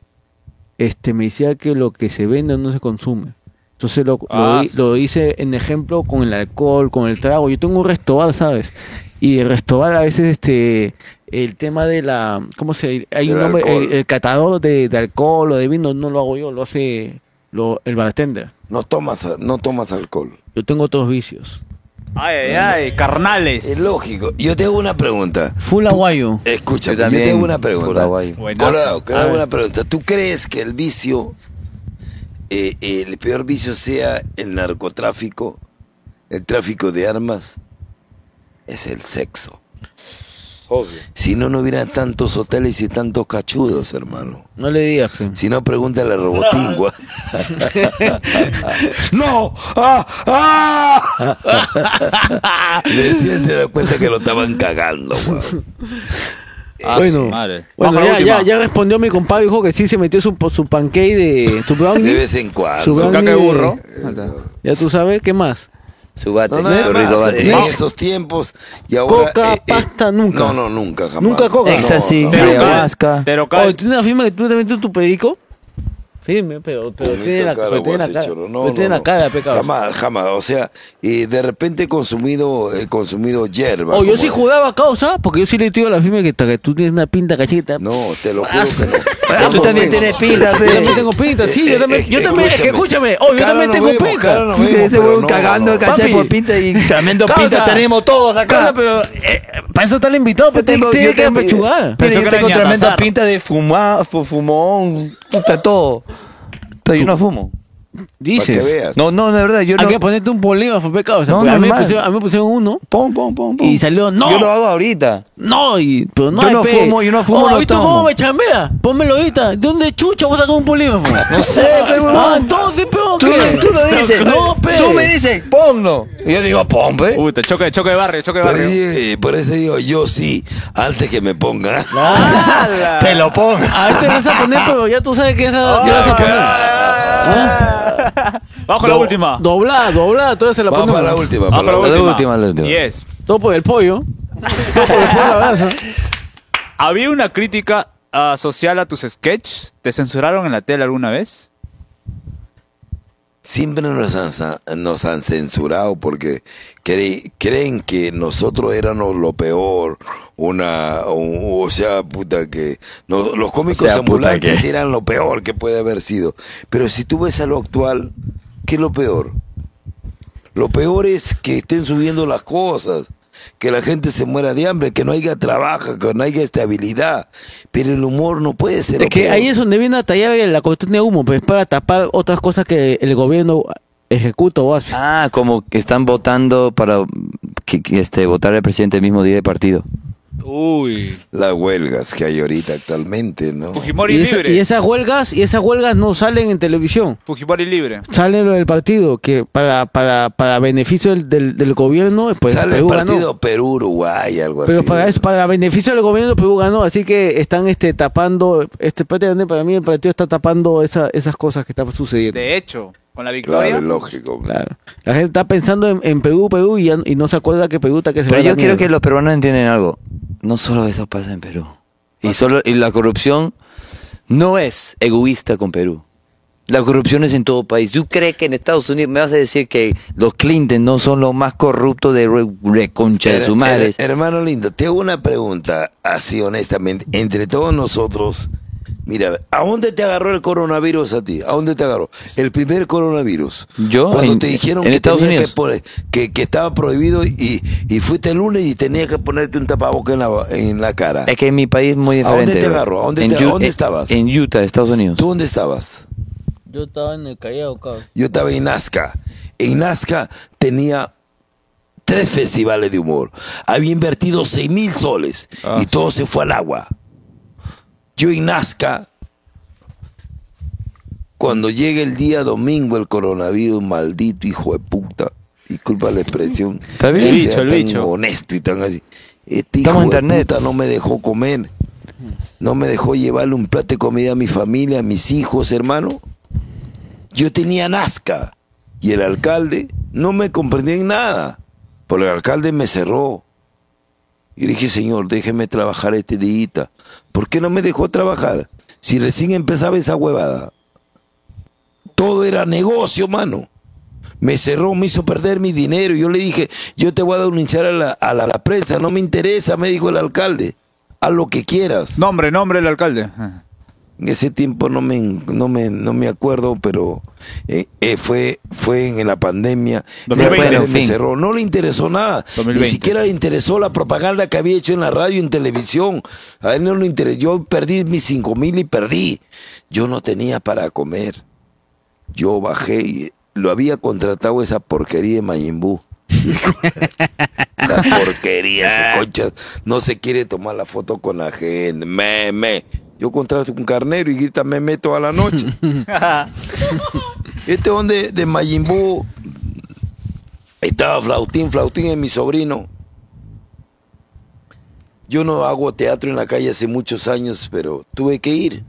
[SPEAKER 3] este me decía que lo que se vende no se consume. Entonces lo, lo
[SPEAKER 11] Ah,
[SPEAKER 3] hi- lo hice en ejemplo con el alcohol, con el trago. Yo tengo un restobar, ¿sabes? Y el restobar a veces este el tema de la ¿cómo se dice? hay un
[SPEAKER 4] Del
[SPEAKER 3] nombre
[SPEAKER 4] alcohol.
[SPEAKER 3] el, el catador de, de alcohol o de vino no lo hago yo, lo hace lo- el bartender.
[SPEAKER 4] No tomas, no tomas alcohol.
[SPEAKER 3] Yo tengo otros vicios.
[SPEAKER 11] Ay, ay, ay, carnales.
[SPEAKER 4] Es lógico. Yo te hago una pregunta.
[SPEAKER 3] Full aguayo.
[SPEAKER 4] Escucha,
[SPEAKER 2] Yo
[SPEAKER 4] yo,
[SPEAKER 2] también,
[SPEAKER 4] te hago una
[SPEAKER 2] full
[SPEAKER 4] pregunta.
[SPEAKER 2] aguayo.
[SPEAKER 11] Buenazo.
[SPEAKER 4] Colorado, te
[SPEAKER 11] A
[SPEAKER 4] hago
[SPEAKER 11] ver.
[SPEAKER 4] una pregunta. ¿Tú crees que el vicio, eh, eh, el peor vicio sea el narcotráfico, el tráfico de armas? Es el sexo.
[SPEAKER 2] Obvio.
[SPEAKER 4] Si no, no hubieran tantos hoteles y tantos cachudos, hermano.
[SPEAKER 3] No le digas. pe.
[SPEAKER 4] Si no, pregúntale a Robotingua.
[SPEAKER 12] ¡No! ¡Ah! ¡Ah!
[SPEAKER 4] Recién se da cuenta que lo estaban cagando, weón.
[SPEAKER 11] Ah,
[SPEAKER 3] bueno,
[SPEAKER 11] su madre.
[SPEAKER 3] bueno
[SPEAKER 11] Vamos con la
[SPEAKER 3] ya, ya,
[SPEAKER 11] última.
[SPEAKER 3] ya respondió mi compadre, dijo que sí se metió su, su pancake de su brownie.
[SPEAKER 4] De vez en cuando.
[SPEAKER 3] Su
[SPEAKER 4] Su
[SPEAKER 3] brownie
[SPEAKER 4] caca de
[SPEAKER 3] de-
[SPEAKER 4] burro.
[SPEAKER 3] Ya tú sabes, ¿qué más?
[SPEAKER 2] Su bate,
[SPEAKER 4] No, nada
[SPEAKER 2] su
[SPEAKER 4] más,
[SPEAKER 2] rico bate.
[SPEAKER 4] eh, en esos tiempos y ahora eh,
[SPEAKER 3] Coca, pasta, nunca.
[SPEAKER 4] No, no, nunca jamás.
[SPEAKER 3] Nunca coca.
[SPEAKER 2] Éxtasis,
[SPEAKER 4] No,
[SPEAKER 2] Pero
[SPEAKER 4] jamás.
[SPEAKER 2] cal- ayahuasca.
[SPEAKER 11] Pero
[SPEAKER 3] Oye, Oh, ¿tú una firma que tú te metes tu perico? Firme, pero, pero
[SPEAKER 4] Bonito
[SPEAKER 3] tiene la
[SPEAKER 4] cara,
[SPEAKER 3] pero tiene la
[SPEAKER 4] guacho,
[SPEAKER 3] cara.
[SPEAKER 4] choro. No,
[SPEAKER 3] pero tiene
[SPEAKER 4] no,
[SPEAKER 3] la
[SPEAKER 4] no.
[SPEAKER 3] cara, pecado.
[SPEAKER 4] Jamás, jamás. O sea, eh, de repente he consumido, he consumido hierba.
[SPEAKER 3] Oh, yo
[SPEAKER 4] como-
[SPEAKER 3] sí jugaba causa, porque yo sí le digo a la firma que, que tú tienes una pinta cachita.
[SPEAKER 4] No, te lo juro
[SPEAKER 3] Ah,
[SPEAKER 4] que no.
[SPEAKER 2] Pero tú también tienes pinta, Eh,
[SPEAKER 3] Yo
[SPEAKER 2] pe.
[SPEAKER 3] también tengo pinta, sí, yo también, yo también, es que escúchame, oh, yo
[SPEAKER 4] Cara
[SPEAKER 3] también
[SPEAKER 4] no
[SPEAKER 3] tengo
[SPEAKER 4] vemos, cara
[SPEAKER 3] pinta.
[SPEAKER 4] no vemos,
[SPEAKER 2] Este
[SPEAKER 4] pero
[SPEAKER 2] huevón
[SPEAKER 4] no,
[SPEAKER 2] cagando
[SPEAKER 4] no.
[SPEAKER 2] de cachai
[SPEAKER 3] Papi.
[SPEAKER 2] por pinta y tremendo
[SPEAKER 3] Causa.
[SPEAKER 2] pinta tenemos todos
[SPEAKER 3] Causa,
[SPEAKER 2] acá.
[SPEAKER 3] pero eh, eh, para eso está el invitado, pero tiene
[SPEAKER 2] tengo-
[SPEAKER 3] tiene que
[SPEAKER 2] tengo-
[SPEAKER 3] apechugar.
[SPEAKER 2] Mira,
[SPEAKER 11] Pensó
[SPEAKER 2] yo
[SPEAKER 11] que
[SPEAKER 2] tengo
[SPEAKER 11] era
[SPEAKER 2] tremenda
[SPEAKER 11] ñatazar.
[SPEAKER 2] pinta de fumar, fu- fumón, puta todo. Pero yo no fumo.
[SPEAKER 4] Para que
[SPEAKER 3] Dices,
[SPEAKER 4] veas.
[SPEAKER 2] No, no, de verdad, yo
[SPEAKER 3] hay
[SPEAKER 2] no.
[SPEAKER 3] que ponerte un bolígrafo, pecado. pues,
[SPEAKER 2] No,
[SPEAKER 3] a, mí me
[SPEAKER 2] normal.
[SPEAKER 3] pusieron, a mí me pusieron uno
[SPEAKER 2] Pon, pon, pon, pon.
[SPEAKER 3] y salió, no.
[SPEAKER 2] Yo lo hago ahorita.
[SPEAKER 3] No, y, pero no
[SPEAKER 2] Yo
[SPEAKER 3] hay
[SPEAKER 2] no
[SPEAKER 3] pe.
[SPEAKER 2] fumo, yo no fumo,
[SPEAKER 3] Oh,
[SPEAKER 2] no
[SPEAKER 3] ¿viste
[SPEAKER 2] tomo.
[SPEAKER 3] cómo me chambea? Pónmelo ahorita. ¿De dónde chucha vos sacas un polígrafo?
[SPEAKER 2] No sé, pe, huevón.
[SPEAKER 3] Ah, entonces, pero
[SPEAKER 2] Tú,
[SPEAKER 3] ¿qué?
[SPEAKER 2] tú lo dices.
[SPEAKER 3] No, pe.
[SPEAKER 2] Tú me dices, ponlo. Y yo digo, pon, pe.
[SPEAKER 11] Puta, choque, choque de barrio, choque de
[SPEAKER 4] Por,
[SPEAKER 11] barrio.
[SPEAKER 4] ahí- por eso digo, yo sí, antes que me ponga. Ah.
[SPEAKER 3] ¡Hala!
[SPEAKER 2] Te lo pongo.
[SPEAKER 3] A ver, Ah, te vas a poner, pero ya tú sabes que
[SPEAKER 2] Ah.
[SPEAKER 3] esa. ya
[SPEAKER 4] Ya,
[SPEAKER 3] vas a poner.
[SPEAKER 11] Vamos con la última.
[SPEAKER 3] Doblada, doblada, toda se la
[SPEAKER 4] Vamos
[SPEAKER 3] ponemos.
[SPEAKER 4] para la última.
[SPEAKER 11] Vamos
[SPEAKER 4] para
[SPEAKER 1] Ah,
[SPEAKER 4] la
[SPEAKER 11] con
[SPEAKER 4] última.
[SPEAKER 2] la última, la última.
[SPEAKER 11] Yes.
[SPEAKER 3] Todo por el pollo. Todo por el pollo a la brasa.
[SPEAKER 11] ¿Había una crítica ah, social a tus sketches? ¿Te censuraron en la tele alguna vez?
[SPEAKER 4] Siempre nos han, sa- nos han censurado porque cre- creen que nosotros éramos lo peor, una, o, o sea, puta que no- los cómicos
[SPEAKER 2] O sea, puta
[SPEAKER 4] ambulantes
[SPEAKER 2] que.
[SPEAKER 4] eran lo peor que puede haber sido. Pero si tú ves a lo actual, ¿qué es lo peor? Lo peor es que estén subiendo las cosas, que la gente se muera de hambre, que no haya trabajo, que no haya estabilidad. Pero el humor no puede ser.
[SPEAKER 3] Es
[SPEAKER 4] lo
[SPEAKER 3] que
[SPEAKER 4] peor.
[SPEAKER 3] ahí es donde viene a tallar la cuestión de humo, pues para tapar otras cosas que el gobierno ejecuta o hace.
[SPEAKER 2] Ah, como que están votando para que, que, este, votar al presidente el mismo día de partido.
[SPEAKER 11] Uy.
[SPEAKER 4] Las huelgas que hay ahorita actualmente, ¿no?
[SPEAKER 11] Fujimori
[SPEAKER 3] Y, esa-
[SPEAKER 11] libre.
[SPEAKER 3] y esas huelgas, y esas huelgas no salen en televisión.
[SPEAKER 11] Fujimori libre.
[SPEAKER 3] Sale lo del partido, que para, para, para beneficio del, del, del gobierno, pues
[SPEAKER 4] Sale el
[SPEAKER 3] Perú ganó.
[SPEAKER 4] partido pues, Perú-Uruguay, algo
[SPEAKER 3] Pero
[SPEAKER 4] así.
[SPEAKER 3] para, eso, para beneficio del gobierno, Perú ganó, así que están este tapando, este prácticamente para mí el partido está tapando esa- esas cosas que están sucediendo.
[SPEAKER 11] De hecho, con la victoria.
[SPEAKER 4] Claro, es lógico.
[SPEAKER 3] Claro. La gente está pensando en, en Perú, Perú, y, ya- y no se acuerda que Perú está que se va
[SPEAKER 2] Pero
[SPEAKER 3] a la
[SPEAKER 2] yo quiero
[SPEAKER 3] mierda.
[SPEAKER 2] que los peruanos entiendan algo. No solo eso pasa en Perú. Y, solo, y la corrupción no es egoísta con Perú. La corrupción es en todo país. ¿Tú crees que en Estados Unidos me vas a decir que los Clinton no son los más corruptos de re- reconcha de
[SPEAKER 4] Her-
[SPEAKER 2] su madre?
[SPEAKER 4] her- hermano lindo, te hago una pregunta, así honestamente, entre todos nosotros. Mira, ¿a dónde te agarró el coronavirus a ti? ¿A dónde te agarró? El primer coronavirus.
[SPEAKER 2] Yo,
[SPEAKER 4] Cuando
[SPEAKER 2] en-
[SPEAKER 4] te dijeron
[SPEAKER 2] en
[SPEAKER 4] que,
[SPEAKER 2] Estados
[SPEAKER 4] tenía
[SPEAKER 2] Unidos.
[SPEAKER 4] Que, poner- que, que estaba prohibido y, y fuiste el lunes y tenías que ponerte un tapaboca en la, en la cara.
[SPEAKER 2] Es que en mi país es muy
[SPEAKER 4] ¿A dónde
[SPEAKER 2] diferente.
[SPEAKER 4] te
[SPEAKER 2] bro.
[SPEAKER 4] agarró? ¿A dónde
[SPEAKER 2] En
[SPEAKER 4] te- a
[SPEAKER 2] Ut-
[SPEAKER 4] dónde
[SPEAKER 2] en-
[SPEAKER 4] estabas?
[SPEAKER 2] En Utah, Estados Unidos.
[SPEAKER 4] ¿Tú dónde estabas?
[SPEAKER 3] Yo estaba en el Callao, cabrón.
[SPEAKER 4] Yo estaba en Nazca. En Nazca tenía tres festivales de humor. Había invertido seis mil soles
[SPEAKER 11] Ah.
[SPEAKER 4] y todo se fue al agua. Yo en Nazca, cuando llegue el día domingo el coronavirus, maldito hijo de puta, disculpa la expresión,
[SPEAKER 2] Está bien.
[SPEAKER 4] que
[SPEAKER 11] El bicho,
[SPEAKER 4] sea
[SPEAKER 11] el
[SPEAKER 4] tan
[SPEAKER 11] bicho.
[SPEAKER 4] honesto y tan así. Este hijo
[SPEAKER 2] Estamos en
[SPEAKER 4] de
[SPEAKER 2] internet.
[SPEAKER 4] puta no me dejó comer, no me dejó llevarle un plato de comida a mi familia, a mis hijos, hermano. Yo tenía Nazca y el alcalde no me comprendía en nada, porque el alcalde me cerró. Y dije, señor, déjeme trabajar este día. ¿Por qué no me dejó trabajar? Si recién empezaba esa huevada. Todo era negocio, mano. Me cerró, me hizo perder mi dinero. Yo le dije, yo te voy a denunciar a la, a la- a la prensa, no me interesa, me dijo el alcalde. Haz lo que quieras.
[SPEAKER 11] Nombre, nombre del alcalde.
[SPEAKER 4] En ese tiempo no me, no me, no me acuerdo, pero eh, eh, fue, fue en la pandemia.
[SPEAKER 11] 2020.
[SPEAKER 4] La pandemia
[SPEAKER 11] Fin.
[SPEAKER 4] cerró. No le interesó nada.
[SPEAKER 11] 2020.
[SPEAKER 4] Ni siquiera le interesó la propaganda que había hecho en la radio y en televisión. A él no le interesó. Yo perdí mis cinco mil y perdí. Yo no tenía para comer. Yo bajé y lo había contratado esa porquería de Mayimbú. La porquería, ese concha. No se quiere tomar la foto con la gente. Me, me. Yo contrato un carnero y grita me me toda la noche. este donde de Mayimbú estaba Flautín, Flautín es mi sobrino. Yo no hago teatro en la calle hace muchos años, pero tuve que ir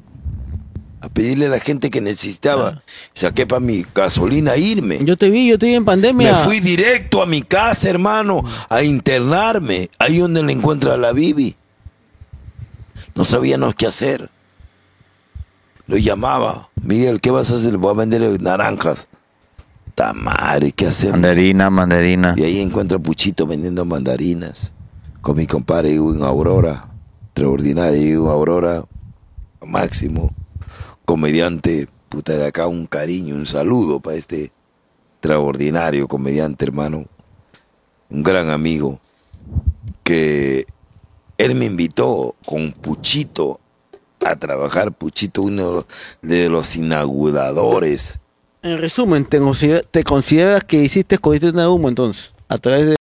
[SPEAKER 4] a pedirle a la gente que necesitaba. Saqué para mi gasolina e irme.
[SPEAKER 3] Yo te vi, yo te vi en pandemia.
[SPEAKER 4] Me fui directo a mi casa, hermano, a internarme. Ahí donde le encuentra a la Bibi. No sabíamos qué hacer. Lo llamaba. Miguel, ¿qué vas a hacer? Voy a vender naranjas. Tamare, ¿qué hacemos?
[SPEAKER 2] Mandarina, mandarina.
[SPEAKER 4] Y ahí encuentro a Puchito vendiendo mandarinas. Con mi compadre en Aurora. Extraordinario Edwin Aurora. Máximo. Comediante. Puta de acá, un cariño, un saludo para este extraordinario comediante, hermano. Un gran amigo. Que él me invitó con Puchito a trabajar. Puchito, uno de los inauguradores.
[SPEAKER 3] En resumen, te, consider- te consideras que hiciste escogiste un humo entonces, a través de